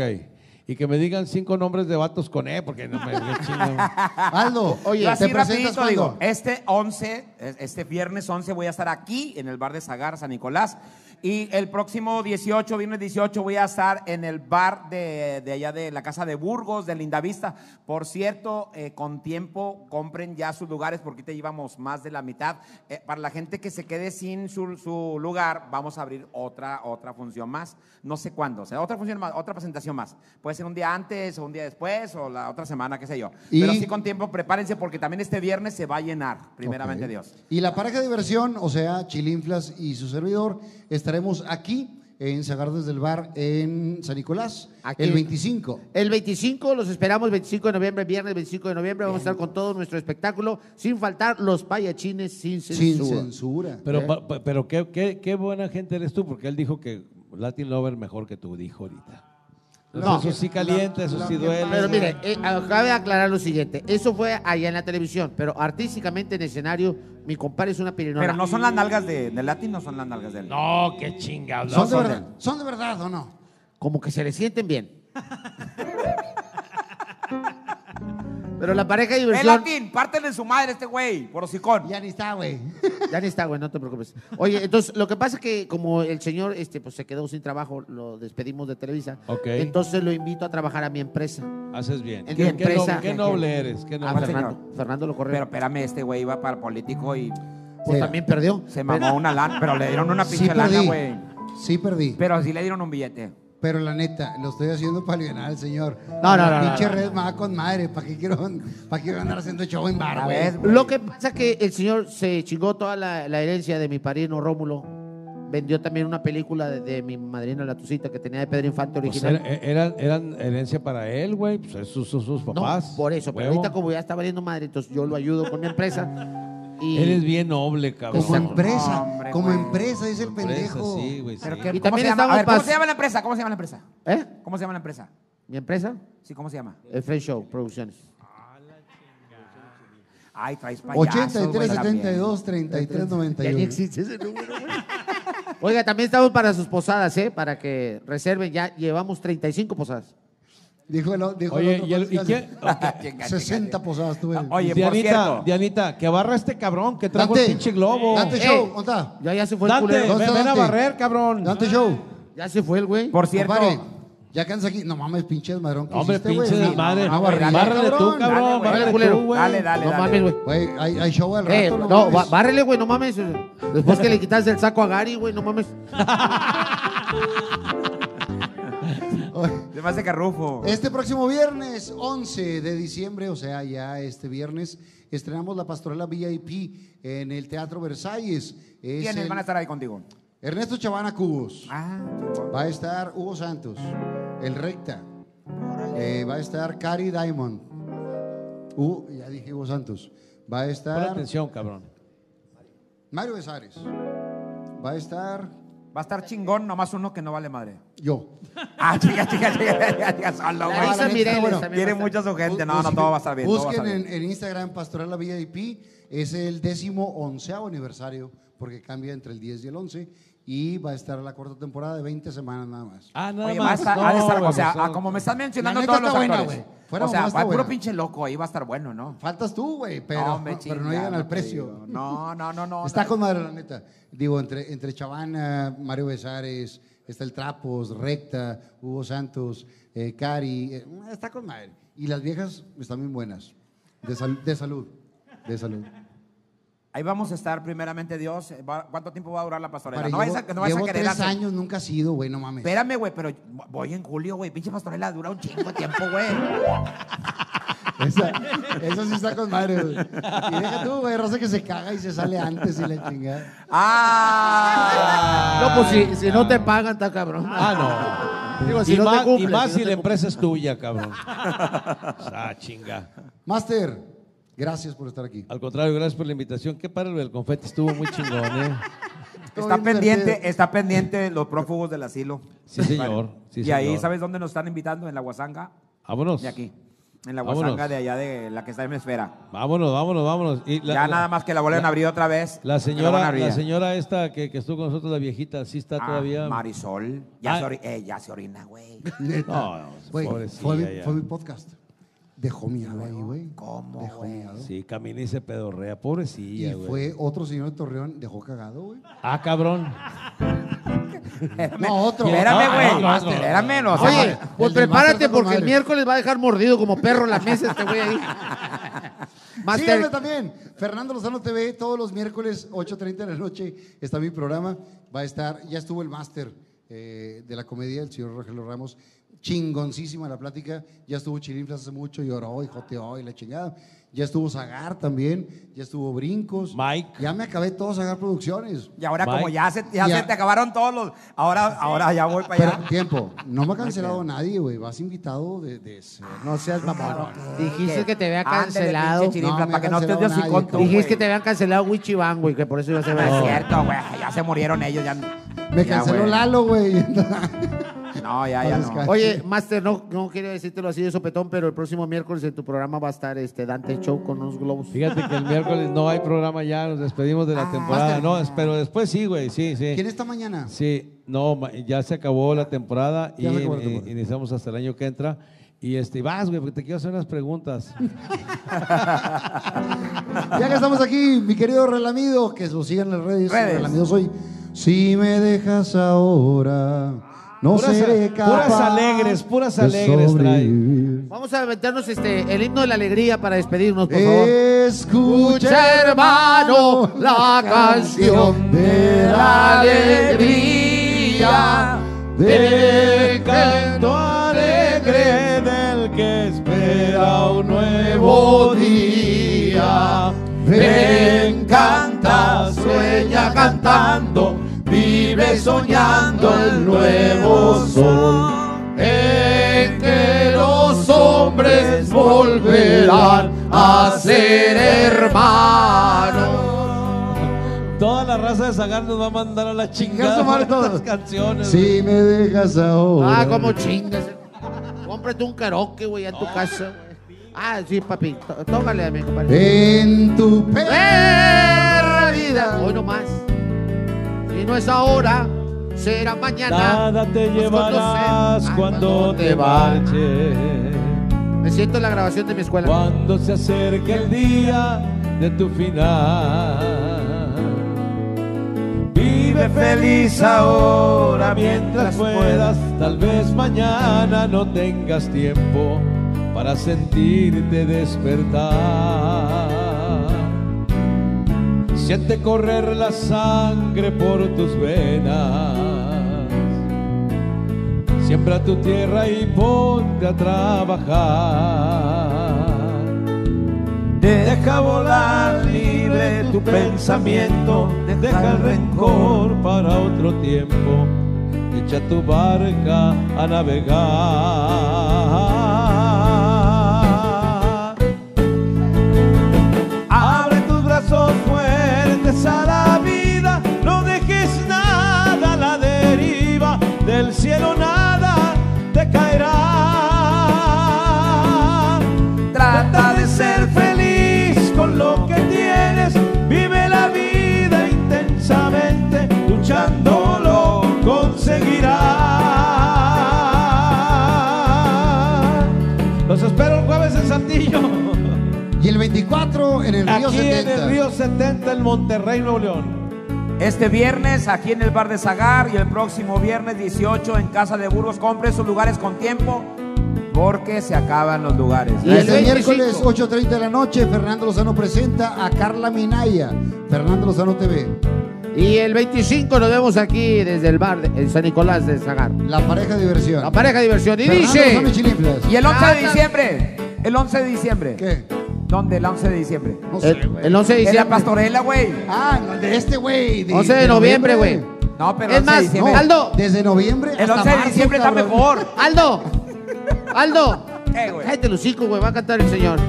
Y que me digan cinco nombres de vatos con E, porque no me... me chingo.
Aldo,
Yo
oye,
ah, así
¿te presentas
rapidito
cuándo?
digo, este 11, es- este viernes 11 voy a estar aquí en el bar de Zagar, San Nicolás. Y el próximo 18, viernes 18, voy a estar en el bar de, de allá de la Casa de Burgos, de Lindavista. Por cierto, eh, con tiempo compren ya sus lugares porque te llevamos más de la mitad. Eh, para la gente que se quede sin su, su lugar, vamos a abrir otra, otra función más. No sé cuándo, o sea, otra función más, otra presentación más. Puede ser un día antes o un día después o la otra semana, qué sé yo.
Y-
Pero sí con tiempo, prepárense porque también este viernes se va a llenar, primeramente
Ok.
Dios.
Y la pareja de diversión, o sea, Chilinflas y su servidor, estaremos aquí en Sagar desde el bar en San Nicolás
Aquí.
el 25.
El 25, los esperamos, 25 de noviembre, viernes 25 de noviembre, vamos a estar con todo nuestro espectáculo, sin faltar los payachines sin
Sin
censura.
censura.
Pero,
¿Eh?
pa- pa- pero qué, qué- qué buena gente eres tú, porque él dijo que Latin Lover mejor que tú, dijo ahorita.
No.
eso sí calienta, eso sí duele.
Pero mire, eh, acabe de aclarar lo siguiente, eso fue allá en la televisión, pero artísticamente en escenario, mi compadre es una pirinola.
Pero no son las nalgas de, de Latin, no son las nalgas de él.
No, qué chingados.
¿Son de verdad? ¿Son de verdad o no?
Como que se le sienten bien. pero la pareja de
¡Eh,
diversión... ah,
Latin! ¡Pártenle su madre a este güey! Por hocicón.
Ya ni está, güey.
Ya ni está, güey, no te preocupes. Oye, entonces, lo que pasa es que como el señor este, pues, se quedó sin trabajo, lo despedimos de Televisa.
Ok.
Entonces lo invito a trabajar a mi empresa.
Haces bien.
En
Qué,
mi
qué no-
empresa.
qué noble eres, qué
A
noble.
Ah, señor.
Fernando, Fernando lo corrió.
Pero espérame, este güey iba para político y
pues
Sí.
también perdió.
se mamó una lana. Pero le dieron una
Sí
pinche lana,
perdí.
güey.
Sí perdí.
Pero sí le dieron un billete.
Pero la neta, lo estoy haciendo para aliviar al señor.
No, no,
La
no, no,
Pinche
no.
red me va con madre. ¿Para qué quiero, para qué quiero andar haciendo show en bar,
A
güey?
ver,
Lo que pasa es que el señor se chingó toda la, la herencia de mi padrino Rómulo. Vendió también una película de, de mi madrina La Tucita que tenía de Pedro Infante
Pues
original.
era- era- eran herencia para él, güey. Pues es sus, sus- sus
no,
papás.
por eso. Pero
Huevo.
ahorita como ya está valiendo madre, entonces yo lo ayudo con mi empresa. Y
Eres bien noble, cabrón.
Como empresa.
Hombre,
como
güey.
empresa, dice el
Como empresa,
pendejo.
Sí, güey.
Pero
sí.
que-
Y
¿cómo,
también
se llama? A ver,
estamos
¿Cómo
pas-
se llama la empresa? ¿Cómo se llama la empresa?
¿Eh?
¿Cómo se llama la empresa?
¿Mi empresa?
Sí, ¿cómo se llama?
El Fresh Show Producciones.
Ay, traes payasos,
83,
güey, también.
72, 33, 91.
existe ese número, Oiga, también estamos para sus posadas, ¿eh? Para que reserven ya. Llevamos 35 posadas.
Dijo el, o- dijo el
Oye,
otro
¿y, el- y
podcast.
quién?
Ah, chinga,
60 posadas tuve.
chinga. Ah, Oye, por
Dianita,
cierto.
Dianita, que barra este cabrón que trajo el pinche globo.
Dante
Ey.
Show, ¿dónde está?
Ya, ya se fue el
Dante,
culero.
ven,
¿Dónde está
ven a
Dante?
barrer, cabrón.
Dante Show.
Ya se fue el güey.
Por cierto,
Compadre, Ya cansa aquí. No mames, pinche desmadrón. que
No, hombre,
hiciste,
pinche
güey.
desmadre.
Ah, barrida.
Bárrele tú, cabrón,
Dale, güey.
bárrele
culero.
tú, güey. Dale, dale,
No
dale.
mames, güey. Güey, hay, hay show al rato.
Eh,
no,
no,
mames.
ba- bárrele, güey, no mames. Después que le quitas el saco a Gary, güey, no mames.
Se me hace carrufo.
Este próximo viernes, 11 de diciembre, o sea, ya este viernes, estrenamos la pastorela VIP en el Teatro Versalles. Es
¿Quiénes
el-
van a estar ahí contigo?
Ernesto Chavana Cubos.
Ah,
Va a estar Hugo Santos, el Recta. Eh, va a estar Cari Diamond. Hugo- ya dije Hugo Santos. Va a
Pon
estar
atención, cabrón.
Mario Besares. Va a estar
Va a estar chingón, nomás uno que no vale madre.
yo.
Ah, chica, chica, chica, chica, chica, solo, güey.
Larisa Mireles también va a
Tiene
estar.
mucha su gente. No, no, todo va a estar bien. todo va a
Busquen
estar bien.
en, en Instagram Pastorela VIP. Es el décimo onceavo aniversario, porque cambia entre el 10 y el 11. Y va a estar la cuarta temporada de 20 semanas nada más.
Ah,
Oye, va a estar- ha de estar- o sea, ah, como me estás mencionando
La neta
todos los
está buena,
actores.
güey. Fuera
o sea,
mamá, está
va puro
buena.
pinche loco, ahí va a estar bueno, ¿no?
Faltas tú, güey,
No,
pero,
hombre,
pero
chinga,
no llegan
no
al
te
precio.
digo. No, no, no, no.
Está
no.
con madre, la neta. Digo, entre, entre Chavana, Mario Besares, está el Trapos, Recta, Hugo Santos, eh, Cari. eh, está con madre. Y las viejas están bien buenas. De, sal- de salud. De salud.
Ahí vamos a estar, primeramente Dios. eh, va- ¿Cuánto tiempo va a durar la pastorela?
Para,
no
llevo-
vas a, no vayas a
llevo
querer
tres
hacer-
años, nunca ha sido, güey, no mames.
Espérame, güey, pero voy en julio, güey. Pinche pastorela dura un chingo de tiempo, güey.
Esa- eso sí está con madre, güey. Y deja tú, güey, raza que se caga y se sale antes y la chingada.
¡Ah!
No, pues si, si no te pagan, está cabrón.
Ah, no.
Digo, Pues si
y,
no te
más, y
cumplen,
más
si
si,
no te
la empresa es tuya, cabrón. ah, chinga.
Master, gracias por estar aquí.
Al contrario, gracias por la invitación. Qué padre lo del confeti, estuvo muy chingón, ¿eh?
Está
bien
pendiente,
divertido.
está pendiente los prófugos del asilo.
Sí, señor. Sí,
y
señor.
ahí, ¿sabes dónde nos están invitando? En la Guasanga.
Vámonos.
De aquí. En la
Vámonos.
Guasanga de allá de la que está en la esfera.
Vámonos, vámonos, vámonos. Y la-
ya
la-
nada más que la vuelven
la-
a abrir otra vez.
La
que van a
señora,
abrir.
la señora esta que, que estuvo con nosotros, la viejita, sí está
Ah,
todavía.
Marisol. Ya,
Ah.
se ori- eh, ya se orina, güey.
No, no,
Güey,
pobrecilla
fue, mi-
ya.
fue mi podcast. Dejó mi agua ahí, güey.
¿Cómo,
Dejó
güey?
mi agua.
Sí, camina y se pedorrea,
Y
pobrecilla, güey.
fue otro señor de Torreón, dejó cagado, güey.
Ah, cabrón.
Espérame.
No, otro.
Espérame,
No,
güey.
no, no,
Master,
no.
espérame, no, o sea,
Oye,
el
pues
del Master
prepárate
está con
porque el
madre.
miércoles va a dejar mordido como perro en la mesa este güey ahí.
Síganme
Master,
también. Fernando Lozano TV, todos los miércoles, 8.30 de la noche, está mi programa. Va a estar, ya estuvo el máster eh, de la comedia, el señor Rogelio Ramos. Chingoncísima la plática. Ya estuvo Chilinflas hace mucho, lloró y joteó y la chingada. Ya estuvo Zagar también, ya estuvo Brincos.
Mike.
Ya me acabé todo Zagar Producciones.
Y ahora como
Mike.
ya se, ya
Ya.
se te acabaron todos los... Ahora, ahora ya voy para
Pero,
allá.
tiempo, no me ha cancelado nadie, güey. Vas invitado de... de ser.
no seas mamón. Dijiste que te había
Ándale, pinche
cancelado.
chirifla,
No, me
para que no te
canceló
des
nadie,
hocicón tú,
cabrón.
Dijiste
güey.
que te habían cancelado Wichiban, güey, que por eso iba a ser.
No es cierto, güey. Ya se murieron ellos. Ya,
Me
Ya,
canceló
güey.
Lalo, güey.
No, ya, ya no.
Entonces,
Oye, Master, no, no quiero decírtelo así de sopetón, pero el próximo miércoles en tu programa va a estar este Dante Show con unos globos.
Fíjate que el miércoles no hay programa ya, nos despedimos de la temporada. No, es- pero después sí, güey, sí, sí.
Ah, ¿Quién está mañana?
Sí, no, ma- ya se acabó la temporada y
Ya se acabó la
eh,
temporada.
iniciamos hasta el año que entra. Y este, vas, güey, porque te quiero hacer unas preguntas.
Ya que estamos aquí, mi querido Relamido, que lo sigan en las redes.
Redes.
Relamido soy. Si me dejas ahora, no
Puras-
seré capaz.
puras alegres, puras
de
alegres trae.
sobrevivir.
Vamos a aventarnos este, el himno de la alegría para despedirnos, por favor.
Escucha, hermano, la canción de la alegría.
Del
Del
canto alegre del que espera un nuevo
nuevo
día.
día.
Ven,
Ven,
canta,
canta,
sueña
sueña cantando,
cantando, vive soñando el nuevo sol. En que los hombres volverán a ser hermanos. Toda la raza de Zagar nos va a mandar a la
chingada por estas
canciones.
Si me dejas ahora.
Ah, como chingas. Cómprate un karaoke, güey, en tu casa, güey. Ah, sí, papi. Tó- Tómale a mi compadre.
En tu pe-
¿Eh? ¡Perra vida! Hoy no más. Si no es ahora, será mañana.
Nada te
Nos
llevarás
conoces.
cuando
Ah,
te marches.
Me siento en la grabación de mi escuela.
Cuando se acerque el día de tu final. Vive
Vive feliz ahora mientras puedas. Tal vez mañana no tengas tiempo para sentirte despertar. Siente correr la sangre por tus venas. Siembra tu tierra y ponte a trabajar. Deja volar libre tu pensamiento, deja el rencor para otro tiempo, echa tu barca a navegar. Abre tus brazos fuertes a la vida, no dejes nada a la deriva, del cielo nada te caerá. Trata de ser feliz con lo que tienes. Vive la vida intensamente, luchando lo conseguirás. Los espero el jueves en Santillo.
Y el 24 en el Río
Aquí
70.
en el Río 70 en Monterrey, Nuevo León.
Este viernes aquí en el Bar de Zagar y el próximo viernes 18 en Casa de Burgos. Compre sus lugares con tiempo porque se acaban los lugares.
Y este miércoles 8.30 de la noche, Fernando Lozano presenta a Carla Minaya. Fernando Lozano TV.
Y el 25 nos vemos aquí desde el bar de- en San Nicolás de Zagar.
La pareja diversión.
La pareja diversión. Y
Fernando
dice.
Lozano y Chilinflas.
Y el 11 de
Trata-
diciembre. El 11 de diciembre.
¿Qué?
¿Dónde? El 11 de diciembre.
El- el 11 de
En la
diciembre.
pastorela, güey.
Ah, no, de este güey.
11 de noviembre, güey.
No, pero
Es
el 11 de
más,
diciembre.
Aldo.
Desde noviembre
El
hasta
11 de
marzo,
diciembre está
cabrón.
mejor.
Aldo. Aldo.
Eh, güey.
Cállate el hocico, güey. Va a cantar el señor.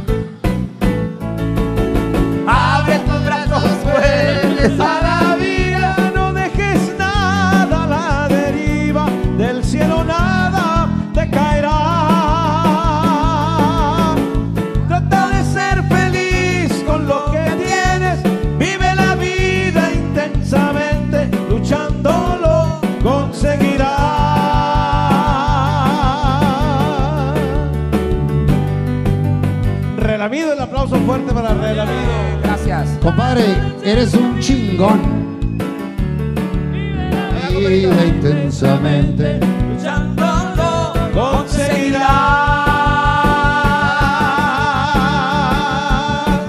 Abre tus brazos fuertes
A la vida no dejes nada a la deriva, del cielo nada te caerá. Trata de ser feliz con lo que tienes, vive la vida intensamente, luchando lo conseguirás. Relamido, el aplauso fuerte para Relamido.
Gracias.
Compadre, eres un chingón. Vive intensamente.
Luchándolo
conseguirás.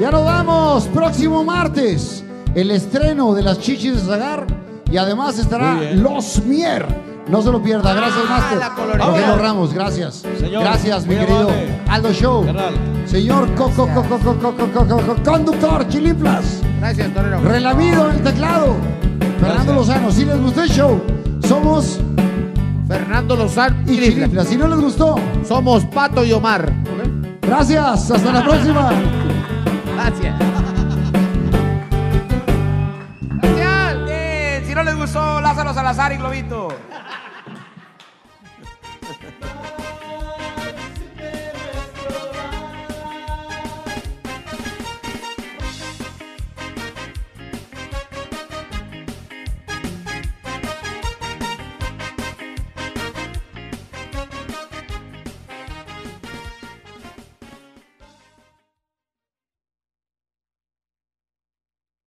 Ya nos vamos. Próximo martes, el estreno de las chichis de Zagar. Y además
Muy
estará
bien.
Los Mier. No se lo pierda. Gracias, Master.
la colorada.
Jorge
Vámonos.
Ramos, gracias.
Señor,
gracias, mi
muy
querido
amable.
Aldo Show.
Carnal.
Señor Coco, Coco, Coco, Coco, Coco, Conductor, Chiliplas.
Gracias, Torero.
Relamido en el teclado. Fernando Lozano, si les gustó el show, somos
Fernando Lozano.
y Chiliplas. Si no les gustó,
Somos Pato y Omar.
gracias. Hasta la próxima.
Gracias. Gracias.
Bien, Si no les gustó, Lázaro Salazar y Globito.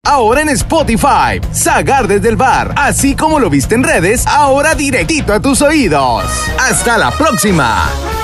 Ahora en Spotify, Sagar desde el bar, así como lo viste en redes, ahora directito a tus oídos. Hasta la próxima.